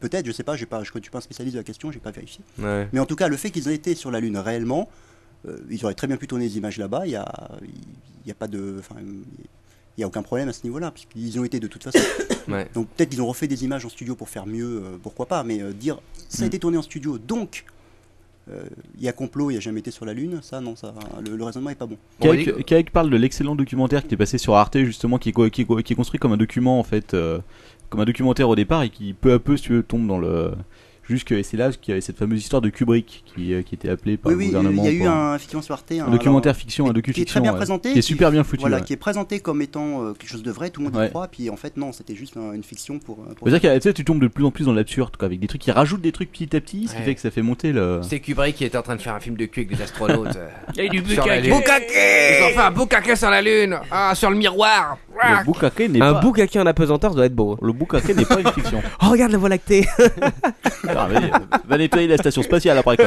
G: Peut-être, je sais pas, j'ai pas, je ne suis pas un spécialiste de la question, j'ai pas vérifié.
D: Ouais.
G: Mais en tout cas, le fait qu'ils aient été sur la Lune réellement, euh, ils auraient très bien pu tourner des images là-bas. Il n'y a, il y a pas de, enfin, il y a aucun problème à ce niveau-là, puisqu'ils ont été de toute façon.
D: (coughs) Ouais.
G: Donc peut-être qu'ils ont refait des images en studio pour faire mieux, euh, pourquoi pas. Mais euh, dire ça a
D: Mm.
G: été tourné en studio, donc euh, il y a complot, il n'y a jamais été sur la Lune, ça non, ça, le, le raisonnement est pas bon.
E: Kaek Kaek parle de l'excellent documentaire qui est passé sur Arte justement, qui est, co- qui est co- qui est construit comme un document en fait, euh, comme un documentaire au départ et qui peu à peu si tu veux, tombe dans le jusque et c'est là qu'il y avait cette fameuse histoire de Kubrick qui, euh, qui était appelée par
G: Oui,
E: le
G: oui, il
E: gouvernement.
G: y a eu
E: pour-
G: un effectivement sur Arte,
E: un
G: un-
E: documentaire
G: alors,
E: fiction, un docu
G: qui est très bien présenté,
E: qui est super bien foutu.
G: Voilà,
E: ouais.
G: qui est présenté comme étant euh, quelque chose de vrai, tout le monde
E: Ouais.
G: y croit, puis en fait non, c'était juste un- une fiction pour. euh, pour-
E: C'est-à-dire que tu sais, tu tombes de plus en plus dans l'absurde, quoi, avec des trucs qui rajoutent des trucs petit à petit, ce qui
D: Ouais.
E: fait que ça fait monter le.
D: C'est Kubrick qui était en train de faire un film de
G: (laughs)
D: cul avec des astronautes. euh,
E: Et du
D: sur la
E: bukkake.
D: lune.
E: Bukkake
D: Ils ont fait un
J: boucaquet sur la lune Ah, sur le miroir
E: Le boucaquet n'est
H: Un
E: pas.
H: boucaquet en apesanteur, ça doit être beau. hein.
E: Le boucaquet n'est pas une fiction.
H: (laughs) Oh, regarde la
G: (laughs)
H: voie lactée
E: (laughs) Ah, vas-y, euh, va nettoyer la station spatiale après. Quoi.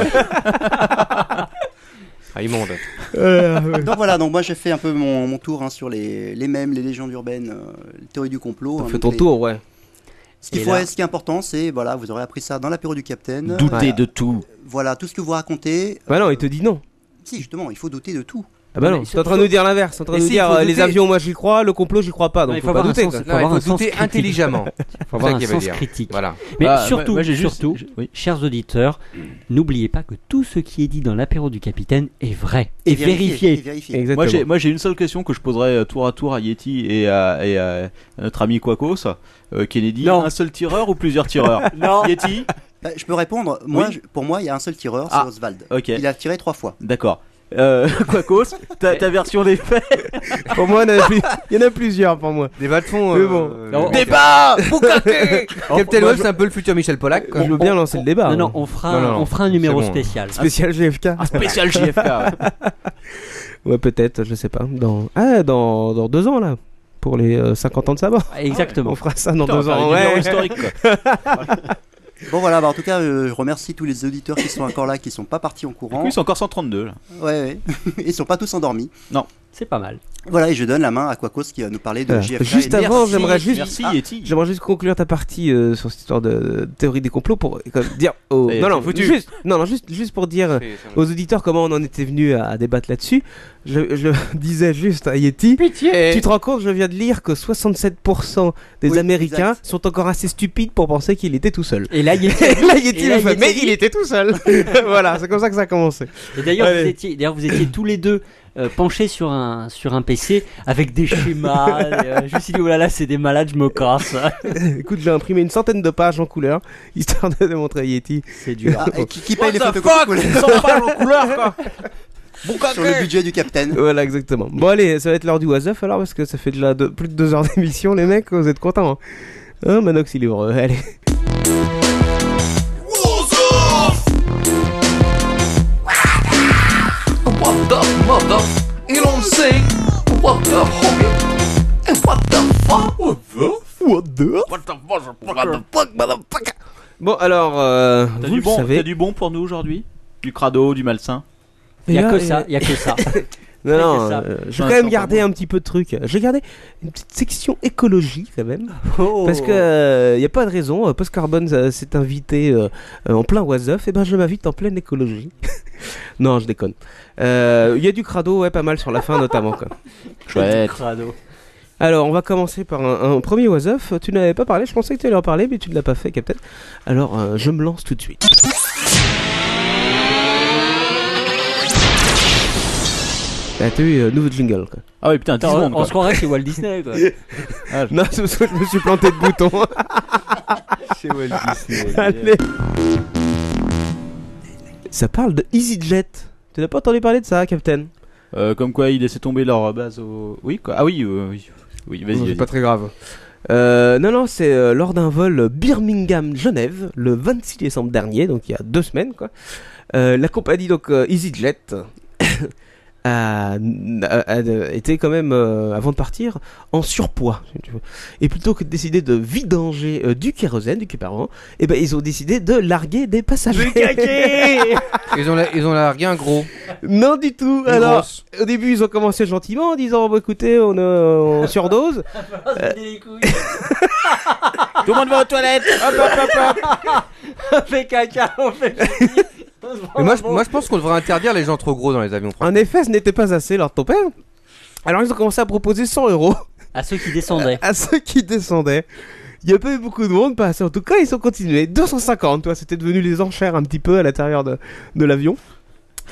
D: Ah, immonde.
G: Euh, donc voilà, donc moi j'ai fait un peu mon, mon tour hein, sur les, les mèmes, les légendes urbaines, euh, les théories du complot.
H: T'as
G: hein,
H: fait
G: donc
H: ton
G: les-
H: tour, ouais.
G: Ce, qu'il
H: Et
G: faut-
H: là-
G: ce qui est important, c'est voilà, vous aurez appris ça dans l'apéro du Capitaine.
H: Doutez
G: Euh,
H: de tout.
G: Voilà, tout ce que vous racontez.
H: Bah non, il te dit non.
G: Si, justement, il faut douter de tout.
H: Ah bah non, t'es en train de nous dire l'inverse, t'es en train de
G: Et
H: nous
G: si,
H: dire
G: faut
H: euh, les
G: douter.
H: avions, moi j'y crois, le complot j'y crois pas, donc
F: Non, il
H: faut,
F: faut
H: pas
F: avoir un
H: douter.
F: sens-
H: quoi.
F: faut Non, il avoir faut un sens douter critique. intelligemment.
D: Il
F: (laughs) faut avoir
D: C'est ça
F: un
D: qu'il veut
F: sens
D: dire.
F: critique.
D: Voilà.
F: Mais
D: Ah,
F: surtout,
D: moi, j'ai juste-
F: surtout,
D: je-
F: chers auditeurs, n'oubliez pas que tout ce qui est dit dans l'apéro du capitaine est vrai et, vérifié.
E: Moi j'ai, moi j'ai une seule question que je poserai euh, tour à tour à Yeti et à, et à notre ami Quacos, euh, Kennedy. Un seul tireur ou plusieurs (laughs)
H: (laughs)
E: tireurs Yeti
G: Bah, Je peux répondre. Moi,
E: Oui.
G: je- pour moi, il y a un seul tireur, c'est
E: Ah,
G: Oswald.
E: ok.
G: Il a tiré trois fois.
E: D'accord. Euh, (laughs) Quacos, ta, ta version des faits.
H: (laughs) Pour moi, il y en a plus- il y en a plusieurs pour moi.
D: Des bas de fond.
H: Mais bon.
Q: euh,
D: Non,
H: Débat
D: (laughs) Boucaté Euh, Captain
H: Moi,
D: Web,
H: je-
D: c'est un peu le futur Michel Pollack. quoi.
H: Je veux bien lancer le débat.
D: Non,
H: hein.
D: non, on fera- on fera un numéro
H: c'est
D: spécial.
H: Spécial
D: Un-
H: GFK.
D: un spécial GFK,
H: (laughs) ouais. peut-être, je sais pas. Dans ah, dans, dans deux ans là, pour les euh, 50 ans de sa mort.
F: Exactement.
H: On fera ça dans
F: Putain,
H: deux
F: on va
H: ans.
F: faire des
H: Ouais.
F: numéros
G: (laughs) Bon voilà, bah, en tout cas, euh, je remercie tous les auditeurs qui sont encore là, qui sont pas partis en courant.
E: Ils sont encore 132 là.
G: Ouais, ouais. (laughs) Ils sont pas tous endormis.
E: Non.
F: C'est pas mal.
G: Voilà, et je donne la main à Quacos qui va nous parler de
H: Voilà.
G: JFK.
H: Euh, Ah, Juste
G: Et
H: avant,
G: merci,
H: j'aimerais juste,
G: merci.
H: ah, j'aimerais juste conclure ta partie euh, sur cette histoire de, de théorie des complots pour euh, comme dire, aux-
D: Et
H: non non,
D: c'est foutu.
H: juste, non non, juste, juste pour dire euh, aux auditeurs comment on en était venu à, à débattre là-dessus. Je, (laughs) je disais juste à Yeti, tu te rends compte, je viens de lire que 67% des Américains sont encore assez stupides pour penser qu'il était tout seul. (laughs)
F: Et là Yeti,
H: là, Yeti
F: Et là,
H: me fait,
F: Yeti
H: mais
F: dit-
H: il était tout seul. (laughs) voilà, c'est comme ça que ça a commencé.
F: Et d'ailleurs, vous
H: Allez.
F: étiez, d'ailleurs, vous étiez tous les deux euh, penchés sur un, sur un PC avec des
H: (laughs)
F: schémas. et, euh, je me suis dit, oh là là, c'est des malades, je me casse.
H: Écoute, j'ai imprimé une centaine de pages en couleur, (laughs) histoire de démontrer à Yeti.
F: C'est
H: dur.
G: Ah, et qui, qui paye les photocopies (laughs) Sur le budget du capitaine.
H: Voilà, exactement. Bon, allez, ça va être l'heure du was Up, alors, parce que ça fait déjà deux- plus de deux heures d'émission, les mecs, vous êtes contents. Hein, Hein, Manox, il est heureux, allez.
N: What the mother You don't say What the homie And what the fuck What the
H: What the
N: What the fuck What the fuck
H: Bon, alors, euh,
E: T'as
H: vous
E: du,
H: le
E: bon,
H: savez.
E: t'as du bon pour nous aujourd'hui Du crado, du malsain
H: Et
E: Y a
H: là,
E: que
H: euh,
E: ça, y a que ça. Y a
H: non, non,
E: que ça.
H: euh, j'ai
E: Pour
H: quand même
E: l'instant,
H: gardé un petit peu de trucs. J'ai gardé une petite section écologie quand même.
F: Oh.
H: Parce que il n'y a pas de raison. euh, Post Carbon euh, s'est invité euh, euh, en plein was Up, Et ben je m'invite en pleine écologie. (laughs) non, je déconne. Il y a du crado, ouais, pas mal sur la fin notamment. (laughs) Quoi.
E: Chouette.
H: Alors, on va commencer par un, un premier was Up. Tu n'avais pas parlé, je pensais que tu allais en parler, mais tu ne l'as pas fait, Captain. Alors, euh, je me lance tout de suite. Ah, t'as vu, euh, nouveau jingle quoi.
E: Ah oui, putain, 10
F: Attends, on-
E: secondes. Ah,
F: on se croirait chez Walt Disney,
H: (laughs)
F: quoi.
H: Non, c'est parce que je me suis planté de
E: (laughs)
H: bouton.
E: Chez Walt Disney.
H: Allez. (laughs) Ça parle de EasyJet. Tu n'as pas entendu parler de ça, Captain
E: Euh, comme quoi, ils laissaient tomber leur base au. Oui, quoi. Ah oui, euh, oui. Oui, vas-y.
H: Non, c'est
E: vas-y.
H: pas très grave. Euh, non, non, c'est euh, lors d'un vol Birmingham-Genève le 26 décembre dernier, donc il y a deux semaines, quoi. Euh, la compagnie donc euh, EasyJet (coughs) a, a- a- été quand même euh, avant de partir en surpoids. si tu veux. Et plutôt que de décider de vidanger euh, du kérosène, du carburant, eh ben ils ont décidé de larguer des passagers. (laughs)
D: ils, ont la- ils ont largué un gros.
H: Non du tout.
D: Une
H: Alors,
D: grosse.
H: au début, ils ont commencé gentiment en disant Bon, écoutez, on, euh, on surdose. Euh,
E: Tout le monde va aux
H: (laughs)
E: toilettes Hop, hop, hop,
F: on fait caca, on fait
D: Mais moi, je, moi, je pense qu'on devrait interdire les gens trop gros dans les avions.
H: En effet, ce n'était pas (laughs) assez lors de ton père. Alors, ils ont commencé à proposer 100 euros.
F: À ceux qui descendaient.
H: (laughs) à ceux qui descendaient. Il n'y a pas eu beaucoup de monde passer. En tout cas, ils ont continué. 250, toi, c'était devenu les enchères un petit peu à l'intérieur de, de l'avion.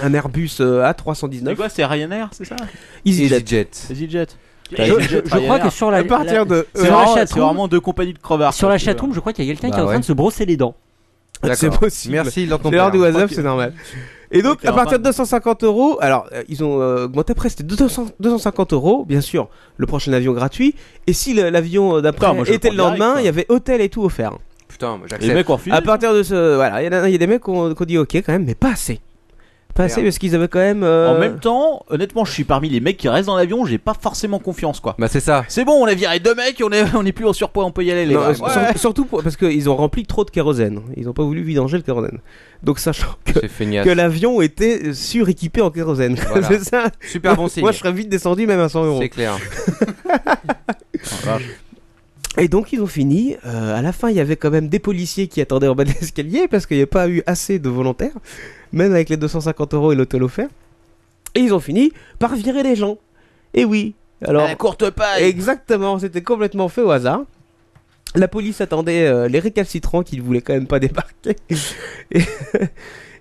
H: Un Airbus euh,
E: C'est
H: A319.
E: quoi C'est Ryanair, c'est ça
H: EasyJet.
E: EasyJet.
H: Je- je- je crois que sur la- À partir la- de- euh,
E: C'est
H: sur la
E: vraiment-
H: chatroom-
E: c'est vraiment deux compagnies de crevards.
F: Sur la chatroom, je crois qu'il y a quelqu'un
E: Bah
F: qui est en train de se brosser les dents.
H: C'est possible.
D: Merci, Lord
H: C'est l'heure du
D: Compère.
H: WhatsApp, c'est normal. Et donc,
D: Compère
H: à partir
D: Pan.
H: de 250 euros, alors, euh, ils ont euh, augmenté après, c'était 200 250 euros, bien sûr, le prochain avion gratuit. Et si le- l'avion euh, d'après
D: Putain, moi, je le
H: était le
D: prends
H: lendemain,
D: direct,
H: il y avait hôtel et tout offert.
D: Putain, moi,
H: C'est-
D: j'accepte.
H: À partir de ce. Voilà, il y, en a- il y a des mecs qui ont qui ont dit ok quand même, mais pas assez. Pas assez
E: Merde.
H: parce qu'ils avaient quand même.
D: Euh.
H: euh,
E: En même temps, honnêtement, je suis parmi les mecs qui restent dans l'avion, j'ai pas forcément confiance quoi.
D: Bah c'est ça.
E: C'est bon, on a viré deux mecs, on est, (laughs) on est plus en surpoids, on peut y aller les
H: Non,
E: gars.
H: sur-
D: euh,
H: surtout pour- parce qu'ils ont rempli trop de kérosène. Ils n'ont pas voulu vidanger le kérosène. Donc sachant que,
D: C'est feignasse.
H: que l'avion était euh, suréquipé en kérosène.
D: Voilà.
H: (laughs) C'est ça.
D: Super bon
H: Moi,
D: signe.
H: Moi je serais vite descendu même à 100 euros. (laughs)
D: C'est clair.
H: Et donc ils ont fini. Euh, à la fin, il y avait quand même des policiers qui attendaient en bas de l'escalier parce qu'il n'y a pas eu assez de volontaires, même avec les 250 euros et l'hôtel offert. Et ils ont fini par virer les gens. Et oui. Alors,
E: À la courte paille.
H: Exactement. C'était complètement fait au hasard. La police attendait euh, les récalcitrants qui ne voulaient quand même pas débarquer. (laughs) Et,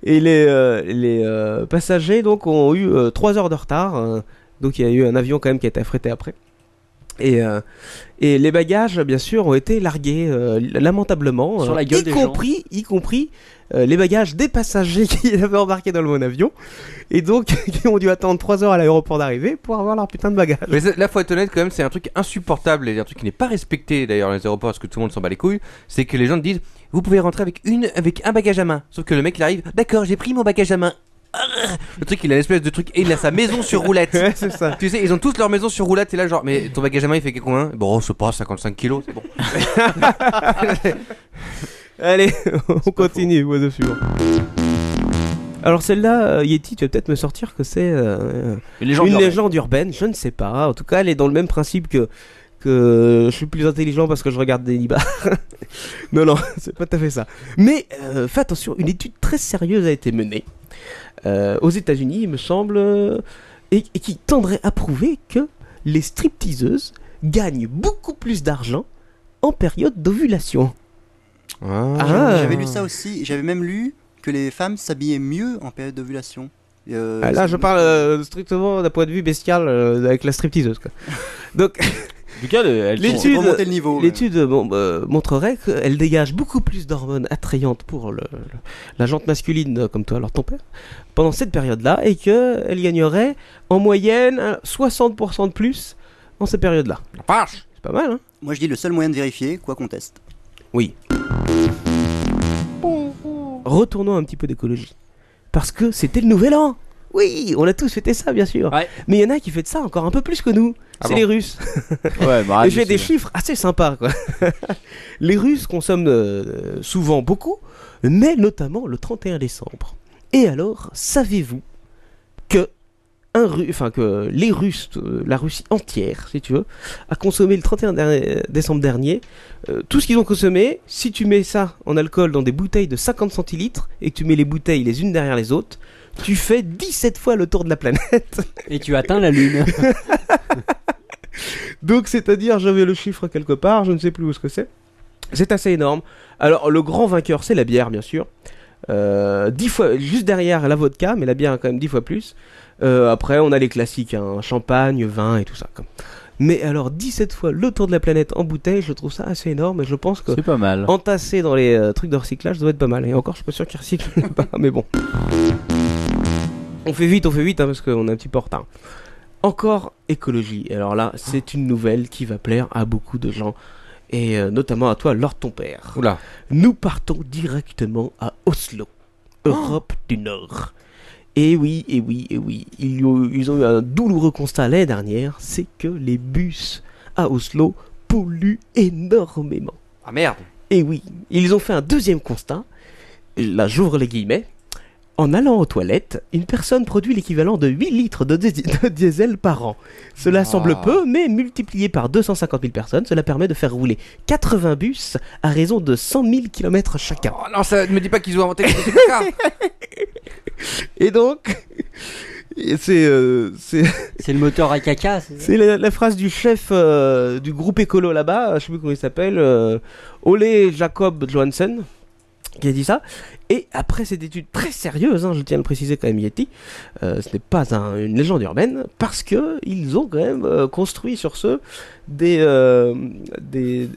H: et les, euh, les euh, hein. passagers donc ont eu 3 heures de retard. euh, donc il y a eu un avion quand même qui a été affrété après. Et, euh, et les bagages, bien sûr, ont été largués euh, lamentablement,
F: Sur
H: euh,
F: la gueule
H: y
F: des gens.
H: compris, y compris euh, les bagages des passagers (laughs) qui avaient embarqué dans le mon avion, et donc (laughs) qui ont dû attendre 3 heures à l'aéroport d'arrivée pour avoir leur putain de bagages.
D: Mais c'est- là, faut être honnête quand même, c'est un truc insupportable et un truc qui n'est pas respecté d'ailleurs dans les aéroports parce que tout le monde s'en bat les couilles. C'est que les gens te disent Vous pouvez rentrer avec, une, avec un bagage à main. Sauf que le mec il arrive D'accord, j'ai pris mon bagage à main. Arrgh Le truc, il a l'espèce de truc et il a sa maison sur (laughs) roulette.
H: c'est ça.
D: Tu sais, ils ont tous leur maison sur roulette et là, genre, mais ton bagage à main il fait combien Bon, je sais pas, 55 kilos, (laughs) c'est bon.
H: Allez, (laughs) on continue, oiseau suivant. Alors celle-là, euh, Yeti, tu vas peut-être me sortir que c'est euh,
E: Une légende urbaine.
H: légende urbaine, je ne sais pas. En tout cas, elle est dans le même principe que que je suis plus intelligent parce que je regarde des Bar. (laughs) non, (laughs) non, c'est pas tout à fait ça. Mais euh, fais attention, une étude très sérieuse a été menée euh, aux États-Unis, il me semble, euh, et, et qui tendrait à prouver que les stripteaseuses gagnent beaucoup plus d'argent en période d'ovulation.
E: Ah.
H: Ah.
G: J'avais- Ah, J'avais lu ça aussi. J'avais même lu que les femmes s'habillaient mieux en période d'ovulation. Euh,
H: Ah, là, je parle euh, strictement d'un point de vue bestial euh, avec la
G: (laughs)
H: stripteaseuse. Quoi. Donc, l'étude,
G: remonter le niveau, ouais.
H: l'étude bon, euh, montrerait qu'elle dégage beaucoup plus d'hormones attrayantes pour le, le- la jante masculine, euh, comme toi, alors ton père, pendant cette période-là, et qu'elle gagnerait en moyenne euh, 60% de plus en cette période-là. C'est pas mal, hein
G: Moi, je dis le seul moyen de vérifier, quoi qu'on teste.
H: Oui. Retournons un petit peu d'écologie. Parce que c'était le nouvel an Oui, on a tous fêté ça, bien sûr. Mais il y en a qui fêtent ça encore un peu plus que nous.
E: Ah
H: c'est
E: bon
H: les Russes.
E: (laughs) Ouais, bah,
H: Et j'ai
E: je
H: des
E: sais.
H: chiffres assez sympas, quoi. (laughs) les Russes consomment euh, souvent beaucoup, mais notamment le 31 décembre. Et alors, savez-vous que un Ru- enfin que les Russes, euh, la Russie entière, si tu veux, a consommé le 31 dernier- décembre dernier euh, tout ce qu'ils ont consommé. Si tu mets ça en alcool dans des bouteilles de 50 centilitres et que tu mets les bouteilles les unes derrière les autres, tu fais 17 fois le tour de la planète.
F: Et tu atteins la
H: (laughs)
F: Lune.
H: Donc, c'est-à-dire, j'avais le chiffre quelque part, je ne sais plus où ce que c'est. C'est assez énorme. Alors, le grand vainqueur, c'est la bière, bien sûr. Euh, 10 fois, juste derrière la vodka, mais la bière a quand même 10 fois plus. Euh, après, on a les classiques, hein, champagne, vin et tout ça. quoi. Mais alors, 17 fois le tour de la planète en bouteille, je trouve ça assez énorme et je pense que.
E: C'est pas mal.
H: Entassé dans les euh, trucs de recyclage, ça doit être pas mal. Et encore, je suis pas sûr qu'ils recyclent (laughs) là-bas, mais bon. On fait vite, on fait vite, hein, parce qu'on est un petit peu en retard. Encore écologie. Alors là, c'est une nouvelle qui va plaire à beaucoup de gens. Et euh, notamment à toi, Lord ton père.
D: Oula.
H: Nous partons directement à Oslo, Europe du Nord. Et Eh oui, et oui, et oui. Ils, y ont- ils ont eu un douloureux constat l'année dernière, c'est que les bus à Oslo polluent énormément.
D: Ah merde
H: Et oui, ils ont fait un deuxième constat. Là, j'ouvre les guillemets. En allant aux toilettes, une personne produit l'équivalent de 8 litres de, dé- de diesel par an. Cela
D: Ah.
H: semble peu, mais multiplié par 250 000 personnes, cela permet de faire rouler 80 bus à raison de 100 000 km chacun.
D: Oh non, ça ne me dit pas qu'ils ont inventé quelque chose comme ça.
H: Et donc, et c'est euh, c'est
F: (laughs) c'est le moteur à caca.
H: C'est la, la phrase du chef euh, du groupe écolo là-bas, je sais plus comment il s'appelle, euh, Ole Jacob Johansen, qui a dit ça. Et après cette étude très sérieuse, hein, je tiens à le préciser quand même, Yeti, euh, ce n'est pas un- une légende urbaine, parce que ils ont quand même euh, construit sur ce des euh, des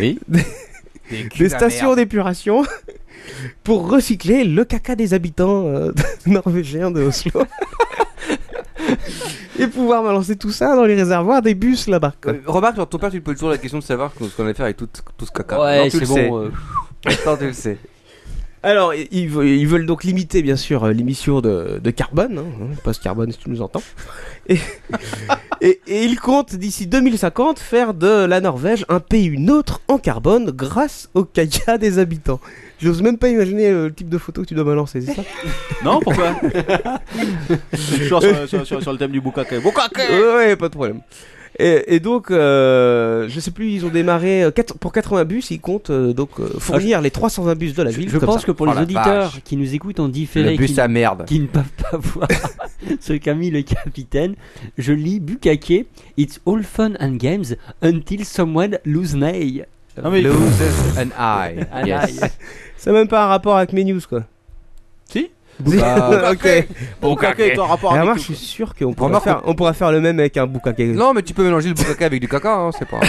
E: oui
H: (laughs)
E: (laughs)
H: des,
E: culs à
H: stations
E: merde.
H: d'épuration pour recycler le caca des habitants euh, (laughs) norvégiens de (laughs) Oslo. Et pouvoir balancer tout ça dans les réservoirs des bus là-bas. quoi.
D: Euh, Remarque, genre, ton père, tu te poses toujours la question de savoir ce qu'on allait faire avec tout, tout ce caca.
H: Ouais,
D: Non, tu le
H: c'est
D: sais.
H: bon, euh.
D: (laughs) Attends, tu le sais.
H: Alors, i- ils, veu- ils veulent donc limiter, bien sûr, euh, l'émission de, de carbone, hein, hein, post-carbone si tu nous entends. Et, (laughs) et- et ils comptent d'ici 2050 faire de la Norvège un pays neutre en carbone grâce au caca des habitants. J'ose même pas imaginer euh, le type de photo que tu dois balancer, c'est ça
E: Non, pourquoi Toujours sur, sur- sur- sur le thème du boucaque. Boucaque
H: Ouais, ouais, pas de problème. Et, et donc, euh, je sais plus, ils ont démarré euh, quatre- pour 80 bus, ils comptent euh, donc euh, fournir les 320 bus de la ville.
F: Ah, Je
H: comme
F: pense
H: ça.
F: que
D: Oh
F: pour les auditeurs qui nous écoutent en différé,
H: Le bus
F: qui,
H: à merde.
F: qui ne peuvent pas (laughs) voir ce qu'a mis le capitaine, je lis Bukake, It's all fun and games until someone lose an eye.
E: Non, mais- Loses
D: an eye,
F: An
E: yes.
F: eye.
H: (laughs) Ça n'a même pas un rapport avec mes news, quoi.
E: Si
D: Bah,
H: Ah, (laughs) ok.
E: Bukake est en rapport
H: Et
E: avec
H: remarque,
E: tout,
H: je
E: quoi.
H: suis sûr qu'on pourra
D: Remarque,
H: faire, on pourra faire le même avec un bukake.
D: Non, mais tu peux mélanger le bukake avec du caca, hein, c'est pas.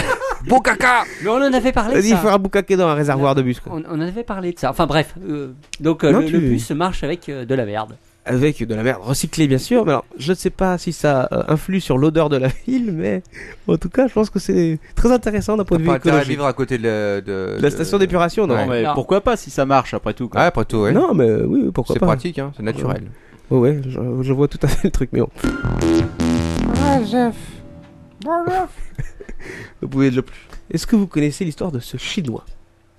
D: Bukaka
F: Mais on en avait parlé. de
H: Vas-y,
F: ça.
H: faire un bukake dans un réservoir de bus. quoi.
F: On, on avait parlé de ça. Enfin bref, euh, donc euh,
H: Non,
F: le,
H: tu-
F: le bus marche avec euh, de la merde.
H: Avec de la merde recyclée, bien sûr. Mais alors, je ne sais pas si ça euh, influe sur l'odeur de la (laughs) ville, mais en tout cas, je pense que c'est très intéressant d'un point de vue
D: Pas intérêt à
H: écologique.
D: vivre à côté de la, de-
H: La station d'épuration, non
D: Ouais.
H: mais
D: Non.
H: pourquoi
E: pas si ça marche après tout
D: Ouais, après tout, ouais.
H: Non, mais oui, oui, pourquoi
D: C'est
H: pas.
D: pratique, hein, c'est naturel.
H: Ouais, ouais, je, je vois tout à fait le truc, mais bon. Vous pouvez le plus. Est-ce que vous connaissez l'histoire de ce chinois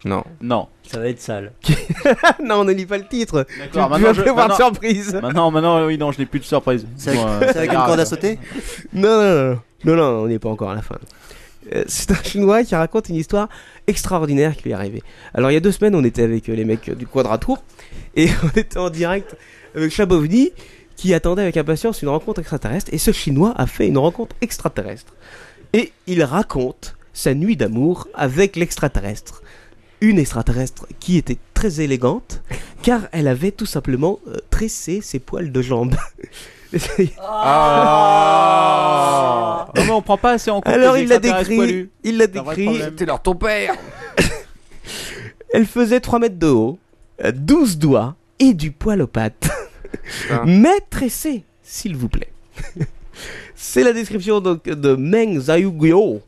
D: Non.
E: Non.
F: Ça va être sale.
H: (laughs) non, on ne lit pas le titre.
E: D'accord,
H: tu vas
E: je-
H: avoir de
E: maintenant-
H: surprise.
E: Maintenant, maintenant, oui, non, je n'ai plus de surprise. euh,
H: C'est avec- c'est avec une corde à sauter Non, non, non, non, non, on n'est pas encore à la fin. Euh, C'est un chinois qui raconte une histoire extraordinaire qui lui est arrivée. Alors, il y a deux semaines, on était avec euh, les mecs euh, du Quadratour et (laughs) on était en direct avec Chabovni qui attendait avec impatience une rencontre extraterrestre. Et ce chinois a fait une rencontre extraterrestre. Et il raconte sa nuit d'amour avec l'extraterrestre. Une extraterrestre qui était très élégante car elle avait tout simplement euh, tressé ses poils de jambes. (laughs)
E: Non, mais on prend pas assez en compte.
H: Alors
E: les
H: il l'a
E: extraterrestres
H: décrit,
E: poilus.
H: il l'a
E: C'est un vrai
H: décrit.
E: problème.
D: leur ton père
H: Elle faisait 3 mètres de haut, euh, 12 doigts et du poil aux pattes. Mais tressé, s'il vous plaît. (laughs) C'est la description donc de Meng Zhaoguo,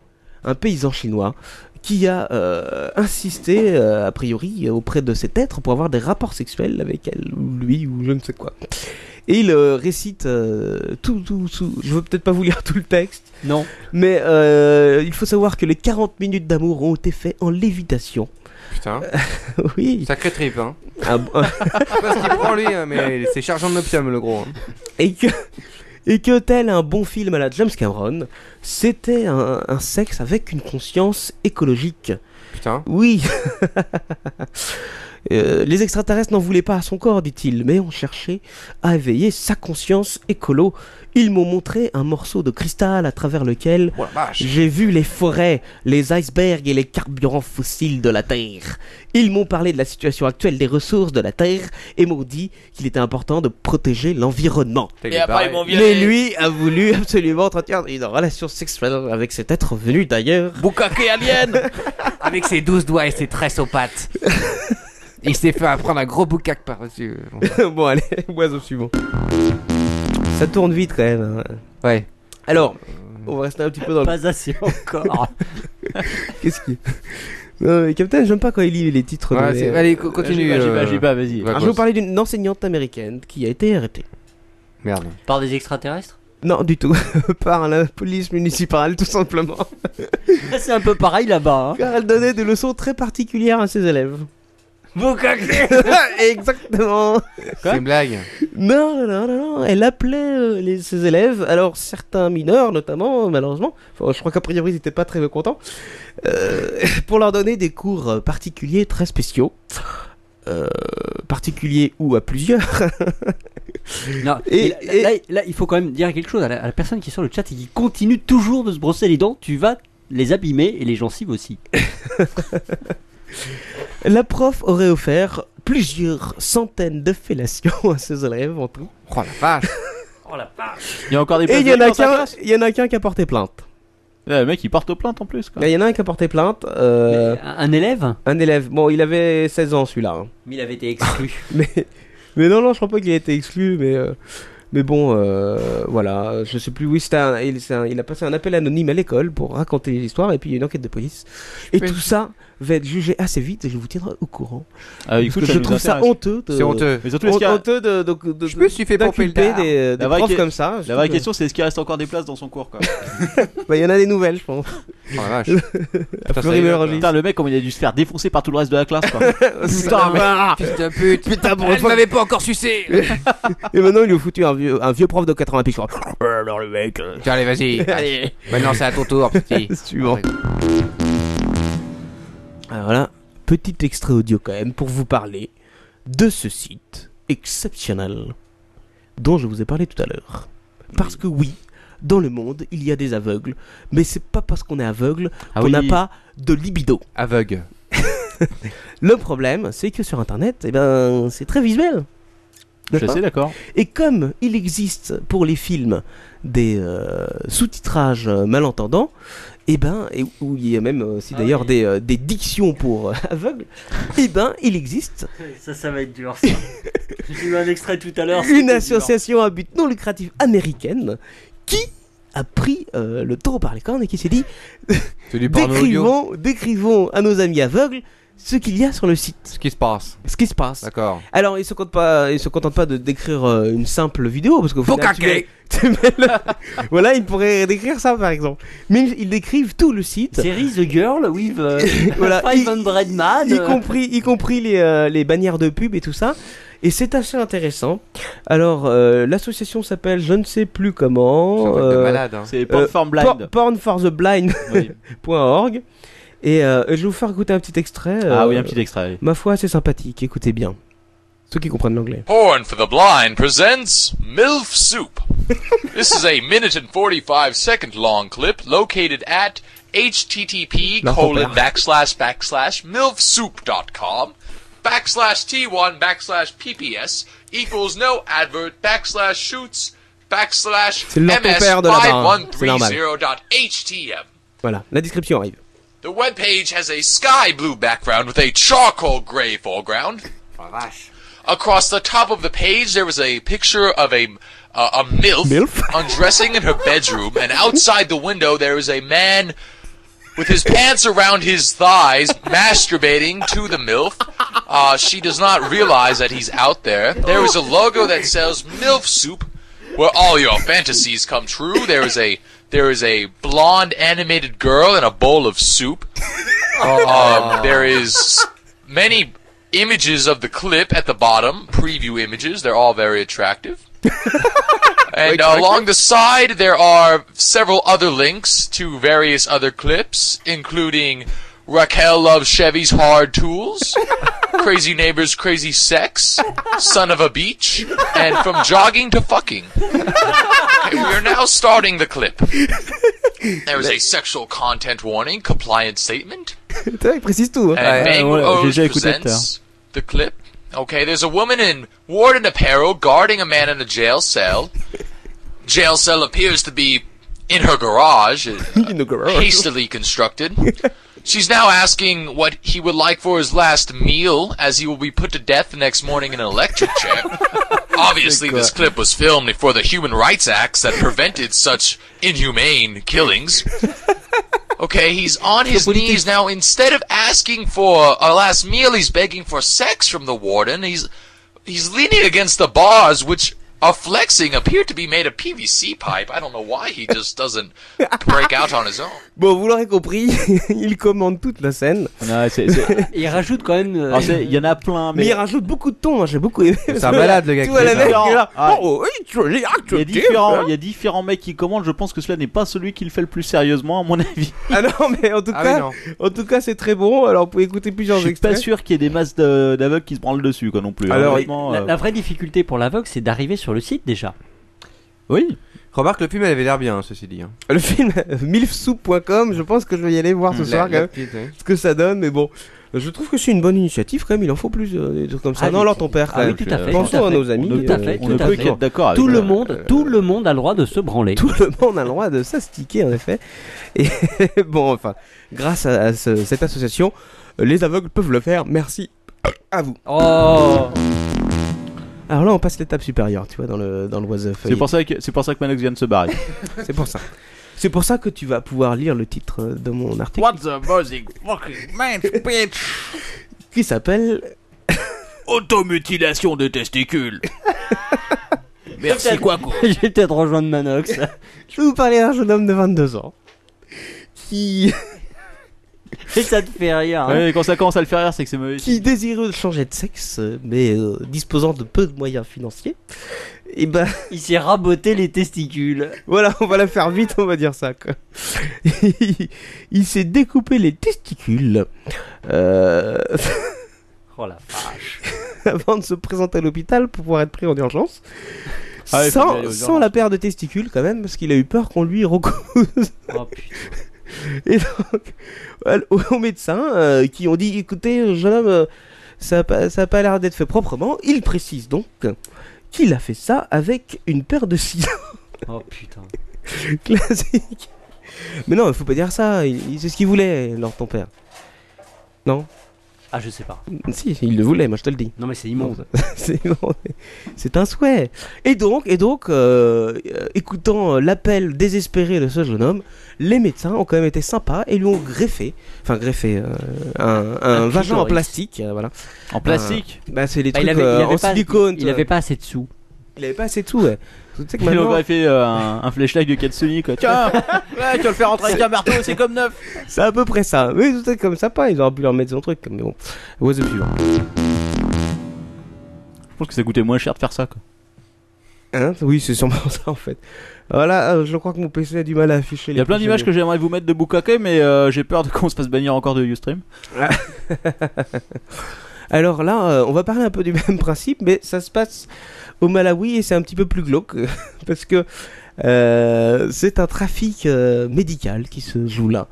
H: un paysan chinois qui a euh, insisté euh, a priori auprès de cet être pour avoir des rapports sexuels avec elle ou lui ou je ne sais quoi. Et il euh, récite euh, tout, tout, tout. Je veux peut-être pas vous lire tout le texte.
F: Non.
H: Mais euh, il faut savoir que les 40 minutes d'amour ont été faites en lévitation.
D: (laughs) Putain.
H: oui.
D: Sacré trip, hein.
H: Ah
D: (laughs)
H: bon.
D: Je sais pas ce qu'il prend lui, hein, mais c'est chargeant de l'opium le gros. hein.
H: et que et que tel un bon film à la James Cameron, c'était un, un sexe avec une conscience écologique.
D: Putain.
H: Oui. (laughs) Euh, les extraterrestres n'en voulaient pas à son corps, dit-il, mais ont cherché à éveiller sa conscience écolo. Ils m'ont montré un morceau de cristal à travers lequel j'ai vu les forêts, les icebergs et les carburants fossiles de la Terre. Ils m'ont parlé de la situation actuelle des ressources de la Terre et m'ont dit qu'il était important de protéger l'environnement.
D: Et après, ils m'ont
H: Mais lui a voulu absolument entretenir une relation sexuelle avec cet être venu d'ailleurs.
D: Bukake alien Avec ses douze doigts et ses tresses aux pattes. Il s'est fait apprendre un gros boucaque par-dessus.
H: (laughs)
D: euh,
H: bon, allez, oiseau suivant. Ça tourne vite quand même. hein.
D: Ouais.
H: Alors, on va rester un petit peu dans le.
F: Pas assez encore.
H: (laughs) Qu'est-ce qui. Non, mais Captain, j'aime pas quand il lit les titres.
D: Ouais,
H: de
D: c'est- allez, co- continue, J'y vais, j'y vais, euh, j'y vais, vas-y.
H: Alors, je vais vous parler d'une enseignante américaine qui a été arrêtée.
D: Merde.
F: Par des extraterrestres
H: Non, du tout. (laughs) Par la police municipale, tout simplement.
F: Ah, C'est un peu pareil là-bas. hein.
H: Car elle donnait des leçons très particulières à ses élèves. (laughs) Exactement.
D: C'est une blague.
H: Non, non, non, non. Elle appelait euh, les- ses élèves, alors certains mineurs notamment, euh, malheureusement. Enfin, je crois qu'a priori ils n'étaient pas très contents. euh, (laughs) pour leur donner des cours euh, particuliers très spéciaux. Euh, particuliers ou
E: (laughs)
H: à plusieurs.
F: Non,
H: Et-
F: et, là, là- là, il faut quand même dire quelque chose à la, à la personne qui est sur le chat et qui continue toujours de se brosser les dents. Tu vas les abîmer et les gencives
H: (laughs)
F: aussi.
H: La prof aurait offert plusieurs centaines de fellations (laughs) à ses élèves en tout.
D: Oh la
H: (laughs)
D: vache
F: Oh la vache
E: Il y a encore des
H: Et il y en a
E: dans sa
H: qu'un-
E: classe.
H: il y en a qu'un qui a porté plainte.
E: Ouais, Eh, Le mec, il porte plainte en plus. Quoi.
H: Ben, Il y en a un qui a porté plainte. euh,
F: un élève
H: Un élève. Bon, il avait 16 ans celui-là. hein.
F: Mais
H: (laughs)
F: il avait été exclu.
H: Mais, mais non, non, je crois pas qu'il a été exclu, mais, euh, mais bon, euh, voilà. Je sais plus, oui, c'était un- il, c'est un- il a passé un appel anonyme à l'école pour raconter l'histoire, et puis il y a une enquête de police. Et tout ça va être jugé assez vite, et je vous tiendrai au courant.
E: Ah, écoute,
H: Parce que
E: ça
H: je
E: nous
H: trouve ça
E: intéresse.
H: honteux. de-
E: C'est honteux. Mais surtout, est-ce qu'il y a-
H: honteux de, de, de,
D: Je me suis fait pomper le
H: d'inculper
D: dard.
H: des, euh, des
E: La vraie
H: profs
E: que-
H: comme ça. je
E: La vraie
H: trouve que-
E: question, c'est est-ce qu'il reste encore des places dans son cours quoi
H: Bah, il y en a des nouvelles, je pense.
E: Oh
H: (laughs)
D: vache.
H: À
E: Putain, ça
H: Fleury
E: y est,
H: Mérogis.
E: Putain, le mec, comment il a dû se faire défoncer par tout le reste de la classe quoi.
D: Putain,
H: bah.
D: Fils de pute
H: Putain, pour une
D: Elle
H: fois-
D: m'avait pas
H: (laughs)
D: encore sucé
H: Et maintenant, il lui a foutu un vieux, un vieux prof de 80 piges. Alors, le mec. euh,
D: Tiens, allez, vas-y
H: (laughs) Allez.
D: Maintenant, c'est à ton
H: (laughs)
D: tour, (laughs) petit.
H: Suivant. Alors là, Euh, petit extrait audio quand même pour vous parler de ce site exceptionnel dont je vous ai parlé tout à l'heure. Parce que oui, dans le monde, il y a des aveugles, mais c'est pas parce qu'on est aveugle
D: Ah
H: qu'on n'a
D: oui.
H: pas de libido. (laughs)
D: Aveugle.
H: le problème, c'est que sur internet, eh ben, c'est très visuel.
E: Je suis
H: n'est-ce
E: assez
H: pas
E: d'accord.
H: Et comme il existe pour les films des euh, sous-titrages euh, malentendants, et ben, et où il y a même euh, aussi d'ailleurs des, euh, des dictions pour euh, (laughs) aveugles, et ben, il existe
F: Ça, ça va être dur. (laughs) ça. J'ai eu un extrait tout à l'heure.
H: une
F: c'était
H: association à but non lucratif américaine qui a pris euh, le taureau par les cornes et qui s'est dit
D: C'est du porno
H: décrivons, décrivons à nos amis aveugles ce qu'il y a sur le site.
D: Ce qui se passe.
H: Ce qui se passe.
D: D'accord.
H: Alors, ils se contentent pas, ils se contentent pas de décrire euh, une simple vidéo parce que (laughs)
D: Bukake.
H: voilà, ils pourraient décrire ça par exemple. Mais ils, ils décrivent tout le site.
F: Series The Girl with euh,
H: (laughs) Voilà,
F: 500 Man.
H: y
F: euh,
H: compris, y compris les, euh, les bannières de pub et tout ça. Et c'est assez intéressant. Alors, euh, l'association s'appelle je ne sais plus comment. euh,
D: de malade, hein. C'est Porn for Blind.
H: Por- Porn for the Blind. (laughs) point org. Et euh, je vais vous faire écouter un petit extrait.
E: Ah
H: euh,
E: oui, un petit extrait.
H: Ma foi, c'est sympathique. Écoutez bien. Ceux qui comprennent l'anglais.
R: Porn for the Blind presents MILF
F: (laughs)
R: Soup. this is a minute and 45 second long clip located at http
H: La
R: colon
H: repère.
R: backslash backslash milfsoup.com backslash t1 backslash pps equals no advert backslash shoots backslash
H: C'est le repère de la barre, hein. C'est normal.
R: ms5130.htm.
H: Voilà, la description (laughs) arrive.
R: The webpage has a sky blue background with a charcoal gray foreground. Across the top of the page, there is a picture of a uh, a milf,
H: Milf?
R: (laughs) undressing in her bedroom, and outside the window there is a man with his pants around his thighs, masturbating to the milf. Uh, she does not realize that he's out there. There is a logo that sells milf soup, where all your fantasies come true. There is a there is a blonde animated girl in a bowl of soup. Um, there is many images of the clip at the bottom, preview images. They're all very attractive. and uh, along the side, there are several other links to various other clips, including Raquel loves Chevy's hard tools, crazy neighbors, crazy sex, son of a beach, and from jogging to fucking. Okay, we are now starting the clip. There is a sexual content warning, compliance statement.
H: Putain, il précise tout. hein.
R: And Bang O's presents the clip. Okay, there's a woman in warden apparel guarding a man in a jail cell. Jail cell appears to be in her garage, uh, hastily constructed. She's now asking what he would like for his last meal, as he will be put to death the next morning in an electric chair. (laughs) Obviously, this clip was filmed before the human rights acts that prevented such inhumane killings. Okay, he's on his knees now. Instead of asking for a last meal, he's begging for sex from the warden. He's he's leaning against the bars, which are flexing, appear to be made of PVC pipe. I don't know why he just doesn't break out on his own.
H: Bon, vous l'aurez compris, (laughs) il commande toute la scène. (laughs)
F: Il rajoute quand même. euh,
E: Alors, Ah, c'est- il y en a plein, mais.
H: Mais il rajoute beaucoup de ton, moi, j'ai beaucoup aimé.
E: C'est un malade, le gars
H: Tout
E: qui
H: à la
E: fait
H: mec,
E: ça.
H: il est là.
E: Ah.
H: Oh, oui, tu l'as
E: Il y, a
H: accepté,
E: différents,
H: hein.
E: il y a différents mecs qui commandent, je pense que cela n'est pas celui qui le fait le plus sérieusement, à mon avis.
H: (laughs) Ah non, mais en tout
E: Ah oui,
H: cas,
E: non.
H: en tout cas, c'est très bon. Alors, vous pouvez écouter
E: Je
H: plusieurs
E: suis pas
H: extraits.
E: sûr qu'il y ait des masses de- d'aveugles qui se branlent dessus, quoi, non plus.
H: Alors,
E: Honnêtement,
F: la,
E: euh,
F: la vraie difficulté pour l'aveugle, c'est d'arriver sur le site déjà.
E: Oui.
D: Remarque, le film, elle avait l'air bien, ceci dit. hein.
H: Le film (laughs) milfsoup.com, je pense que je vais y aller voir ce
D: Mm, la-
H: soir
D: la
H: quand même,
D: petite, oui.
H: ce que ça donne, mais bon. Je trouve que c'est une bonne initiative quand même, il en faut plus euh, des trucs comme ça.
F: Ah,
H: non,
F: oui,
H: alors ton père,
F: ah
H: quand
F: oui,
H: même.
F: tout à fait, tout
H: Pensons
F: à
H: à
F: fait.
H: nos amis. euh,
F: On ne peut- on ne
H: tout à
F: peut
H: fait.
F: qu'être d'accord avec Tout le ça. monde- tout le monde a le droit de se branler.
H: Tout le monde a le droit de s'astiquer, en effet. Et (laughs) bon, enfin, grâce à, à ce- cette association, les aveugles peuvent le faire. Merci à vous.
F: (laughs) Oh
H: Alors là, on passe l'étape supérieure, tu vois, dans le dans le was of-
E: c'est pour, ça que- c'est pour ça que Manox vient de se barrer.
H: (laughs) C'est pour ça. C'est pour ça que tu vas pouvoir lire le titre euh, de mon article
J: What's a buzzing fucking man's bitch?
H: qui s'appelle
J: Automutilation de
L: (laughs)
J: testicules. Merci,
F: Peut-être-
H: (laughs)
J: Quaco.
F: Je vais peut-être rejoindre (laughs) Manox.
H: Je vais vous parler d'un jeune homme de 22 ans qui.
F: Et ça te fait rire. hein.
E: Ouais, quand ça commence à le faire rire, c'est que c'est mauvais.
H: qui désireux de changer de sexe, euh, mais euh, disposant de peu de moyens financiers, et ben.
F: (laughs) Il s'est raboté les testicules.
H: Voilà, on va la faire vite, on va dire ça. Quoi. (laughs) il il s'est découpé les testicules. euh,
F: Oh la vache.
H: (laughs) avant de se présenter à l'hôpital pour pouvoir être pris en urgence.
E: Ah oui, faut bien aller
H: sans,
E: aux
H: sans
E: urgences.
H: la paire de testicules quand même, parce qu'il a eu peur qu'on lui recouse.
F: Oh,
H: (laughs) Et donc, al- aux aux médecins euh, qui ont dit, écoutez, jeune homme, euh, ça n'a pas, ça a pas l'air d'être fait proprement, il précise donc qu'il a fait ça avec une paire de ciseaux.
F: Oh putain.
H: (laughs) Classique. Mais non, il faut pas dire ça. Il, il- c'est ce qu'il voulait, Lord ton père. Non
F: Ah, je sais pas.
H: Si, il le voulait, moi je te le dis.
F: Non, mais c'est immonde.
H: (laughs) c'est immonde. C'est un souhait. Et donc, et donc euh, euh, écoutant euh, l'appel désespéré de ce jeune homme, les médecins ont quand même été sympas et lui ont greffé, enfin greffé, euh, un, un
F: Un
H: vagin en
F: clitoris.
H: plastique. euh, voilà.
E: En plastique
H: Un- Bah, c'est les
F: Bah, il
H: trucs
F: avait-
H: euh,
F: il avait
H: en
F: pas-
H: silicone.
F: il
H: tu vois.
F: avait pas assez de (laughs) sous.
H: Il avait pas assez de sous, ouais. Tu
F: (laughs)
H: sais que
E: Il
H: maintenant-
E: aurait fait euh, un, un flashlight de Katsuni quoi.
H: (laughs)
E: Tiens, ouais, tu vas le faire rentrer avec un marteau, c'est comme neuf.
H: C'est à peu près ça. Oui, tout est comme ça, pas. Ils auraient pu leur mettre son truc, mais bon. Oiseau suivant.
E: Je pense que ça coûtait moins cher de faire ça quoi.
H: Hein oui, c'est sûrement (laughs) ça en fait. Voilà, euh, je crois que mon PC a du mal à afficher.
E: Il y a plein d'images que j'aimerais vous mettre de Bukake, mais euh, j'ai peur de (laughs) qu'on se fasse bannir encore de Ustream.
H: (laughs) Alors là, euh, on va parler un peu du (laughs) même principe, mais ça se passe au Malawi et c'est un petit peu plus glauque (laughs) parce que euh, c'est un trafic euh, médical qui se joue là.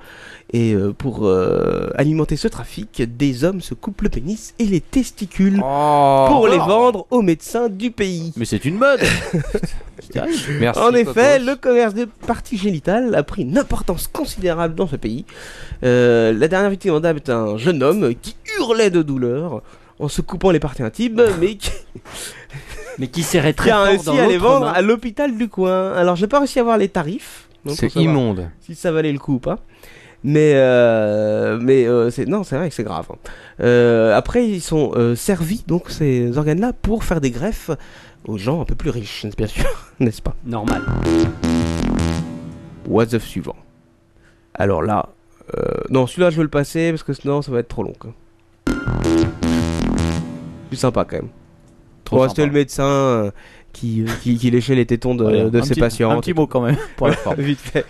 H: Et euh, pour euh, alimenter ce trafic, des hommes se coupent le pénis et les testicules pour les vendre aux médecins du pays.
E: Mais c'est une
H: (laughs)
E: mode Merci,
H: en effet,
E: Cocos.
H: le commerce de parties génitales a pris une importance considérable dans ce pays. Euh, la dernière victime en date est un jeune homme qui hurlait de douleur en se coupant les parties intimes, mais qui,
F: Ah. mais qui serrait
H: qui
F: très
H: a
F: fort
H: réussi
F: dans
H: à les
F: l'autre
H: vendre
F: main.
H: à l'hôpital du coin. Alors, j'ai pas réussi à voir les tarifs. donc,
D: C'est
H: pour savoir
D: immonde.
H: Si ça valait le coup ou pas. Mais, euh, mais euh, c'est non, c'est vrai que c'est grave. hein. Euh, après, ils sont euh, servis donc ces organes-là pour faire des greffes aux gens un peu plus riches, bien sûr, (laughs) n'est-ce pas
F: Normal.
H: What's up suivant. Alors là, euh, non, celui-là je veux le passer parce que sinon ça va être trop long. quoi. Plus sympa quand même.
E: Trop
H: Bon,
E: sympa.
H: C'était le médecin euh, qui, euh, qui, qui léchait les tétons de,
E: Voilà,
H: de
E: un
H: ses
E: petit-
H: patients.
E: un petit mot
H: (laughs)
E: quand même, pour la forme.
H: Vite fait.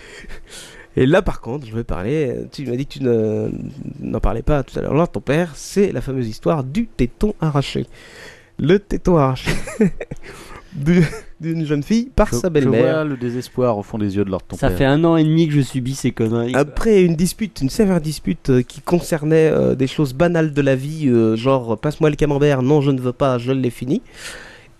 H: Et là par contre, je vais parler, euh, tu m'as dit que tu ne- n'en parlais pas tout à l'heure. Là, ton père, c'est la fameuse histoire du téton arraché. Le téton arraché (laughs) du- d'une jeune fille par
E: Je-
H: sa
E: Je vois
H: belle-mère.
E: le désespoir au fond des yeux de leur ton
H: Ça
E: père.
H: fait
F: un an et demi que je subis ces conneries.
H: Après une dispute, une sévère dispute euh, qui concernait euh, des choses banales de la vie, euh, genre passe-moi le camembert, non je ne veux pas, je l'ai fini.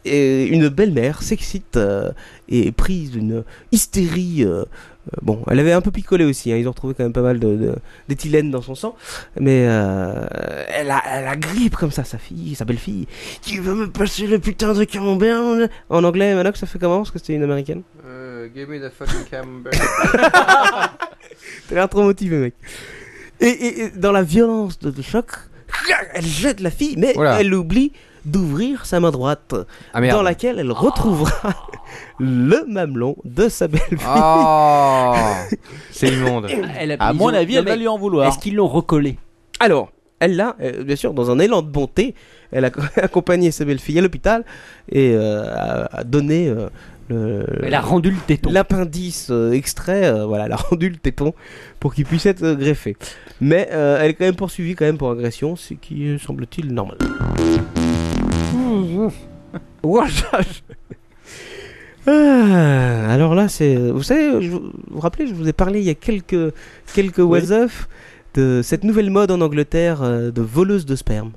H: Et une belle-mère s'excite euh, et est prise d'une hystérie. euh, euh, bon, elle avait un peu picolé aussi, hein, ils ont retrouvé quand même pas mal de- de- d'éthylène dans son sang. Mais euh, elle, a, elle agrippe comme ça sa fille, sa belle-fille. Tu veux me passer le putain de camembert En anglais, Manox, ça fait comment Parce que c'était une américaine.
D: Euh, give me the fucking camber.
H: T'as l'air trop motivé, mec. Et, et- et dans la violence de, de choc, elle jette la fille, mais
D: Voilà.
H: elle oublie d'ouvrir sa main droite,
D: Ah, merde.
H: dans laquelle elle retrouvera le mamelon de sa belle-fille.
D: Ah. c'est immonde.
F: Elle a-
E: À
F: ils
E: mon
F: ont-
E: avis,
F: non,
E: elle va
F: mais
E: lui en vouloir.
F: Est-ce qu'ils l'ont recollé
H: Alors, elle l'a, euh, bien sûr, dans un élan de bonté, elle a (laughs) accompagné sa belle-fille à l'hôpital et euh, a, a donné euh, le.
F: Elle a rendu le téton.
H: L'appendice euh, extrait, euh, voilà, elle a (laughs) rendu le téton pour qu'il puisse être euh, greffé. Mais euh, elle est quand même poursuivie quand même pour agression, ce qui euh, semble-t-il normal. (laughs) Ouah, Ah, alors là, c'est. Vous savez, je vous, vous rappelez, je vous ai parlé il y a quelques, quelques was of de cette nouvelle mode en Angleterre euh, de voleuse de sperme.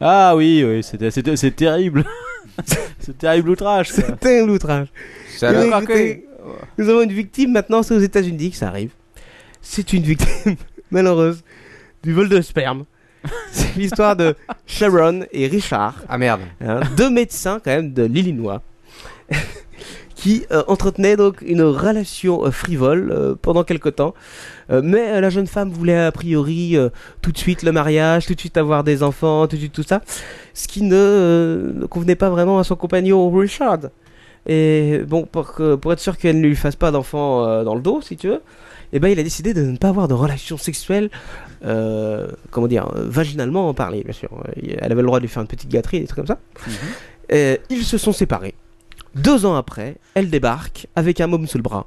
E: Ah oui, oui, c'était- c'était- c'est terrible. (laughs) c'est terrible outrage. quoi.
H: C'était un outrage.
E: Ça
H: Eh bien,
E: va.
H: écoutez, Nous avons une victime maintenant, c'est aux États-Unis que ça arrive. C'est une victime (laughs) malheureuse du vol de sperme. (laughs) C'est l'histoire de Sharon et Richard.
D: Ah merde.
H: Hein, deux médecins quand même de l'Illinois (laughs) qui euh, entretenaient donc une relation euh, frivole euh, pendant quelque temps. Euh, mais euh, la jeune femme voulait a priori euh, tout de suite le mariage, tout de suite avoir des enfants, tout de suite tout ça, ce qui ne, euh, ne convenait pas vraiment à son compagnon Richard. Et bon, pour, que- pour être sûr qu'elle ne lui fasse pas d'enfant euh, dans le dos, si tu veux, eh ben, il a décidé de ne pas avoir de relation sexuelle, euh, comment dire, euh, vaginalement en parler, bien sûr. Euh, Elle avait le droit de lui faire une petite gâterie, des trucs comme ça.
E: Mhm.
H: Euh, ils se sont séparés. Deux ans après, elle débarque avec un môme sous le bras.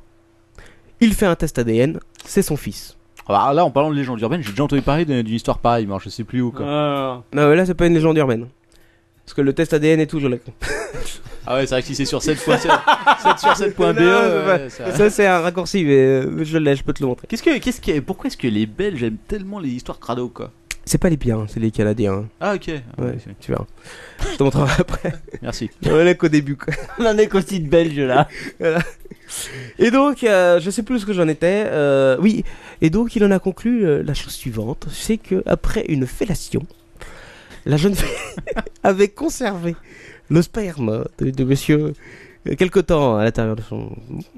H: Il fait un test ADN, c'est son fils.
E: Ah, là, en parlant de légende urbaine, j'ai déjà entendu parler d'une d'une histoire pareille, mais alors je sais plus où. Quoi.
H: Non, mais Ah là, c'est pas une légende urbaine. Parce que le test ADN et tout, je l'ai.
E: Ah ouais, c'est vrai que si c'est sur 7, 7, 7 sur 7.be.
H: Non,
E: euh,
H: c'est
E: ça-
H: pas- ça, c'est un raccourci, mais euh, je l'ai, je peux te le montrer.
E: Qu'est-ce que, qu'est-ce que, pourquoi est-ce que les Belges aiment tellement les histoires crado quoi
H: C'est pas les pires, hein, c'est les canadiens. hein.
E: Ah, ok. Ah,
H: Ouais,
E: c'est-
H: tu verras. Je te montrerai (laughs) après.
E: Merci.
H: On en est qu'au début,
E: (laughs)
H: quoi.
F: On en est qu'au site belge, là.
H: (laughs) Voilà. Et donc, euh, je sais plus ce que j'en étais. euh, oui, et donc il en a conclu euh, la chose suivante, c'est que après une fellation, la jeune fille (laughs) avait conservé le sperme de, de monsieur euh, quelque temps à l'intérieur de son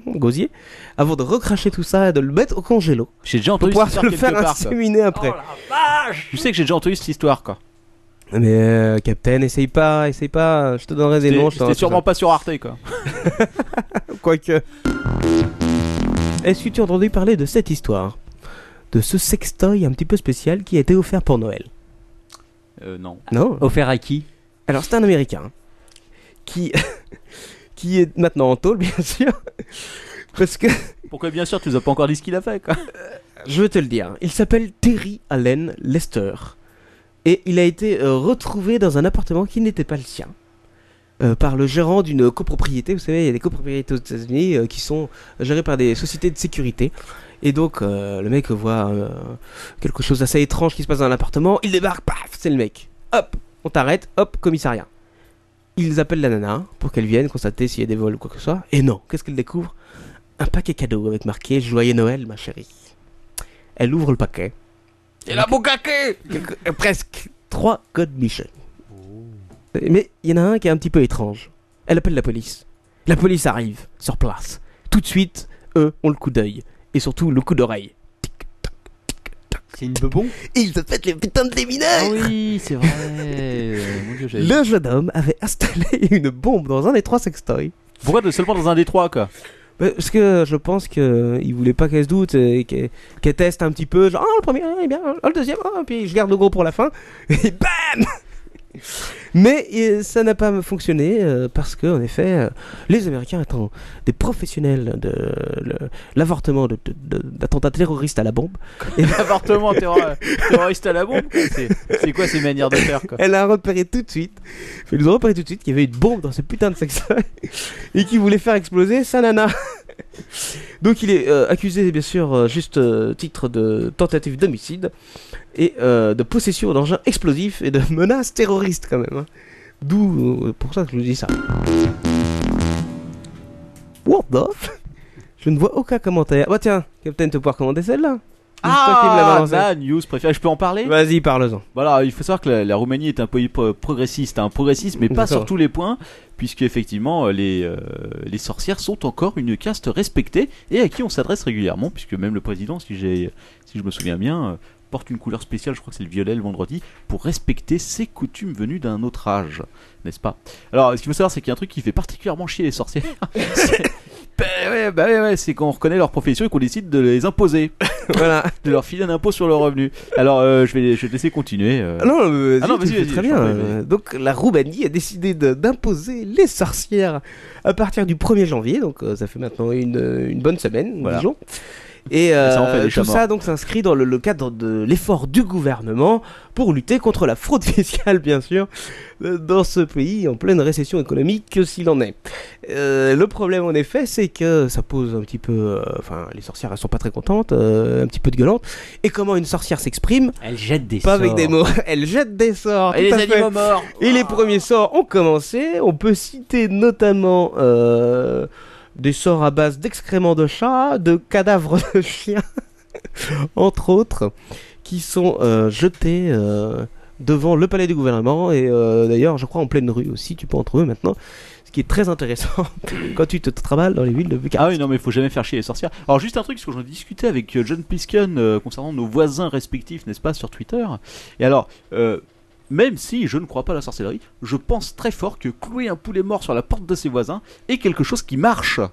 H: gosier, avant de recracher tout ça et de le mettre au congélo.
E: J'ai déjà
H: pour
E: entendu
H: pouvoir
E: cette
H: se le
E: histoire
H: faire
E: quelque part, ça.
H: inséminer après.
E: Je sais que j'ai déjà entendu cette histoire, quoi.
H: Mais euh, Captain, essaye pas, essaye pas. Je te donnerai des
E: C'était-
H: noms. je te
E: C'était
H: donnerai tout
E: sûrement
H: ça.
E: pas sur Arte,
H: (laughs)
E: quoi.
H: Quoique. Est-ce que tu as entendu parler de cette histoire De ce sextoy un petit peu spécial qui a été offert pour Noël
E: Euh, non.
H: Non
F: Offert à qui
H: Alors, c'est un américain qui. (laughs) qui est maintenant en tôle, bien sûr. Parce que. Euh,
E: Pourquoi, bien sûr, tu nous as pas encore dit ce qu'il a fait, quoi.
H: Je vais te le dire. Il s'appelle Terry Allen Lester. Et il a été euh, retrouvé dans un appartement qui n'était pas le sien. euh, par le gérant d'une copropriété. Vous savez, il y a des copropriétés aux États-Unis euh, qui sont gérées par des sociétés de sécurité. Et donc, euh, le mec voit euh, quelque chose d'assez étrange qui se passe dans l'appartement. Il débarque, paf, c'est le mec. Hop, on t'arrête, hop, commissariat. Ils appellent la nana pour qu'elle vienne constater s'il y a des vols ou quoi que ce soit. Et non, qu'est-ce qu'elle découvre Un paquet cadeau avec marqué Joyeux Noël, ma chérie. Elle ouvre le paquet.
N: Et la boucaquée
H: Euh, Presque trois codes Michel. Mais il y en a un qui est un petit peu étrange. Elle appelle la police. La police arrive, sur place. Tout de suite, eux ont le coup d'œil. Et surtout le coup d'oreille.
E: C'est une bebon Ah
H: Ils se fêtent les putains de démineurs
E: oui, c'est vrai. Euh, mon Dieu, j'avais- (laughs)
H: Le jeune homme avait installé (laughs) une bombe dans un des trois sextoys.
E: Pourquoi de- seulement dans un des trois, quoi
H: Bah, Parce que je pense qu'il voulait pas qu'elle se doute euh, et qu'elle qu'elle teste un petit peu. Genre, ah, le premier, ah, il est bien, ah, le deuxième, ah, puis je garde le gros pour la fin. (laughs) Et bam (laughs) Mais euh, ça n'a pas fonctionné euh, parce que, en effet, euh, les Américains étant des professionnels de le- l'avortement de- de- de- d'attentats terroristes à la bombe, et ben,
E: Appartement terror- terroriste à la bombe quoi. C'est c'est quoi ces manières de faire, quoi
H: elle a repéré tout de suite. Ils ont repéré tout de suite qu'il y avait une bombe dans ce putain de sextoy (laughs) et qu'il voulait faire exploser sa nana. (laughs) Donc il est euh, accusé, bien sûr, euh, juste euh, titre de tentative d'homicide et euh, de possession d'engins explosifs et de (laughs) menaces terroristes quand même. hein. D'où euh, pour ça que je vous dis ça. What the f- (laughs) Je ne vois aucun commentaire. Bah tiens, Captain, tu vas pouvoir commander celle-là. C'est toi qui me l'as
E: Ah,
H: balancée.
E: la news préférée, je peux en parler
H: Vas-y, parle-en.
E: Voilà, il faut savoir que la, la Roumanie est un pays pro- progressiste, un progressiste, mais pas
H: D'accord.
E: sur tous les points, puisque effectivement euh, les, euh, les sorcières sont encore une caste respectée et à qui on s'adresse régulièrement, puisque même le président, si, j'ai, si je me souviens bien, euh, porte une couleur spéciale, je crois que c'est le violet le vendredi, pour respecter ses coutumes venues d'un autre âge, n'est-ce pas Alors, ce qu'il faut savoir, c'est qu'il y a un truc qui fait particulièrement chier les sorcières. C'est- bah ouais, bah ouais, ouais, c'est qu'on reconnaît leur profession et qu'on décide de les imposer.
H: (laughs) voilà.
E: De leur filer un impôt sur le revenu. Alors, euh, je, vais, je vais te laisser continuer. euh.
H: Ah non, euh,
E: Ah
H: vas-y,
E: non,
H: tu
E: vas-y,
H: fais
E: vas-y,
H: très
E: je
H: bien.
E: t'en prie, vas-y.
H: Euh, Donc la Roumanie a décidé de- d'imposer les sorcières à partir du 1er janvier, donc euh, ça fait maintenant une, une bonne semaine,
E: Voilà.
H: disons. Et
E: Ça en
H: euh,
E: fait des
H: tout
E: chats
H: ça
E: morts.
H: donc s'inscrit dans le, le cadre de l'effort du gouvernement pour lutter contre la fraude (laughs) fiscale, bien sûr, euh, dans ce pays en pleine récession économique que s'il en est. Euh, le problème, en effet, c'est que ça pose un petit peu, euh, enfin, les sorcières elles sont pas très contentes, euh, un petit peu de gueulantes. Et comment une sorcière s'exprime
F: Elle jette des
H: (laughs) pas avec
F: sorts.
H: des mots. Elle jette des sorts.
E: Et
H: tout
E: les
H: à fait.
E: animaux morts. Oh.
H: Et les premiers sorts ont commencé. On peut citer notamment euh, des sorts à base d'excréments de chats, de cadavres (laughs) de chiens, entre autres, qui sont euh, jetés euh, devant le palais du gouvernement. Et euh, d'ailleurs, je crois en pleine rue aussi, tu peux en trouver maintenant. Ce qui est très intéressant (laughs) quand tu te travailles dans les villes de Bucarest.
E: Ah oui, non, mais il faut jamais faire chier les sorcières. Alors, juste un truc, parce que j'en discutais avec euh, John Pisken euh, concernant nos voisins respectifs, n'est-ce pas, sur Twitter. Et alors, euh, même si je ne crois pas à la sorcellerie, je pense très fort que clouer un poulet mort sur la porte de ses voisins est quelque chose qui marche. Ah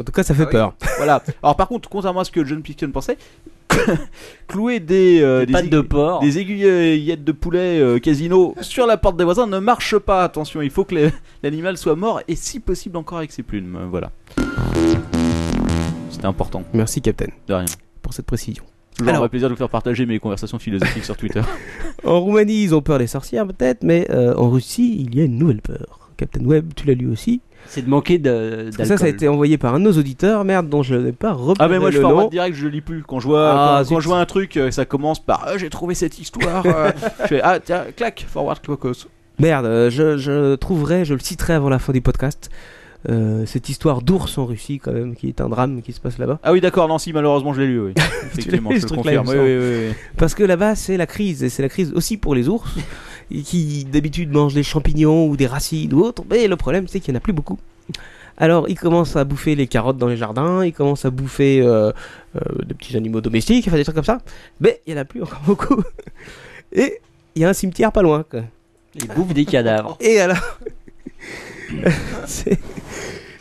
H: En tout cas, ça fait peur.
E: Voilà. Alors, par contre, contrairement à ce que John Pisken pensait, clouer des, euh,
F: Des pattes
E: aigu-
F: de porc.
E: des aiguillettes de poulet euh, casino sur la porte des voisins ne marche pas. Attention, il faut que les- (laughs) l'animal soit mort et si possible encore avec ses plumes. Euh, Voilà. C'était important.
H: Merci, Captain,
E: De rien.
H: pour cette précision.
E: Toujours un vrai plaisir de vous faire partager mes conversations philosophiques
H: (laughs)
E: sur Twitter.
H: En Roumanie, ils ont peur des sorcières peut-être, mais euh, en Russie, il y a une nouvelle peur. Captain Web, tu l'as lu aussi.
F: C'est de manquer de.
H: Parce que Ça, ça a été envoyé par un de nos auditeurs, merde, dont je n'ai pas repris
E: Ah mais moi je
H: le nom.
E: forme direct, je lis plus. Quand je vois,
H: Ah,
E: quand, quand
H: zut.
E: je vois un truc, euh, ça commence par euh, j'ai trouvé cette histoire.
H: (laughs)
E: euh, je fais ah tiens, clac, forward clocos.
H: Merde, euh, je, je trouverai, je le citerai avant la fin du podcast, euh, cette histoire d'ours en Russie, quand même, qui est un drame qui se passe là-bas.
E: Ah oui d'accord, Nancy malheureusement je l'ai
H: (laughs)
E: lu. Oui. Effectivement,
H: lu,
E: je
H: ce
E: le
H: truc-là, il me
E: confirme. Oui, oui,
H: semble.
E: oui, oui.
H: Parce que là-bas, c'est la crise, et c'est la crise aussi pour les ours, et qui d'habitude mangent des champignons ou des racines ou autre, mais le problème, c'est qu'il n'y en a plus beaucoup. Alors, ils commencent à bouffer les carottes dans les jardins, ils commencent à bouffer euh, euh, des petits animaux domestiques, enfin des trucs comme ça, mais il n'y en a plus encore beaucoup. (laughs) Et il y a un cimetière pas loin. Quoi.
F: Ils bouffent des cadavres.
H: Et alors (laughs) C'est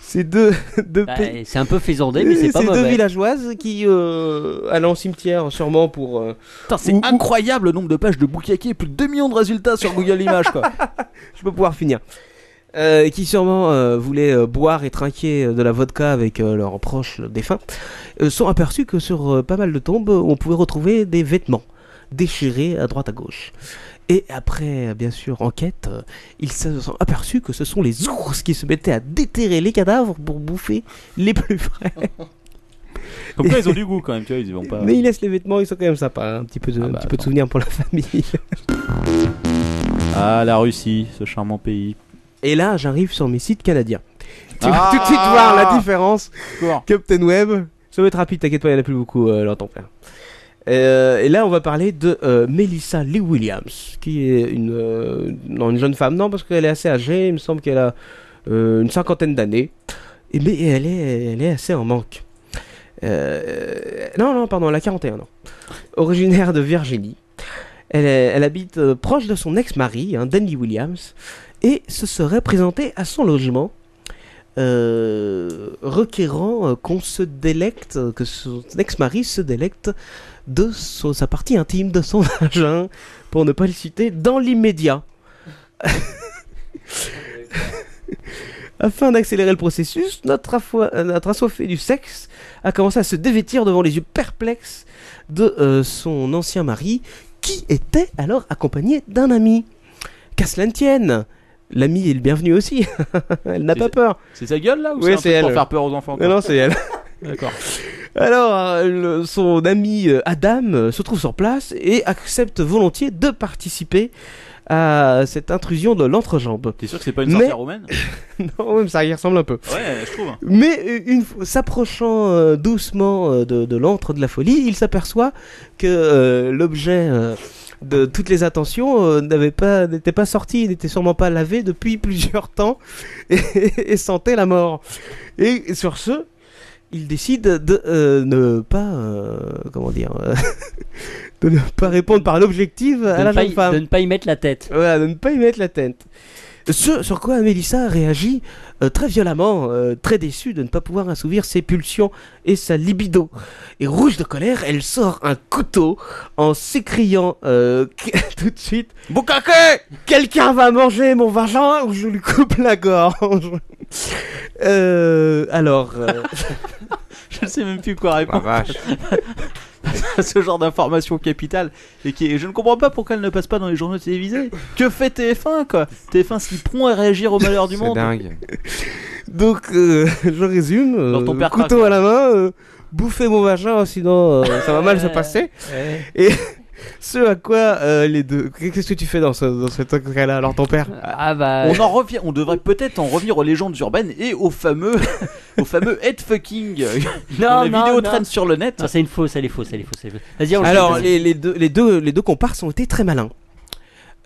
H: c'est deux, deux
F: Bah,
H: pays-
F: c'est un peu faisandé, mais c'est pas
H: C'est deux
F: mauvais.
H: villageoises qui euh, allaient en cimetière, sûrement pour. euh,
E: C'est
H: ou- ou-
E: incroyable le nombre de pages de Boukiaki et plus de 2 millions de résultats sur Google Images quoi.
H: (laughs) je peux pouvoir finir. Euh, qui sûrement euh, voulaient euh, boire et trinquer euh, de la vodka avec euh, leurs proches euh, défunts, euh, sont aperçus que sur euh, pas mal de tombes, euh, on pouvait retrouver des vêtements déchirés à droite à gauche. Et après, euh, bien sûr, enquête, euh, ils se sont aperçus que ce sont les ours qui se mettaient à déterrer les cadavres pour bouffer les plus frais.
E: (laughs) Comme quoi ils ont
H: (laughs)
E: du goût quand même, tu vois, ils y vont pas. bah
H: Mais ils laissent les vêtements, ils sont quand même sympas, hein, un petit peu de, un petit peu de souvenirs pour
E: (laughs)
H: la famille.
E: Ah la Russie, ce charmant pays.
H: Et là, j'arrive sur mes sites canadiens. Tu vas
E: Ah
H: tout de suite voir la différence.
E: D'accord.
H: Captain Web, ça va être rapide, t'inquiète pas, il n'y en a plus beaucoup, euh, longtemps. là. Euh, et là, on va parler de euh, Melissa Lee Williams, qui est une, euh, non, une jeune femme, non, parce qu'elle est assez âgée, il me semble qu'elle a euh, une cinquantaine d'années, Et- mais elle est, elle est assez en manque. Euh, non, non, pardon, elle a 41 ans. Originaire de Virginie. Elle, est- elle habite euh, proche de son ex-mari, hein, Danny Williams, et se serait présentée à son logement, euh, requérant euh, qu'on se délecte, euh, que son ex-mari se délecte de son- sa partie intime, de son (laughs) vagin, pour ne pas le citer, dans l'immédiat. Afin d'accélérer le processus, notre, affo- euh, notre assoiffé du sexe a commencé à se dévêtir devant les yeux perplexes de euh, son ancien mari, qui était alors accompagné d'un ami. Qu'à cela ne tienne L'ami est le bienvenu aussi, (laughs) elle n'a pas peur.
E: C'est sa gueule là ou
H: Oui,
E: c'est un
H: c'est
E: truc pour
H: elle.
E: faire peur aux enfants
H: Non,
E: quoi
H: non, c'est elle. (laughs)
E: D'accord.
H: Alors, euh, le- son ami euh, Adam euh, se trouve sur place et accepte volontiers de participer à cette intrusion de l'entrejambe.
E: T'es sûr que c'est pas une
H: Mais-
E: sorcière (laughs) roumaine
H: (laughs) Non, même ça y ressemble un peu.
E: Ouais, je trouve. hein.
H: Mais euh, une fois- s'approchant euh, doucement euh, de, de l'antre de la folie, il s'aperçoit que euh, l'objet euh, de toutes les attentions euh, n'avait pas n'était pas sorti, n'était sûrement pas lavé depuis (laughs) plusieurs temps et, et sentait la mort. Et sur ce, il décide de euh, ne pas euh, comment dire euh, (laughs) de ne pas répondre par l'objectif
F: De
H: à
F: ne
H: la
F: pas
H: jeune
F: y-
H: femme.
F: de ne pas y mettre la tête.
H: Voilà, de ne pas y mettre la tête. Ce sur quoi Mélissa réagit euh, très violemment, euh, très déçue de ne pas pouvoir assouvir ses pulsions et sa libido. Et rouge de colère, elle sort un couteau en s'écriant euh, (laughs) tout de suite Boucaquet Quelqu'un va manger mon vagin ou je lui coupe la gorge Euh, Alors. euh,
E: (laughs) Je sais même plus quoi répondre. à (laughs) ce genre d'information capitale et qui est- je ne comprends pas pourquoi elle ne passe pas dans les journaux télévisés. Que fait TF1 quoi TF1 s'y prend à réagir au malheur du monde.
H: (laughs) Donc, euh, (laughs) je résume. euh,
E: ton père hein.
H: couteau à la main, euh, bouffez mon vagin, sinon euh, ça va mal se passer.
E: Ouais.
H: Et (laughs) ce à quoi euh, les deux. Qu'est-ce que tu fais dans ce, dans ce cas-là, alors ton père
E: Euh,
F: Ah bah.
E: On en revient, on devrait peut-être en revenir aux légendes urbaines et aux fameux, (laughs) aux fameux head fucking.
F: Non,
E: la
F: non,
E: vidéo
F: non.
E: traîne sur le net.
F: Non, c'est une fausse, elle est fausse, elle est fausse. elle est fausse. Vas-y, on le
H: Alors,
F: fait,
H: les, les deux, les, deux, les deux comparses ont été très malins.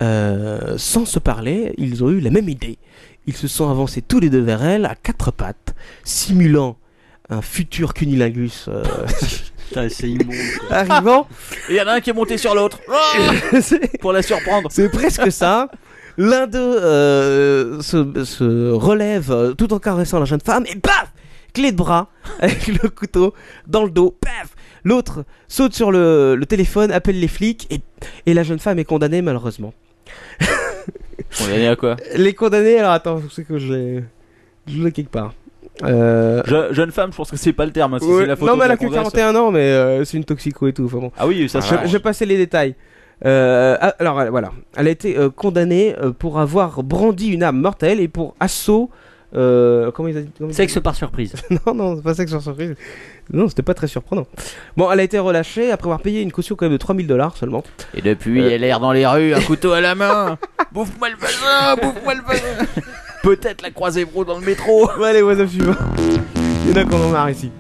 H: Euh, sans se parler, ils ont eu la même idée. Ils se sont avancés tous les deux vers elle à quatre pattes, simulant un futur
E: (laughs)
H: cunilingus. euh, (laughs)
F: c'est immonde.
H: Arrivant,
E: Et il y en a un qui est monté sur
H: (laughs)
E: l'autre Oh pour la surprendre.
H: C'est presque ça. L'un d'eux euh, se, se relève euh, tout en caressant la jeune femme et paf Clé de bras (laughs) avec le couteau dans le dos. Paf L'autre saute sur le, le téléphone, appelle les flics et, et la jeune femme est condamnée malheureusement.
E: On est allé à quoi
H: Les condamnés, alors attends, je sais que je l'ai- je l'ai quelque part. Euh,
E: Je- jeune femme, je pense que c'est pas le terme. hein, si
H: ouais,
E: c'est la photo
H: non, mais
E: de
H: elle
E: la
H: a que
E: condesse.
H: 41 ans, mais euh, c'est une toxico et tout. Enfin bon.
E: Ah oui, ça se
H: Je-
E: comprend.
H: Je vais passer les détails. Euh, ah, alors elle- voilà, elle a été euh, condamnée euh, pour avoir brandi une arme mortelle et pour assaut. euh, comment ils ont dit- comment ils ont dit
F: Sexe par surprise.
H: (laughs) non, non, c'est pas sexe par surprise. Non, c'était pas très surprenant. Bon, elle a été relâchée après avoir payé une caution quand même de 3000 dollars seulement.
E: Et depuis,
H: Euh.
E: elle erre dans les rues, un couteau à la main.
H: (laughs)
N: Bouffe-moi le vagin, bouffe-moi le vagin.
E: Peut-être la croisée pro dans le métro.
H: allez, what's up, suivant. Il y en a qu'on en marre ici.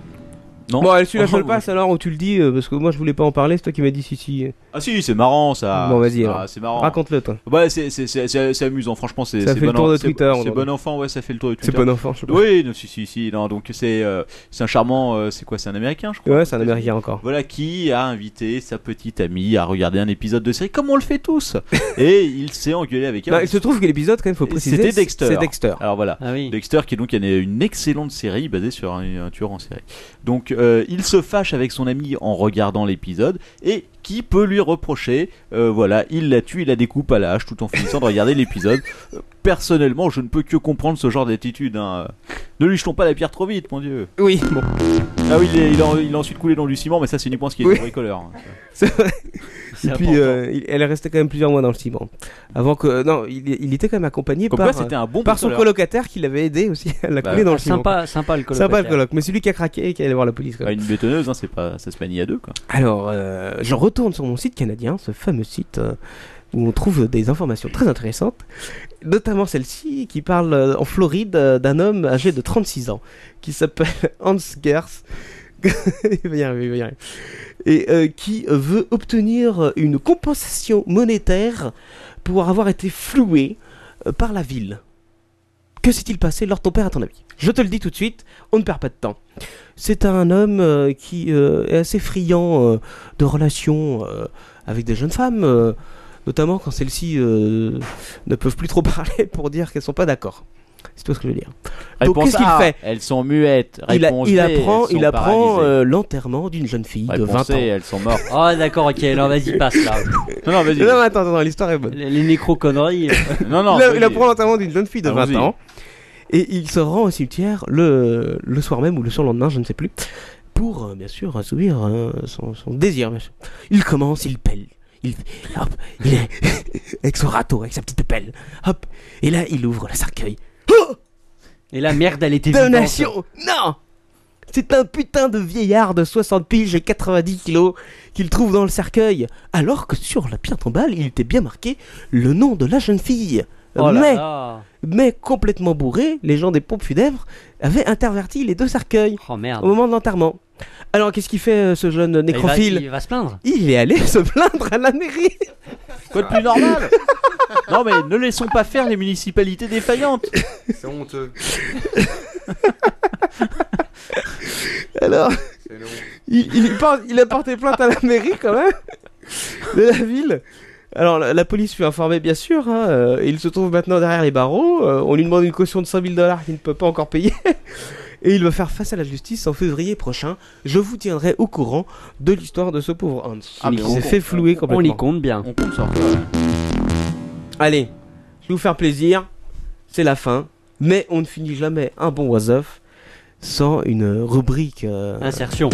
E: Non.
H: Bon,
E: (laughs)
H: allez, celui-là, je te
E: Oh,
H: le passe alors où tu le dis, euh, parce que moi je voulais pas en parler, c'est toi qui m'as dit si si.
E: Ah si, c'est marrant ça.
H: Bon, vas-y,
E: Ah,
H: alors.
E: c'est marrant.
H: Raconte-le, toi.
E: Bah, c'est, c'est, c'est, c'est- c'est amusant, franchement, c'est,
H: Ça
E: c'est
H: fait le
E: bon
H: tour
E: en-
H: de
E: c'est-
H: Twitter,
E: C'est,
H: aujourd'hui.
E: bon enfant, ouais, ça fait le tour de
H: C'est
E: Twitter.
H: bon enfant, je sais pas.
E: Oui, non, si, si, si, non, donc c'est, euh, c'est un charmant, euh, c'est quoi, c'est un américain, je crois.
H: Ouais, c'est un américain encore.
E: Voilà qui a invité sa petite amie à regarder un épisode de série, comme on le fait tous. (laughs) Et il s'est engueulé avec elle.
H: Non, Bah, il se trouve que l'épisode, quand même, faut préciser.
E: C'était
H: c'est-
E: Dexter.
H: C'est Dexter.
E: Alors voilà.
F: Ah
E: Dexter qui est donc une- une excellente série basée sur un, un tueur en série. Donc euh, il se fâche avec son ami en regardant l'épisode et qui peut lui reprocher Euh, Voilà, il la tue, il la découpe à la hache tout en finissant de regarder l'épisode. Euh, Personnellement, je ne peux que comprendre ce genre d'attitude. hein. Ne lui jetons pas la pierre trop vite, mon dieu.
H: Oui, bon.
E: Ah oui, il, est- il a, il a ensuite coulé dans du ciment, mais ça c'est uniquement ce qui est
H: Oui.
E: bricoleur. hein.
H: (laughs) C'est vrai.
E: C'est
H: Et puis,
E: important.
H: euh, il- elle est restée quand même plusieurs mois dans le ciment. Avant que. euh, Non, il, il était quand même accompagné
E: Comme
H: par, euh,
E: quoi, c'était un bon
H: par son
E: bricoleur.
H: colocataire qui l'avait aidé aussi à la
E: Bah,
H: couler dans le ciment.
F: Ah, sympa-
H: quoi.
F: sympa, le
H: Sympa le
F: colocataire.
H: coloc. Mais c'est lui qui a craqué et qui allait voir la police quand
E: Ah,
H: même.
E: une bétonneuse, hein, c'est pas, ça se manie à deux quoi.
H: Alors, euh, je retourne sur mon site canadien, ce fameux site euh, où on trouve des informations très intéressantes, notamment celle-ci qui parle euh, en Floride euh, d'un homme âgé de 36 ans qui s'appelle (laughs) Hans Gers. (laughs) il va y arriver, il va y arriver. Et euh, qui veut obtenir une compensation monétaire pour avoir été floué euh, par la ville. Que s'est-il passé lors de ton père à ton avis Je te le dis tout de suite, on ne perd pas de temps. C'est un homme euh, qui euh, est assez friand euh, de relations euh, avec des jeunes femmes, euh, notamment quand celles-ci euh, ne peuvent plus trop (laughs) parler pour dire qu'elles sont pas d'accord. C'est tout ce que je veux dire. Donc
E: Réponse
H: qu'est-ce qu'il
E: A,
H: fait
E: Elles ah, sont muettes.
H: il, a-
E: Réponse
H: il
E: B,
H: apprend,
E: elles sont
H: il apprend
E: paralysées.
H: euh, l'enterrement d'une jeune fille de
E: Réponse
H: 20
E: C,
H: ans.
E: elles sont
H: (laughs)
E: mortes.
F: Oh, d'accord, ok, alors vas-y, passe là.
E: non, non, vas-y.
H: Non, mais attends, attends, l'histoire est bonne.
F: Les, les nécro-conneries.
E: euh, non,
H: il, a- il apprend l'enterrement d'une jeune fille de 20
F: Allons-y.
H: ans. Et il se rend au cimetière le, le soir même ou le surlendemain, je ne sais plus, pour euh, bien sûr assouvir euh, son, son désir. bien sûr. Il commence, il pèle. Il, hop, il est (laughs) avec son râteau, avec sa petite pelle. Hop, et là il ouvre le cercueil. Oh
F: Et la merde, elle était
H: Donation Non C'est un putain de vieillard de 60 piges et 90 kilos qu'il trouve dans le cercueil. Alors que sur la pierre tombale, il était bien marqué le nom de la jeune fille.
F: Oh là
H: mais,
F: là.
H: mais complètement bourré, les gens des pompes funèbres avaient interverti les deux cercueils
F: Oh, merde.
H: au moment de l'enterrement. Alors qu'est-ce qu'il fait euh, ce jeune
F: Il va,
H: nécrophile
F: il va se plaindre.
H: Il est allé (laughs) se plaindre à la mairie.
E: Quoi de plus normal (laughs) Non mais ne laissons pas faire les municipalités défaillantes.
Q: C'est honteux.
H: (laughs) Alors, il, il porte- il a porté plainte à la mairie quand même (laughs) de la ville. Alors, la, la police fut informée, bien sûr. hein, euh, il se trouve maintenant derrière les barreaux. Euh, on lui demande une caution de 5000 dollars qu'il ne peut pas encore payer. (laughs) Et il va faire face à la justice en février prochain. Je vous tiendrai au courant de l'histoire de ce pauvre Hans.
E: Ah, mais
H: qui
E: on
H: s'est
E: compte-
H: fait flouer
E: on-
H: complètement.
E: on y compte
F: bien.
E: On compte sur toi.
H: Allez, je vais vous faire plaisir. C'est la fin. Mais on ne finit jamais un bon was of sans une rubrique. euh,
F: Insertion.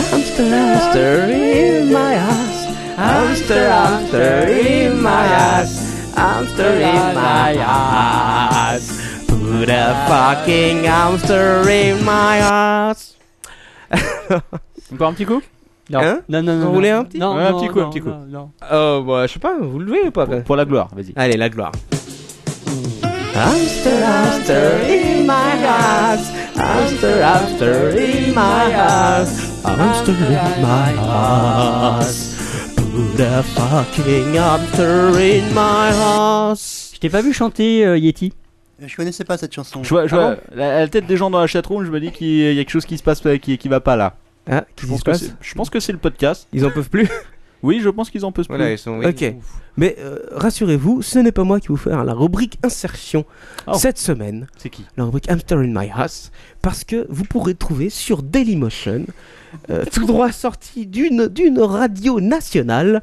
H: Hamster in my house. Hamster, hamster in my house. Hamster in my house. Put a fucking hamster in my (laughs) house.
E: On part un petit coup
H: non. Hein
F: non, non,
H: Vous
F: non,
H: voulez
F: non.
H: un petit
F: Non,
H: Ouais,
F: non,
H: un petit coup,
F: non,
H: un petit coup.
F: non, non.
H: Euh, bah, je sais pas, vous le jouez ou pas Pour,
E: la gloire, vas-y.
H: Allez, la gloire. Hamster, hamster in my house. Hamster, hamster in my house. Hamster in my house. Put a fucking hamster in my house.
F: Je t'ai pas vu chanter euh, Yeti. Ah
G: Je connaissais pas cette chanson.
E: (laughs) Je vois, je vois la, la tête des gens dans la chatroom, je me dis qu'il y a quelque chose qui se passe euh, qui, qui va pas là.
H: Ah,
E: je
H: qu'est-ce qui
E: pense,
H: se
E: que
H: passe
E: c'est- je pense que c'est le podcast.
H: Ils en peuvent plus
E: (laughs) Oui, je pense qu'ils en peuvent plus.
H: ok. Mais euh, rassurez-vous, ce n'est pas moi qui vous faire la rubrique insertion
E: Oh.
H: cette semaine.
E: C'est qui
H: La rubrique Hamster in My House. Parce que vous pourrez trouver sur Dailymotion
S: (laughs)
H: euh, tout droit sorti d'une d'une radio nationale,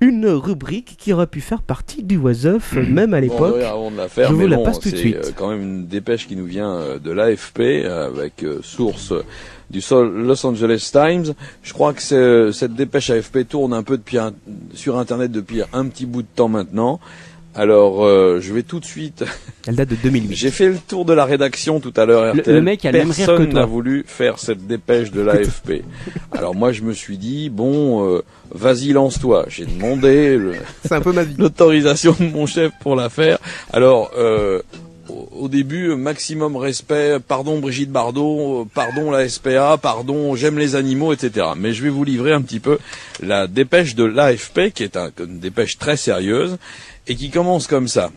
H: une rubrique qui aurait pu faire partie du Wasof, E
S: Hmm.
H: même à l'époque.
S: Bon, ouais, avant de la faire,
H: je
S: mais
H: vous la
S: bon,
H: passe tout de
S: c'est,
H: suite.
S: euh, quand même une dépêche qui nous vient euh, de l'AFP euh, avec euh, source euh, du Sol- Los Angeles Times. Je crois que c'est, euh, cette dépêche AFP tourne un peu depuis un- sur Internet depuis un petit bout de temps maintenant. Alors, euh, je vais tout de suite.
H: Elle date de
S: (laughs)
H: 2008.
S: J'ai fait le tour de la rédaction tout à l'heure.
H: Le-
S: RTL.
H: le mec a le même rire que
S: Personne
H: toi.
S: n'a voulu faire cette dépêche de l'AFP. Alors moi, je me suis dit bon, euh, vas-y, lance-toi. J'ai demandé le- l'autorisation de mon chef pour la faire. Alors. euh, au- au début, euh, maximum respect, pardon Brigitte Bardot, euh, pardon la SPA, pardon j'aime les animaux, etc. Mais je vais vous livrer un petit peu la dépêche de l'AFP, qui est un- une dépêche très sérieuse, et qui commence comme ça.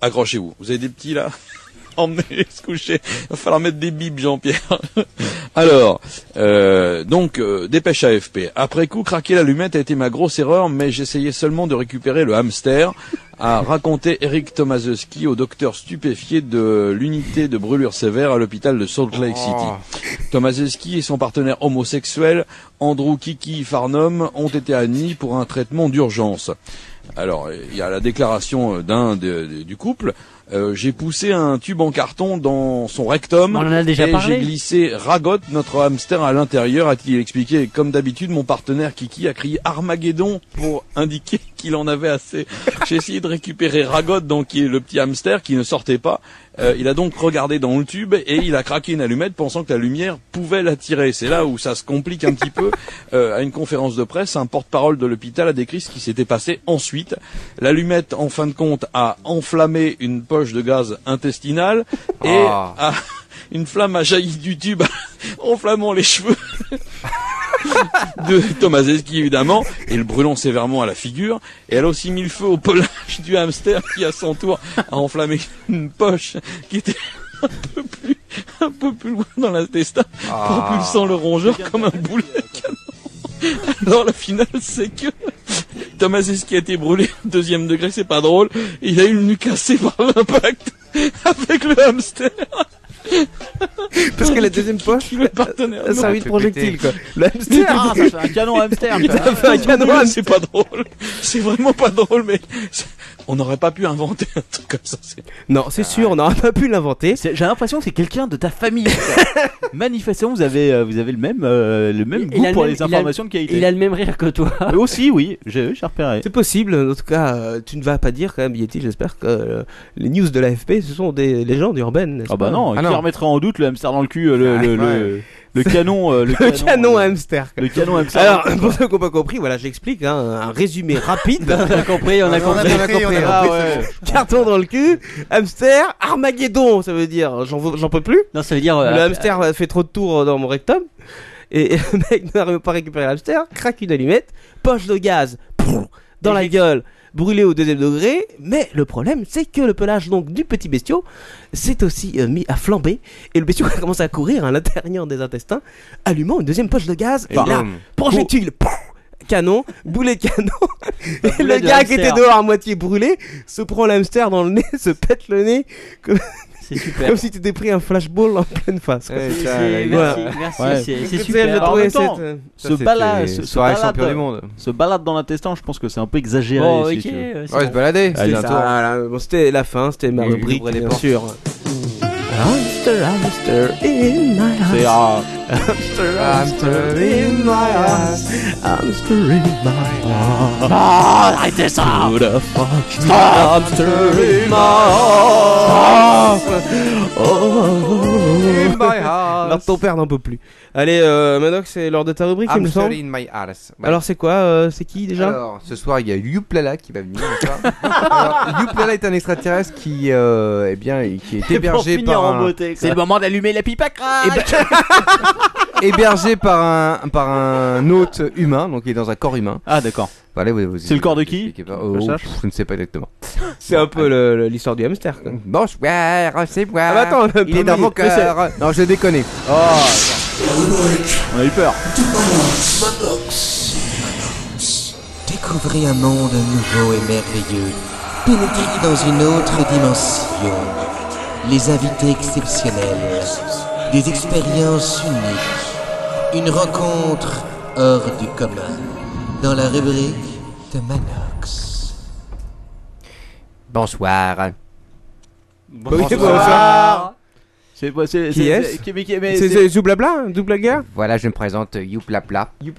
S: Accrochez-vous. Vous avez des petits là (laughs) Emmenez-les se coucher. Il va falloir mettre des bibles, Jean-Pierre. (laughs) Alors, euh, donc, euh, dépêche AFP. Après coup, craquer l'allumette a été ma grosse erreur, mais j'essayais seulement de récupérer le hamster, a raconté Eric Tomaszewski au docteur stupéfié de l'unité de brûlure sévère à l'hôpital de Salt Lake City. Tomaszewski et son partenaire homosexuel, Andrew Kiki Farnum, ont été admis pour un traitement d'urgence. Alors, il y a la déclaration euh, d'un de- de- du couple. Euh, j'ai poussé un tube en carton dans son rectum.
F: On en a déjà
S: et
F: parlé.
S: J'ai glissé Ragotte, notre hamster, à l'intérieur, a-t-il expliqué. Comme d'habitude, mon partenaire Kiki a crié Armageddon pour indiquer (laughs) qu'il en avait assez. J'ai essayé de récupérer Ragotte, donc qui est le petit hamster qui ne sortait pas. Euh, il a donc regardé dans le tube et il a craqué une allumette pensant que la lumière pouvait l'attirer. C'est là où ça se complique un petit peu. Euh, à une conférence de presse, un porte-parole de l'hôpital a décrit ce qui s'était passé ensuite. L'allumette, en fin de compte, a enflammé une poche de gaz intestinal et
J: Ah.
S: a- une flamme a jailli du tube (laughs) enflammant les cheveux (laughs) de Tomazeski évidemment et le brûlant sévèrement à la figure et elle a aussi mis le feu au pelage du hamster qui à son tour a enflammé une poche qui était (laughs) un peu plus un peu plus loin dans l'intestin
J: Ah.
S: propulsant le rongeur comme un boulet à canon. alors la finale c'est que Tomazeski a été brûlé au deuxième degré c'est pas drôle il a eu le nu cassé par l'impact avec le hamster
H: Parce que la deuxième poche,
S: partenaire,
H: ça
S: non.
H: servi de projectile quoi. Le hamster,
S: (laughs) Ah,
H: il-
S: ça fait un canon
H: (laughs)
S: hamster.
H: Il t'a fait
S: (laughs)
H: un canon
S: Ouais,
H: hamster.
S: C'est pas drôle. C'est vraiment pas drôle, mais c'est- (laughs) on n'aurait pas pu inventer un truc comme ça. c'est-
H: Non, c'est sûr, on n'aurait pas pu l'inventer.
E: J'ai l'impression que Ah, c'est quelqu'un de ta famille.
H: (laughs)
E: quoi. Manifestement, vous avez, euh, vous avez le même,
H: Ah,
E: euh, le même goût
F: a le
E: pour
F: même-
E: les
F: il a le-
E: informations de qualité.
F: Il a le même rire que toi.
E: Mais aussi, oui, j'ai j'ai repéré.
H: C'est possible, en tout cas, euh, tu ne vas pas dire quand même, Yeti, j'espère que euh, les news de l'AFP, ce sont des légendes urbaines. n'est-ce
E: Ah bah
H: pas
E: non,
H: Ah
E: qui
H: (laughs)
E: remettra en doute le hamster dans le cul, euh, le,
H: Ah,
E: le, le,
H: ouais.
E: le canon, euh, le
H: (laughs) Le
E: canon.
H: canon à hamster. quoi.
E: le (laughs) canon à hamster.
H: Alors, (laughs) pour ceux qui n'ont pas compris, voilà, j'explique hein, un résumé rapide.
E: On a compris, on a On a compris. compris, on a
H: Ah
E: compris,
H: ouais.
E: c'est
H: (laughs) Carton dans le cul, hamster, Armageddon, ça veut dire, j'en veux- j'en peux plus.
F: Non, ça veut dire.
H: Le
F: euh,
H: hamster euh, fait trop de tours dans mon rectum. Et (laughs) et le mec n'arrive pas à récupérer l'hamster, craque une allumette, poche de gaz, pouf, dans la gueule, brûlé au deuxième degré. Mais le problème, c'est que le pelage donc du petit bestiau s'est aussi euh, mis à flamber. Et le bestiau (laughs) a commencé à courir à l'intérieur des intestins, allumant une deuxième poche de gaz. Et,
E: Bam.
H: là, projectile, pouf, canon, boulet de canon. Et
E: boulet
H: le
E: de
H: gars qui
E: hamster.
H: était dehors à moitié brûlé se prend l'hamster dans le nez, (laughs) se pète le nez. Comme...
F: C'est super.
H: Comme si t'étais pris un flashball en pleine face. quoi.
D: Ouais, C'est- ça, c'est-
H: Voilà.
D: merci, merci,
H: Ouais.
D: c'est- c'est
H: Donc,
D: super.
H: j'ai
D: Alors, en
H: trouvé
D: même temps,
H: cette-
E: Ce balade, ce, ce balade, ce balade dans l'intestin, je pense que c'est un peu exagéré.
H: Bon,
E: si
H: ok,
E: tu veux.
H: euh, c'est Ouais, bon. se balader.
E: Allez,
H: C'était
E: un
H: ça.
E: tour.
H: Voilà. Bon, c'était la fin, c'était ma
E: Oui,
H: rubrique,
E: ouvrez les
H: bien
E: portes.
H: sûr. Hamster, hamster in my house.
E: C'est rare.
H: Hamster, hamster in my house. Hamster in my house.
J: Ah, arrêtez ça.
H: To the fuck.
J: Stop.
H: Hamster in my house. Oh, oh, oh. (laughs)
D: In my house.
H: Non, ton père n'en peut plus. Allez, euh, Manox, c'est l'heure de ta rubrique, il me
D: Hamster
H: semble.
D: in my house. Ouais.
H: Alors, c'est quoi euh, C'est qui déjà
D: Alors, ce soir, il y a Youplala qui va venir. ce (laughs) soir. Alors, Youplala est un extraterrestre qui, euh, eh bien,
H: (laughs)
D: qui est hébergé par un-
E: C'est le moment d'allumer la pipe à Eh crack.
D: hébergé par un par un hôte humain, donc il est dans un corps humain.
E: Ah d'accord.
D: c'est le corps de qui
H: Je cherche.
D: Je ne sais
E: (laughs)
D: pas exactement.
H: C'est un peu le- le- l'histoire du hamster. quoi.
D: Bonsoir, c'est moi.
H: Ah bah attends, le
D: il est dans
H: premier,
D: mon
H: mais c'est-
D: cœur. Non, je déconne. Oh.
E: On a eu peur.
O: Découvrez un monde nouveau et merveilleux. Pénétrez dans une autre dimension. Les invités exceptionnels. Des expériences uniques.
T: Une rencontre hors du commun. Dans la rubrique de Manox.
D: Bonsoir.
E: ben, Bonsoir. Bonsoir. C'est quoi c'est-
H: Qui
E: c'est-
H: est-ce
E: c'est- qui- mais- qui- mais
H: C'est
E: c'est-
H: c'est hein, Zoublabla Zoublaga
D: Voilà, je me présente euh, Youplapla.
H: (laughs)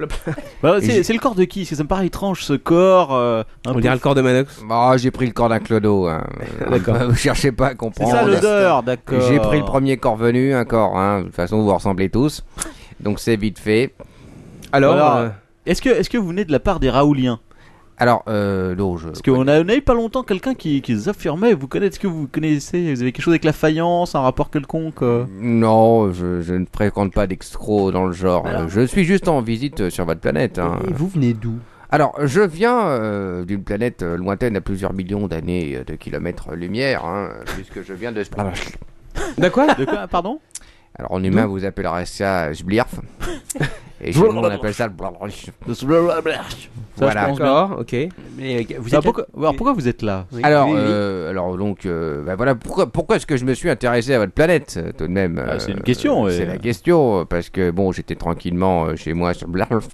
E: Bah, c'est-
D: Et j'ai-
E: c'est le corps de qui Parce que ça me paraît étrange ce corps. euh, un peu-
D: de Manox Oh, j'ai pris le corps d'un clodo. hein.
E: (laughs) D'accord.
D: vous cherchez pas à comprendre.
E: C'est ça, l'odeur, d'accord.
D: J'ai pris le premier corps venu, un corps. hein. De toute façon, vous ressemblez tous. Donc c'est vite fait. Alors, euh,
E: est-ce que, est que vous venez de la part des Raouliens
D: Alors, euh, non, je.
E: Parce qu'on a, on a eu pas longtemps quelqu'un qui, qui les affirmait. Vous connaissez, est-ce que vous connaissez Vous avez quelque chose avec la faïence, un rapport quelconque euh
D: non, je, je ne fréquente pas d'extros dans le genre. je suis juste en visite euh, sur votre planète. hein.
L: Et vous venez d'où
D: Alors, je viens euh, d'une planète euh, lointaine à plusieurs millions d'années euh, de kilomètres-lumière, hein, puisque je viens de...
H: De quoi
E: De quoi Pardon
D: Alors, en humain, vous appellerez ça
E: (laughs)
D: euh, Sblirf. Et chez nous, on appelle ça le Blablabla. Voilà.
H: D'accord, ok.
F: Mais
D: vous êtes
E: Bah, pourquoi, alors pourquoi vous êtes là
D: Alors, euh, alors donc, euh, bah voilà, pourquoi, pourquoi est-ce que je me suis intéressé à votre planète euh, tout de même euh,
E: Ah, c'est une question, ouais.
D: C'est la question, euh, parce que bon, j'étais tranquillement euh, chez moi
E: (laughs)
D: sur Blarf,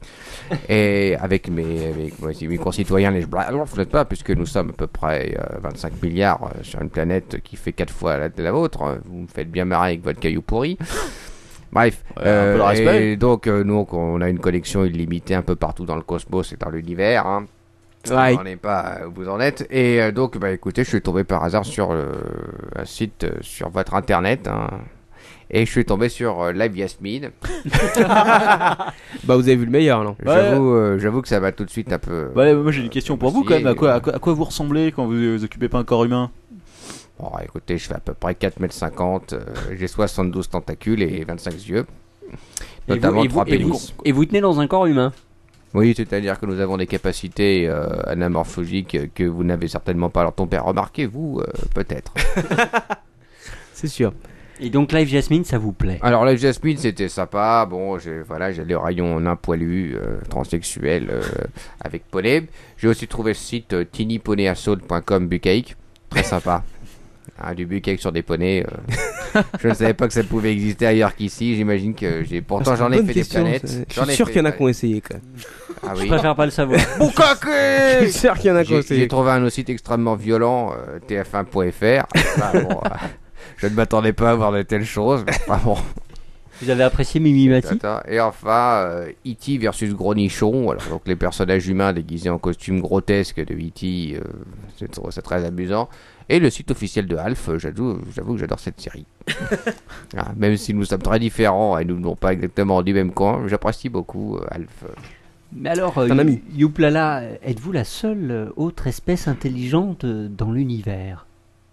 D: et avec mes, avec moi, c'est mes concitoyens, les Blarf, n'est-ce pas, puisque nous sommes à peu près euh, 25 milliards euh, sur une planète qui fait 4 fois la, la vôtre, euh, vous me faites bien marrer avec votre
E: (laughs)
D: caillou pourri. Bref,
E: peu de respect.
D: et donc euh, nous on a une collection illimitée un peu partout dans le cosmos et dans l'univers. Hein.
H: Ouais.
D: On n'est pas euh, où vous en êtes. Et euh, donc, bah, écoutez, je suis tombé par hasard sur euh, un site euh, sur votre internet. hein. Et je suis tombé sur euh, Live Yasmine.
H: (laughs) Bah, vous avez vu le meilleur, non
D: J'avoue, euh, j'avoue que ça va tout de suite un peu.
E: Bah, moi j'ai une question pour vous
D: aussi,
E: quand même. À quoi,
D: euh,
E: à quoi, à quoi vous ressemblez quand vous euh, vous occupez pas un corps humain
D: bon, Oh, écoutez, je fais à peu près 4m50, euh, j'ai 72 tentacules et 25 yeux.
F: Et
D: Notamment
F: vous- et vous-
D: 3
F: et vous-
D: pénis.
F: et vous tenez dans un corps humain
D: Oui, c'est-à-dire que nous avons des capacités euh, anamorphologiques euh, que vous n'avez certainement pas. Alors, ton père, remarquez-vous, euh,
F: (laughs)
D: peut-être.
H: C'est sûr.
F: Et donc Live Jasmine, ça vous plaît
D: Alors la Jasmine c'était sympa, bon j'ai- voilà j'allais au rayon nain poilu, euh, transsexuel euh, avec poney. J'ai aussi trouvé le site euh, tinyponeyassault.com bucaique,
H: (laughs)
D: très sympa. Hein, du bucaique sur des poneys, euh, je ne savais pas que ça pouvait exister ailleurs qu'ici, j'imagine que j'ai pourtant
H: Ah, c'est une
D: j'en ai
H: bonne
D: fait
H: question,
D: des planètes.
H: ça. Je
D: J'en
H: suis
D: ai
H: sûr
D: fait
H: qu'il y en a
D: des
H: qui ont essayé quand même.
D: planètes. Ah oui.
F: Je préfère pas le
E: (laughs)
F: savoir.
H: (laughs) Je suis sûr qu'il y en a qui ont
D: J'ai
H: essayé.
D: j'ai trouvé un site extrêmement violent, euh, (laughs) tf1.fr. Bah, bon, euh, je ne m'attendais pas à voir de telles choses, mais enfin bon.
F: Vous avez apprécié Mimi Mati
D: Attends, Et enfin, euh, E.T. versus Gros Nichon. Alors, donc, les personnages humains déguisés en costume grotesque de E.T., euh, c'est je trouve ça très amusant. Et le site officiel de Alf, euh, j'avoue j'avoue que j'adore cette
F: (laughs)
D: série. Ah, même si nous sommes très différents et nous n'avons pas exactement du même coin, j'apprécie beaucoup euh, Alf.
F: Mais alors, euh,
D: Un ami.
F: Youplala, êtes-vous la seule euh, autre espèce intelligente euh, dans l'univers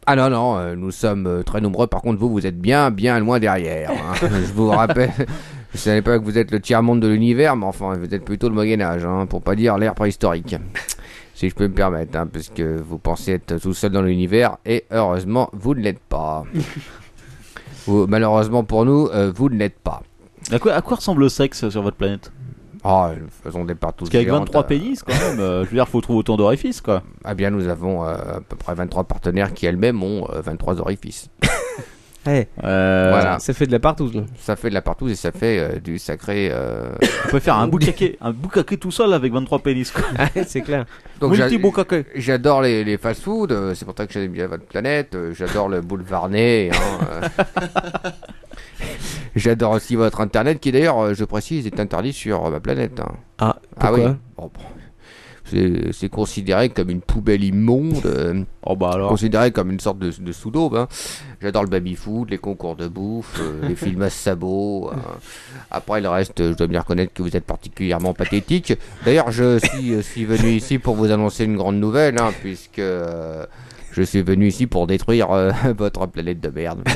D: Ah non, non, euh, nous sommes euh, très nombreux. Par contre, vous, vous êtes bien, bien loin derrière. hein. je vous rappelle, je savais pas que vous êtes le tiers-monde de l'univers, mais enfin, vous êtes plutôt le Moyen-Âge, hein, pour pas dire l'ère préhistorique. Si je peux me permettre, hein, parce que vous pensez être tout seul dans l'univers, et heureusement, vous ne l'êtes pas. Ou, malheureusement pour nous, euh, vous ne l'êtes pas.
E: À quoi, à quoi ressemble le sexe sur votre planète
D: Ah, faisons des partout.
E: Parce qu'avec
D: géantes,
E: 23
D: euh,
E: pénis quand même, euh, je veux dire, faut trouver autant d'orifices quoi.
D: (laughs) Ah bien, nous avons euh, à peu près 23 partenaires qui elles-mêmes ont euh, 23 orifices.
H: Eh.
E: Euh,
D: Voilà.
H: Ça fait de la partouze. là.
D: Ça fait de la partouze et ça fait euh, du sacré. euh,
E: On peut
D: (laughs)
E: faire un boucaquet, un boucaquet tout seul avec 23 pénis
H: (laughs)
E: quoi.
H: c'est clair.
D: Donc
E: Multi
D: j'a-
E: boucaquet.
D: j'adore les, les fast-food, euh, c'est pour ça que j'aime bien votre planète. euh, J'adore le boulevard Ney. hein,
E: (laughs)
D: euh. j'adore aussi votre internet qui d'ailleurs, euh, je précise, est interdit sur euh, ma planète. hein.
H: Ah,
D: oui. Oh,
H: pourquoi
D: Bon, bon. C'est- C'est considéré comme une poubelle immonde. euh,
H: Oh, bah,
D: Considéré comme une sorte de, de sous-daube. hein. J'adore le baby-food, les concours de bouffe,
H: (laughs)
D: euh, les films à sabots. euh. Après, le reste, euh, je dois bien reconnaître que vous êtes particulièrement pathétique. D'ailleurs, je suis, euh, suis venu ici pour vous annoncer une grande nouvelle, hein, puisque euh, je suis venu ici pour détruire euh, (laughs) votre planète de merde.
H: (laughs)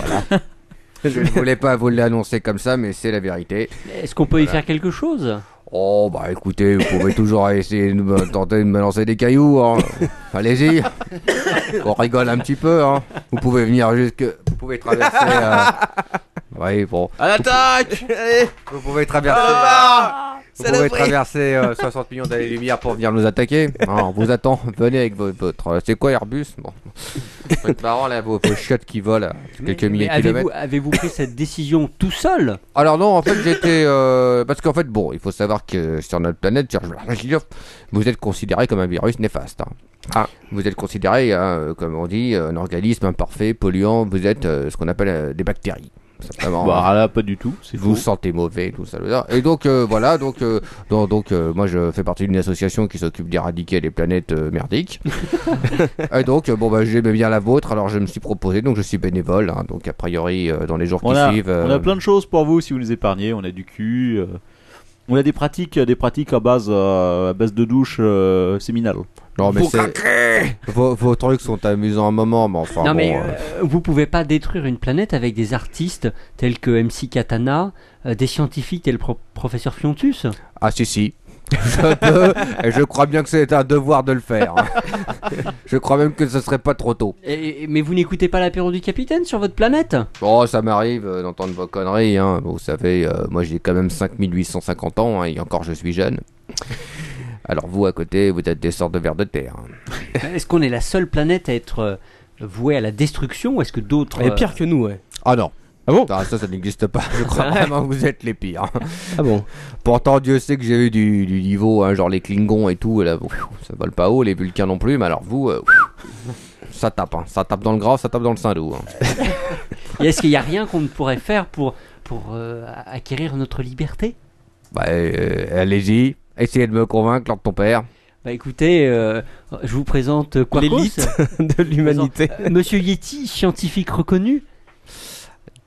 D: Voilà. Je ne voulais pas vous l'annoncer comme ça, mais c'est la vérité.
F: Est-ce qu'on peut y faire quelque chose
D: Oh bah écoutez, vous pouvez toujours essayer de me, tenter de me lancer des cailloux. hein. Allez-y, on rigole un petit peu. hein. Vous pouvez venir jusque, vous pouvez traverser. euh, Oui bon.
E: À l'attaque
D: Vous pouvez traverser.
E: Ah
D: Vous pouvez traverser euh, 60 millions d'années-lumière pour venir nous attaquer. Non, on vous attend. Venez avec vo- votre. euh, C'est quoi Airbus Bon. Votre parents, là, vos, vos chiottes qui volent à quelques milliers
F: Mais
D: de
F: Avez-vous
D: kilomètres.
F: avez-vous pris cette décision tout seul
D: Alors non, en fait, j'étais euh, parce qu'en fait, bon, il faut savoir que sur notre planète, sur- je- je- vous êtes considéré comme un virus néfaste. hein.
E: Ah.
D: Vous êtes considéré, hein, euh, comme on dit, un organisme imparfait, polluant. Vous êtes euh, ce qu'on appelle euh, des bactéries. Simplement. hein.
E: Bah, là, pas du tout.
D: Vous vous sentez mauvais, tout ça. tout ça. Et donc euh, voilà, donc euh, donc, donc, euh, moi je fais partie d'une association qui s'occupe d'éradiquer les planètes euh,
E: (laughs)
D: merdiques. et donc euh, bon bah j'aimais bien la vôtre, alors je me suis proposé, donc je suis bénévole. hein. donc a priori euh, dans les jours
E: On
D: qui
E: a,
D: suivent,
E: on
D: euh,
E: a plein de choses pour vous si vous nous épargnez. On a du cul. euh, on a des pratiques, des pratiques à base, euh, à base de douche euh, séminale.
D: Non, mais c'est. Vos, vos trucs sont amusants un moment, mais enfin.
F: Non
D: bon,
F: mais
D: euh,
F: euh, vous pouvez pas détruire une planète avec des artistes tels que MC Katana, euh, des scientifiques tels le pro- professeur (laughs) Fiontus.
D: Ah si si. (laughs) je peux, et je crois bien que c'est un devoir de le faire. hein. je crois même que ce serait pas trop tôt.
F: Et- et- mais vous n'écoutez pas l'apéro du capitaine sur votre planète
D: Bon, ça m'arrive euh, d'entendre vos conneries, hein. Vous savez, euh, moi j'ai quand même 5850 ans, hein, et encore je suis jeune. Alors vous, à côté, vous êtes des sortes de vers de terre. hein.
F: Est-ce qu'on est la seule planète à être euh, vouée à la destruction ou est-ce que d'autres... euh,
D: Elle est pire
F: que nous, ouais.
D: Ah non. Ah bon Ça, ça n'existe pas. Je crois vraiment que vous êtes les pires. Ah bon Pourtant, Dieu sait que j'ai eu du, du niveau, hein, genre les Klingons et tout. et Là, bon, ça vole pas haut, les Vulcains non plus, mais alors vous, euh, ça tape. hein. Ça tape dans le gras, ça tape dans le hein. sein doux.
F: (laughs) Et est-ce qu'il n'y a rien qu'on ne pourrait faire pour, pour euh, acquérir notre liberté
D: Bah, euh, allez-y. Essayez de me convaincre, lors de ton père.
F: Bah écoutez, euh, je vous présente (laughs) euh, Quarkos.
D: L'élite
F: de l'humanité. Monsieur Yeti, scientifique reconnu.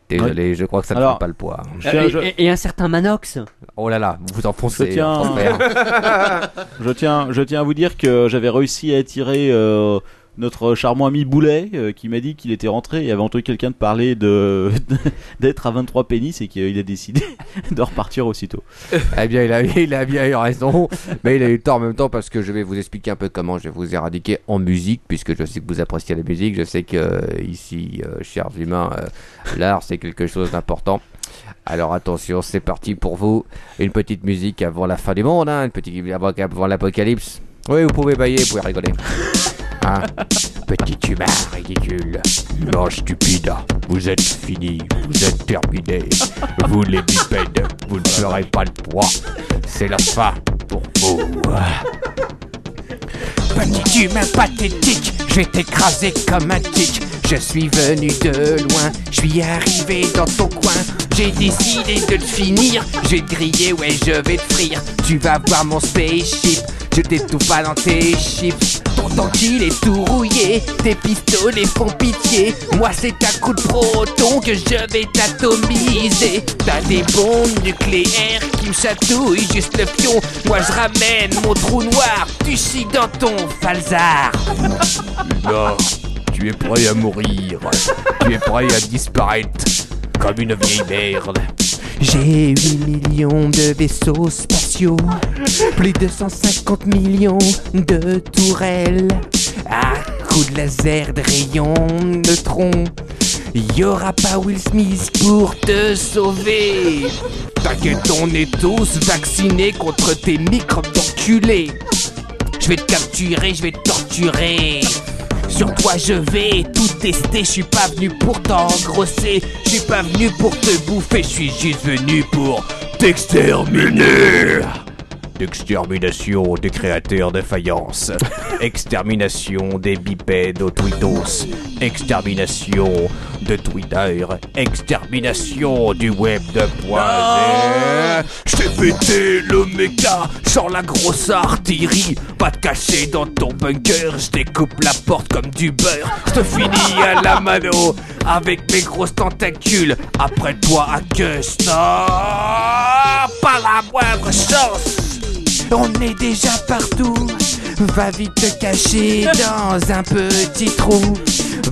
D: Désolé, je crois que ça ne
F: Alors,
D: fait pas le poids.
F: Et, Euh, et- et un certain Manox.
D: Oh là là, vous vous enfoncez. euh,
E: Je tiens. (laughs) je tiens, je tiens à vous dire que j'avais réussi à attirer euh, notre charmant ami Boulet, euh, qui m'a dit qu'il était rentré et avait entendu quelqu'un de parler de (laughs) d'être à 23 pénis et qu'il a décidé (laughs) de repartir aussitôt.
D: Eh bien, il a, il a bien eu raison, (laughs) mais il a eu tort en même temps parce que je vais vous expliquer un peu comment je vais vous éradiquer en musique, puisque je sais que vous appréciez la musique, je sais que euh, ici, euh, chers humains, euh, l'art c'est quelque chose d'important. Alors attention, c'est parti pour vous. Une petite musique avant la fin du monde, hein, une petite musique avant, avant l'apocalypse. Oui, vous pouvez bailler, vous pouvez rigoler. Hein Petit humain ridicule, non stupide, vous êtes fini, vous êtes terminé. Vous les bipèdes, vous ne ferez pas le poids. C'est la fin pour vous.
L: Petit humain pathétique, je vais t'écraser comme un tic. Je suis venu de loin, je suis arrivé dans ton coin. J'ai décidé de le finir, je vais te griller, ouais, je vais te frire. Tu vas voir mon spaceship, je t'étouffe pas dans tes chips. Ton tanky, il est tout rouillé, tes pistolets font pitié. Moi, c'est un coup de proton que je vais t'atomiser. T'as des bombes nucléaires qui me chatouillent juste le pion. Moi, je ramène mon trou noir, tu chies dans ton falzar.
U: Là, tu es prêt à mourir. (laughs) tu es prêt à disparaître comme une vieille merde.
L: J'ai 8 millions de vaisseaux spatiaux, plus de 150 millions de tourelles. À coups de laser, de rayons, neutrons, y aura pas Will Smith pour te sauver.
O: T'inquiète, on est tous vaccinés contre tes microbes d'enculé.
L: Je vais te capturer, je vais te torturer. Sur toi je vais tout tester, je suis pas venu pour t'engrosser, je suis pas venu pour te bouffer, je suis juste venu pour
U: Exterminer Extermination des créateurs de faïence. Extermination des bipèdes aux tweetos. Extermination de Twitter. Extermination du web de poison.
O: Je t'ai pété le méga sans la grosse artillerie. Pas te cacher dans ton bunker, je découpe la porte comme du beurre. Je te finis à la mano avec mes grosses tentacules. Après toi, à que
L: Ah, pas la moindre chance. On est déjà partout. Va vite te cacher dans un petit trou.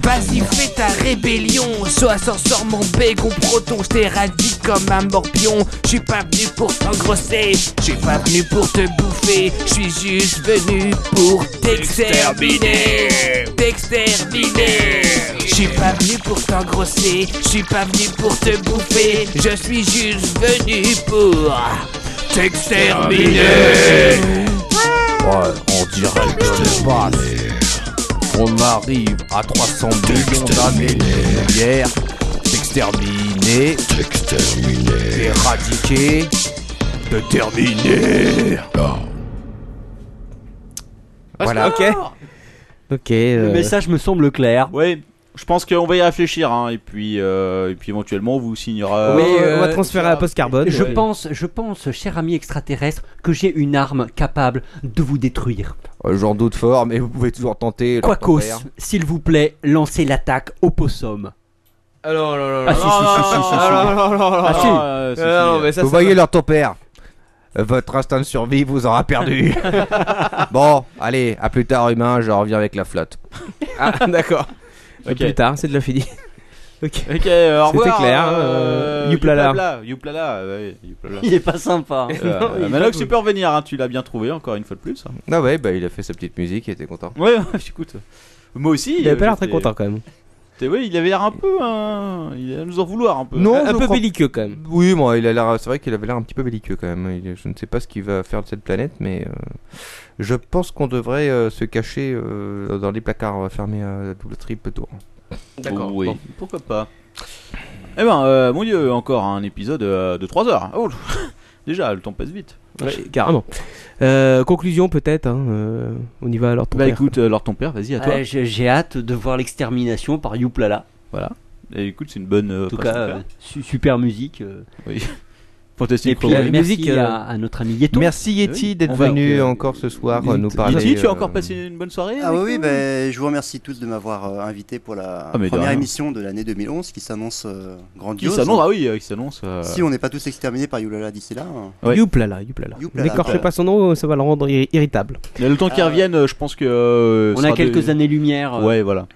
L: Vas-y, fais ta rébellion. Sois sans sort mon bégon proton. Je t'éradique comme un morpion. Je suis pas venu pour t'engrosser. Je suis pas venu pour te bouffer. Je suis juste venu pour t'exterminer. T'exterminer. Je suis pas venu pour t'engrosser. Je suis pas venu pour te bouffer. Je suis juste venu pour
H: Eh.
L: T'exterminer Ouais, on dirait de l'espace. On arrive à 300 millions d'années lumière. T'exterminer. T'exterminer. Éradiquer. Te terminer.
Q: Voilà.
E: Ok.
Q: Ok. euh,
E: Le message
F: me semble clair.
E: Oui, je pense qu'on va y réfléchir, hein, et puis euh, et puis éventuellement on vous signera.
H: Mais, euh, on va transférer à Post-Carbone.
F: Je pense, je pense, cher ami extraterrestre, que j'ai une arme capable de vous détruire.
Q: euh, J'en doute fort, mais vous pouvez toujours tenter. leur
F: Quacos,
Q: tenter.
F: s'il vous plaît, lancez l'attaque au
E: Bah,
F: possum.
H: Alors, là,
F: Ah, si, si, si, si, si, si. Ah, si.
H: Ah, non, mais ça,
Q: vous
H: ça
Q: voyez
H: va.
Q: leur ton père. Votre instinct de survie vous aura perdu. bon, allez, à plus tard humain, je reviens avec la flotte.
H: Ah,
D: (laughs)
H: d'accord.
E: (laughs) Ok.
H: Plus tard, c'est de la
Q: (laughs)
H: fini. ok.
E: Ok, euh, au revoir.
H: C'était clair.
E: euh,
H: euh, youplala.
E: youplala, youplala, ouais, youplala.
F: (laughs) Il est pas sympa. hein. (laughs)
E: Euh, (laughs)
F: Non, il est
E: Manox,
F: pas
E: tu peux revenir, hein, tu l'as bien trouvé encore une fois de plus. hein.
Q: Ah ouais, bah il a fait sa petite musique, il était content.
E: Ouais, (laughs) ouais, écoute. Moi aussi.
Q: Il avait pas
E: euh,
Q: l'air très
E: j'étais-
Q: content, quand même.
E: j'étais- Ouais, il avait l'air un peu. hein, il allait nous en vouloir un peu. Euh, un, un peu
H: belliqueux quand même.
Q: Oui, moi, il a l'air. C'est vrai qu'il avait l'air un petit peu belliqueux quand même. Il- je ne sais pas ce qu'il va faire de cette planète, mais euh, je pense qu'on devrait euh, se cacher euh, dans les placards euh, fermés à double triple tour.
E: D'accord. Bon, pourquoi pas Eh ben, euh, mon dieu, encore un épisode euh, de 3 heures. Oh, (laughs) déjà, le temps passe vite.
H: Ouais, carrément. Euh, conclusion peut-être. hein, euh, on y va alors ton
E: Bah
H: père.
E: écoute, alors ton père, vas-y à toi.
F: Ouais, j'ai j'ai hâte de voir l'extermination par Youplala.
E: Voilà. Et écoute, c'est une bonne.
F: En tout cas, euh, su- super musique. euh.
E: Oui. Fantastique
F: Et puis,
E: Roland.
F: euh,
E: La
F: merci
E: musique, euh,
F: à, à notre ami Yeto.
Q: Merci Yeti d'être venu encore ce soir euh, nous parler.
E: Yeti, tu as
Q: euh,
E: encore passé une bonne soirée
G: Ah
E: avec
G: oui, oui,
E: nous
G: ben, je vous remercie tous de m'avoir euh, invité pour la
E: Ah, mais de
G: première
E: rien.
G: émission de l'année 2011 qui s'annonce euh, grandiose.
E: Qui s'annonce, ah oui, euh, qui s'annonce, euh,
G: Si on n'est pas tous exterminés par Yulala d'ici là. hein.
H: Youplala, youplala.
G: Youplala.
H: N'écorchez pas son nom, ça va le rendre ir- irritable.
E: Il y a le temps qu'ils reviennent, euh, je pense que. euh,
H: On
E: sera
H: a quelques
F: années-lumière.
H: euh.
E: Ouais, voilà.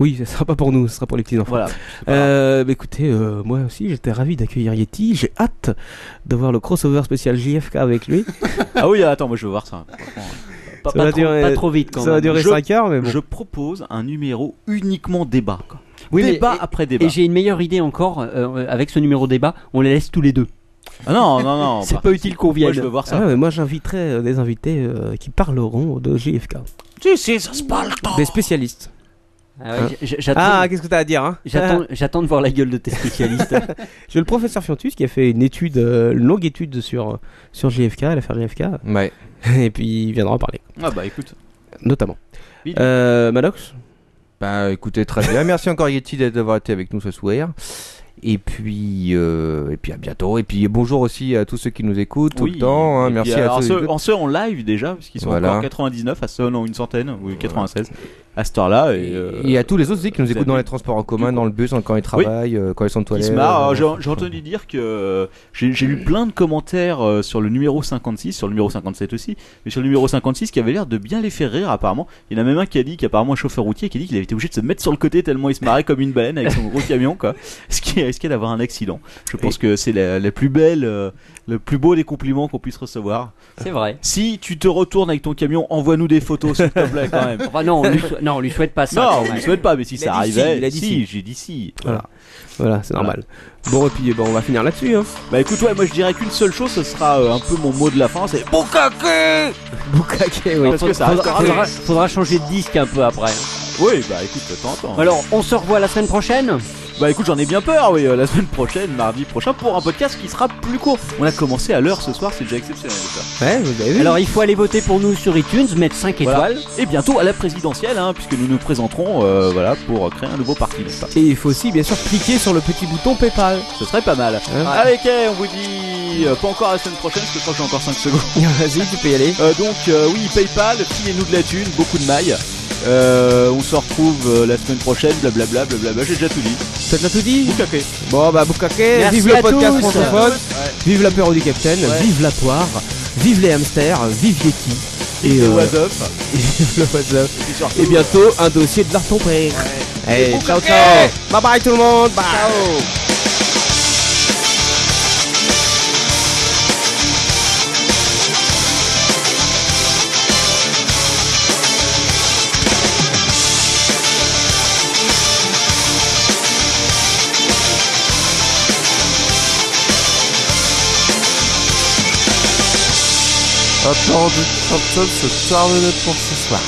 H: Oui, ce sera pas pour nous, ce sera pour les petits enfants.
E: Voilà.
H: Euh, bah écoutez, euh, moi aussi, j'étais ravi d'accueillir Yeti. J'ai hâte de voir le crossover spécial JFK avec lui.
E: ah oui, attends, moi je veux voir ça. (laughs)
H: Pas- Ça pas va trop- durer- pas trop vite, quand ça va même. durer
E: Je-
H: cinq heures, mais bon.
E: Je propose un numéro uniquement débat. quoi.
F: Oui, mais-
E: débat
F: et-
E: après débat.
F: Et j'ai une meilleure idée encore euh, avec ce numéro débat. On les laisse tous les deux.
E: Ah (laughs) non, non,
H: (laughs)
F: (laughs)
E: non.
F: C'est
E: bah,
F: pas utile qu'on vienne.
E: Moi je veux voir ça.
H: Ah ouais, mais moi, j'inviterai euh, des invités euh, qui parleront de JFK.
E: Si, si, ça se parle.
H: Des spécialistes.
F: Ah ouais,
H: Hein.
F: j- j'attends-
H: Ah, qu'est-ce que t'as à dire hein (laughs)
F: J'attends- J'attends de voir la gueule de tes spécialistes.
H: J'ai le professeur Fiantus qui a fait une étude, euh, une longue étude sur, sur JFK, l'affaire JFK.
Q: Ouais.
H: (laughs) Et puis il viendra en parler,
E: Ah bah écoute.
H: notamment.
E: Billy.
H: Euh, Manox
Q: Bah écoutez, très bien. Merci encore Yeti d'être- d'avoir été avec nous ce soir. Et puis, euh, et puis à bientôt. Et puis bonjour aussi à tous ceux qui nous écoutent tout
E: Oui.
Q: le temps. hein.
E: Et
Q: Merci
E: puis,
Q: à
E: alors,
Q: tous.
E: ceux, en ceux en live déjà, parce qu'ils sont
Q: Voilà.
E: encore 99, à ceux en une centaine, ou 96, à cette heure-là. Et, euh,
Q: Et à tous les autres aussi qui nous
E: vous
Q: écoutent dans
E: avez-
Q: les transports en commun, dans le bus, quand ils travaillent, euh, quand ils sont aux
E: Qui
Q: toilettes.
E: se marre. Oh,
Q: euh,
E: Ah, J'ai j'ai entendu dire que euh, j'ai j'ai lu plein de commentaires euh, sur le numéro 56, sur le numéro 57 aussi, mais sur le numéro 56 qui avait l'air de bien les faire rire apparemment. Il y en a même un qui a dit qu'apparemment un chauffeur routier qui a dit qu'il avait été obligé de se mettre sur le côté tellement il se marrait comme une baleine avec son gros camion quoi, ce qui risquait d'avoir un accident. Je pense que c'est la, la plus belle, euh, le plus beau des compliments qu'on puisse recevoir.
F: C'est vrai.
E: Si tu te retournes avec ton camion, envoie-nous des photos s'il te plaît quand même.
F: (laughs) Enfin, non, on lui sou- non, on lui souhaite pas ça,
E: Non,
F: quand
E: on
F: même.
E: lui souhaite pas, mais si
F: Il
E: ça
F: a dit si,
E: arrivait,
F: il a dit si.
E: j'ai dit si.
F: Ah
H: Voilà. Voilà, c'est normal. Bon repli, bon, on va finir là-dessus. Hein.
E: Bah écoute, ouais, moi je dirais qu'une seule chose, ce sera euh, un peu mon mot de la fin, c'est
F: Bukake
E: oui. Parce que ça
F: faudra,
E: restera-
F: faudra- faudra changer de disque un peu après.
E: Oui, bah écoute, t'entends.
F: Alors, on se revoit la semaine prochaine
E: Bah écoute, j'en ai bien peur, oui, euh, la semaine prochaine, mardi prochain, pour un podcast qui sera plus court. On a commencé à l'heure ce soir, c'est déjà exceptionnel ça.
H: Ouais, vous avez vu.
F: Alors, il faut aller voter pour nous sur iTunes, mettre 5 étoiles.
E: Et bientôt à la présidentielle, hein, puisque nous nous présenterons euh, voilà, pour créer un nouveau parti, n'est-ce pas
H: Et il faut aussi, bien sûr, cliquer sur le petit bouton PayPal.
E: Ce serait pas mal. Allez, ok, on vous dit euh, pas encore la semaine prochaine, parce que je crois que j'ai encore 5 secondes.
H: (laughs) Vas-y, tu peux y aller.
E: donc, euh, oui, PayPal, filez-nous de la thune, beaucoup de mailles. Euh, on se retrouve euh, la semaine prochaine, blablabla, blablabla, j'ai déjà tout dit.
H: T'as déjà tout dit
E: Boucaqué.
H: Bon, bah, Boukake,
E: Merci
H: vive
E: à
H: le podcast
E: tous.
H: francophone,
E: Ouais.
H: vive l'apéro du Capitaine,
E: Ouais.
H: vive la poire, vive les hamsters, vive Yeti.
E: Et le
H: euh,
E: What's Up.
H: Et vive (laughs) le What's Up.
E: Et surtout,
H: Et bientôt, un dossier de l'art ton père. Allez,
E: Et
H: ciao,
E: Boukake.
H: ciao. Bye bye tout le monde. Bye.
V: Thank
M: Attends, Thompson se charme pour ce soir.